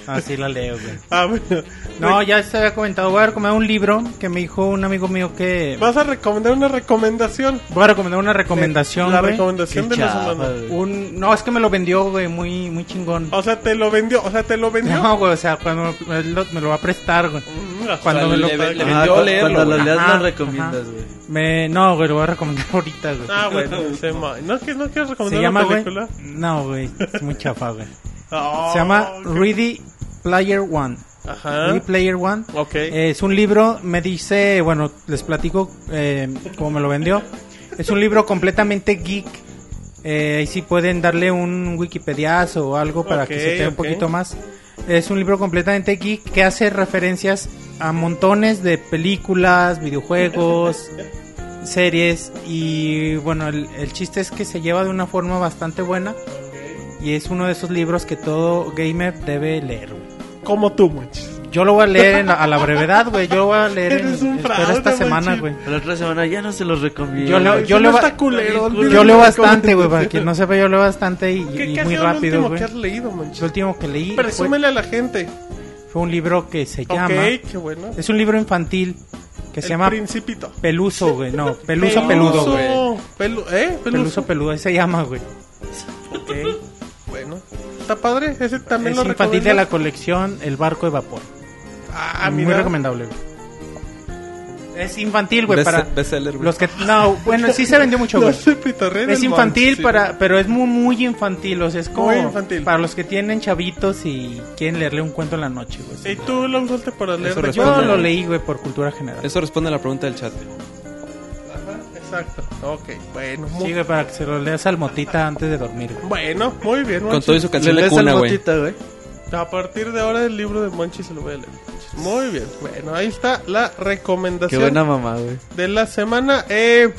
Speaker 3: Así la leo, güey.
Speaker 2: ah, bueno.
Speaker 3: No, ya se había comentado. Voy a recomendar un libro que me dijo un amigo mío que.
Speaker 2: Vas a recomendar una recomendación.
Speaker 3: Voy a recomendar una recomendación.
Speaker 2: La
Speaker 3: güey.
Speaker 2: recomendación
Speaker 3: Qué
Speaker 2: de la
Speaker 3: chafa,
Speaker 2: semana.
Speaker 3: güey. Un... No, es que me lo vendió, güey, muy, muy chingón.
Speaker 2: O sea, te lo vendió. O sea, te lo vendió.
Speaker 3: No, güey, o sea, cuando me lo, me lo va a prestar, güey.
Speaker 2: Mm, o sea,
Speaker 3: Cuando me lo
Speaker 7: le ve- le
Speaker 5: Ah,
Speaker 7: vendió
Speaker 5: cu-
Speaker 7: leerlo,
Speaker 5: cuando lo
Speaker 7: güey.
Speaker 5: leas
Speaker 3: Ajá,
Speaker 5: lo recomiendas, güey.
Speaker 3: Me... No, güey, lo voy a recomendar ahorita, güey.
Speaker 2: Ah, bueno. se ma- ¿No, que- ¿No quieres
Speaker 3: ¿Se
Speaker 2: recomendar
Speaker 3: llama,
Speaker 2: una
Speaker 3: güey?
Speaker 2: película?
Speaker 3: No, güey, es muy chafa, güey.
Speaker 2: Ah,
Speaker 3: Se llama
Speaker 2: ok. ¿Ah?
Speaker 3: Ready Player One.
Speaker 2: Ajá.
Speaker 3: Ready Player One.
Speaker 2: Ok.
Speaker 3: Es un libro, me dice, bueno, les platico eh, cómo me lo vendió. Es un libro completamente geek. Eh, ahí sí pueden darle un Wikipediazo o algo para que
Speaker 2: Ok,
Speaker 3: se te dé un
Speaker 2: ok.
Speaker 3: poquito más. Es un libro completamente geek que hace referencias a montones de películas, videojuegos, series. Y bueno, el, el chiste es que se lleva de una forma bastante buena. Y es uno de esos libros que todo gamer debe leer, güey.
Speaker 2: Como tú, Monchis.
Speaker 3: Yo lo voy a leer en la- a la brevedad, güey. Yo lo voy a leer en,
Speaker 2: Eres un
Speaker 3: espero
Speaker 2: fraude,
Speaker 3: esta semana,
Speaker 2: Monchis.
Speaker 3: güey.
Speaker 5: La otra semana ya no se los recomiendo.
Speaker 3: Yo leo,
Speaker 5: güey.
Speaker 3: yo
Speaker 2: no
Speaker 3: leo, ba-
Speaker 2: está culero,
Speaker 3: yo leo bastante, güey. Para quien no sepa, yo leo bastante y,
Speaker 2: ¿Qué,
Speaker 3: y
Speaker 2: qué ha
Speaker 3: muy
Speaker 2: sido el
Speaker 3: rápido,
Speaker 2: último
Speaker 3: güey.
Speaker 2: que has leído,
Speaker 3: El
Speaker 2: Monchis?
Speaker 3: último que leí fue,
Speaker 2: Presúmele a la gente.
Speaker 3: fue un libro que se llama.
Speaker 2: Ok, qué bueno.
Speaker 3: Es un libro infantil que se
Speaker 2: El
Speaker 3: llama
Speaker 2: Principito.
Speaker 3: Peluso, güey. No, Peluso Peludo, güey.
Speaker 2: Pelu- ¿Eh?
Speaker 3: Peluso Peludo, ese se llama, güey.
Speaker 2: Ok. Bueno. Está padre. Ese también
Speaker 3: Es
Speaker 2: lo
Speaker 3: infantil de
Speaker 2: recomiendas?
Speaker 3: la colección El Barco de Vapor.
Speaker 2: Ah,
Speaker 3: muy
Speaker 2: mira.
Speaker 3: recomendable, güey. Es infantil, güey,
Speaker 10: Best-
Speaker 3: para
Speaker 10: bestseller, güey.
Speaker 3: los que... No, bueno, sí se vendió mucho,
Speaker 2: No,
Speaker 3: güey.
Speaker 2: ese pitorreo
Speaker 3: Es
Speaker 2: del
Speaker 3: infantil,
Speaker 2: Monchis, sí.
Speaker 3: para, pero es muy, muy infantil. O sea, es como
Speaker 2: Muy infantil.
Speaker 3: para los que tienen chavitos y quieren leerle un cuento en la noche, güey. Pues
Speaker 2: ¿Y tú lo usaste para leer?
Speaker 7: Eso
Speaker 2: de
Speaker 3: Yo
Speaker 7: responde.
Speaker 3: lo leí, güey, por cultura general.
Speaker 7: Eso responde a la pregunta del chat.
Speaker 2: Ajá, Exacto. Ok, bueno. Muy,
Speaker 3: Sí, güey, para que se lo leas al motita antes de dormir, güey.
Speaker 2: Bueno, muy bien.
Speaker 7: Con
Speaker 2: Monchis.
Speaker 7: todo y su canción de
Speaker 5: lees al
Speaker 7: cuna, güey.
Speaker 5: Motita, güey.
Speaker 2: A partir de ahora el libro de Monchi se lo voy a leer. Monchis. Muy bien. Bueno, ahí está la
Speaker 5: Qué
Speaker 2: recomendación
Speaker 5: buena mamá, güey.
Speaker 2: de la semana. Eh,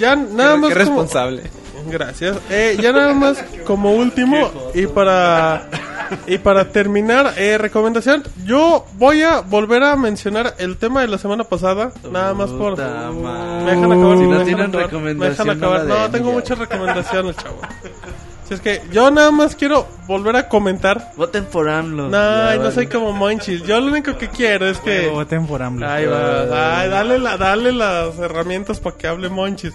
Speaker 2: ya nada
Speaker 10: Qué
Speaker 2: más. como-
Speaker 10: responsable.
Speaker 2: Gracias. Eh, ya nada más como último y para y para terminar eh, recomendación, yo voy a volver a mencionar el tema de la semana pasada, nada más por me
Speaker 5: Puta madre.
Speaker 2: dejan acabar.
Speaker 5: Si no
Speaker 2: me dejan
Speaker 5: tienen
Speaker 2: acabar, me
Speaker 5: recomendación,
Speaker 2: dejan acabar.
Speaker 5: no la
Speaker 2: No,
Speaker 5: den,
Speaker 2: tengo
Speaker 5: ya.
Speaker 2: muchas recomendaciones, chavo. Si es que yo nada más quiero volver a comentar.
Speaker 5: Voten por AMLO.
Speaker 2: No,
Speaker 5: Ya,
Speaker 2: ay, no
Speaker 5: vale.
Speaker 2: soy como Monchis. Yo lo único que quiero es que
Speaker 3: Güey, Voten por AMLO.
Speaker 2: Ahí va. Ay, dale, la, dale las herramientas para que hable Monchis.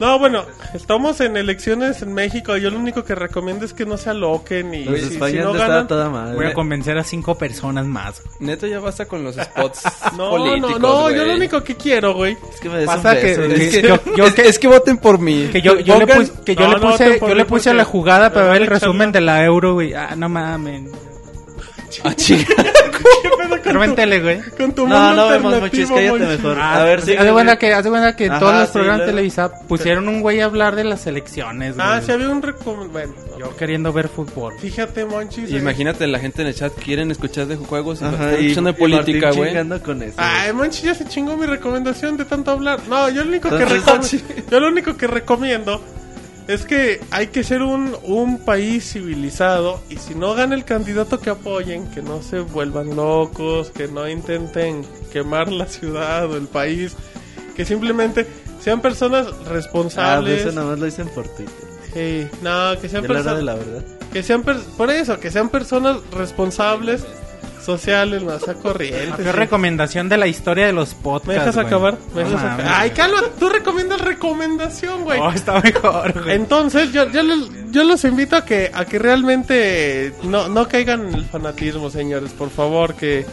Speaker 2: No, bueno, estamos en elecciones en México. Yo lo único que recomiendo es que no se aloquen y
Speaker 5: Los
Speaker 2: si, si
Speaker 5: españoles
Speaker 2: no
Speaker 5: estaban
Speaker 2: ganan.
Speaker 5: toda
Speaker 3: Voy a
Speaker 5: madre.
Speaker 3: convencer a cinco personas más.
Speaker 10: Neta, ya basta con los spots
Speaker 2: No, no,
Speaker 10: políticos,
Speaker 2: no,
Speaker 10: güey.
Speaker 2: yo lo único que quiero, güey.
Speaker 5: Es que me des un
Speaker 3: Pasa que,
Speaker 5: beso, güey.
Speaker 3: que
Speaker 10: Es que,
Speaker 3: yo, yo-
Speaker 10: es, que, es que voten por mí.
Speaker 3: que yo, yo le
Speaker 10: Pongan-
Speaker 3: puse, que yo
Speaker 2: No,
Speaker 3: le
Speaker 2: no,
Speaker 3: puse,
Speaker 2: te
Speaker 3: yo
Speaker 2: pongo
Speaker 3: le puse
Speaker 2: porque-
Speaker 3: la jugada para
Speaker 2: me
Speaker 3: ver el
Speaker 2: van a echar
Speaker 3: resumen
Speaker 2: la-
Speaker 3: de la Euro, güey. Ah, no mames.
Speaker 10: Ah, chinga.
Speaker 2: ¿Qué pedo con tu,
Speaker 3: Revéntele, güey.
Speaker 2: con tu mundo
Speaker 5: No, no vemos, Monchis,
Speaker 2: alternativo,
Speaker 5: cállate
Speaker 2: Monchis?
Speaker 5: mejor. A ver si.
Speaker 3: Ah, Haz de cuenta que, haz de cuenta que en
Speaker 5: Ajá,
Speaker 3: todos los
Speaker 5: sí,
Speaker 3: programas
Speaker 5: luego.
Speaker 3: televisados pusieron un güey a hablar de las elecciones, güey.
Speaker 2: Ah, si había un recom- Bueno,
Speaker 3: Yo queriendo ver fútbol.
Speaker 2: fíjate, Monchis. eh.
Speaker 7: Imagínate, la gente en el chat quieren escuchar de juegos y no
Speaker 5: Ajá,
Speaker 7: están
Speaker 5: y,
Speaker 7: escuchando de
Speaker 5: y
Speaker 7: política,
Speaker 5: Martín
Speaker 7: güey.
Speaker 5: chingando con eso.
Speaker 2: Ay, Monchis ya se chingó mi recomendación de tanto hablar. No, yo lo único que
Speaker 5: Entonces,
Speaker 2: recomiendo, yo lo único que recomiendo es que hay que ser un, un país civilizado y si no gana el candidato que apoyen, que no se vuelvan locos, que no intenten quemar la ciudad o el país, que simplemente sean personas
Speaker 5: Ah, pues
Speaker 2: responsables.
Speaker 5: eso nada más lo dicen por Twitter.
Speaker 2: Sí, no, que
Speaker 5: Ya
Speaker 2: sean
Speaker 5: la hora de
Speaker 2: personas
Speaker 5: la verdad.
Speaker 2: que sean pers- por eso, que sean personas responsables sociales, no sea corriente.
Speaker 3: Fue recomendación de la historia de los podcasts.
Speaker 2: ¿Me dejas
Speaker 3: güey.
Speaker 2: acabar? ¿Me
Speaker 3: No
Speaker 2: dejas
Speaker 3: mames.
Speaker 2: acabar? Ay, calma, tú recomiendas recomendación, güey.
Speaker 3: Oh, está mejor, güey.
Speaker 2: Entonces, yo, yo, los, yo los invito a que, a que realmente no, no caigan en el fanatismo, señores, por favor, que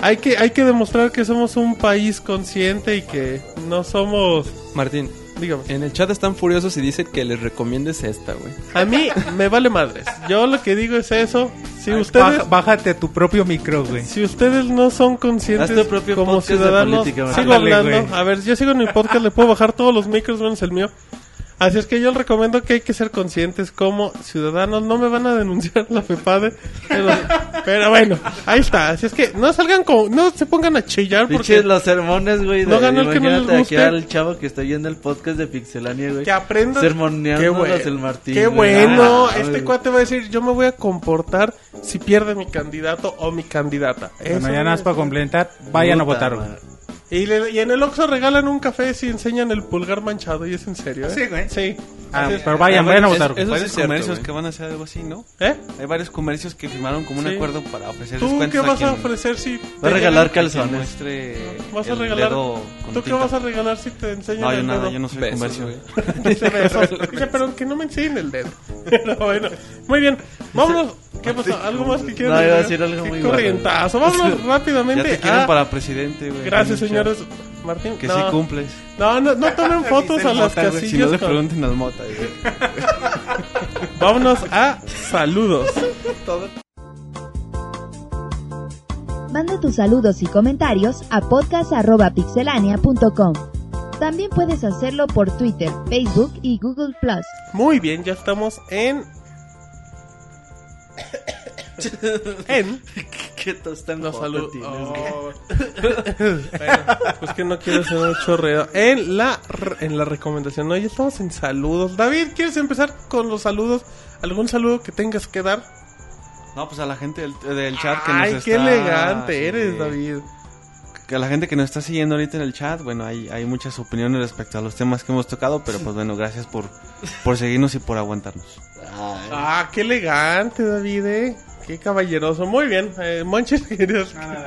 Speaker 2: hay, que hay que demostrar que somos un país consciente y que no somos...
Speaker 7: Martín,
Speaker 2: Dígame.
Speaker 7: en el chat están furiosos y dicen que les recomiendes esta, güey.
Speaker 2: A mí me vale madres. Yo lo que digo es eso. Si
Speaker 3: Ay,
Speaker 2: ustedes...
Speaker 3: baja- bájate tu propio micro, güey.
Speaker 2: Si ustedes no son conscientes
Speaker 5: Haz tu propio
Speaker 2: como
Speaker 5: podcast de
Speaker 2: ciudadanos,
Speaker 5: política,
Speaker 2: sigo
Speaker 3: Ándale,
Speaker 2: hablando.
Speaker 3: güey.
Speaker 2: A ver, yo sigo en mi podcast, le puedo bajar todos los micros menos el mío. Así es que yo les recomiendo que hay que ser conscientes como ciudadanos. No me van a denunciar la FEPADE. Pero, pero bueno, ahí está. Así es que no salgan con... No se pongan a chillar
Speaker 5: Pinches
Speaker 2: porque...
Speaker 5: los sermones, güey.
Speaker 2: No
Speaker 5: de-
Speaker 2: ganó el que no les
Speaker 5: imagínate
Speaker 2: guste.
Speaker 5: aquí al chavo que está oyendo el podcast de Pixelania, güey.
Speaker 2: Que aprendan... Qué
Speaker 5: Sermoneándonos
Speaker 2: bueno.
Speaker 5: el Martín.
Speaker 2: Qué
Speaker 5: güey.
Speaker 2: bueno.
Speaker 5: Ah,
Speaker 2: este
Speaker 5: güey.
Speaker 2: cuate va a decir, yo me voy a comportar si pierde mi candidato o mi candidata. Eso
Speaker 3: Bueno, ya nada más
Speaker 2: es.
Speaker 3: para complementar, vayan a
Speaker 5: Puta
Speaker 3: votar.
Speaker 5: madre.
Speaker 2: Y, le- y en el Oxxo regalan un café si enseñan el pulgar manchado. Y es en serio, ¿eh?
Speaker 3: Sí, güey.
Speaker 2: Sí.
Speaker 3: Ah,
Speaker 2: Así es.
Speaker 3: pero vayan, vayan a votar.
Speaker 4: Esos
Speaker 7: Parece cierto,
Speaker 4: comercios
Speaker 7: güey.
Speaker 4: que van a hacer algo así, ¿no?
Speaker 2: ¿Eh?
Speaker 4: Hay varios comercios que firmaron como un
Speaker 2: Sí.
Speaker 4: acuerdo para ofrecer
Speaker 2: ¿Tú
Speaker 4: descuentos
Speaker 2: qué vas
Speaker 4: quien-
Speaker 2: a ofrecer si...
Speaker 5: Va a
Speaker 2: te
Speaker 5: regalar
Speaker 4: quien
Speaker 5: calzones.
Speaker 4: muestre
Speaker 2: ¿Vas a
Speaker 4: el
Speaker 2: regalar?
Speaker 4: dedo con
Speaker 2: ¿Tú qué
Speaker 4: tinta.
Speaker 2: vas a regalar si te enseñan
Speaker 4: No, yo
Speaker 2: el
Speaker 4: nada,
Speaker 2: dedo?
Speaker 4: yo no soy
Speaker 7: Besos,
Speaker 4: comercio.
Speaker 7: güey.
Speaker 2: Dice besos. Dice, pero que no me enseñen el dedo. Pero bueno, muy bien. Vámonos. ¿Qué pasó? ¿Algo más que quieran
Speaker 5: No, iba a
Speaker 2: agregar?
Speaker 5: decir algo
Speaker 2: Qué
Speaker 5: muy
Speaker 2: corrientazo. Vámonos
Speaker 4: Ya
Speaker 2: rápidamente.
Speaker 4: te quieren
Speaker 2: a-
Speaker 4: para presidente, güey.
Speaker 2: Gracias,
Speaker 4: Hay mucha-
Speaker 2: señores. Martín,
Speaker 4: Que
Speaker 2: no.
Speaker 4: sí cumples.
Speaker 2: No, no, no tomen fotos a las
Speaker 4: Mota, güey, Si no
Speaker 2: casillas.
Speaker 4: le
Speaker 2: con-
Speaker 4: pregunten las motas, güey.
Speaker 2: Vámonos a saludos.
Speaker 1: Manda tus saludos y comentarios a podcast.pixelania.com. También puedes hacerlo por Twitter, Facebook y Google Plus.
Speaker 2: Muy bien, ya estamos en. en.
Speaker 5: Qué tostán
Speaker 2: Los saludos.
Speaker 5: joto tienes,
Speaker 2: pues que no quiero hacer un chorreo. En la, r- en la recomendación, no, ya estamos en saludos. David, ¿quieres empezar con los saludos? ¿Algún saludo que tengas que dar?
Speaker 4: No, pues a la gente del, del chat que
Speaker 2: Ay,
Speaker 4: nos
Speaker 2: qué
Speaker 4: está-
Speaker 2: elegante eres,
Speaker 4: sí.
Speaker 2: David.
Speaker 4: Que a la gente que nos está siguiendo ahorita en el chat, bueno, hay, hay muchas opiniones respecto a los temas que hemos tocado, pero pues bueno, gracias por, por seguirnos y por aguantarnos.
Speaker 5: Ay.
Speaker 2: Ah, qué elegante, David, eh. Qué caballeroso. Muy bien. Eh, Monchis, querías- Bueno,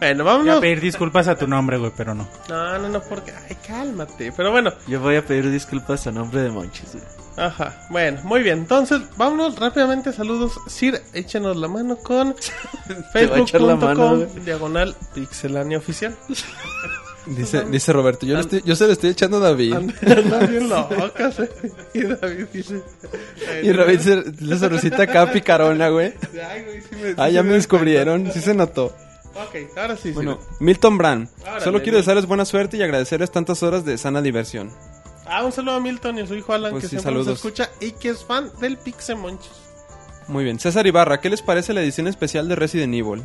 Speaker 3: Voy a
Speaker 2: vámonos.
Speaker 3: pedir disculpas a tu nombre, güey, pero no.
Speaker 2: No, no, no, porque. Ay, cálmate. Pero bueno,
Speaker 5: Yo voy a pedir disculpas a nombre de Monchis, güey.
Speaker 2: Ajá, bueno, muy bien. Entonces, vámonos rápidamente. Saludos, Sir. Échenos la mano con
Speaker 5: va a echar la mano,
Speaker 2: facebook.com
Speaker 5: güey.
Speaker 2: diagonal pixelania oficial.
Speaker 11: Dice, dice Roberto, yo, le estoy- yo se lo estoy echando a David.
Speaker 2: Andan bien locas, eh. Y David dice. eh,
Speaker 11: Y David se, le sonrisita acá picarona, güey.
Speaker 2: Ay, güey, sí me-
Speaker 11: Ah,
Speaker 2: sí
Speaker 11: ya
Speaker 2: me
Speaker 11: me
Speaker 2: doy
Speaker 11: descubrieron, sí se notó.
Speaker 2: cuenta. Ok, ahora sí. sí.
Speaker 7: Bueno, Milton Brand.
Speaker 2: Órale,
Speaker 7: Solo quiero
Speaker 2: Milton.
Speaker 7: desearles buena suerte y agradecerles tantas horas de sana diversión.
Speaker 2: Ah, un saludo a Milton y a su hijo Alan,
Speaker 7: Pues
Speaker 2: que
Speaker 7: sí,
Speaker 2: siempre nos
Speaker 7: saludos.
Speaker 2: escucha y que es fan del Pixemonchos.
Speaker 7: Muy bien. César Ibarra, ¿qué les parece la edición especial de Resident Evil?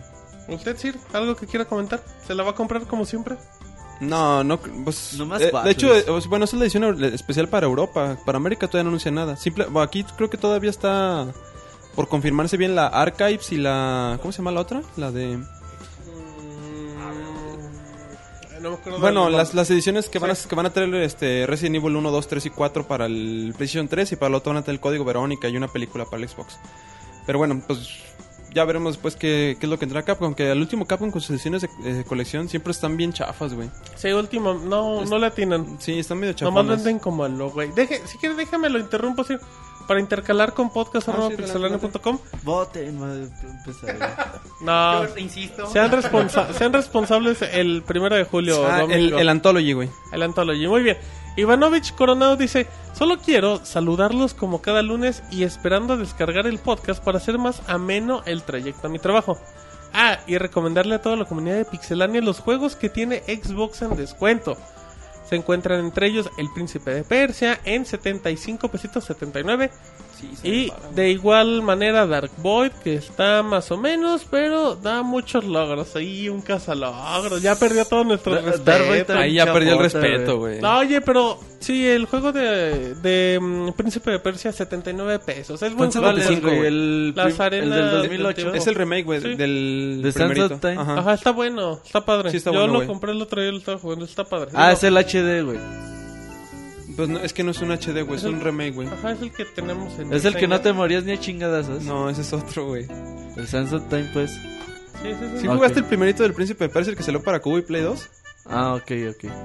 Speaker 2: ¿Usted, Sir, algo que quiera comentar? ¿Se la va a comprar como siempre?
Speaker 7: No, no, cr- pues,
Speaker 5: No más
Speaker 7: eh,
Speaker 5: fácil.
Speaker 7: de hecho, eh, pues, bueno, esa es la edición eu- especial para Europa. Para América todavía no anuncia nada. Simple, bueno, aquí creo que todavía está por confirmarse bien la Archives y la, ¿cómo se llama la otra? La de,
Speaker 2: Mm, No me acuerdo.
Speaker 7: bueno,
Speaker 2: del
Speaker 7: las,
Speaker 2: nombre.
Speaker 7: las ediciones que van a, que van a traer este Resident Evil 1, 2, 3 y 4 para el PlayStation 3 y para la otra van a tener el código Verónica y una película para el Xbox. Pero bueno, pues ya veremos después qué, qué es lo que entra Capcom. Que al último Capcom con sus ediciones de, eh, de colección siempre están bien chafas, güey.
Speaker 2: Sí, último. No, no le atinan.
Speaker 7: Sí, están medio
Speaker 2: Nomás
Speaker 7: chafonas.
Speaker 2: venden como a lo güey. Deje, si quieres, déjame lo interrumpo así. Para intercalar con podcast
Speaker 7: Ah,
Speaker 2: arroba
Speaker 7: sí, adelante,
Speaker 2: pixelania punto com.
Speaker 5: Voten, madre.
Speaker 4: pues,
Speaker 5: empezar,
Speaker 2: No,
Speaker 3: insisto.
Speaker 2: sean, responsa- sean responsables el primero de julio.
Speaker 7: Ah, el,
Speaker 2: domingo.
Speaker 7: el Anthology, güey.
Speaker 2: El Anthology, muy bien. Ivanovich Coronado dice, solo quiero saludarlos como cada lunes y esperando a descargar el podcast para hacer más ameno el trayecto a mi trabajo. Ah, y recomendarle a toda la comunidad de Pixelania los juegos que tiene Xbox en descuento. Se encuentran entre ellos El Príncipe de Persia en 75 pesitos 79 y de igual manera Dark Void que está más o menos, pero da muchos logros. Ahí un cazalogros. Ya perdió todo nuestro respeto.
Speaker 7: Ahí ya perdió el respeto, güey.
Speaker 2: No, Ah, oye, pero sí, el juego de, de mm, Príncipe de Persia, 79 pesos. Es buen
Speaker 7: ¿Cuánto
Speaker 2: juego.
Speaker 7: vale el- güey.
Speaker 5: El,
Speaker 2: Las
Speaker 5: prim- el
Speaker 2: arenas
Speaker 5: del
Speaker 2: del
Speaker 5: 2008.
Speaker 2: tiempo.
Speaker 7: Es el remake, güey,
Speaker 2: Sí.
Speaker 7: del
Speaker 5: De Sands
Speaker 7: primerito.
Speaker 5: of Time.
Speaker 7: Ajá.
Speaker 2: Ajá, está bueno, está padre.
Speaker 7: Sí, está
Speaker 2: yo
Speaker 7: bueno,
Speaker 2: lo
Speaker 7: güey.
Speaker 2: compré el otro día y lo estaba jugando, está padre.
Speaker 5: Ah,
Speaker 2: Digo,
Speaker 5: es el HD, güey.
Speaker 7: Pues no, es que no es un HD, güey, es un remake, güey.
Speaker 2: Ajá, es el que tenemos en
Speaker 5: Es el que
Speaker 2: diseño.
Speaker 5: no te morías ni a chingadazos.
Speaker 7: No, ese es otro, güey. ¿Sí
Speaker 5: El Sands of Time, pues.
Speaker 2: Sí, sí, sí.
Speaker 5: Ok.
Speaker 7: jugaste el primerito del Príncipe de Persia, el que salió para Cuba y Play 2?
Speaker 5: Ah, ok, ok.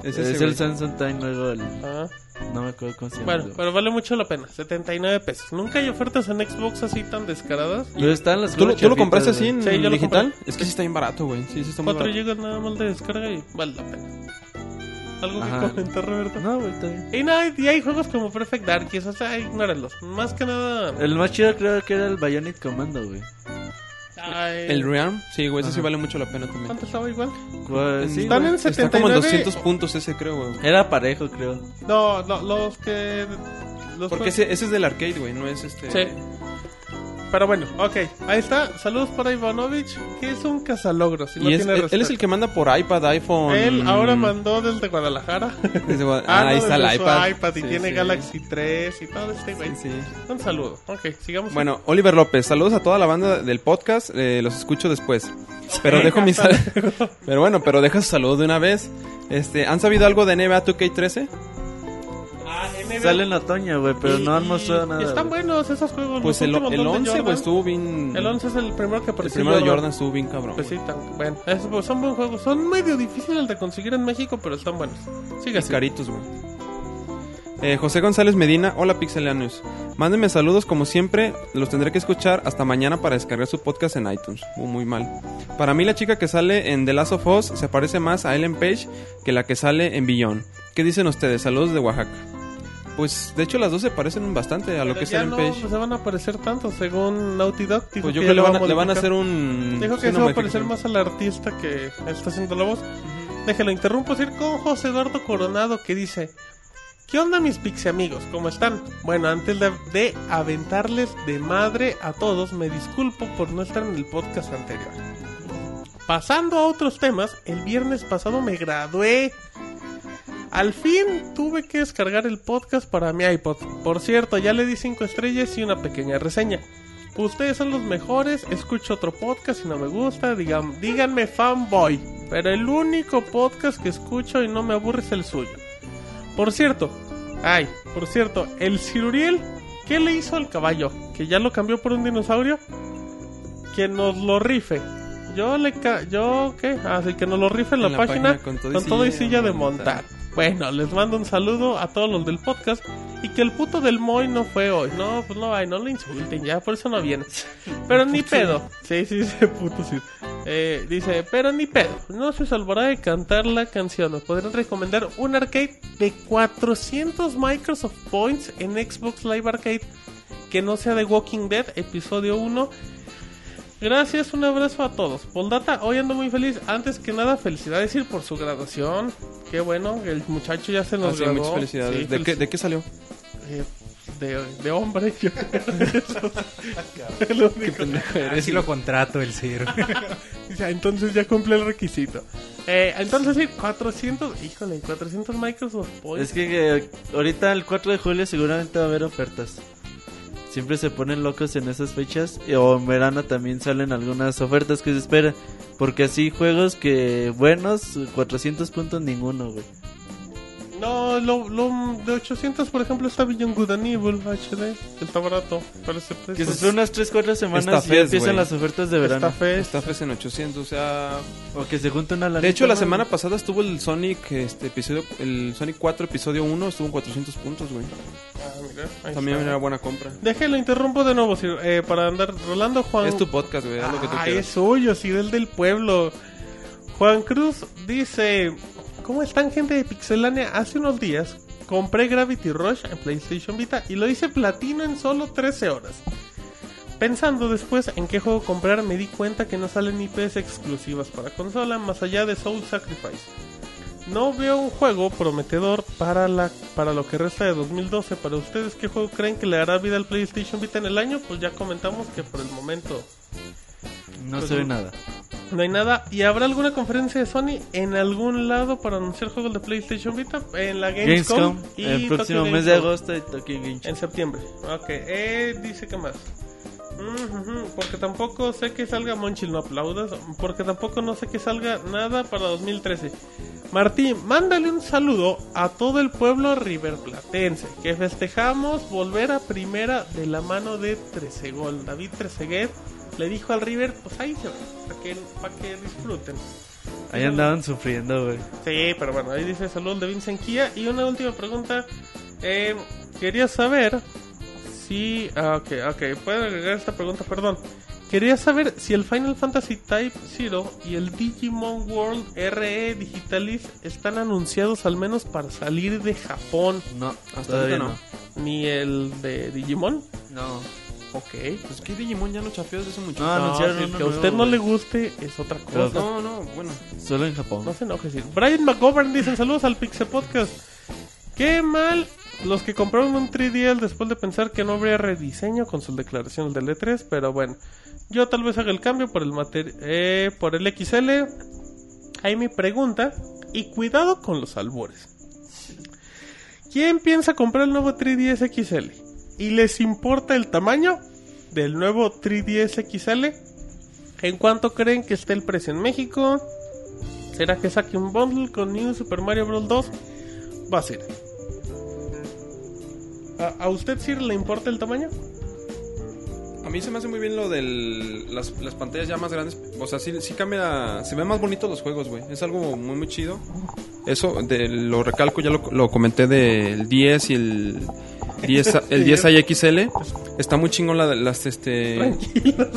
Speaker 7: Es
Speaker 5: Es,
Speaker 7: ese, güey.
Speaker 5: el Sands of Time, luego el...
Speaker 2: Ajá.
Speaker 5: No me acuerdo cómo se llama.
Speaker 2: Bueno,
Speaker 5: güey.
Speaker 2: pero vale mucho la pena, 79 pesos. Nunca hay ofertas en Xbox así tan descaradas.
Speaker 5: Pero están las
Speaker 7: ¿Tú, lo- tú lo compraste así
Speaker 5: chafitas,
Speaker 7: en
Speaker 2: Sí, yo lo
Speaker 7: digital? Es que sí está bien barato, güey. Sí, sí está muy
Speaker 2: 4
Speaker 7: barato.
Speaker 2: GB nada más de descarga y vale la pena. ¿Algo
Speaker 5: Ajá.
Speaker 2: que comentar, Roberto?
Speaker 5: güey. No, güey, está bien.
Speaker 2: Y no, y hay juegos como Perfect Dark, y eso, o sea, ignóralos. Más que nada.
Speaker 5: El más chido creo que era el Bionic Commando, güey.
Speaker 2: ay,
Speaker 7: ¿El Realm? Sí, güey, ese sí
Speaker 5: Ajá.
Speaker 7: vale mucho la pena también.
Speaker 2: ¿Cuánto estaba igual?
Speaker 5: Cuál- Sí,
Speaker 2: Están
Speaker 5: güey.
Speaker 2: en
Speaker 7: Está como en
Speaker 2: 79.
Speaker 7: 200 puntos ese, creo, güey.
Speaker 5: Era parejo, creo.
Speaker 2: No, no, los que Los
Speaker 7: Porque
Speaker 2: juegos-
Speaker 7: ese, ese es del arcade, güey, no es este...
Speaker 2: Sí. Pero bueno, ok. Ahí está. Saludos para Ivanovich, que es un cazalogro. Si no
Speaker 7: Y es-
Speaker 2: tiene
Speaker 7: él, él es el que manda por iPad, iPhone...
Speaker 2: Él ahora mandó desde Guadalajara.
Speaker 7: Desde Guada-
Speaker 2: Ah,
Speaker 7: ah,
Speaker 2: no,
Speaker 7: ahí está el
Speaker 2: desde su
Speaker 7: iPad.
Speaker 2: y
Speaker 7: Sí,
Speaker 2: tiene
Speaker 7: sí.
Speaker 2: Galaxy 3 y todo este güey.
Speaker 7: Sí, sí.
Speaker 2: Un saludo. Ok, sigamos.
Speaker 7: Bueno, Oliver López, saludos a toda la banda del podcast, eh, los escucho después. Pero dejo mis
Speaker 2: hasta
Speaker 7: Pero bueno, pero deja su saludo de una vez. Este, ¿han sabido algo de NBA 2K13?
Speaker 2: Ah, NBA.
Speaker 5: Sale en otoño, güey, pero
Speaker 2: Y-
Speaker 5: no han mostrado
Speaker 2: y
Speaker 5: nada.
Speaker 2: Están
Speaker 5: güey.
Speaker 2: buenos esos juegos.
Speaker 7: Pues
Speaker 2: los
Speaker 7: el,
Speaker 2: últimos
Speaker 7: el
Speaker 2: dos de
Speaker 7: 11,
Speaker 2: Jordan.
Speaker 7: güey, estuvo bien
Speaker 2: El 11 es el primero que
Speaker 7: El
Speaker 2: apareció.
Speaker 7: primero de Jordan estuvo bien cabrón.
Speaker 2: Pues sí,
Speaker 7: güey.
Speaker 2: tan- bueno, esos pues, son buenos juegos. Son medio difíciles de conseguir en México, pero están buenos. Sigue
Speaker 7: Y
Speaker 2: así.
Speaker 7: caritos, güey. Eh, José González Medina, hola Pixelianus. Mándenme saludos como siempre, los tendré que escuchar hasta mañana para descargar su podcast en iTunes. Muy, muy mal. Para mí la chica que sale en The Last of Us se parece más a Ellen Page que la que sale en Beyond. ¿Qué dicen ustedes? Saludos de Oaxaca. Pues de hecho las dos se parecen bastante a
Speaker 2: Pero
Speaker 7: lo que es
Speaker 2: ya
Speaker 7: Ellen
Speaker 2: no
Speaker 7: Page.
Speaker 2: se van a aparecer tanto, según Naughty Dog. dijo
Speaker 7: Pues yo
Speaker 2: que
Speaker 7: creo que
Speaker 2: ya
Speaker 7: le van, a,
Speaker 2: va
Speaker 7: le van a
Speaker 2: modificar.
Speaker 7: hacer un...
Speaker 2: Dijo
Speaker 7: sí,
Speaker 2: que
Speaker 7: una
Speaker 2: se va a parecer
Speaker 7: modificación.
Speaker 2: más al artista que está haciendo la voz. Déjelo, interrumpo, ir con José Eduardo Coronado que dice: ¿Qué onda, mis pixie amigos? ¿Cómo están? Bueno, antes de, de aventarles de madre a todos, me disculpo por no estar en el podcast anterior. Pasando a otros temas, el viernes pasado me gradué. Al fin tuve que descargar el podcast para mi iPod. Por cierto, ya le di 5 estrellas y una pequeña reseña. Ustedes son los mejores, escucho otro podcast y no me gusta, digan- díganme fanboy, pero el único podcast que escucho y no me aburre es el suyo. Por cierto, ay, por cierto, el Ciruriel, ¿qué le hizo al caballo? ¿Que ya lo cambió por un dinosaurio? Que nos lo rife. Yo le ca yo qué, así que nos lo rife en la, página,
Speaker 7: con todo y
Speaker 2: con todo y
Speaker 7: silla
Speaker 2: silla de
Speaker 7: de montar.
Speaker 2: montar. Bueno, les mando un saludo a todos los del podcast y que el puto del Moy no fue hoy. No, pues no, ay, no lo insulten, ya por eso no viene. Pero ni pedo. Sí, sí, ese puto sí. Eh, dice, pero ni pedo. No se salvará de cantar la canción. Nos podrían recomendar un arcade de 400 Microsoft Points en Xbox Live Arcade que no sea de Walking Dead, episodio 1. Gracias, un abrazo a todos. Poldata, hoy ando muy feliz. Antes que nada, felicidades ir por su graduación. Qué bueno, el muchacho ya se
Speaker 7: Ah,
Speaker 2: nos
Speaker 7: sí,
Speaker 2: graduó.
Speaker 7: muchas felicidades.
Speaker 2: Sí,
Speaker 7: ¿De, qué,
Speaker 2: felici-
Speaker 7: ¿De qué salió?
Speaker 2: eh, de, de hombre, yo
Speaker 7: Ah,
Speaker 2: Lo único.
Speaker 9: Así lo contrato el CIR.
Speaker 2: O sea, entonces ya cumple el requisito. Eh, entonces sí, 400, híjole, 400 Microsoft Points.
Speaker 5: Es que, que ahorita el 4 de julio seguramente va a haber ofertas. Siempre se ponen locos en esas fechas. y- O en verano también salen algunas ofertas que se espera. Porque así juegos que buenos, 400 puntos ninguno, güey.
Speaker 2: No, lo, lo de 800, por ejemplo, está Beyond Good and Evil HD. Está barato, para ese
Speaker 5: Que
Speaker 2: precio.
Speaker 5: se espera unas 3-4 semanas
Speaker 7: Está
Speaker 5: y
Speaker 7: fez,
Speaker 5: ya empiezan
Speaker 7: güey.
Speaker 5: las ofertas de verano.
Speaker 2: Está fe.
Speaker 7: Está ofrecen 800, o sea...
Speaker 5: O que se juntan a la
Speaker 7: De hecho, la semana pasada estuvo el Sonic este episodio el Sonic 4 episodio 1, estuvo en 400 puntos, güey.
Speaker 2: Ah, mira, ahí
Speaker 7: También
Speaker 2: está.
Speaker 7: era buena compra.
Speaker 2: Déjelo, interrumpo de nuevo, Sir, eh, para andar. Rolando Juan.
Speaker 7: Es tu podcast, güey, haz lo que tú
Speaker 2: Ah, es
Speaker 7: quieras.
Speaker 2: suyo, sí, del del pueblo. Juan Cruz dice: ¿Cómo están, gente de Pixelania? Hace unos días compré Gravity Rush en PlayStation Vita y lo hice platino en solo 13 horas. Pensando después en qué juego comprar, me di cuenta que no salen IPs exclusivas para consola más allá de Soul Sacrifice. No veo un juego prometedor para, la, para lo que resta de 2012. Para ustedes, ¿qué juego creen que le hará vida al PlayStation Vita en el año? Pues ya comentamos que por el momento
Speaker 5: No se ve nada.
Speaker 2: no hay nada. ¿Y habrá alguna conferencia de Sony en algún lado para anunciar juegos de PlayStation Vita? En la Gamescom.
Speaker 5: Gamescom,
Speaker 2: y
Speaker 5: el
Speaker 2: Tokyo
Speaker 5: próximo
Speaker 2: Game
Speaker 5: mes de
Speaker 2: Show.
Speaker 5: agosto y Tokyo Game Show.
Speaker 2: En septiembre. Ok, eh, dice que más. Mm, ujú, Porque tampoco sé que salga Monchil, no aplaudas. Porque tampoco no sé que salga nada para 2013. Martín, mándale un saludo a todo el pueblo riverplatense. Que festejamos volver a primera de la mano de Tresegol. David Treseguet le dijo al River: Pues ahí se para que, pa' que disfruten.
Speaker 5: Ahí andaban sufriendo, güey.
Speaker 2: Sí, pero bueno, ahí dice salud de Vincent Kia. Y una última pregunta. Eh, quería saber si... Ah, ok, ok, pueden agregar esta pregunta, perdón. Quería saber si el Final Fantasy Type Zero y el Digimon World RE Digitalis están anunciados al menos para salir de Japón,
Speaker 5: No,
Speaker 7: Hasta
Speaker 5: todavía
Speaker 7: ahorita
Speaker 5: no.
Speaker 7: no.
Speaker 2: ni el de Digimon.
Speaker 5: No,
Speaker 2: Ok.
Speaker 7: Pues que Digimon ya no chafeó de eso mucho.
Speaker 5: no, anunciaron
Speaker 2: sí, que
Speaker 5: uno
Speaker 2: a
Speaker 5: nuevo,
Speaker 2: usted no
Speaker 5: güey.
Speaker 2: le guste es otra cosa.
Speaker 5: Pero-
Speaker 7: No, no, bueno.
Speaker 5: Solo en Japón.
Speaker 2: No se enoje, sí. Brian McGovern dicen saludos al Pixel Podcast. Qué mal Los que compraron un 3DL después de pensar que no habría rediseño con sus declaraciones del E3, pero bueno, yo tal vez haga el cambio por el materi- eh, por el XL. Ahí mi pregunta, y cuidado con los albores. ¿Quién piensa comprar el nuevo 3DS XL? ¿Y les importa el tamaño del nuevo 3DS XL? ¿En cuánto creen que esté el precio en México? ¿Será que saque un bundle con New Super Mario Bros. 2? Va a ser. ¿A, a usted sí le importa el tamaño?
Speaker 7: A mí se me hace muy bien lo de las, las pantallas ya más grandes. O sea, sí, sí cambia. Se ven más bonitos los juegos, güey. Es algo muy, muy chido. Eso de- lo recalco, ya lo, lo comenté del 10 y el 10, el 10 IXL. Está muy chingón la, de- las. este
Speaker 2: Tranquilo,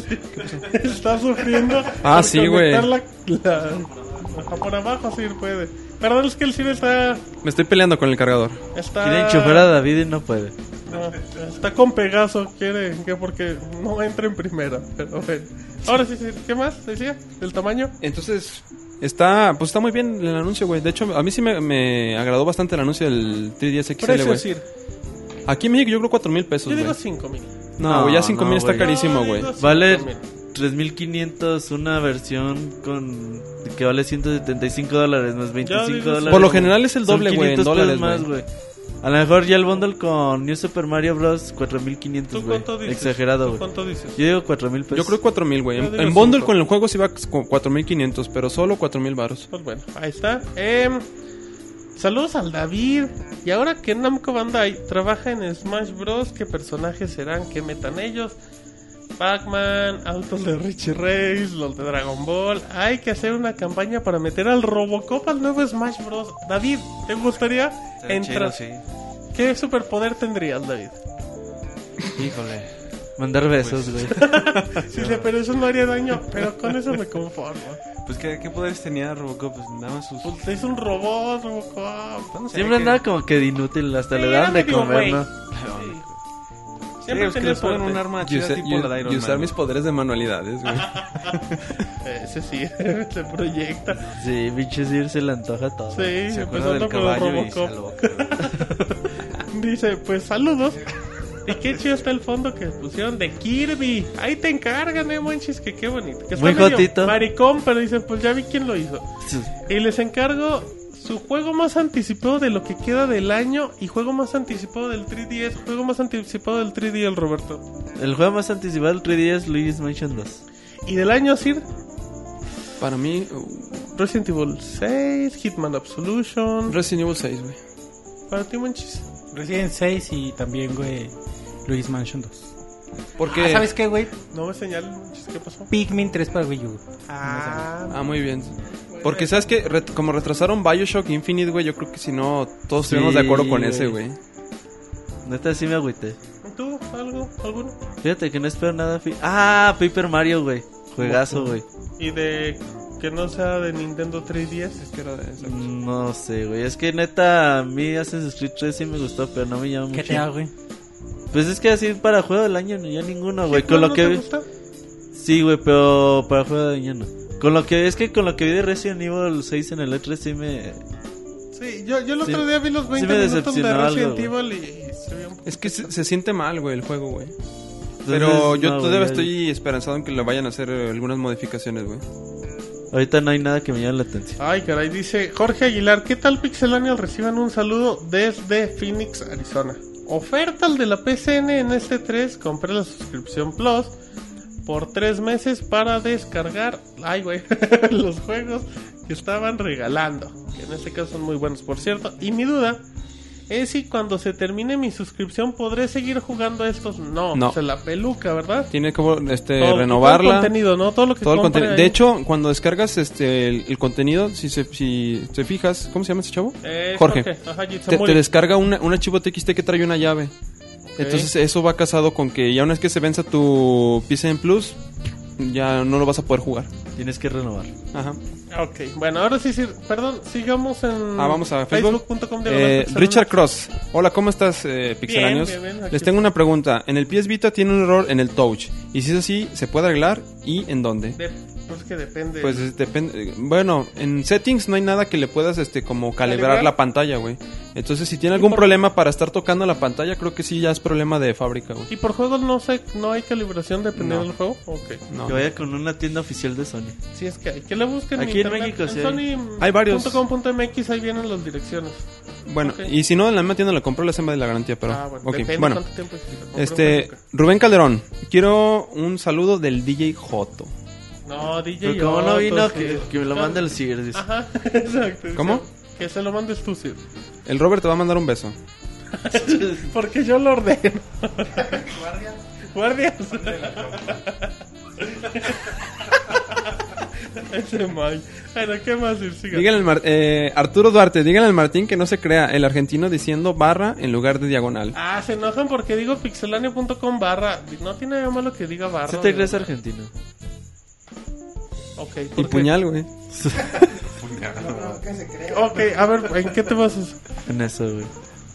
Speaker 2: está sufriendo.
Speaker 7: Ah,
Speaker 2: por
Speaker 7: sí, güey.
Speaker 2: conectar la- la- ajá, por abajo sí puede. Perdón, es que el cine está.
Speaker 7: Me estoy peleando con el cargador.
Speaker 2: Está,
Speaker 5: Quiere enchufar a David y no puede.
Speaker 2: Ah, está con Pegaso, quiere que porque no entra en primera. Pero bueno. Ahora sí, sí, ¿qué más decía? ¿Del tamaño?
Speaker 7: Entonces, está pues está muy bien el anuncio, güey. De hecho, a mí sí me, me agradó bastante el anuncio del 3DS XL,
Speaker 2: Precio,
Speaker 7: güey.
Speaker 2: Sir.
Speaker 7: Aquí en México yo creo 4 mil pesos,
Speaker 2: Yo
Speaker 7: güey.
Speaker 2: digo 5 mil.
Speaker 7: No, güey, ya
Speaker 5: No,
Speaker 7: 5
Speaker 5: no,
Speaker 7: mil está
Speaker 5: güey.
Speaker 7: carísimo, güey.
Speaker 5: Vale
Speaker 2: También.
Speaker 5: 3.500 una versión con que vale 175 dólares más 25
Speaker 2: digo,
Speaker 5: dólares.
Speaker 7: Por lo general es el
Speaker 5: Son
Speaker 7: doble, güey, en
Speaker 5: 500
Speaker 7: dólares,
Speaker 5: pesos más, güey. A lo mejor ya el bundle con New Super Mario Bros. 4.500,
Speaker 2: ¿Tú cuánto
Speaker 5: güey.
Speaker 2: dices?
Speaker 5: Exagerado,
Speaker 2: ¿Tú
Speaker 5: güey.
Speaker 2: ¿Cuánto dices?
Speaker 5: Yo digo 4.000 pesos.
Speaker 7: Yo creo 4 mil, güey.
Speaker 2: Yo
Speaker 7: En,
Speaker 2: digo
Speaker 7: en bundle
Speaker 2: cinco.
Speaker 7: con el juego sí va con 4.500, pero solo 4 mil baros.
Speaker 2: Pues bueno, ahí está. Em, saludos al David. Y ahora que Namco Bandai trabaja en Smash Bros, ¿qué personajes serán? ¿Qué metan ellos? Pac-Man, autos de Richie Reyes, los de Dragon Ball. Hay que hacer una campaña para meter al Robocop al nuevo Smash Bros. David, ¿te gustaría
Speaker 4: Está chido,
Speaker 2: entrar?
Speaker 4: sí.
Speaker 2: ¿Qué superpoder tendrías, David?
Speaker 4: Híjole.
Speaker 5: Mandar
Speaker 4: pues,
Speaker 5: besos, güey.
Speaker 2: Sí, sí, pero eso no haría daño. Pero con eso me conformo.
Speaker 4: Pues, ¿qué, qué poderes tenía Robocop? Pues nada más sus...
Speaker 2: Pues, es un robot, Robocop.
Speaker 4: No sé,
Speaker 5: Siempre
Speaker 4: que-
Speaker 5: andaba como que de inútil, hasta le
Speaker 2: Sí,
Speaker 5: daban
Speaker 2: era
Speaker 4: pues
Speaker 5: de
Speaker 2: medio
Speaker 5: comer,
Speaker 2: güey.
Speaker 5: ¿no?
Speaker 2: Sí.
Speaker 4: Sí,
Speaker 2: Siempre
Speaker 4: pues, que
Speaker 2: tenía
Speaker 4: les pongan
Speaker 2: suerte.
Speaker 4: un
Speaker 5: Ah,
Speaker 4: arma chida tipo la de Iron
Speaker 7: y usar
Speaker 4: Man.
Speaker 7: mis poderes de manualidades, güey.
Speaker 2: eh, Ese sí, se proyecta.
Speaker 5: Sí, pinche Sir se le antoja todo.
Speaker 2: Sí, pues
Speaker 4: Se acuerda
Speaker 2: empezando
Speaker 4: del
Speaker 2: con el
Speaker 4: caballo y se
Speaker 2: Robocop.
Speaker 4: aloca.
Speaker 2: Dice, pues saludos. Y qué chido está el fondo que pusieron de Kirby. Ahí te encargan, eh, manches, que qué bonito. Que está
Speaker 5: Muy
Speaker 2: medio
Speaker 5: gotito.
Speaker 2: Maricón, pero dicen, pues ya vi quién lo hizo. Y les encargo su juego más anticipado de lo que queda del año y juego más anticipado del 3DS. Juego más anticipado del 3DS, Roberto.
Speaker 5: El juego más anticipado del 3D es Luigi's Mansion 2.
Speaker 2: Y del año, Sir,
Speaker 7: Para mí, uh,
Speaker 2: Resident Evil 6, Hitman Absolution.
Speaker 7: Resident Evil 6, güey.
Speaker 2: Para ti, manches.
Speaker 9: Resident 6 y también, güey, Luis Mansion 2.
Speaker 7: Porque.
Speaker 9: Ah, ¿Sabes qué, güey?
Speaker 2: No me señalen, manches, ¿qué pasó?
Speaker 9: Pikmin 3 para Wii U.
Speaker 2: Ah,
Speaker 7: Ah, muy bien. Porque sabes que como retrasaron Bioshock Infinite, güey, yo creo que si no, todos
Speaker 5: Sí,
Speaker 7: estuvimos de acuerdo con
Speaker 5: güey.
Speaker 7: ese, güey.
Speaker 5: Neta, sí me agüité.
Speaker 2: ¿Tú? ¿Algo? ¿Alguno?
Speaker 5: Fíjate que no espero nada. fi- Ah, Paper Mario, güey. Juegazo, güey.
Speaker 2: Y de que no sea de Nintendo 3DS.
Speaker 7: Es que era de esa.
Speaker 5: No sé, güey. Es que neta, a mí Assassin's Creed 3 sí me gustó, pero no me llama
Speaker 9: ¿Qué
Speaker 5: mucho.
Speaker 9: te hago, güey?
Speaker 5: Pues es que así para juego del año no, ya ninguno, güey. Con
Speaker 2: ¿No
Speaker 5: lo
Speaker 2: te
Speaker 5: que vi.
Speaker 2: gusta?
Speaker 5: Sí, güey, pero para juego del año no. Con lo que es que con lo que vi de Resident Evil 6 en el E3 sí me
Speaker 2: Sí, yo, yo el
Speaker 5: Sí,
Speaker 2: otro día vi los 20
Speaker 5: me
Speaker 2: minutos de
Speaker 5: decepcionó
Speaker 2: Resident
Speaker 5: algo,
Speaker 2: Evil y se veía un poco.
Speaker 7: Es que se, se siente mal, güey, el juego, güey. Pero
Speaker 5: Entonces,
Speaker 7: yo
Speaker 5: no, güey,
Speaker 7: todavía estoy esperanzado en que le vayan a hacer eh, algunas modificaciones, güey.
Speaker 5: Ahorita no hay nada que me llame la atención.
Speaker 2: Ay, caray, dice Jorge Aguilar, ¿qué tal Pixelania? Reciban un saludo desde Phoenix, Arizona. Oferta al de la PCN en este 3, compré la suscripción Plus por 3 meses para descargar, ay güey, los juegos que estaban regalando, que en este caso son muy buenos por cierto, y mi duda es si cuando se termine mi suscripción podré seguir jugando a estos, no,
Speaker 7: No.
Speaker 2: se la peluca, ¿verdad?
Speaker 7: Tiene que este,
Speaker 2: Todo- Todo el
Speaker 7: renovarla.
Speaker 2: contenido, ¿no? Todo lo que
Speaker 7: Todo el
Speaker 2: compre
Speaker 7: contenido.
Speaker 2: ahí.
Speaker 7: De hecho, cuando descargas este el, el contenido, si, se, si te fijas, ¿cómo se llama ese chavo?
Speaker 2: Eh,
Speaker 7: Jorge,
Speaker 2: Ajá,
Speaker 7: te,
Speaker 2: Jitsamuri.
Speaker 7: te descarga una- un archivo TXT que trae una llave. Entonces eso va casado con que ya una vez que se venza tu PCN Plus, ya no lo vas a poder jugar.
Speaker 5: Tienes que renovar.
Speaker 7: Ajá.
Speaker 2: Ok, bueno, ahora sí, sí, perdón, sigamos en
Speaker 7: Ah, vamos a Facebook.
Speaker 2: facebook.com
Speaker 7: Eh, Richard Cross. Hola, ¿cómo estás, eh, Pixelanios?
Speaker 2: bien, bien, aquí
Speaker 7: Les tengo una pregunta. En el PS Vita tiene un error en el Touch. Y si es así, ¿se puede arreglar? ¿Y en dónde?
Speaker 2: Pues que depende.
Speaker 7: Pues es- depende. Bueno, en settings no hay nada que le puedas, este, como calibrar,
Speaker 2: Calibrar.
Speaker 7: la pantalla, güey. Entonces, si tiene algún
Speaker 2: por-
Speaker 7: problema para estar tocando la pantalla, creo que sí ya es problema de fábrica, güey.
Speaker 2: ¿Y por juegos no sé, no hay calibración dependiendo
Speaker 7: No.
Speaker 2: del juego? Ok.
Speaker 7: No.
Speaker 5: Que vaya con una tienda oficial de Sony.
Speaker 2: Si es que hay que le busquen
Speaker 5: Aquí en México sí hay.
Speaker 2: Sony
Speaker 7: Hay varios.
Speaker 2: punto com punto MX, ahí vienen las direcciones.
Speaker 7: Bueno,
Speaker 2: Ok.
Speaker 7: y si no, en la misma tienda la compró, la hacen de la garantía, pero.
Speaker 2: ah, bueno,
Speaker 7: ok,
Speaker 2: depende
Speaker 7: bueno.
Speaker 2: cuánto tiempo si lo compró
Speaker 7: Este,
Speaker 2: en
Speaker 7: Rubén Calderón, quiero un saludo del DJ Joto.
Speaker 2: Pachuca. No, DJ.
Speaker 5: Pero como no
Speaker 2: Otto,
Speaker 5: vino,
Speaker 2: sí.
Speaker 5: que, que me lo mande el Sir. dice.
Speaker 2: Ajá, exacto.
Speaker 7: ¿Cómo?
Speaker 2: dice, Que se lo mandes tú, Sir.
Speaker 7: El Robert te va a mandar un beso.
Speaker 2: Porque yo lo ordeno. Guardias. Ese Mike. Bueno, ¿qué más, Sir? Siga.
Speaker 7: Díganle al Mar- eh, Arturo Duarte, díganle al Martín que no se crea el argentino diciendo barra en lugar de diagonal.
Speaker 2: Ah, se enojan porque digo pixelania.com barra. No tiene nada malo que diga barra.
Speaker 5: ¿Sí te crees
Speaker 2: ¿verdad?
Speaker 5: argentino?
Speaker 2: Ok,
Speaker 7: y
Speaker 2: ¿por qué?
Speaker 7: puñal, güey.
Speaker 2: Ok, a ver, ¿en qué te basas?
Speaker 5: En eso, güey.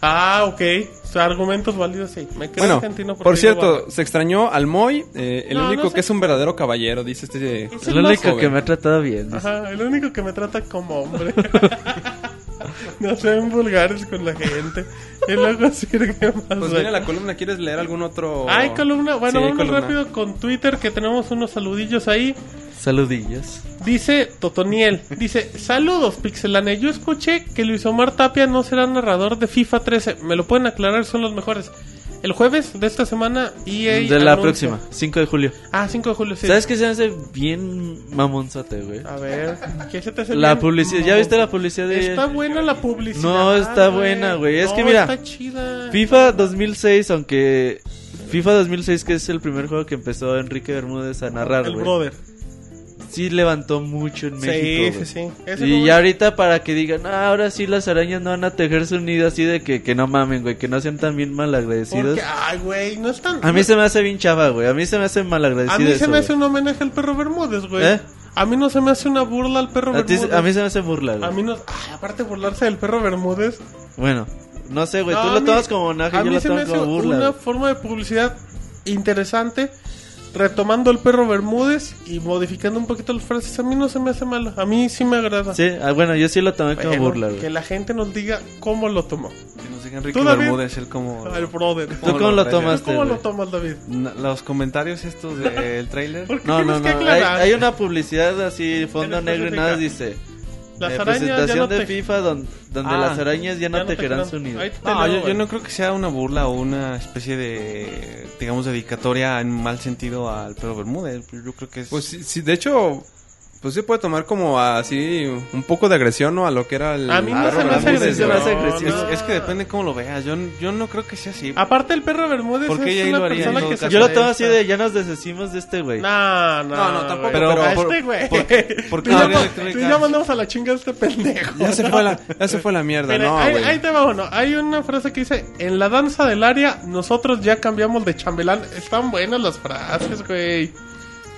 Speaker 2: Ah, ok. O sea, argumentos válidos, sí. Me creo
Speaker 7: Bueno,
Speaker 2: argentino
Speaker 7: por
Speaker 2: digo
Speaker 7: cierto,
Speaker 2: barra.
Speaker 7: se extrañó al Moy, eh, el
Speaker 2: No,
Speaker 7: único
Speaker 2: no sé.
Speaker 7: que es un verdadero caballero, dice este.
Speaker 2: Es
Speaker 5: Es
Speaker 2: el
Speaker 5: lo
Speaker 2: más
Speaker 5: único
Speaker 7: joven.
Speaker 5: que me ha tratado bien. dice.
Speaker 2: Ajá, el único que me trata como hombre. no sean vulgares con la gente. Y luego sí, ¿qué más?
Speaker 7: Pues
Speaker 2: hay?
Speaker 7: viene la columna, ¿quieres leer algún
Speaker 5: oh.
Speaker 7: otro?
Speaker 2: Hay columna. Bueno,
Speaker 7: Sí, hay
Speaker 2: vamos
Speaker 7: columna.
Speaker 2: rápido con Twitter que tenemos unos saludillos ahí.
Speaker 5: Saludillos.
Speaker 2: Dice Totoniel, dice, saludos Pixelane, yo escuché que Luis Omar Tapia no será narrador de FIFA 13, me lo pueden aclarar, son los mejores. El jueves de esta semana y
Speaker 5: De la próxima, 5 de julio.
Speaker 2: Ah, 5 de julio, sí.
Speaker 5: ¿Sabes qué se hace bien mamonzote, güey?
Speaker 2: A ver, ¿qué se te hace
Speaker 5: La
Speaker 2: bien?
Speaker 5: publicidad. ¿Ya viste la publicidad de
Speaker 2: Está buena la publicidad.
Speaker 5: No, está buena, güey. Es
Speaker 2: No,
Speaker 5: que mira,
Speaker 2: Está chida.
Speaker 5: FIFA 2006, aunque... FIFA 2006, que es el primer juego que empezó Enrique Bermúdez a narrar,
Speaker 2: el
Speaker 5: güey.
Speaker 2: brother.
Speaker 5: Sí levantó mucho en
Speaker 2: Sí,
Speaker 5: México,
Speaker 2: sí, sí.
Speaker 5: güey.
Speaker 2: Ese
Speaker 5: Y
Speaker 2: juego-
Speaker 5: ya ahorita para que digan, "Ah, ahora sí las arañas no van a tejer su nido así de que, que no mamen, güey, que no sean tan bien malagradecidos.
Speaker 2: Porque, ay, güey, no es tan...
Speaker 5: A mí se me hace bien chava, güey. A mí se me hace malagradecido
Speaker 2: a mí se
Speaker 5: eso,
Speaker 2: me hace
Speaker 5: güey.
Speaker 2: un homenaje al perro Bermúdez, güey.
Speaker 5: ¿Eh?
Speaker 2: A mí no se me hace una burla al perro
Speaker 5: A, ti se-
Speaker 2: Bermúdez.
Speaker 5: a mí se me hace burla, güey.
Speaker 2: A mí no. Ay, aparte burlarse del perro Bermúdez.
Speaker 5: Bueno, no sé, güey.
Speaker 2: No,
Speaker 5: Tú
Speaker 2: a
Speaker 5: lo
Speaker 2: mí-
Speaker 5: tomas como homenaje,
Speaker 2: A
Speaker 5: yo
Speaker 2: mí
Speaker 5: lo
Speaker 2: se me
Speaker 5: tomo
Speaker 2: hace
Speaker 5: como burla.
Speaker 2: una
Speaker 5: güey.
Speaker 2: forma de publicidad interesante. Retomando el perro Bermúdez y modificando un poquito las frases. A mí no se me hace malo. A mí sí me agrada.
Speaker 5: Sí, ah, bueno, yo sí lo tomé como
Speaker 2: Bueno,
Speaker 5: burla,
Speaker 2: que
Speaker 5: güey.
Speaker 2: la gente nos diga cómo lo tomó.
Speaker 4: Que nos diga Enrique
Speaker 2: ¿Tú, David?
Speaker 4: Bermúdez, él como...
Speaker 2: El brother.
Speaker 5: ¿Tú cómo lo
Speaker 4: Gracias.
Speaker 5: tomas?
Speaker 2: ¿Tú ¿Cómo lo
Speaker 5: güey.
Speaker 2: tomas, David?
Speaker 4: Na- Los comentarios estos del tráiler.
Speaker 2: ¿Por qué
Speaker 5: No, no,
Speaker 2: tienes
Speaker 5: no.
Speaker 2: que
Speaker 5: Hay,
Speaker 2: aclarar?
Speaker 5: hay una publicidad así, fondo
Speaker 2: Eres
Speaker 5: negro y
Speaker 2: específica.
Speaker 5: nada, dice.
Speaker 2: Las
Speaker 5: eh,
Speaker 2: arañas ya
Speaker 5: presentación
Speaker 2: no
Speaker 5: de
Speaker 2: te-
Speaker 5: FIFA don- donde
Speaker 4: Ah,
Speaker 5: las arañas ya no
Speaker 2: Ya
Speaker 5: tejerán
Speaker 2: quedan.
Speaker 5: su nido.
Speaker 2: Ahí te
Speaker 4: No,
Speaker 2: leo,
Speaker 4: yo, yo
Speaker 2: güey.
Speaker 4: no creo que sea una burla o una especie de, digamos, dedicatoria en mal sentido al Pedro Bermúdez. Yo creo que es...
Speaker 7: Pues sí, sí, de hecho, pues sí puede tomar como así un poco de agresión, ¿no? A lo que era el.
Speaker 2: A mí no
Speaker 7: Ah,
Speaker 2: se me hace
Speaker 7: Ramírez,
Speaker 5: Bermúdez,
Speaker 2: agresivo. Ah,
Speaker 5: se me hace
Speaker 2: No,
Speaker 5: agresivo.
Speaker 2: no.
Speaker 4: es, es que depende cómo lo veas. Yo, yo no creo que sea así.
Speaker 2: Aparte, el perro Bermúdez
Speaker 4: ¿Por qué
Speaker 2: es
Speaker 4: ya
Speaker 2: una
Speaker 4: lo haría en
Speaker 2: persona
Speaker 4: todo
Speaker 2: que se
Speaker 4: caso?
Speaker 5: Yo lo tomo así de ya nos deshicimos de este güey.
Speaker 2: No, no,
Speaker 7: No, no, tampoco,
Speaker 2: güey.
Speaker 7: pero
Speaker 2: A
Speaker 7: por-
Speaker 2: este güey.
Speaker 4: ¿por qué- por qué
Speaker 2: Tú ya
Speaker 4: habría
Speaker 2: pa-
Speaker 4: electrónica?
Speaker 2: tú ya mandamos a la chinga a este pendejo.
Speaker 7: Ya se fue la, ya se fue la mierda,
Speaker 2: Mira,
Speaker 7: no,
Speaker 2: ahí,
Speaker 7: güey.
Speaker 2: ahí te va uno. Hay una frase que dice: En la danza del área, nosotros ya cambiamos de chambelán. Están buenas las frases, güey.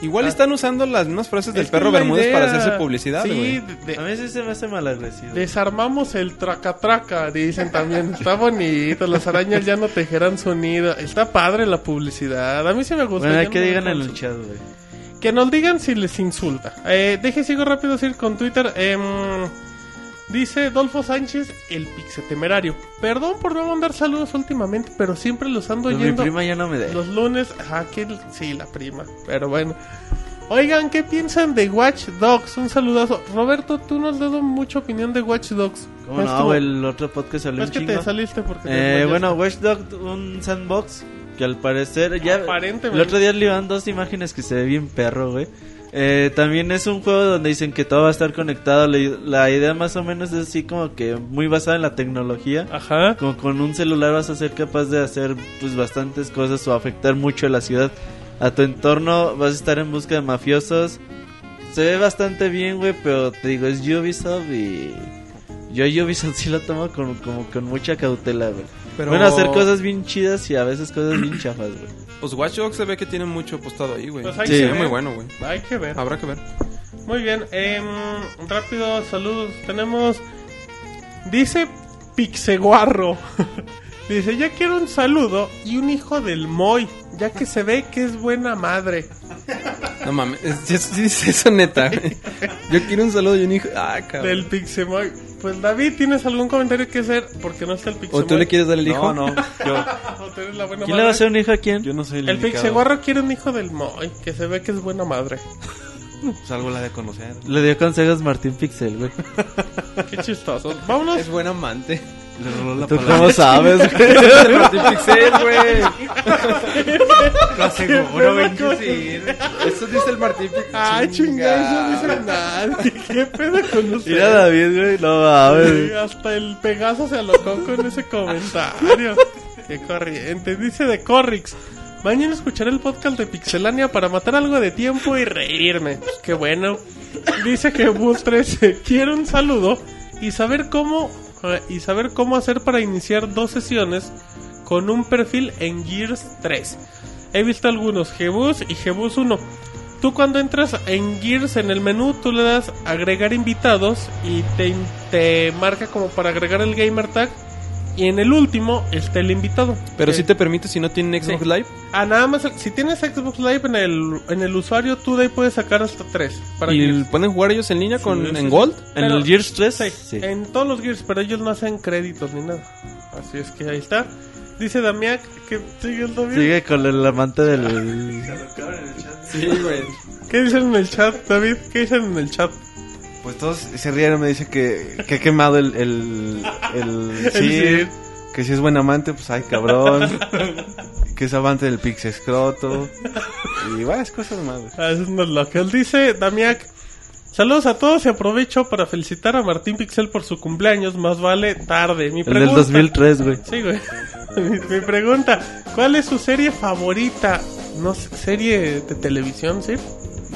Speaker 7: Igual están usando las mismas frases del
Speaker 2: Ah. Es que
Speaker 7: perro
Speaker 2: es la
Speaker 7: Bermúdez para
Speaker 2: idea.
Speaker 7: hacerse publicidad,
Speaker 2: Sí,
Speaker 7: güey.
Speaker 2: de-
Speaker 5: A mí sí se me hace malagresivo.
Speaker 2: Desarmamos el traca-traca, dicen también. Está bonito, las arañas ya no tejerán su nido. Está padre la publicidad. A mí sí me gusta.
Speaker 5: Bueno,
Speaker 2: yo
Speaker 5: hay
Speaker 2: Pues no
Speaker 5: que
Speaker 2: me
Speaker 5: digan en
Speaker 2: canso.
Speaker 5: el chat, güey.
Speaker 2: Que nos digan si les insulta. Eh, deje, sigo rápido decir con Twitter. em, dice Dolfo Sánchez, el pixetemerario. Perdón por no mandar saludos últimamente, pero siempre los ando
Speaker 5: Pues Mi
Speaker 2: oyendo
Speaker 5: prima ya no me deja.
Speaker 2: los lunes. Ah, que sí, la prima. Pero bueno. Oigan, ¿qué piensan de Watch Dogs? Un saludazo. Roberto, tú no has dado mucha opinión de Watch Dogs.
Speaker 5: ¿Cómo
Speaker 2: Es
Speaker 5: no?
Speaker 2: tu-
Speaker 5: güey? El otro podcast salió
Speaker 2: no es
Speaker 5: un
Speaker 2: que
Speaker 5: chingo.
Speaker 2: te saliste porque... te
Speaker 5: Eh,
Speaker 2: desmayaste.
Speaker 5: bueno, Watch Dogs, un sandbox que al parecer ya...
Speaker 2: Aparentemente.
Speaker 5: El otro día le iban dos imágenes que se ve bien perro, güey. Eh, también es un juego donde dicen que todo va a estar conectado. La, i- la idea más o menos es así como que muy basada en la tecnología.
Speaker 2: Ajá.
Speaker 5: Como con un celular vas a ser capaz de hacer pues bastantes cosas o afectar mucho a la ciudad. A tu entorno vas a estar en busca de mafiosos. Se ve bastante bien, güey, pero te digo, es Ubisoft y... Yo a Ubisoft sí lo tomo con, como con mucha cautela, güey.
Speaker 7: Pero-
Speaker 5: Bueno, hacer cosas bien chidas y a veces cosas bien chafas, güey.
Speaker 7: Pues Watch Dogs se ve que tiene mucho apostado ahí, güey.
Speaker 2: Pues hay
Speaker 5: Sí.
Speaker 7: Se
Speaker 2: que
Speaker 7: ve
Speaker 2: ver.
Speaker 7: muy bueno, güey.
Speaker 2: Hay que ver.
Speaker 7: Habrá que ver.
Speaker 2: Muy bien, em, rápido, saludos. Tenemos. Dice Pixeguarro. Dice: Ya quiero un saludo y un hijo del Moy, ya que se ve que es buena madre.
Speaker 7: No mames, sí, sí dice eso neta. güey. Yo quiero un saludo y un hijo. Ah, cabrón.
Speaker 2: Del Pixemoy. Pues David, ¿tienes algún comentario que hacer? Porque no está el Pixemoy.
Speaker 8: ¿O tú le quieres dar el hijo?
Speaker 4: No, no, yo,
Speaker 2: O tú eres la buena
Speaker 5: ¿Quién le
Speaker 2: madre.
Speaker 5: va a hacer un hijo a quién?
Speaker 4: yo no soy el,
Speaker 2: El
Speaker 4: indicado.
Speaker 2: Pixeguarro quiere un hijo del Moy, que se ve que es buena madre.
Speaker 4: Pues algo la de conocer.
Speaker 5: Le dio consejos Martín Pixel, güey.
Speaker 2: Qué chistoso. Vámonos.
Speaker 8: Es buen amante.
Speaker 4: Le roló la
Speaker 5: ¿Tú
Speaker 4: palabra.
Speaker 5: cómo sabes, güey?
Speaker 9: Lo aseguro,
Speaker 2: Qué
Speaker 9: güey.
Speaker 8: Eso dice el Martín.
Speaker 2: Ay, chingada, eso no dice nadie. ¿Qué pedo con ustedes?
Speaker 5: Mira David, güey. No
Speaker 2: Sí,
Speaker 5: mames.
Speaker 2: hasta el Pegaso se alocó con ese comentario. Qué corriente. Dice de Corrix. Mañana escucharé el podcast de Pixelania para matar algo de tiempo y reírme. Pues qué bueno. Dice que Bus 13 quiere un saludo y saber cómo eh, y saber cómo hacer para iniciar dos sesiones con un perfil en Gears 3. He visto algunos Gebus y Gebus 1. Tú cuando entras en Gears en el menú, tú le das agregar invitados y te, in- te marca como para agregar el gamer tag. Y en el último está el invitado.
Speaker 7: Pero
Speaker 2: Que-
Speaker 7: si te permite, si no tienen Xbox
Speaker 2: Sí.
Speaker 7: Live.
Speaker 2: Ah, nada más, el- si tienes Xbox Live en el, en el usuario, tú de ahí puedes sacar hasta 3. Para
Speaker 7: ¿Y
Speaker 2: Gears.
Speaker 7: pueden jugar ellos en línea con,
Speaker 2: Sí, sí,
Speaker 7: en
Speaker 2: sí.
Speaker 7: Gold?
Speaker 5: ¿En
Speaker 2: Pero-
Speaker 5: el Gears 3?
Speaker 2: Sí, en todos los Gears, pero ellos no hacen créditos ni nada. Así es que ahí está. Dice Damián que sigue el Damián.
Speaker 5: Sigue con el amante del...
Speaker 7: Sí, güey.
Speaker 2: ¿Qué dicen en el chat, David? ¿Qué dicen en el chat?
Speaker 4: Pues todos se rieron, me dice que, que he quemado el, el, el Sir,
Speaker 2: Sir.
Speaker 4: que si es buen amante, pues ay cabrón, que es amante del pix escroto, y varias cosas más. güey.
Speaker 2: Ah, eso no es lo que él dice, Damiac. Saludos a todos y aprovecho para felicitar a Martín Pixel por su cumpleaños, más vale tarde. Mi
Speaker 5: El del
Speaker 2: pregunta,
Speaker 5: 2003, güey.
Speaker 2: Sí, güey. mi, mi pregunta, ¿cuál es su serie favorita? No sé, serie de televisión, ¿sí?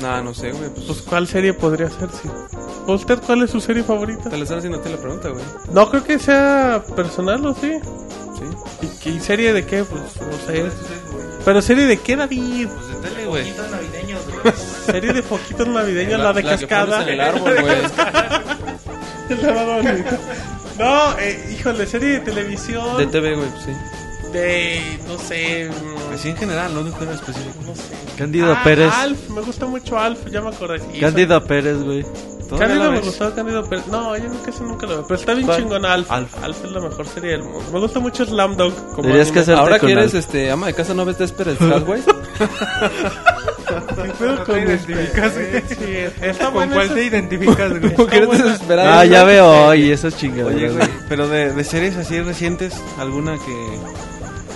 Speaker 7: Nah, no sé, güey. Pues,
Speaker 2: Pues ¿cuál serie podría ser, sí? ¿Usted cuál es su serie favorita?
Speaker 7: te la están haciendo a ti la pregunta, güey.
Speaker 2: No creo que sea personal, ¿o sí?
Speaker 7: Sí.
Speaker 2: ¿Y, qué- y serie de qué? Pues no sé. ¿Pero serie de qué, David?
Speaker 7: Pues de tele, güey.
Speaker 2: Serie de foquitos navideños, la, de
Speaker 7: que
Speaker 2: cascada.
Speaker 7: pones en el árbol, güey.
Speaker 2: El sábado bonito. No, eh, híjole, serie de televisión.
Speaker 7: De
Speaker 2: De,
Speaker 7: TV, güey, pues, sí.
Speaker 2: no sé. mm,
Speaker 4: Así en general, no de un tema específico.
Speaker 2: No sé.
Speaker 5: Cándido
Speaker 2: Ah,
Speaker 5: Pérez.
Speaker 2: Alf, me gusta mucho Alf, ya me acordé. Y
Speaker 5: Cándido Pérez, güey.
Speaker 2: soy-
Speaker 4: Todavía la
Speaker 2: Cándido me
Speaker 4: ves.
Speaker 2: gustó, Cándido Pérez. No, yo nunca, eso nunca lo veo. Pero está bien
Speaker 5: ¿Cuál?
Speaker 2: chingón Alf. Alf.
Speaker 4: Alf.
Speaker 2: es la mejor serie del mundo. Me gusta mucho Slamdog. Como
Speaker 5: Deberías que
Speaker 2: anime.
Speaker 5: hacerte
Speaker 7: Ahora
Speaker 5: con
Speaker 7: que eres
Speaker 5: algo.
Speaker 7: este, ama de casa, ¿no ves Desperate Housewives?
Speaker 2: ¿Qué pedo con este? Sí, está
Speaker 9: ¿Con
Speaker 2: bueno
Speaker 9: cuál
Speaker 2: ese-
Speaker 9: te identificas, güey?
Speaker 7: ¿Por qué eres desesperado?
Speaker 5: Ah, ya veo. Ay, esas
Speaker 4: Oye,
Speaker 5: chingaderas.
Speaker 4: güey,
Speaker 5: güey.
Speaker 4: pero de, de series así recientes, ¿alguna que,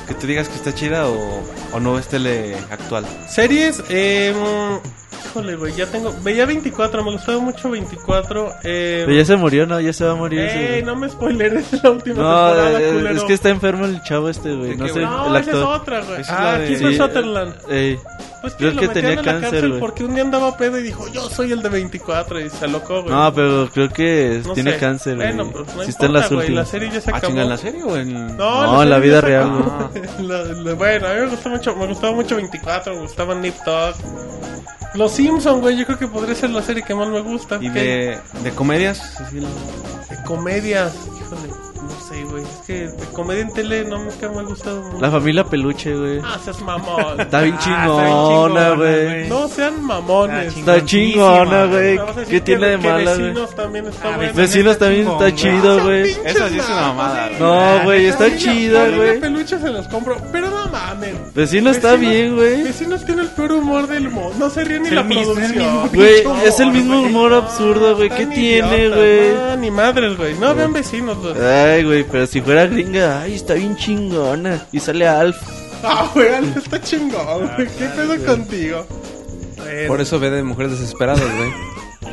Speaker 4: que tú digas que está chida o, o no es tele actual?
Speaker 2: Series, eh. mm, Híjole, güey, ya tengo. Veía 24, me gustó mucho 24. Eh,
Speaker 5: Pero ya se murió, ¿no? Ya se va a morir. ese,
Speaker 2: Ey,
Speaker 5: güey.
Speaker 2: no me spoileres la última
Speaker 5: No,
Speaker 2: temporada,
Speaker 5: eh,
Speaker 2: culero.
Speaker 5: es que está enfermo el chavo este, güey. No
Speaker 7: qué,
Speaker 5: sé,
Speaker 7: güey?
Speaker 2: No, esa
Speaker 5: el
Speaker 2: es
Speaker 5: actor.
Speaker 2: otra, güey.
Speaker 4: Esa es la
Speaker 2: Ah,
Speaker 4: de-
Speaker 2: Kiefer
Speaker 5: Sí.
Speaker 2: Sutherland.
Speaker 5: Ey,
Speaker 2: Pues que
Speaker 5: creo
Speaker 2: lo
Speaker 5: que
Speaker 2: metieron
Speaker 5: tenía
Speaker 2: a la
Speaker 5: cáncer,
Speaker 2: cárcel
Speaker 5: güey.
Speaker 2: porque un día andaba pedo y dijo, yo soy el de 24 y se alocó, güey.
Speaker 5: No, pero creo que
Speaker 2: No
Speaker 5: tiene
Speaker 2: sé.
Speaker 5: cáncer, güey.
Speaker 2: Bueno, pero no
Speaker 5: sí está en las
Speaker 2: importa, güey,
Speaker 5: últimas.
Speaker 2: La serie ya se
Speaker 4: ¿Ah,
Speaker 2: acabó.
Speaker 4: chinga, en la serie o en...?
Speaker 5: No, en la
Speaker 2: serie
Speaker 5: vida
Speaker 2: ya se
Speaker 5: real,
Speaker 2: acabó.
Speaker 5: güey.
Speaker 4: Ah,
Speaker 2: La- la- bueno, a mí me gustó mucho, me gustaba mucho 24, me gustaba Nip Dog. Los Simpsons, güey, yo creo que podría ser la serie que más me gusta.
Speaker 4: ¿Y
Speaker 2: ¿Qué?
Speaker 4: de, de comedias? Así,
Speaker 2: De comedias, híjole, no sé, güey. Es que de comedia en tele no me, que me ha gustado mucho.
Speaker 5: La familia peluche, güey.
Speaker 2: Ah, seas mamón.
Speaker 5: Está bien
Speaker 9: está bien
Speaker 5: chingona,
Speaker 9: chingona,
Speaker 5: güey.
Speaker 9: güey.
Speaker 2: No sean mamones.
Speaker 9: Ah, chingón.
Speaker 5: Está chingona,
Speaker 9: Chingoncísima.
Speaker 5: Ah, güey.
Speaker 2: Vamos a decir
Speaker 5: ¿Qué
Speaker 2: que-
Speaker 5: tiene de
Speaker 2: que
Speaker 5: mala, güey?
Speaker 2: Vecinos también está
Speaker 9: Ah,
Speaker 2: bueno.
Speaker 5: Vecinos
Speaker 9: Está
Speaker 5: también está
Speaker 9: chingón, güey.
Speaker 5: chido, güey.
Speaker 4: Esa sí es una mamada, güey.
Speaker 5: No, güey, está
Speaker 2: chido,
Speaker 5: chida, güey.
Speaker 2: peluches se los compro, pero no mamen.
Speaker 5: Vecino está bien, güey.
Speaker 2: Vecinos tiene el peor humor del mundo. No se ríe ni
Speaker 9: Es el
Speaker 2: la
Speaker 9: mismo,
Speaker 2: producción.
Speaker 9: es el mismo
Speaker 5: Güey, es el mismo humor absurdo, güey. ¿Qué
Speaker 2: Están
Speaker 5: tiene,
Speaker 2: idiotas,
Speaker 5: güey? Eh.
Speaker 2: No, ni madres, güey. No vean vecinos, güey.
Speaker 5: Ay, güey, pero si fuera gringa, ay, está bien chingona. Y sale Alf.
Speaker 2: Ah, güey, Alf está chingón, güey. ¿Qué pedo contigo? Bueno,
Speaker 7: Por eso ve de mujeres desesperadas, güey.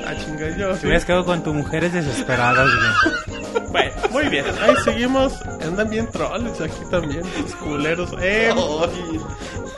Speaker 2: Ah, chinga, yo.
Speaker 9: Te
Speaker 2: sí.
Speaker 9: hubieras quedado con tu mujeres desesperadas, güey.
Speaker 2: Bueno, muy bien. Ahí seguimos. Andan bien trolls aquí también. Los culeros. Eh,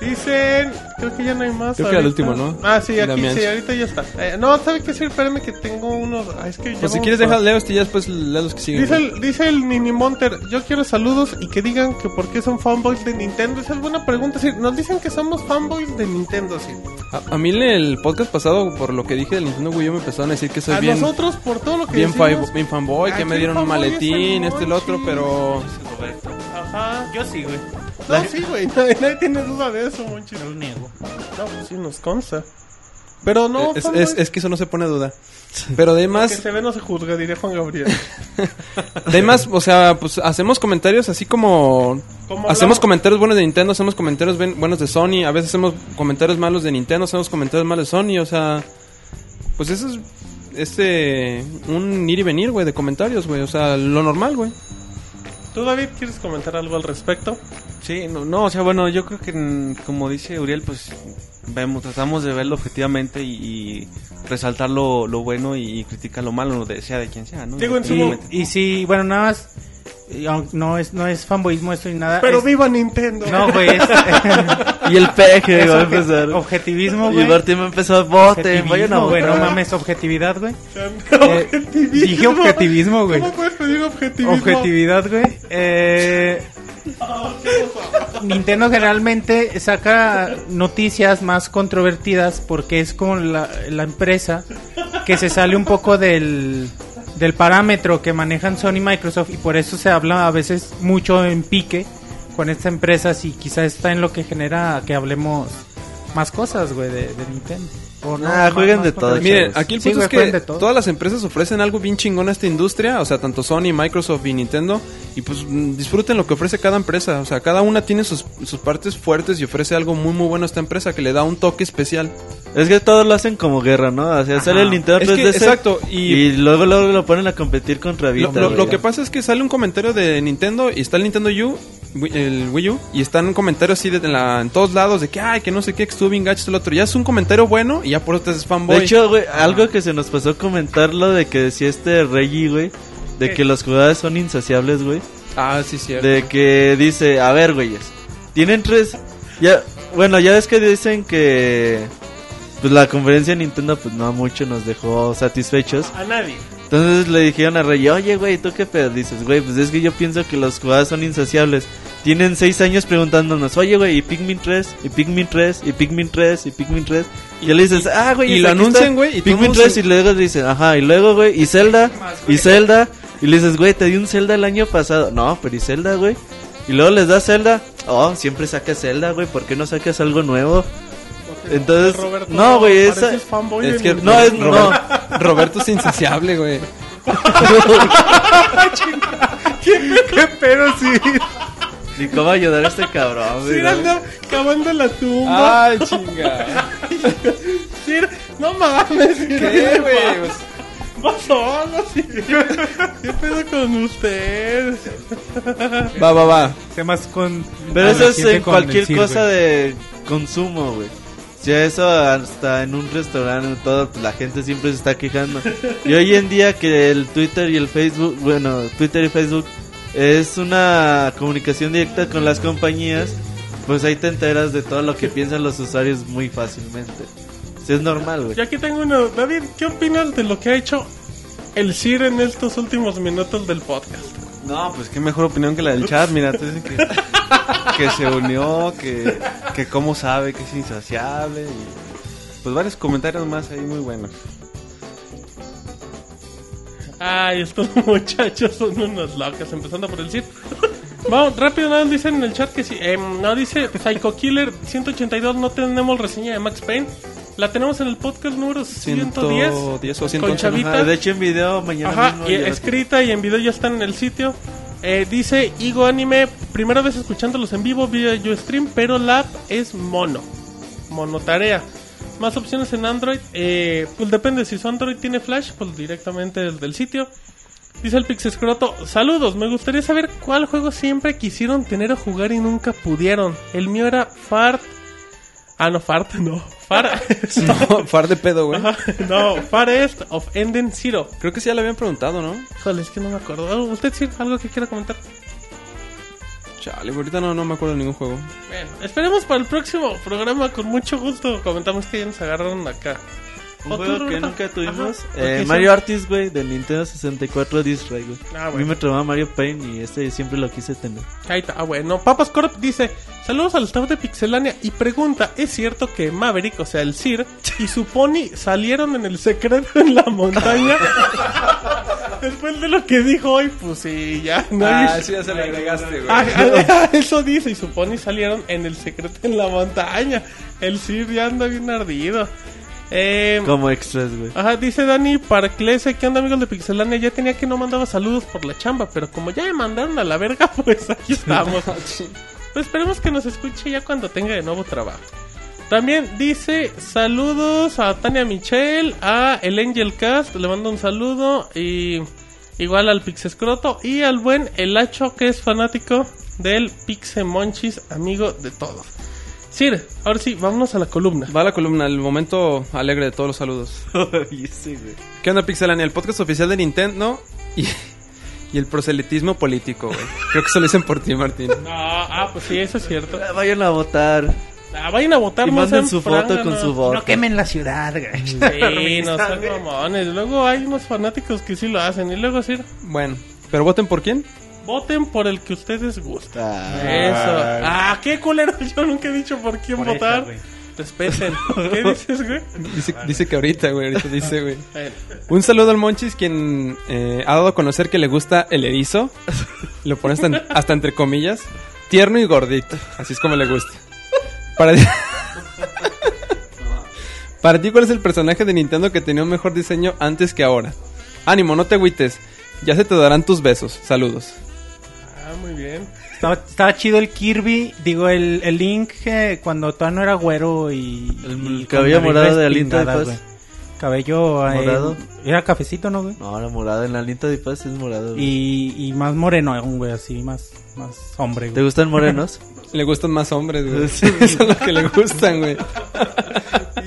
Speaker 2: dicen. Creo que ya no hay más.
Speaker 7: Creo que era el
Speaker 2: ahorita.
Speaker 7: último, ¿no?
Speaker 2: Ah, sí, aquí
Speaker 7: Damián.
Speaker 2: sí, ahorita ya está. Eh, no, ¿sabe qué? Sí, espérame que tengo unos. Ah, es que ya
Speaker 7: Pues si
Speaker 2: vamos
Speaker 7: quieres,
Speaker 2: a-
Speaker 7: deja, leo este y ya después lea los que siguen.
Speaker 2: Dice
Speaker 7: güey.
Speaker 2: el, dice el Nini Monter, yo quiero saludos y que digan que por qué son fanboys de Nintendo. Esa es buena pregunta. sí. nos dicen que somos fanboys de Nintendo, sí.
Speaker 7: A, a mí en el podcast pasado, por lo que dije del Nintendo Wii, yo me empezaron a decir que soy
Speaker 2: a
Speaker 7: bien,
Speaker 2: Ah, nosotros por todo lo que
Speaker 7: bien,
Speaker 2: decimos.
Speaker 7: fanboy- bien fanboy,
Speaker 2: Aquí
Speaker 7: que me
Speaker 2: el
Speaker 7: dieron un
Speaker 2: Ah, fanboy es el
Speaker 7: maletín, este el otro,
Speaker 2: Monchis.
Speaker 7: pero...
Speaker 2: Ajá.
Speaker 9: Yo sí, güey.
Speaker 2: No, sí, güey. Nadie, nadie tiene duda de eso, monchis.
Speaker 9: No lo niego.
Speaker 2: No, pues sí, nos consta. Pero
Speaker 7: Eh,
Speaker 2: no,
Speaker 8: es,
Speaker 2: fanboy.
Speaker 8: es- es que eso no se pone a duda. Pero
Speaker 2: que
Speaker 8: además,
Speaker 2: se ve no se juzga, diría Juan Gabriel.
Speaker 7: Además, o sea, pues hacemos comentarios así como...
Speaker 2: Como hablamos-
Speaker 7: Hacemos comentarios buenos de Nintendo, hacemos comentarios ben- buenos de Sony, a veces hacemos comentarios malos de Nintendo, hacemos comentarios malos de Sony, o sea... Pues eso es este un ir y venir, güey, de comentarios, güey, o sea, lo normal, güey.
Speaker 2: ¿Tú, David, quieres comentar algo al respecto?
Speaker 4: Sí, no, no, o sea, bueno, yo creo que mm, como dice Uriel, pues vemos, tratamos de verlo objetivamente y, y resaltar lo, lo bueno y, criticar lo malo, de, sea de quien sea, ¿no?
Speaker 2: Digo, en su
Speaker 4: Obviamente.
Speaker 2: momento.
Speaker 9: Y sí, bueno, nada más. y aun- No es, no es fanboyismo esto ni nada.
Speaker 2: Pero
Speaker 9: Ah, es-
Speaker 2: viva Nintendo.
Speaker 9: No, güey. Es,
Speaker 5: Y el peje,
Speaker 9: es
Speaker 5: va a
Speaker 9: obje-
Speaker 5: empezar.
Speaker 9: objetivismo,
Speaker 5: Y
Speaker 9: güey.
Speaker 5: Martín me empezó a bote.
Speaker 9: Objetivismo,
Speaker 5: Vayan a
Speaker 9: güey. No
Speaker 5: votar.
Speaker 9: mames, objetividad, güey. Eh,
Speaker 2: Objetivismo.
Speaker 9: Dije objetivismo, güey.
Speaker 2: ¿Cómo puedes pedir objetivismo?
Speaker 9: Objetividad, güey. Eh, Nintendo generalmente saca noticias más controvertidas porque es como la, la empresa que se sale un poco del, del parámetro que manejan Sony y Microsoft y por eso se habla a veces mucho en pique con estas empresas y quizás está en lo que genera que hablemos más cosas, güey, de, de Nintendo. O no,
Speaker 5: Ah,
Speaker 9: más-
Speaker 5: jueguen
Speaker 9: más
Speaker 5: de todo,
Speaker 9: controversial.
Speaker 7: Miren,
Speaker 5: chavos.
Speaker 7: aquí el
Speaker 9: Sí,
Speaker 7: punto
Speaker 9: güey,
Speaker 7: es
Speaker 9: juegan
Speaker 7: que
Speaker 9: de todo.
Speaker 7: todas las empresas ofrecen algo bien chingón a esta industria, o sea, tanto Sony, Microsoft y Nintendo, y pues mm, disfruten lo que ofrece cada empresa, o sea, cada una tiene sus, sus partes fuertes y ofrece algo muy muy bueno a esta empresa que le da un toque especial.
Speaker 5: Es que todos lo hacen como guerra, ¿no? O sea, sale el Nintendo
Speaker 7: Es que,
Speaker 5: 3DS.
Speaker 7: exacto,
Speaker 5: Y,
Speaker 7: y-
Speaker 5: luego, luego lo ponen a competir contra Vita.
Speaker 7: Lo, lo-
Speaker 5: güey.
Speaker 7: lo que pasa es que sale un comentario de Nintendo y está el Nintendo U, Wii- el Wii U, y están un comentario así de, en, la- en todos lados de que, ay, que no sé qué, que estuvo bien gacho el otro. Ya es un comentario bueno y ya por eso te haces fanboy.
Speaker 5: De hecho, güey, algo que se nos pasó comentar lo de que decía este Reggie, güey, de que los jugadores son insaciables, güey.
Speaker 7: ah, sí, cierto.
Speaker 5: De que dice, a ver, güeyes, tienen tres... Ya, bueno, ya es que dicen que... Pues la conferencia de Nintendo, pues no mucho nos dejó satisfechos.
Speaker 2: A nadie.
Speaker 5: Entonces le dijeron a Rey, oye, güey, ¿tú qué pedo? Dices, güey, pues es que yo pienso que los jugadores son insaciables. Tienen seis años preguntándonos, oye, güey, ¿y Pikmin 3? ¿Y Pikmin 3? ¿Y Pikmin 3? ¿Y Pikmin 3? Y ya le dices, ah, güey,
Speaker 7: y
Speaker 5: es
Speaker 7: lo
Speaker 5: aquí
Speaker 7: anuncian,
Speaker 5: está
Speaker 7: güey, y todo
Speaker 5: Pikmin
Speaker 7: el mundo
Speaker 5: 3
Speaker 7: se-
Speaker 5: y luego dicen, ajá, y luego, güey, y Zelda, y Zelda. Y le dices, güey, te di un Zelda el año pasado. No, pero ¿y Zelda, güey? Y luego les das Zelda. Oh, siempre sacas Zelda, güey, ¿por qué no sacas algo nuevo? Entonces,
Speaker 2: Roberto,
Speaker 5: no, güey,
Speaker 2: pareces
Speaker 5: esa...
Speaker 2: fanboy
Speaker 5: Es
Speaker 2: de
Speaker 5: que,
Speaker 2: Nintendo.
Speaker 5: no, es, no,
Speaker 7: Roberto es pues insaciable, güey.
Speaker 2: Pero sí.
Speaker 5: ni cómo ayudar a este cabrón, güey.
Speaker 2: Sí,
Speaker 5: ¿no?
Speaker 2: anda cavando la
Speaker 9: Ah.
Speaker 2: tumba.
Speaker 7: Ay, chinga.
Speaker 2: Sí, no mames. sí,
Speaker 7: ¿Qué,
Speaker 2: no
Speaker 7: güey?
Speaker 2: mames.
Speaker 7: Pues,
Speaker 2: Va solo, sí. ¿Qué pedo con usted?
Speaker 7: Va, va, va.
Speaker 9: Temas con...
Speaker 5: Pero
Speaker 3: Ah,
Speaker 5: eso es
Speaker 9: siempre
Speaker 5: en
Speaker 9: con
Speaker 5: cualquier
Speaker 9: decir,
Speaker 5: cosa
Speaker 9: güey.
Speaker 5: de consumo, güey. Si eso hasta en un restaurante, en todo, pues, la gente siempre se está quejando. Y hoy en día que el Twitter y el Facebook, bueno, Twitter y Facebook es una comunicación directa con las compañías, pues ahí te enteras de todo lo que piensan los usuarios muy fácilmente. Si es normal, güey.
Speaker 2: Y aquí tengo uno. David, ¿qué opinas de lo que ha hecho el Sir en estos últimos minutos del podcast?
Speaker 4: No, pues qué mejor opinión que la del chat, mira, tú dices que, que se unió, que, que cómo sabe, que es insaciable, y pues varios comentarios más ahí muy buenos.
Speaker 2: Ay, estos muchachos son unos locos, empezando por el Cid. Vamos, rápido, nada, más dicen en el chat que sí. Em, no, dice Psycho Killer 182, no tenemos reseña de Max Payne. La tenemos en el podcast número 110.
Speaker 7: 110 o
Speaker 2: Con
Speaker 7: 111.
Speaker 2: Chavita.
Speaker 5: Ajá, de hecho, en video mañana
Speaker 2: Ajá,
Speaker 5: mismo
Speaker 2: y
Speaker 5: ya-
Speaker 2: escrita y en video ya están en el sitio. Eh, dice Igo Anime, primera vez escuchándolos en vivo vía YouStream, pero la app es mono. Monotarea. Más opciones en Android. eh, pues depende, si su Android tiene flash, pues directamente del, del sitio. Dice el Pixescroto, saludos, me gustaría saber cuál juego siempre quisieron tener o jugar y nunca pudieron. El mío era Fart... Ah, no, Fart, no. Far...
Speaker 7: No, far de pedo, güey.
Speaker 2: Ajá, no, Farest of Enden Zero.
Speaker 7: Creo que sí ya le habían preguntado, ¿no?
Speaker 2: Híjole, es que no me acuerdo. Oh, ¿Usted sí? ¿Algo que quiera comentar?
Speaker 7: Chale, güey, ahorita no, no me acuerdo de ningún juego.
Speaker 2: Bueno, esperemos para el próximo programa. Con mucho gusto comentamos que ya nos agarraron acá.
Speaker 5: Un
Speaker 2: ¿O tú,
Speaker 5: juego que
Speaker 2: Roberto?
Speaker 5: nunca tuvimos.
Speaker 2: Ajá,
Speaker 5: eh,
Speaker 2: porque
Speaker 5: Mario
Speaker 2: son-
Speaker 5: Artist, güey, del Nintendo 64 Disc, güey.
Speaker 2: Ah,
Speaker 5: A mí
Speaker 2: bueno.
Speaker 5: me tramaba Mario Paint y este siempre lo quise tener.
Speaker 2: Ahí está. Ah, bueno. Papas Corp dice: Saludos al staff de Pixelania y pregunta: ¿Es cierto que Maverick, o sea, el Sir, y su pony salieron en el secreto en la montaña? Después de lo que dijo hoy, pues sí, ya. No hay-
Speaker 5: Ah,
Speaker 7: Ah, ya se le agregaste,
Speaker 2: Ah, ah, ah, eso dice, y su pony salieron en el secreto en la montaña. El Sir ya anda bien ardido. Eh,
Speaker 5: Como extras, güey.
Speaker 2: Ajá, dice Dani Parclese, ¿qué onda amigos de Pixelania? Ya tenía que no mandaba saludos por la chamba, pero como ya me mandaron a la verga, pues aquí estamos. pues esperemos que nos escuche ya cuando tenga de nuevo trabajo. También dice saludos a Tania Michelle, a el Angel Cast, le mando un saludo y igual al Pixescroto y al buen Elacho que es fanático del Pixemonchis, amigo de todos. Sir, ahora sí, vámonos a la columna.
Speaker 7: Va la columna, el momento alegre de todos los saludos. ¿Qué onda, Pixelania? El podcast oficial de Nintendo y, y el proselitismo político, güey. Creo que eso lo dicen por ti, Martín.
Speaker 2: No, ah, pues sí, eso es cierto.
Speaker 5: Ah, Vayan a votar.
Speaker 2: Ah, vayan a votar,
Speaker 5: Y
Speaker 2: no
Speaker 5: manden
Speaker 2: sean
Speaker 5: su foto con
Speaker 2: fránganos.
Speaker 5: su voz.
Speaker 9: No quemen la ciudad, güey.
Speaker 2: Sí, no sean mamones. Luego hay unos fanáticos que sí lo hacen. Y luego sí,
Speaker 7: Bueno, ¿pero voten por quién?
Speaker 2: voten por el que ustedes gustan. Eso. Ah, qué culero. Yo nunca he dicho por quién votar. Respeten. ¿Qué dices, güey?
Speaker 7: Dice, dice que ahorita, güey. Ahorita dice, güey.
Speaker 2: Eh,
Speaker 7: Un saludo al Monchis, quien eh, ha dado a conocer que le gusta el erizo. Lo pone hasta, en- hasta entre comillas. Tierno y gordito. Así es como le gusta. Para ti, Para ti, ¿cuál es el personaje de Nintendo que tenía un mejor diseño antes que ahora? Ánimo, no te agüites. Ya se te darán tus besos. Saludos.
Speaker 2: Ah, muy bien.
Speaker 9: Estaba, estaba chido el Kirby, digo, el, el Link eh, cuando todavía no era güero y...
Speaker 5: El-
Speaker 9: y
Speaker 5: el
Speaker 9: con
Speaker 5: cabello
Speaker 9: la
Speaker 5: morado
Speaker 9: nariz
Speaker 5: de Alita de
Speaker 9: pintada,
Speaker 5: Paz.
Speaker 9: güey. Cabello... eh,
Speaker 5: Morado.
Speaker 9: era cafecito, ¿no, güey?
Speaker 5: No, la morada, en la linta de paz es morado. güey.
Speaker 9: Y, y más moreno aún, güey, así, más, más hombre,
Speaker 5: ¿Te
Speaker 9: güey.
Speaker 5: gustan morenos?
Speaker 7: Le gustan más hombres, güey. Son los que le gustan, güey.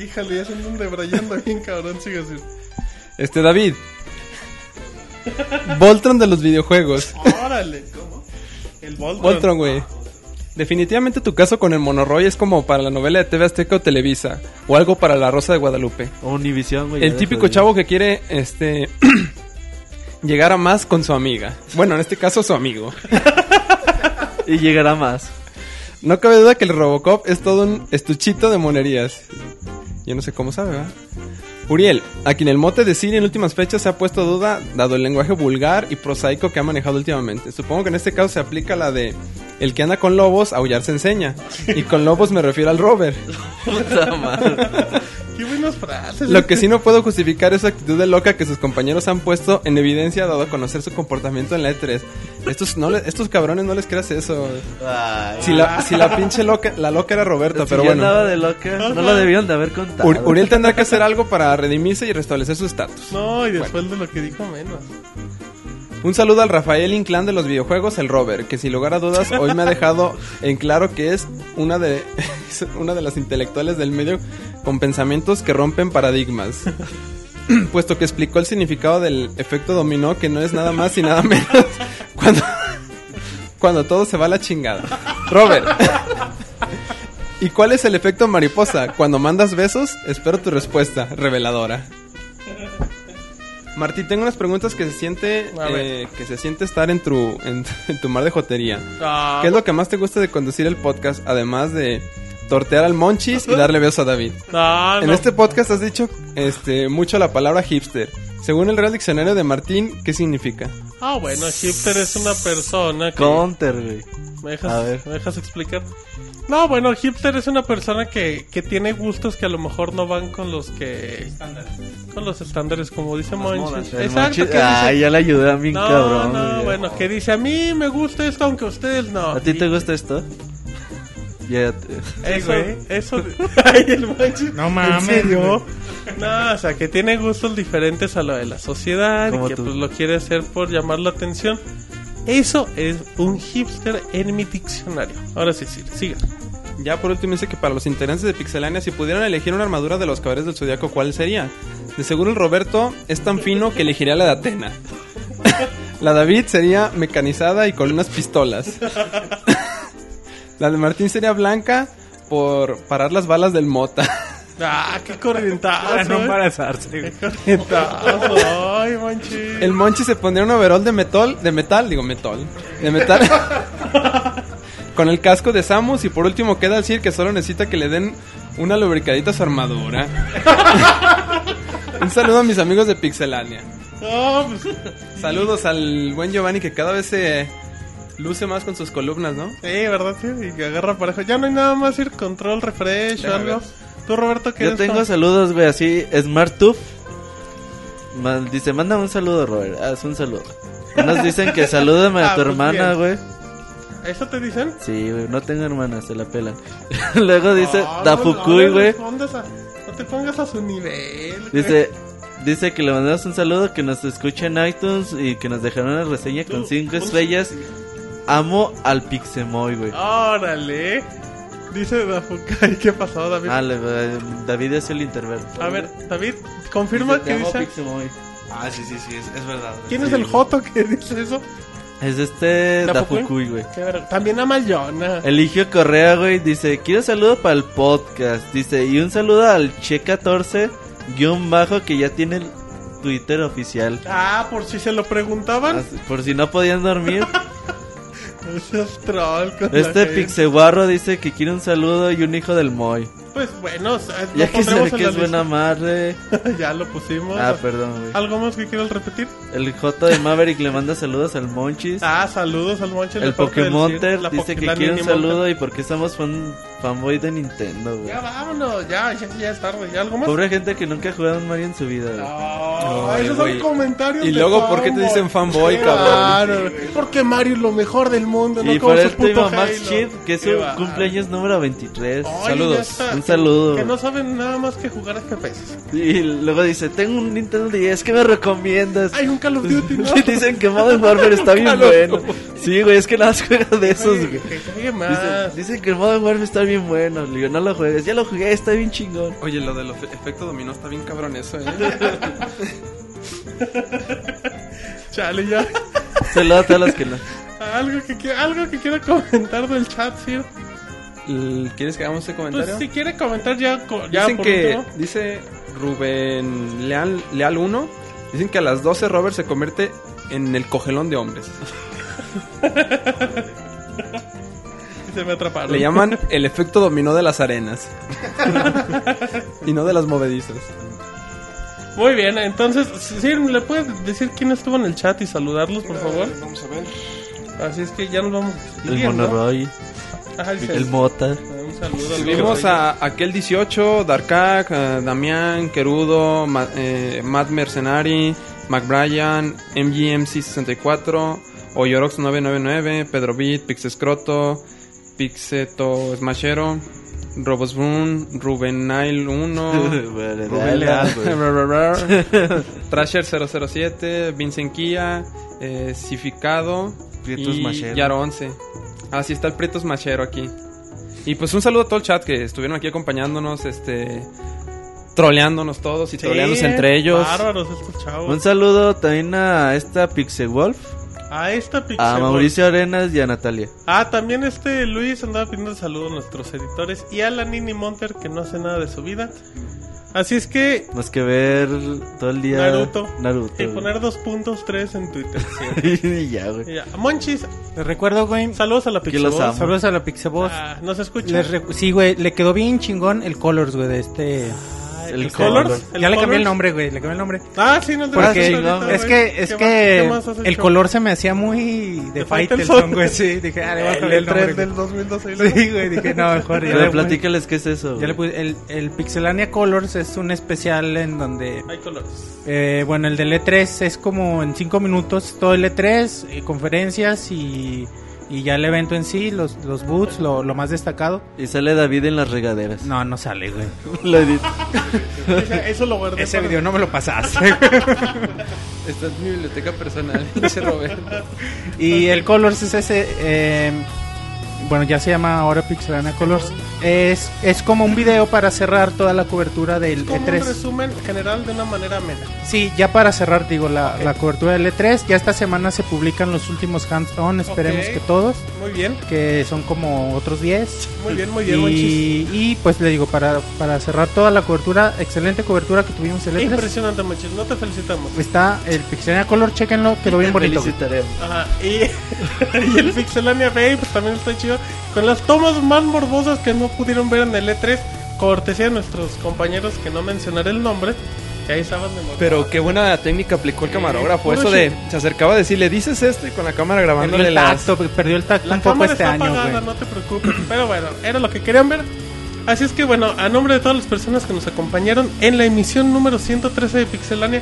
Speaker 2: Híjole, ya se andan debrayando bien, cabrón. Sigue así.
Speaker 7: Este, David. Voltron de los videojuegos.
Speaker 2: Órale, ¿cómo? El Voltron.
Speaker 7: Voltron, güey. Definitivamente tu caso con el monorroy es como para la novela de TV Azteca o Televisa, o algo para La Rosa de Guadalupe.
Speaker 5: Univisión, güey. ya
Speaker 7: El
Speaker 5: de
Speaker 7: típico
Speaker 5: jodido.
Speaker 7: chavo que quiere, este, llegar a más con su amiga. Bueno, en este caso su amigo.
Speaker 5: Y llegará más.
Speaker 7: Ah, No cabe duda que el Robocop es todo un estuchito de monerías. Yo no sé cómo sabe, ¿verdad? Uriel, a quien el mote de Siri en últimas fechas se ha puesto a duda, dado el lenguaje vulgar y prosaico que ha manejado últimamente. Supongo que en este caso se aplica la de: el que anda con lobos, aullar se enseña. Y con lobos me refiero al Robert.
Speaker 5: Puta madre.
Speaker 2: Qué buenas frases.
Speaker 7: Lo que sí no puedo justificar es su actitud de loca que sus compañeros han puesto en evidencia, dado a conocer su comportamiento en la E3. Estos, no le- estos cabrones no les creas eso.
Speaker 5: Ay.
Speaker 7: Si la, si la pinche loca, la loca era Roberta,
Speaker 5: Si
Speaker 7: pero
Speaker 5: ya
Speaker 7: bueno.
Speaker 5: andaba de loca, no lo debieron de haber contado.
Speaker 7: Ur- Uriel tendrá que hacer algo para redimirse y restablecer su estatus.
Speaker 2: No, y después de lo que dijo menos.
Speaker 7: Un saludo al Rafael Inclán de los videojuegos, el Robert, que sin lugar a dudas hoy me ha dejado en claro que es una de, es una de las intelectuales del medio con pensamientos que rompen paradigmas. Puesto que explicó el significado del efecto dominó, que no es nada más y nada menos cuando, cuando todo se va a la chingada. Robert. ¿Y cuál es el efecto mariposa? Cuando mandas besos, espero tu respuesta, reveladora. Martín, tengo unas preguntas que se siente
Speaker 2: A ver.
Speaker 7: eh, que se siente estar en tu en, en tu mar de jotería.
Speaker 2: Ah,
Speaker 7: ¿Qué es lo que más te gusta de conducir el podcast además de tortear al Monchis y darle besos a David?
Speaker 2: no,
Speaker 7: En
Speaker 2: Ah, no.
Speaker 7: este podcast has dicho este mucho la palabra hipster. Según el Real Diccionario de Martín, ¿qué significa?
Speaker 2: Ah, bueno, Shifter es una persona que...
Speaker 5: Counter, güey.
Speaker 2: ¿Me dejas,
Speaker 5: A ver.
Speaker 2: ¿me dejas explicar? No, bueno, hipster es una persona que, que tiene gustos que a lo mejor no van con los que...
Speaker 9: Ah,
Speaker 2: Con los estándares, como dice
Speaker 4: modas,
Speaker 2: Monchi.
Speaker 5: El
Speaker 2: Exacto,
Speaker 5: Monchis-
Speaker 2: que
Speaker 5: Ay,
Speaker 2: dice...
Speaker 5: ya le ayudé a mi
Speaker 2: No,
Speaker 5: cabrón.
Speaker 2: no,
Speaker 5: güey.
Speaker 2: bueno, que dice, a mí me gusta esto, aunque a ustedes no.
Speaker 5: ¿A ti
Speaker 2: Y
Speaker 5: te gusta esto? Ya te-
Speaker 2: Eso, eso... Ay, el Monchi.
Speaker 9: No mames,
Speaker 2: ¿En serio?
Speaker 9: güey.
Speaker 2: No, o sea, que tiene gustos diferentes a lo de la sociedad y
Speaker 5: Como
Speaker 2: que
Speaker 5: tú.
Speaker 2: pues, lo quiere hacer por llamar la atención. Eso es un hipster en mi diccionario. Ahora sí, sí, siga.
Speaker 7: Ya por último dice que para los integrantes de Pixelania, si pudieran elegir una armadura de los caballeros del Zodiaco, ¿cuál sería? De seguro el Roberto es tan fino que elegiría la de Atena. la David sería mecanizada y con unas pistolas. la de Martín sería blanca por parar las balas del mota.
Speaker 2: Ah, qué corrientazo.
Speaker 5: Ah,
Speaker 9: Para Ah, no
Speaker 2: eh.
Speaker 9: embarazarse, güey.
Speaker 2: Qué corrientazo. Ay, manchi.
Speaker 7: El Monchi se pondría un overall de metal, de metal, digo metal, de metal. Con el casco de Samus y por último queda decir que solo necesita que le den una lubricadita a su armadura. Un saludo a mis amigos de Pixelania.
Speaker 2: No, pues,
Speaker 7: Saludos al buen Giovanni que cada vez se luce más con sus columnas, ¿no?
Speaker 2: sí, ¿verdad? Sí, y que agarra parejo. Ya no hay nada más ir control, refresh o
Speaker 7: Déjame
Speaker 2: algo.
Speaker 7: ver.
Speaker 2: Tú, Roberto, que
Speaker 5: Yo
Speaker 2: eres
Speaker 5: tengo
Speaker 2: fan?
Speaker 5: saludos, güey, así, SmartTube. Mal- Dice, manda un saludo, Robert. Haz un saludo. Unos dicen que salúdame a tu
Speaker 2: Ah, pues
Speaker 5: hermana,
Speaker 2: bien.
Speaker 5: güey.
Speaker 2: ¿Eso te dicen?
Speaker 5: Sí, güey, no tengo hermana, se la pelan. Luego dice,
Speaker 2: Ah, No, no
Speaker 5: Dafukui,
Speaker 2: le
Speaker 5: güey.
Speaker 2: respondas a- No te pongas a su nivel. güey.
Speaker 5: Dice, dice que le mandamos un saludo, que nos escucha en iTunes y que nos dejaron una reseña con
Speaker 2: Tú,
Speaker 5: 5
Speaker 2: un-
Speaker 5: estrellas. Amo al Pixemoy, güey.
Speaker 2: Ah, Órale. Dice Dafukai, ¿qué pasó, David?
Speaker 5: Ah, le- eh, David es el intervalo.
Speaker 2: a ver, David, confirma que dice.
Speaker 12: Ah, sí, sí, sí, es, es verdad.
Speaker 2: ¿Quién
Speaker 12: Sí.
Speaker 2: es el Joto que dice eso?
Speaker 5: Es este
Speaker 2: ¿Dafukui?
Speaker 5: Dafukui, güey.
Speaker 2: Qué ver- También a Mayona.
Speaker 5: Eligio Correa, güey, dice, quiero saludo para el podcast. Dice, y un saludo al Che14, guión bajo, que ya tiene el Twitter oficial.
Speaker 2: Ah, por si se lo preguntaban.
Speaker 5: Así- Por si no podían dormir.
Speaker 2: Ese es troll. con la
Speaker 5: Este
Speaker 2: gente.
Speaker 5: pixeguarro dice que quiere un saludo y un hijo del Moy.
Speaker 2: Pues bueno, o sea, lo
Speaker 5: Ya que
Speaker 2: pondremos
Speaker 5: sabe
Speaker 2: en
Speaker 5: que
Speaker 2: la
Speaker 5: es buena
Speaker 2: lista.
Speaker 5: madre.
Speaker 2: ya lo pusimos.
Speaker 5: Ah, perdón, güey.
Speaker 2: ¿Algo más que quieras repetir?
Speaker 5: El J de Maverick le manda saludos al Monchis.
Speaker 2: Ah, saludos al Monche. de
Speaker 5: El
Speaker 2: parte del
Speaker 5: Pokémonter
Speaker 2: Cir- la
Speaker 5: dice que
Speaker 2: Pokélani
Speaker 5: quiere un
Speaker 2: Animal.
Speaker 5: saludo y porque estamos fan, fanboy de Nintendo, güey.
Speaker 2: Ya vámonos, ya, ya, ya es tarde. ¿Ya algo más?
Speaker 5: Pobre gente que nunca ha jugado a un Mario en su vida, güey.
Speaker 2: No,
Speaker 7: Ay,
Speaker 2: esos
Speaker 7: güey.
Speaker 2: son comentarios.
Speaker 7: Y
Speaker 2: de
Speaker 7: luego, ¿por qué te dicen fanboy,
Speaker 2: Claro, porque Mario es lo mejor del mundo,
Speaker 5: Y
Speaker 2: no como
Speaker 5: por
Speaker 2: su
Speaker 5: esto iba
Speaker 2: puto
Speaker 5: Max
Speaker 2: Halo.
Speaker 5: Chip, que es
Speaker 2: Qué
Speaker 5: su
Speaker 2: bárbaro.
Speaker 5: cumpleaños número 23.
Speaker 2: Ay, ya
Speaker 5: Saludos.
Speaker 2: está.
Speaker 5: Un saludo.
Speaker 2: Que no saben nada más que jugar a FPS.
Speaker 5: Y luego dice, tengo un Nintendo 10, ¿qué me recomiendas?
Speaker 2: Ay, un Call of Duty, ¿no?
Speaker 5: Y Dicen que Modern Warfare está bien bueno. Sí, güey, es que nada más juega de
Speaker 2: Ay,
Speaker 5: esos, güey.
Speaker 2: que juegue
Speaker 5: Dicen,
Speaker 2: más.
Speaker 5: dicen que el Modern Warfare está bien bueno. Le digo, no lo juegues. Ya lo jugué, está bien chingón.
Speaker 7: Oye, lo del efe- efecto dominó está bien cabrón eso, ¿eh?
Speaker 2: Chale, ya.
Speaker 5: Saludos a todos los que no.
Speaker 2: Algo que, quiera- algo que quiera comentar del chat, sí.
Speaker 7: L- ¿Quieres que hagamos ese comentario?
Speaker 2: Pues si quiere comentar ya, co- ya
Speaker 7: dicen
Speaker 2: por
Speaker 7: que,
Speaker 2: último.
Speaker 7: dice Rubén Leal, Leal 1, dicen que a las 12 Robert se convierte en el cogelón de hombres.
Speaker 2: se me atraparon.
Speaker 7: Le llaman el efecto dominó de las arenas. y no de las movedizas.
Speaker 2: Muy bien, entonces, sí, ¿le puedes decir quién estuvo en el chat y saludarlos, por favor? Vamos a ver. Así es que ya nos vamos.
Speaker 5: El
Speaker 2: despidiendo.
Speaker 5: Monoroy,
Speaker 2: Ajá, dice,
Speaker 5: el Mota.
Speaker 2: Un saludo al
Speaker 7: Tuvimos
Speaker 2: Monoroy.
Speaker 7: a aquel 18, Darkak, eh, Damián, Querudo, Ma- eh, Matt Mercenari, McBrien, MGMC64, Oyorox999, Pedro Beat, Pixescroto, Pixeto Smashero, Robosboon, Rubén Nile 1,
Speaker 5: Bueno,
Speaker 7: Rubén
Speaker 5: dale,
Speaker 7: Leal,
Speaker 5: güey.
Speaker 7: Trasher 007, Vincent Kia, eh, Cificado
Speaker 12: Prietos
Speaker 7: y
Speaker 12: Machero.
Speaker 7: Yaro 11. Ah, sí, está el Prietos Machero aquí. Y pues un saludo a todo el chat que estuvieron aquí acompañándonos, este troleándonos todos
Speaker 2: Sí,
Speaker 7: y troleándose entre ellos.
Speaker 2: Bárbaros estos chavos.
Speaker 5: Un saludo también a esta Pixie Wolf,
Speaker 2: A esta pixel.
Speaker 5: a Mauricio Arenas y a Natalia.
Speaker 2: Ah, también este Luis andaba pidiendo saludos a nuestros editores y a la Nini Monter que no hace nada de su vida. Así es que
Speaker 5: Más que ver todo el día
Speaker 2: Naruto.
Speaker 5: Naruto.
Speaker 2: y poner dos puntos tres en Twitter. sí.
Speaker 5: güey. Y ya, güey.
Speaker 2: Y ya. Monchis,
Speaker 3: Les recuerdo, güey.
Speaker 2: saludos a la
Speaker 5: Que
Speaker 2: pixel.
Speaker 5: los amo.
Speaker 3: Saludos a la Pixaboss.
Speaker 2: Ah, no se escucha.
Speaker 3: Les recu- sí, güey, le quedó bien chingón el Colors, güey, de este.
Speaker 2: Ah,
Speaker 5: el
Speaker 2: Colors.
Speaker 5: Colors.
Speaker 3: Ya
Speaker 2: ¿El
Speaker 3: le cambié el
Speaker 2: Colors?
Speaker 3: nombre, güey, le cambié el nombre.
Speaker 2: Ah, sí, no te
Speaker 3: Porque
Speaker 2: lo has hecho ahorita,
Speaker 3: es
Speaker 2: güey.
Speaker 3: que, es
Speaker 2: ¿Qué más-
Speaker 3: que
Speaker 2: qué más has
Speaker 3: el
Speaker 2: hecho?
Speaker 3: color se me hacía muy de
Speaker 2: De
Speaker 3: Faitelson,
Speaker 2: Faitelson.
Speaker 3: güey, sí. Dije, ah, le voy a
Speaker 2: El,
Speaker 3: cambiar el
Speaker 2: tren
Speaker 3: nombre.
Speaker 2: del 2012.
Speaker 3: güey. Sí, güey, dije, no, mejor. Ya
Speaker 5: Pero
Speaker 3: le,
Speaker 5: platícales qué es eso.
Speaker 3: puse- ya le
Speaker 5: güey.
Speaker 3: puse- el, el Pixelania Colors es un especial en donde
Speaker 2: Hay colores.
Speaker 3: Eh, bueno, el del E3 es como en 5 minutos todo el E3, eh, conferencias y, y ya el evento en sí, los, los boots, lo, lo más destacado.
Speaker 5: Y sale David en las regaderas.
Speaker 3: No, no sale, güey.
Speaker 5: Lo edit-
Speaker 2: Ese- Eso lo guardé.
Speaker 3: Ese
Speaker 2: para-
Speaker 3: video no me lo pasaste. güey.
Speaker 7: Esta es mi biblioteca personal, dice Robert.
Speaker 3: y el Colors es ese. eh, bueno, ya se llama ahora Pixelana Colors. Es, es como un video para cerrar toda la cobertura del
Speaker 2: Como un
Speaker 3: E3.
Speaker 2: resumen general de una manera amena.
Speaker 3: Sí, ya para cerrar, digo, la, la cobertura del E3. Ya esta semana se publican los últimos hands-on, esperemos
Speaker 2: Ok.
Speaker 3: que todos.
Speaker 2: Muy bien,
Speaker 3: que son como otros 10.
Speaker 2: muy bien, muy bien, Monchis.
Speaker 3: Y, y, pues le digo, para, para cerrar toda la cobertura, excelente cobertura que tuvimos el E3,
Speaker 2: Impresionante, Monchis. No te felicitamos.
Speaker 3: está el Pixelania Color, chequenlo, quedó bien bonito. güey.
Speaker 5: Felicitaremos.
Speaker 2: Ajá, y, y el Pixelania Bay pues, también está chido. Con las tomas más morbosas que no pudieron ver en el E3, cortesía de nuestros compañeros que no mencionaré el nombre, que ahí estaban de morbosos.
Speaker 7: Pero qué buena técnica aplicó el camarógrafo.
Speaker 2: puro
Speaker 7: Eso de
Speaker 2: shit.
Speaker 7: se acercaba a decirle, dices esto y con la cámara
Speaker 3: Perdió
Speaker 7: grabándole
Speaker 3: el
Speaker 7: las.
Speaker 3: tacto, perdió el tacto
Speaker 2: la
Speaker 3: un poco
Speaker 2: cámara
Speaker 3: este
Speaker 2: está
Speaker 3: año,
Speaker 2: apagada,
Speaker 3: güey.
Speaker 2: no te preocupes. Pero bueno, era lo que querían ver. Así es que bueno, a nombre de todas las personas que nos acompañaron en la emisión número 113 de Pixelania,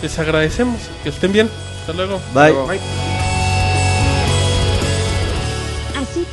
Speaker 2: les agradecemos. Que estén bien. Hasta luego.
Speaker 5: Bye.
Speaker 1: Así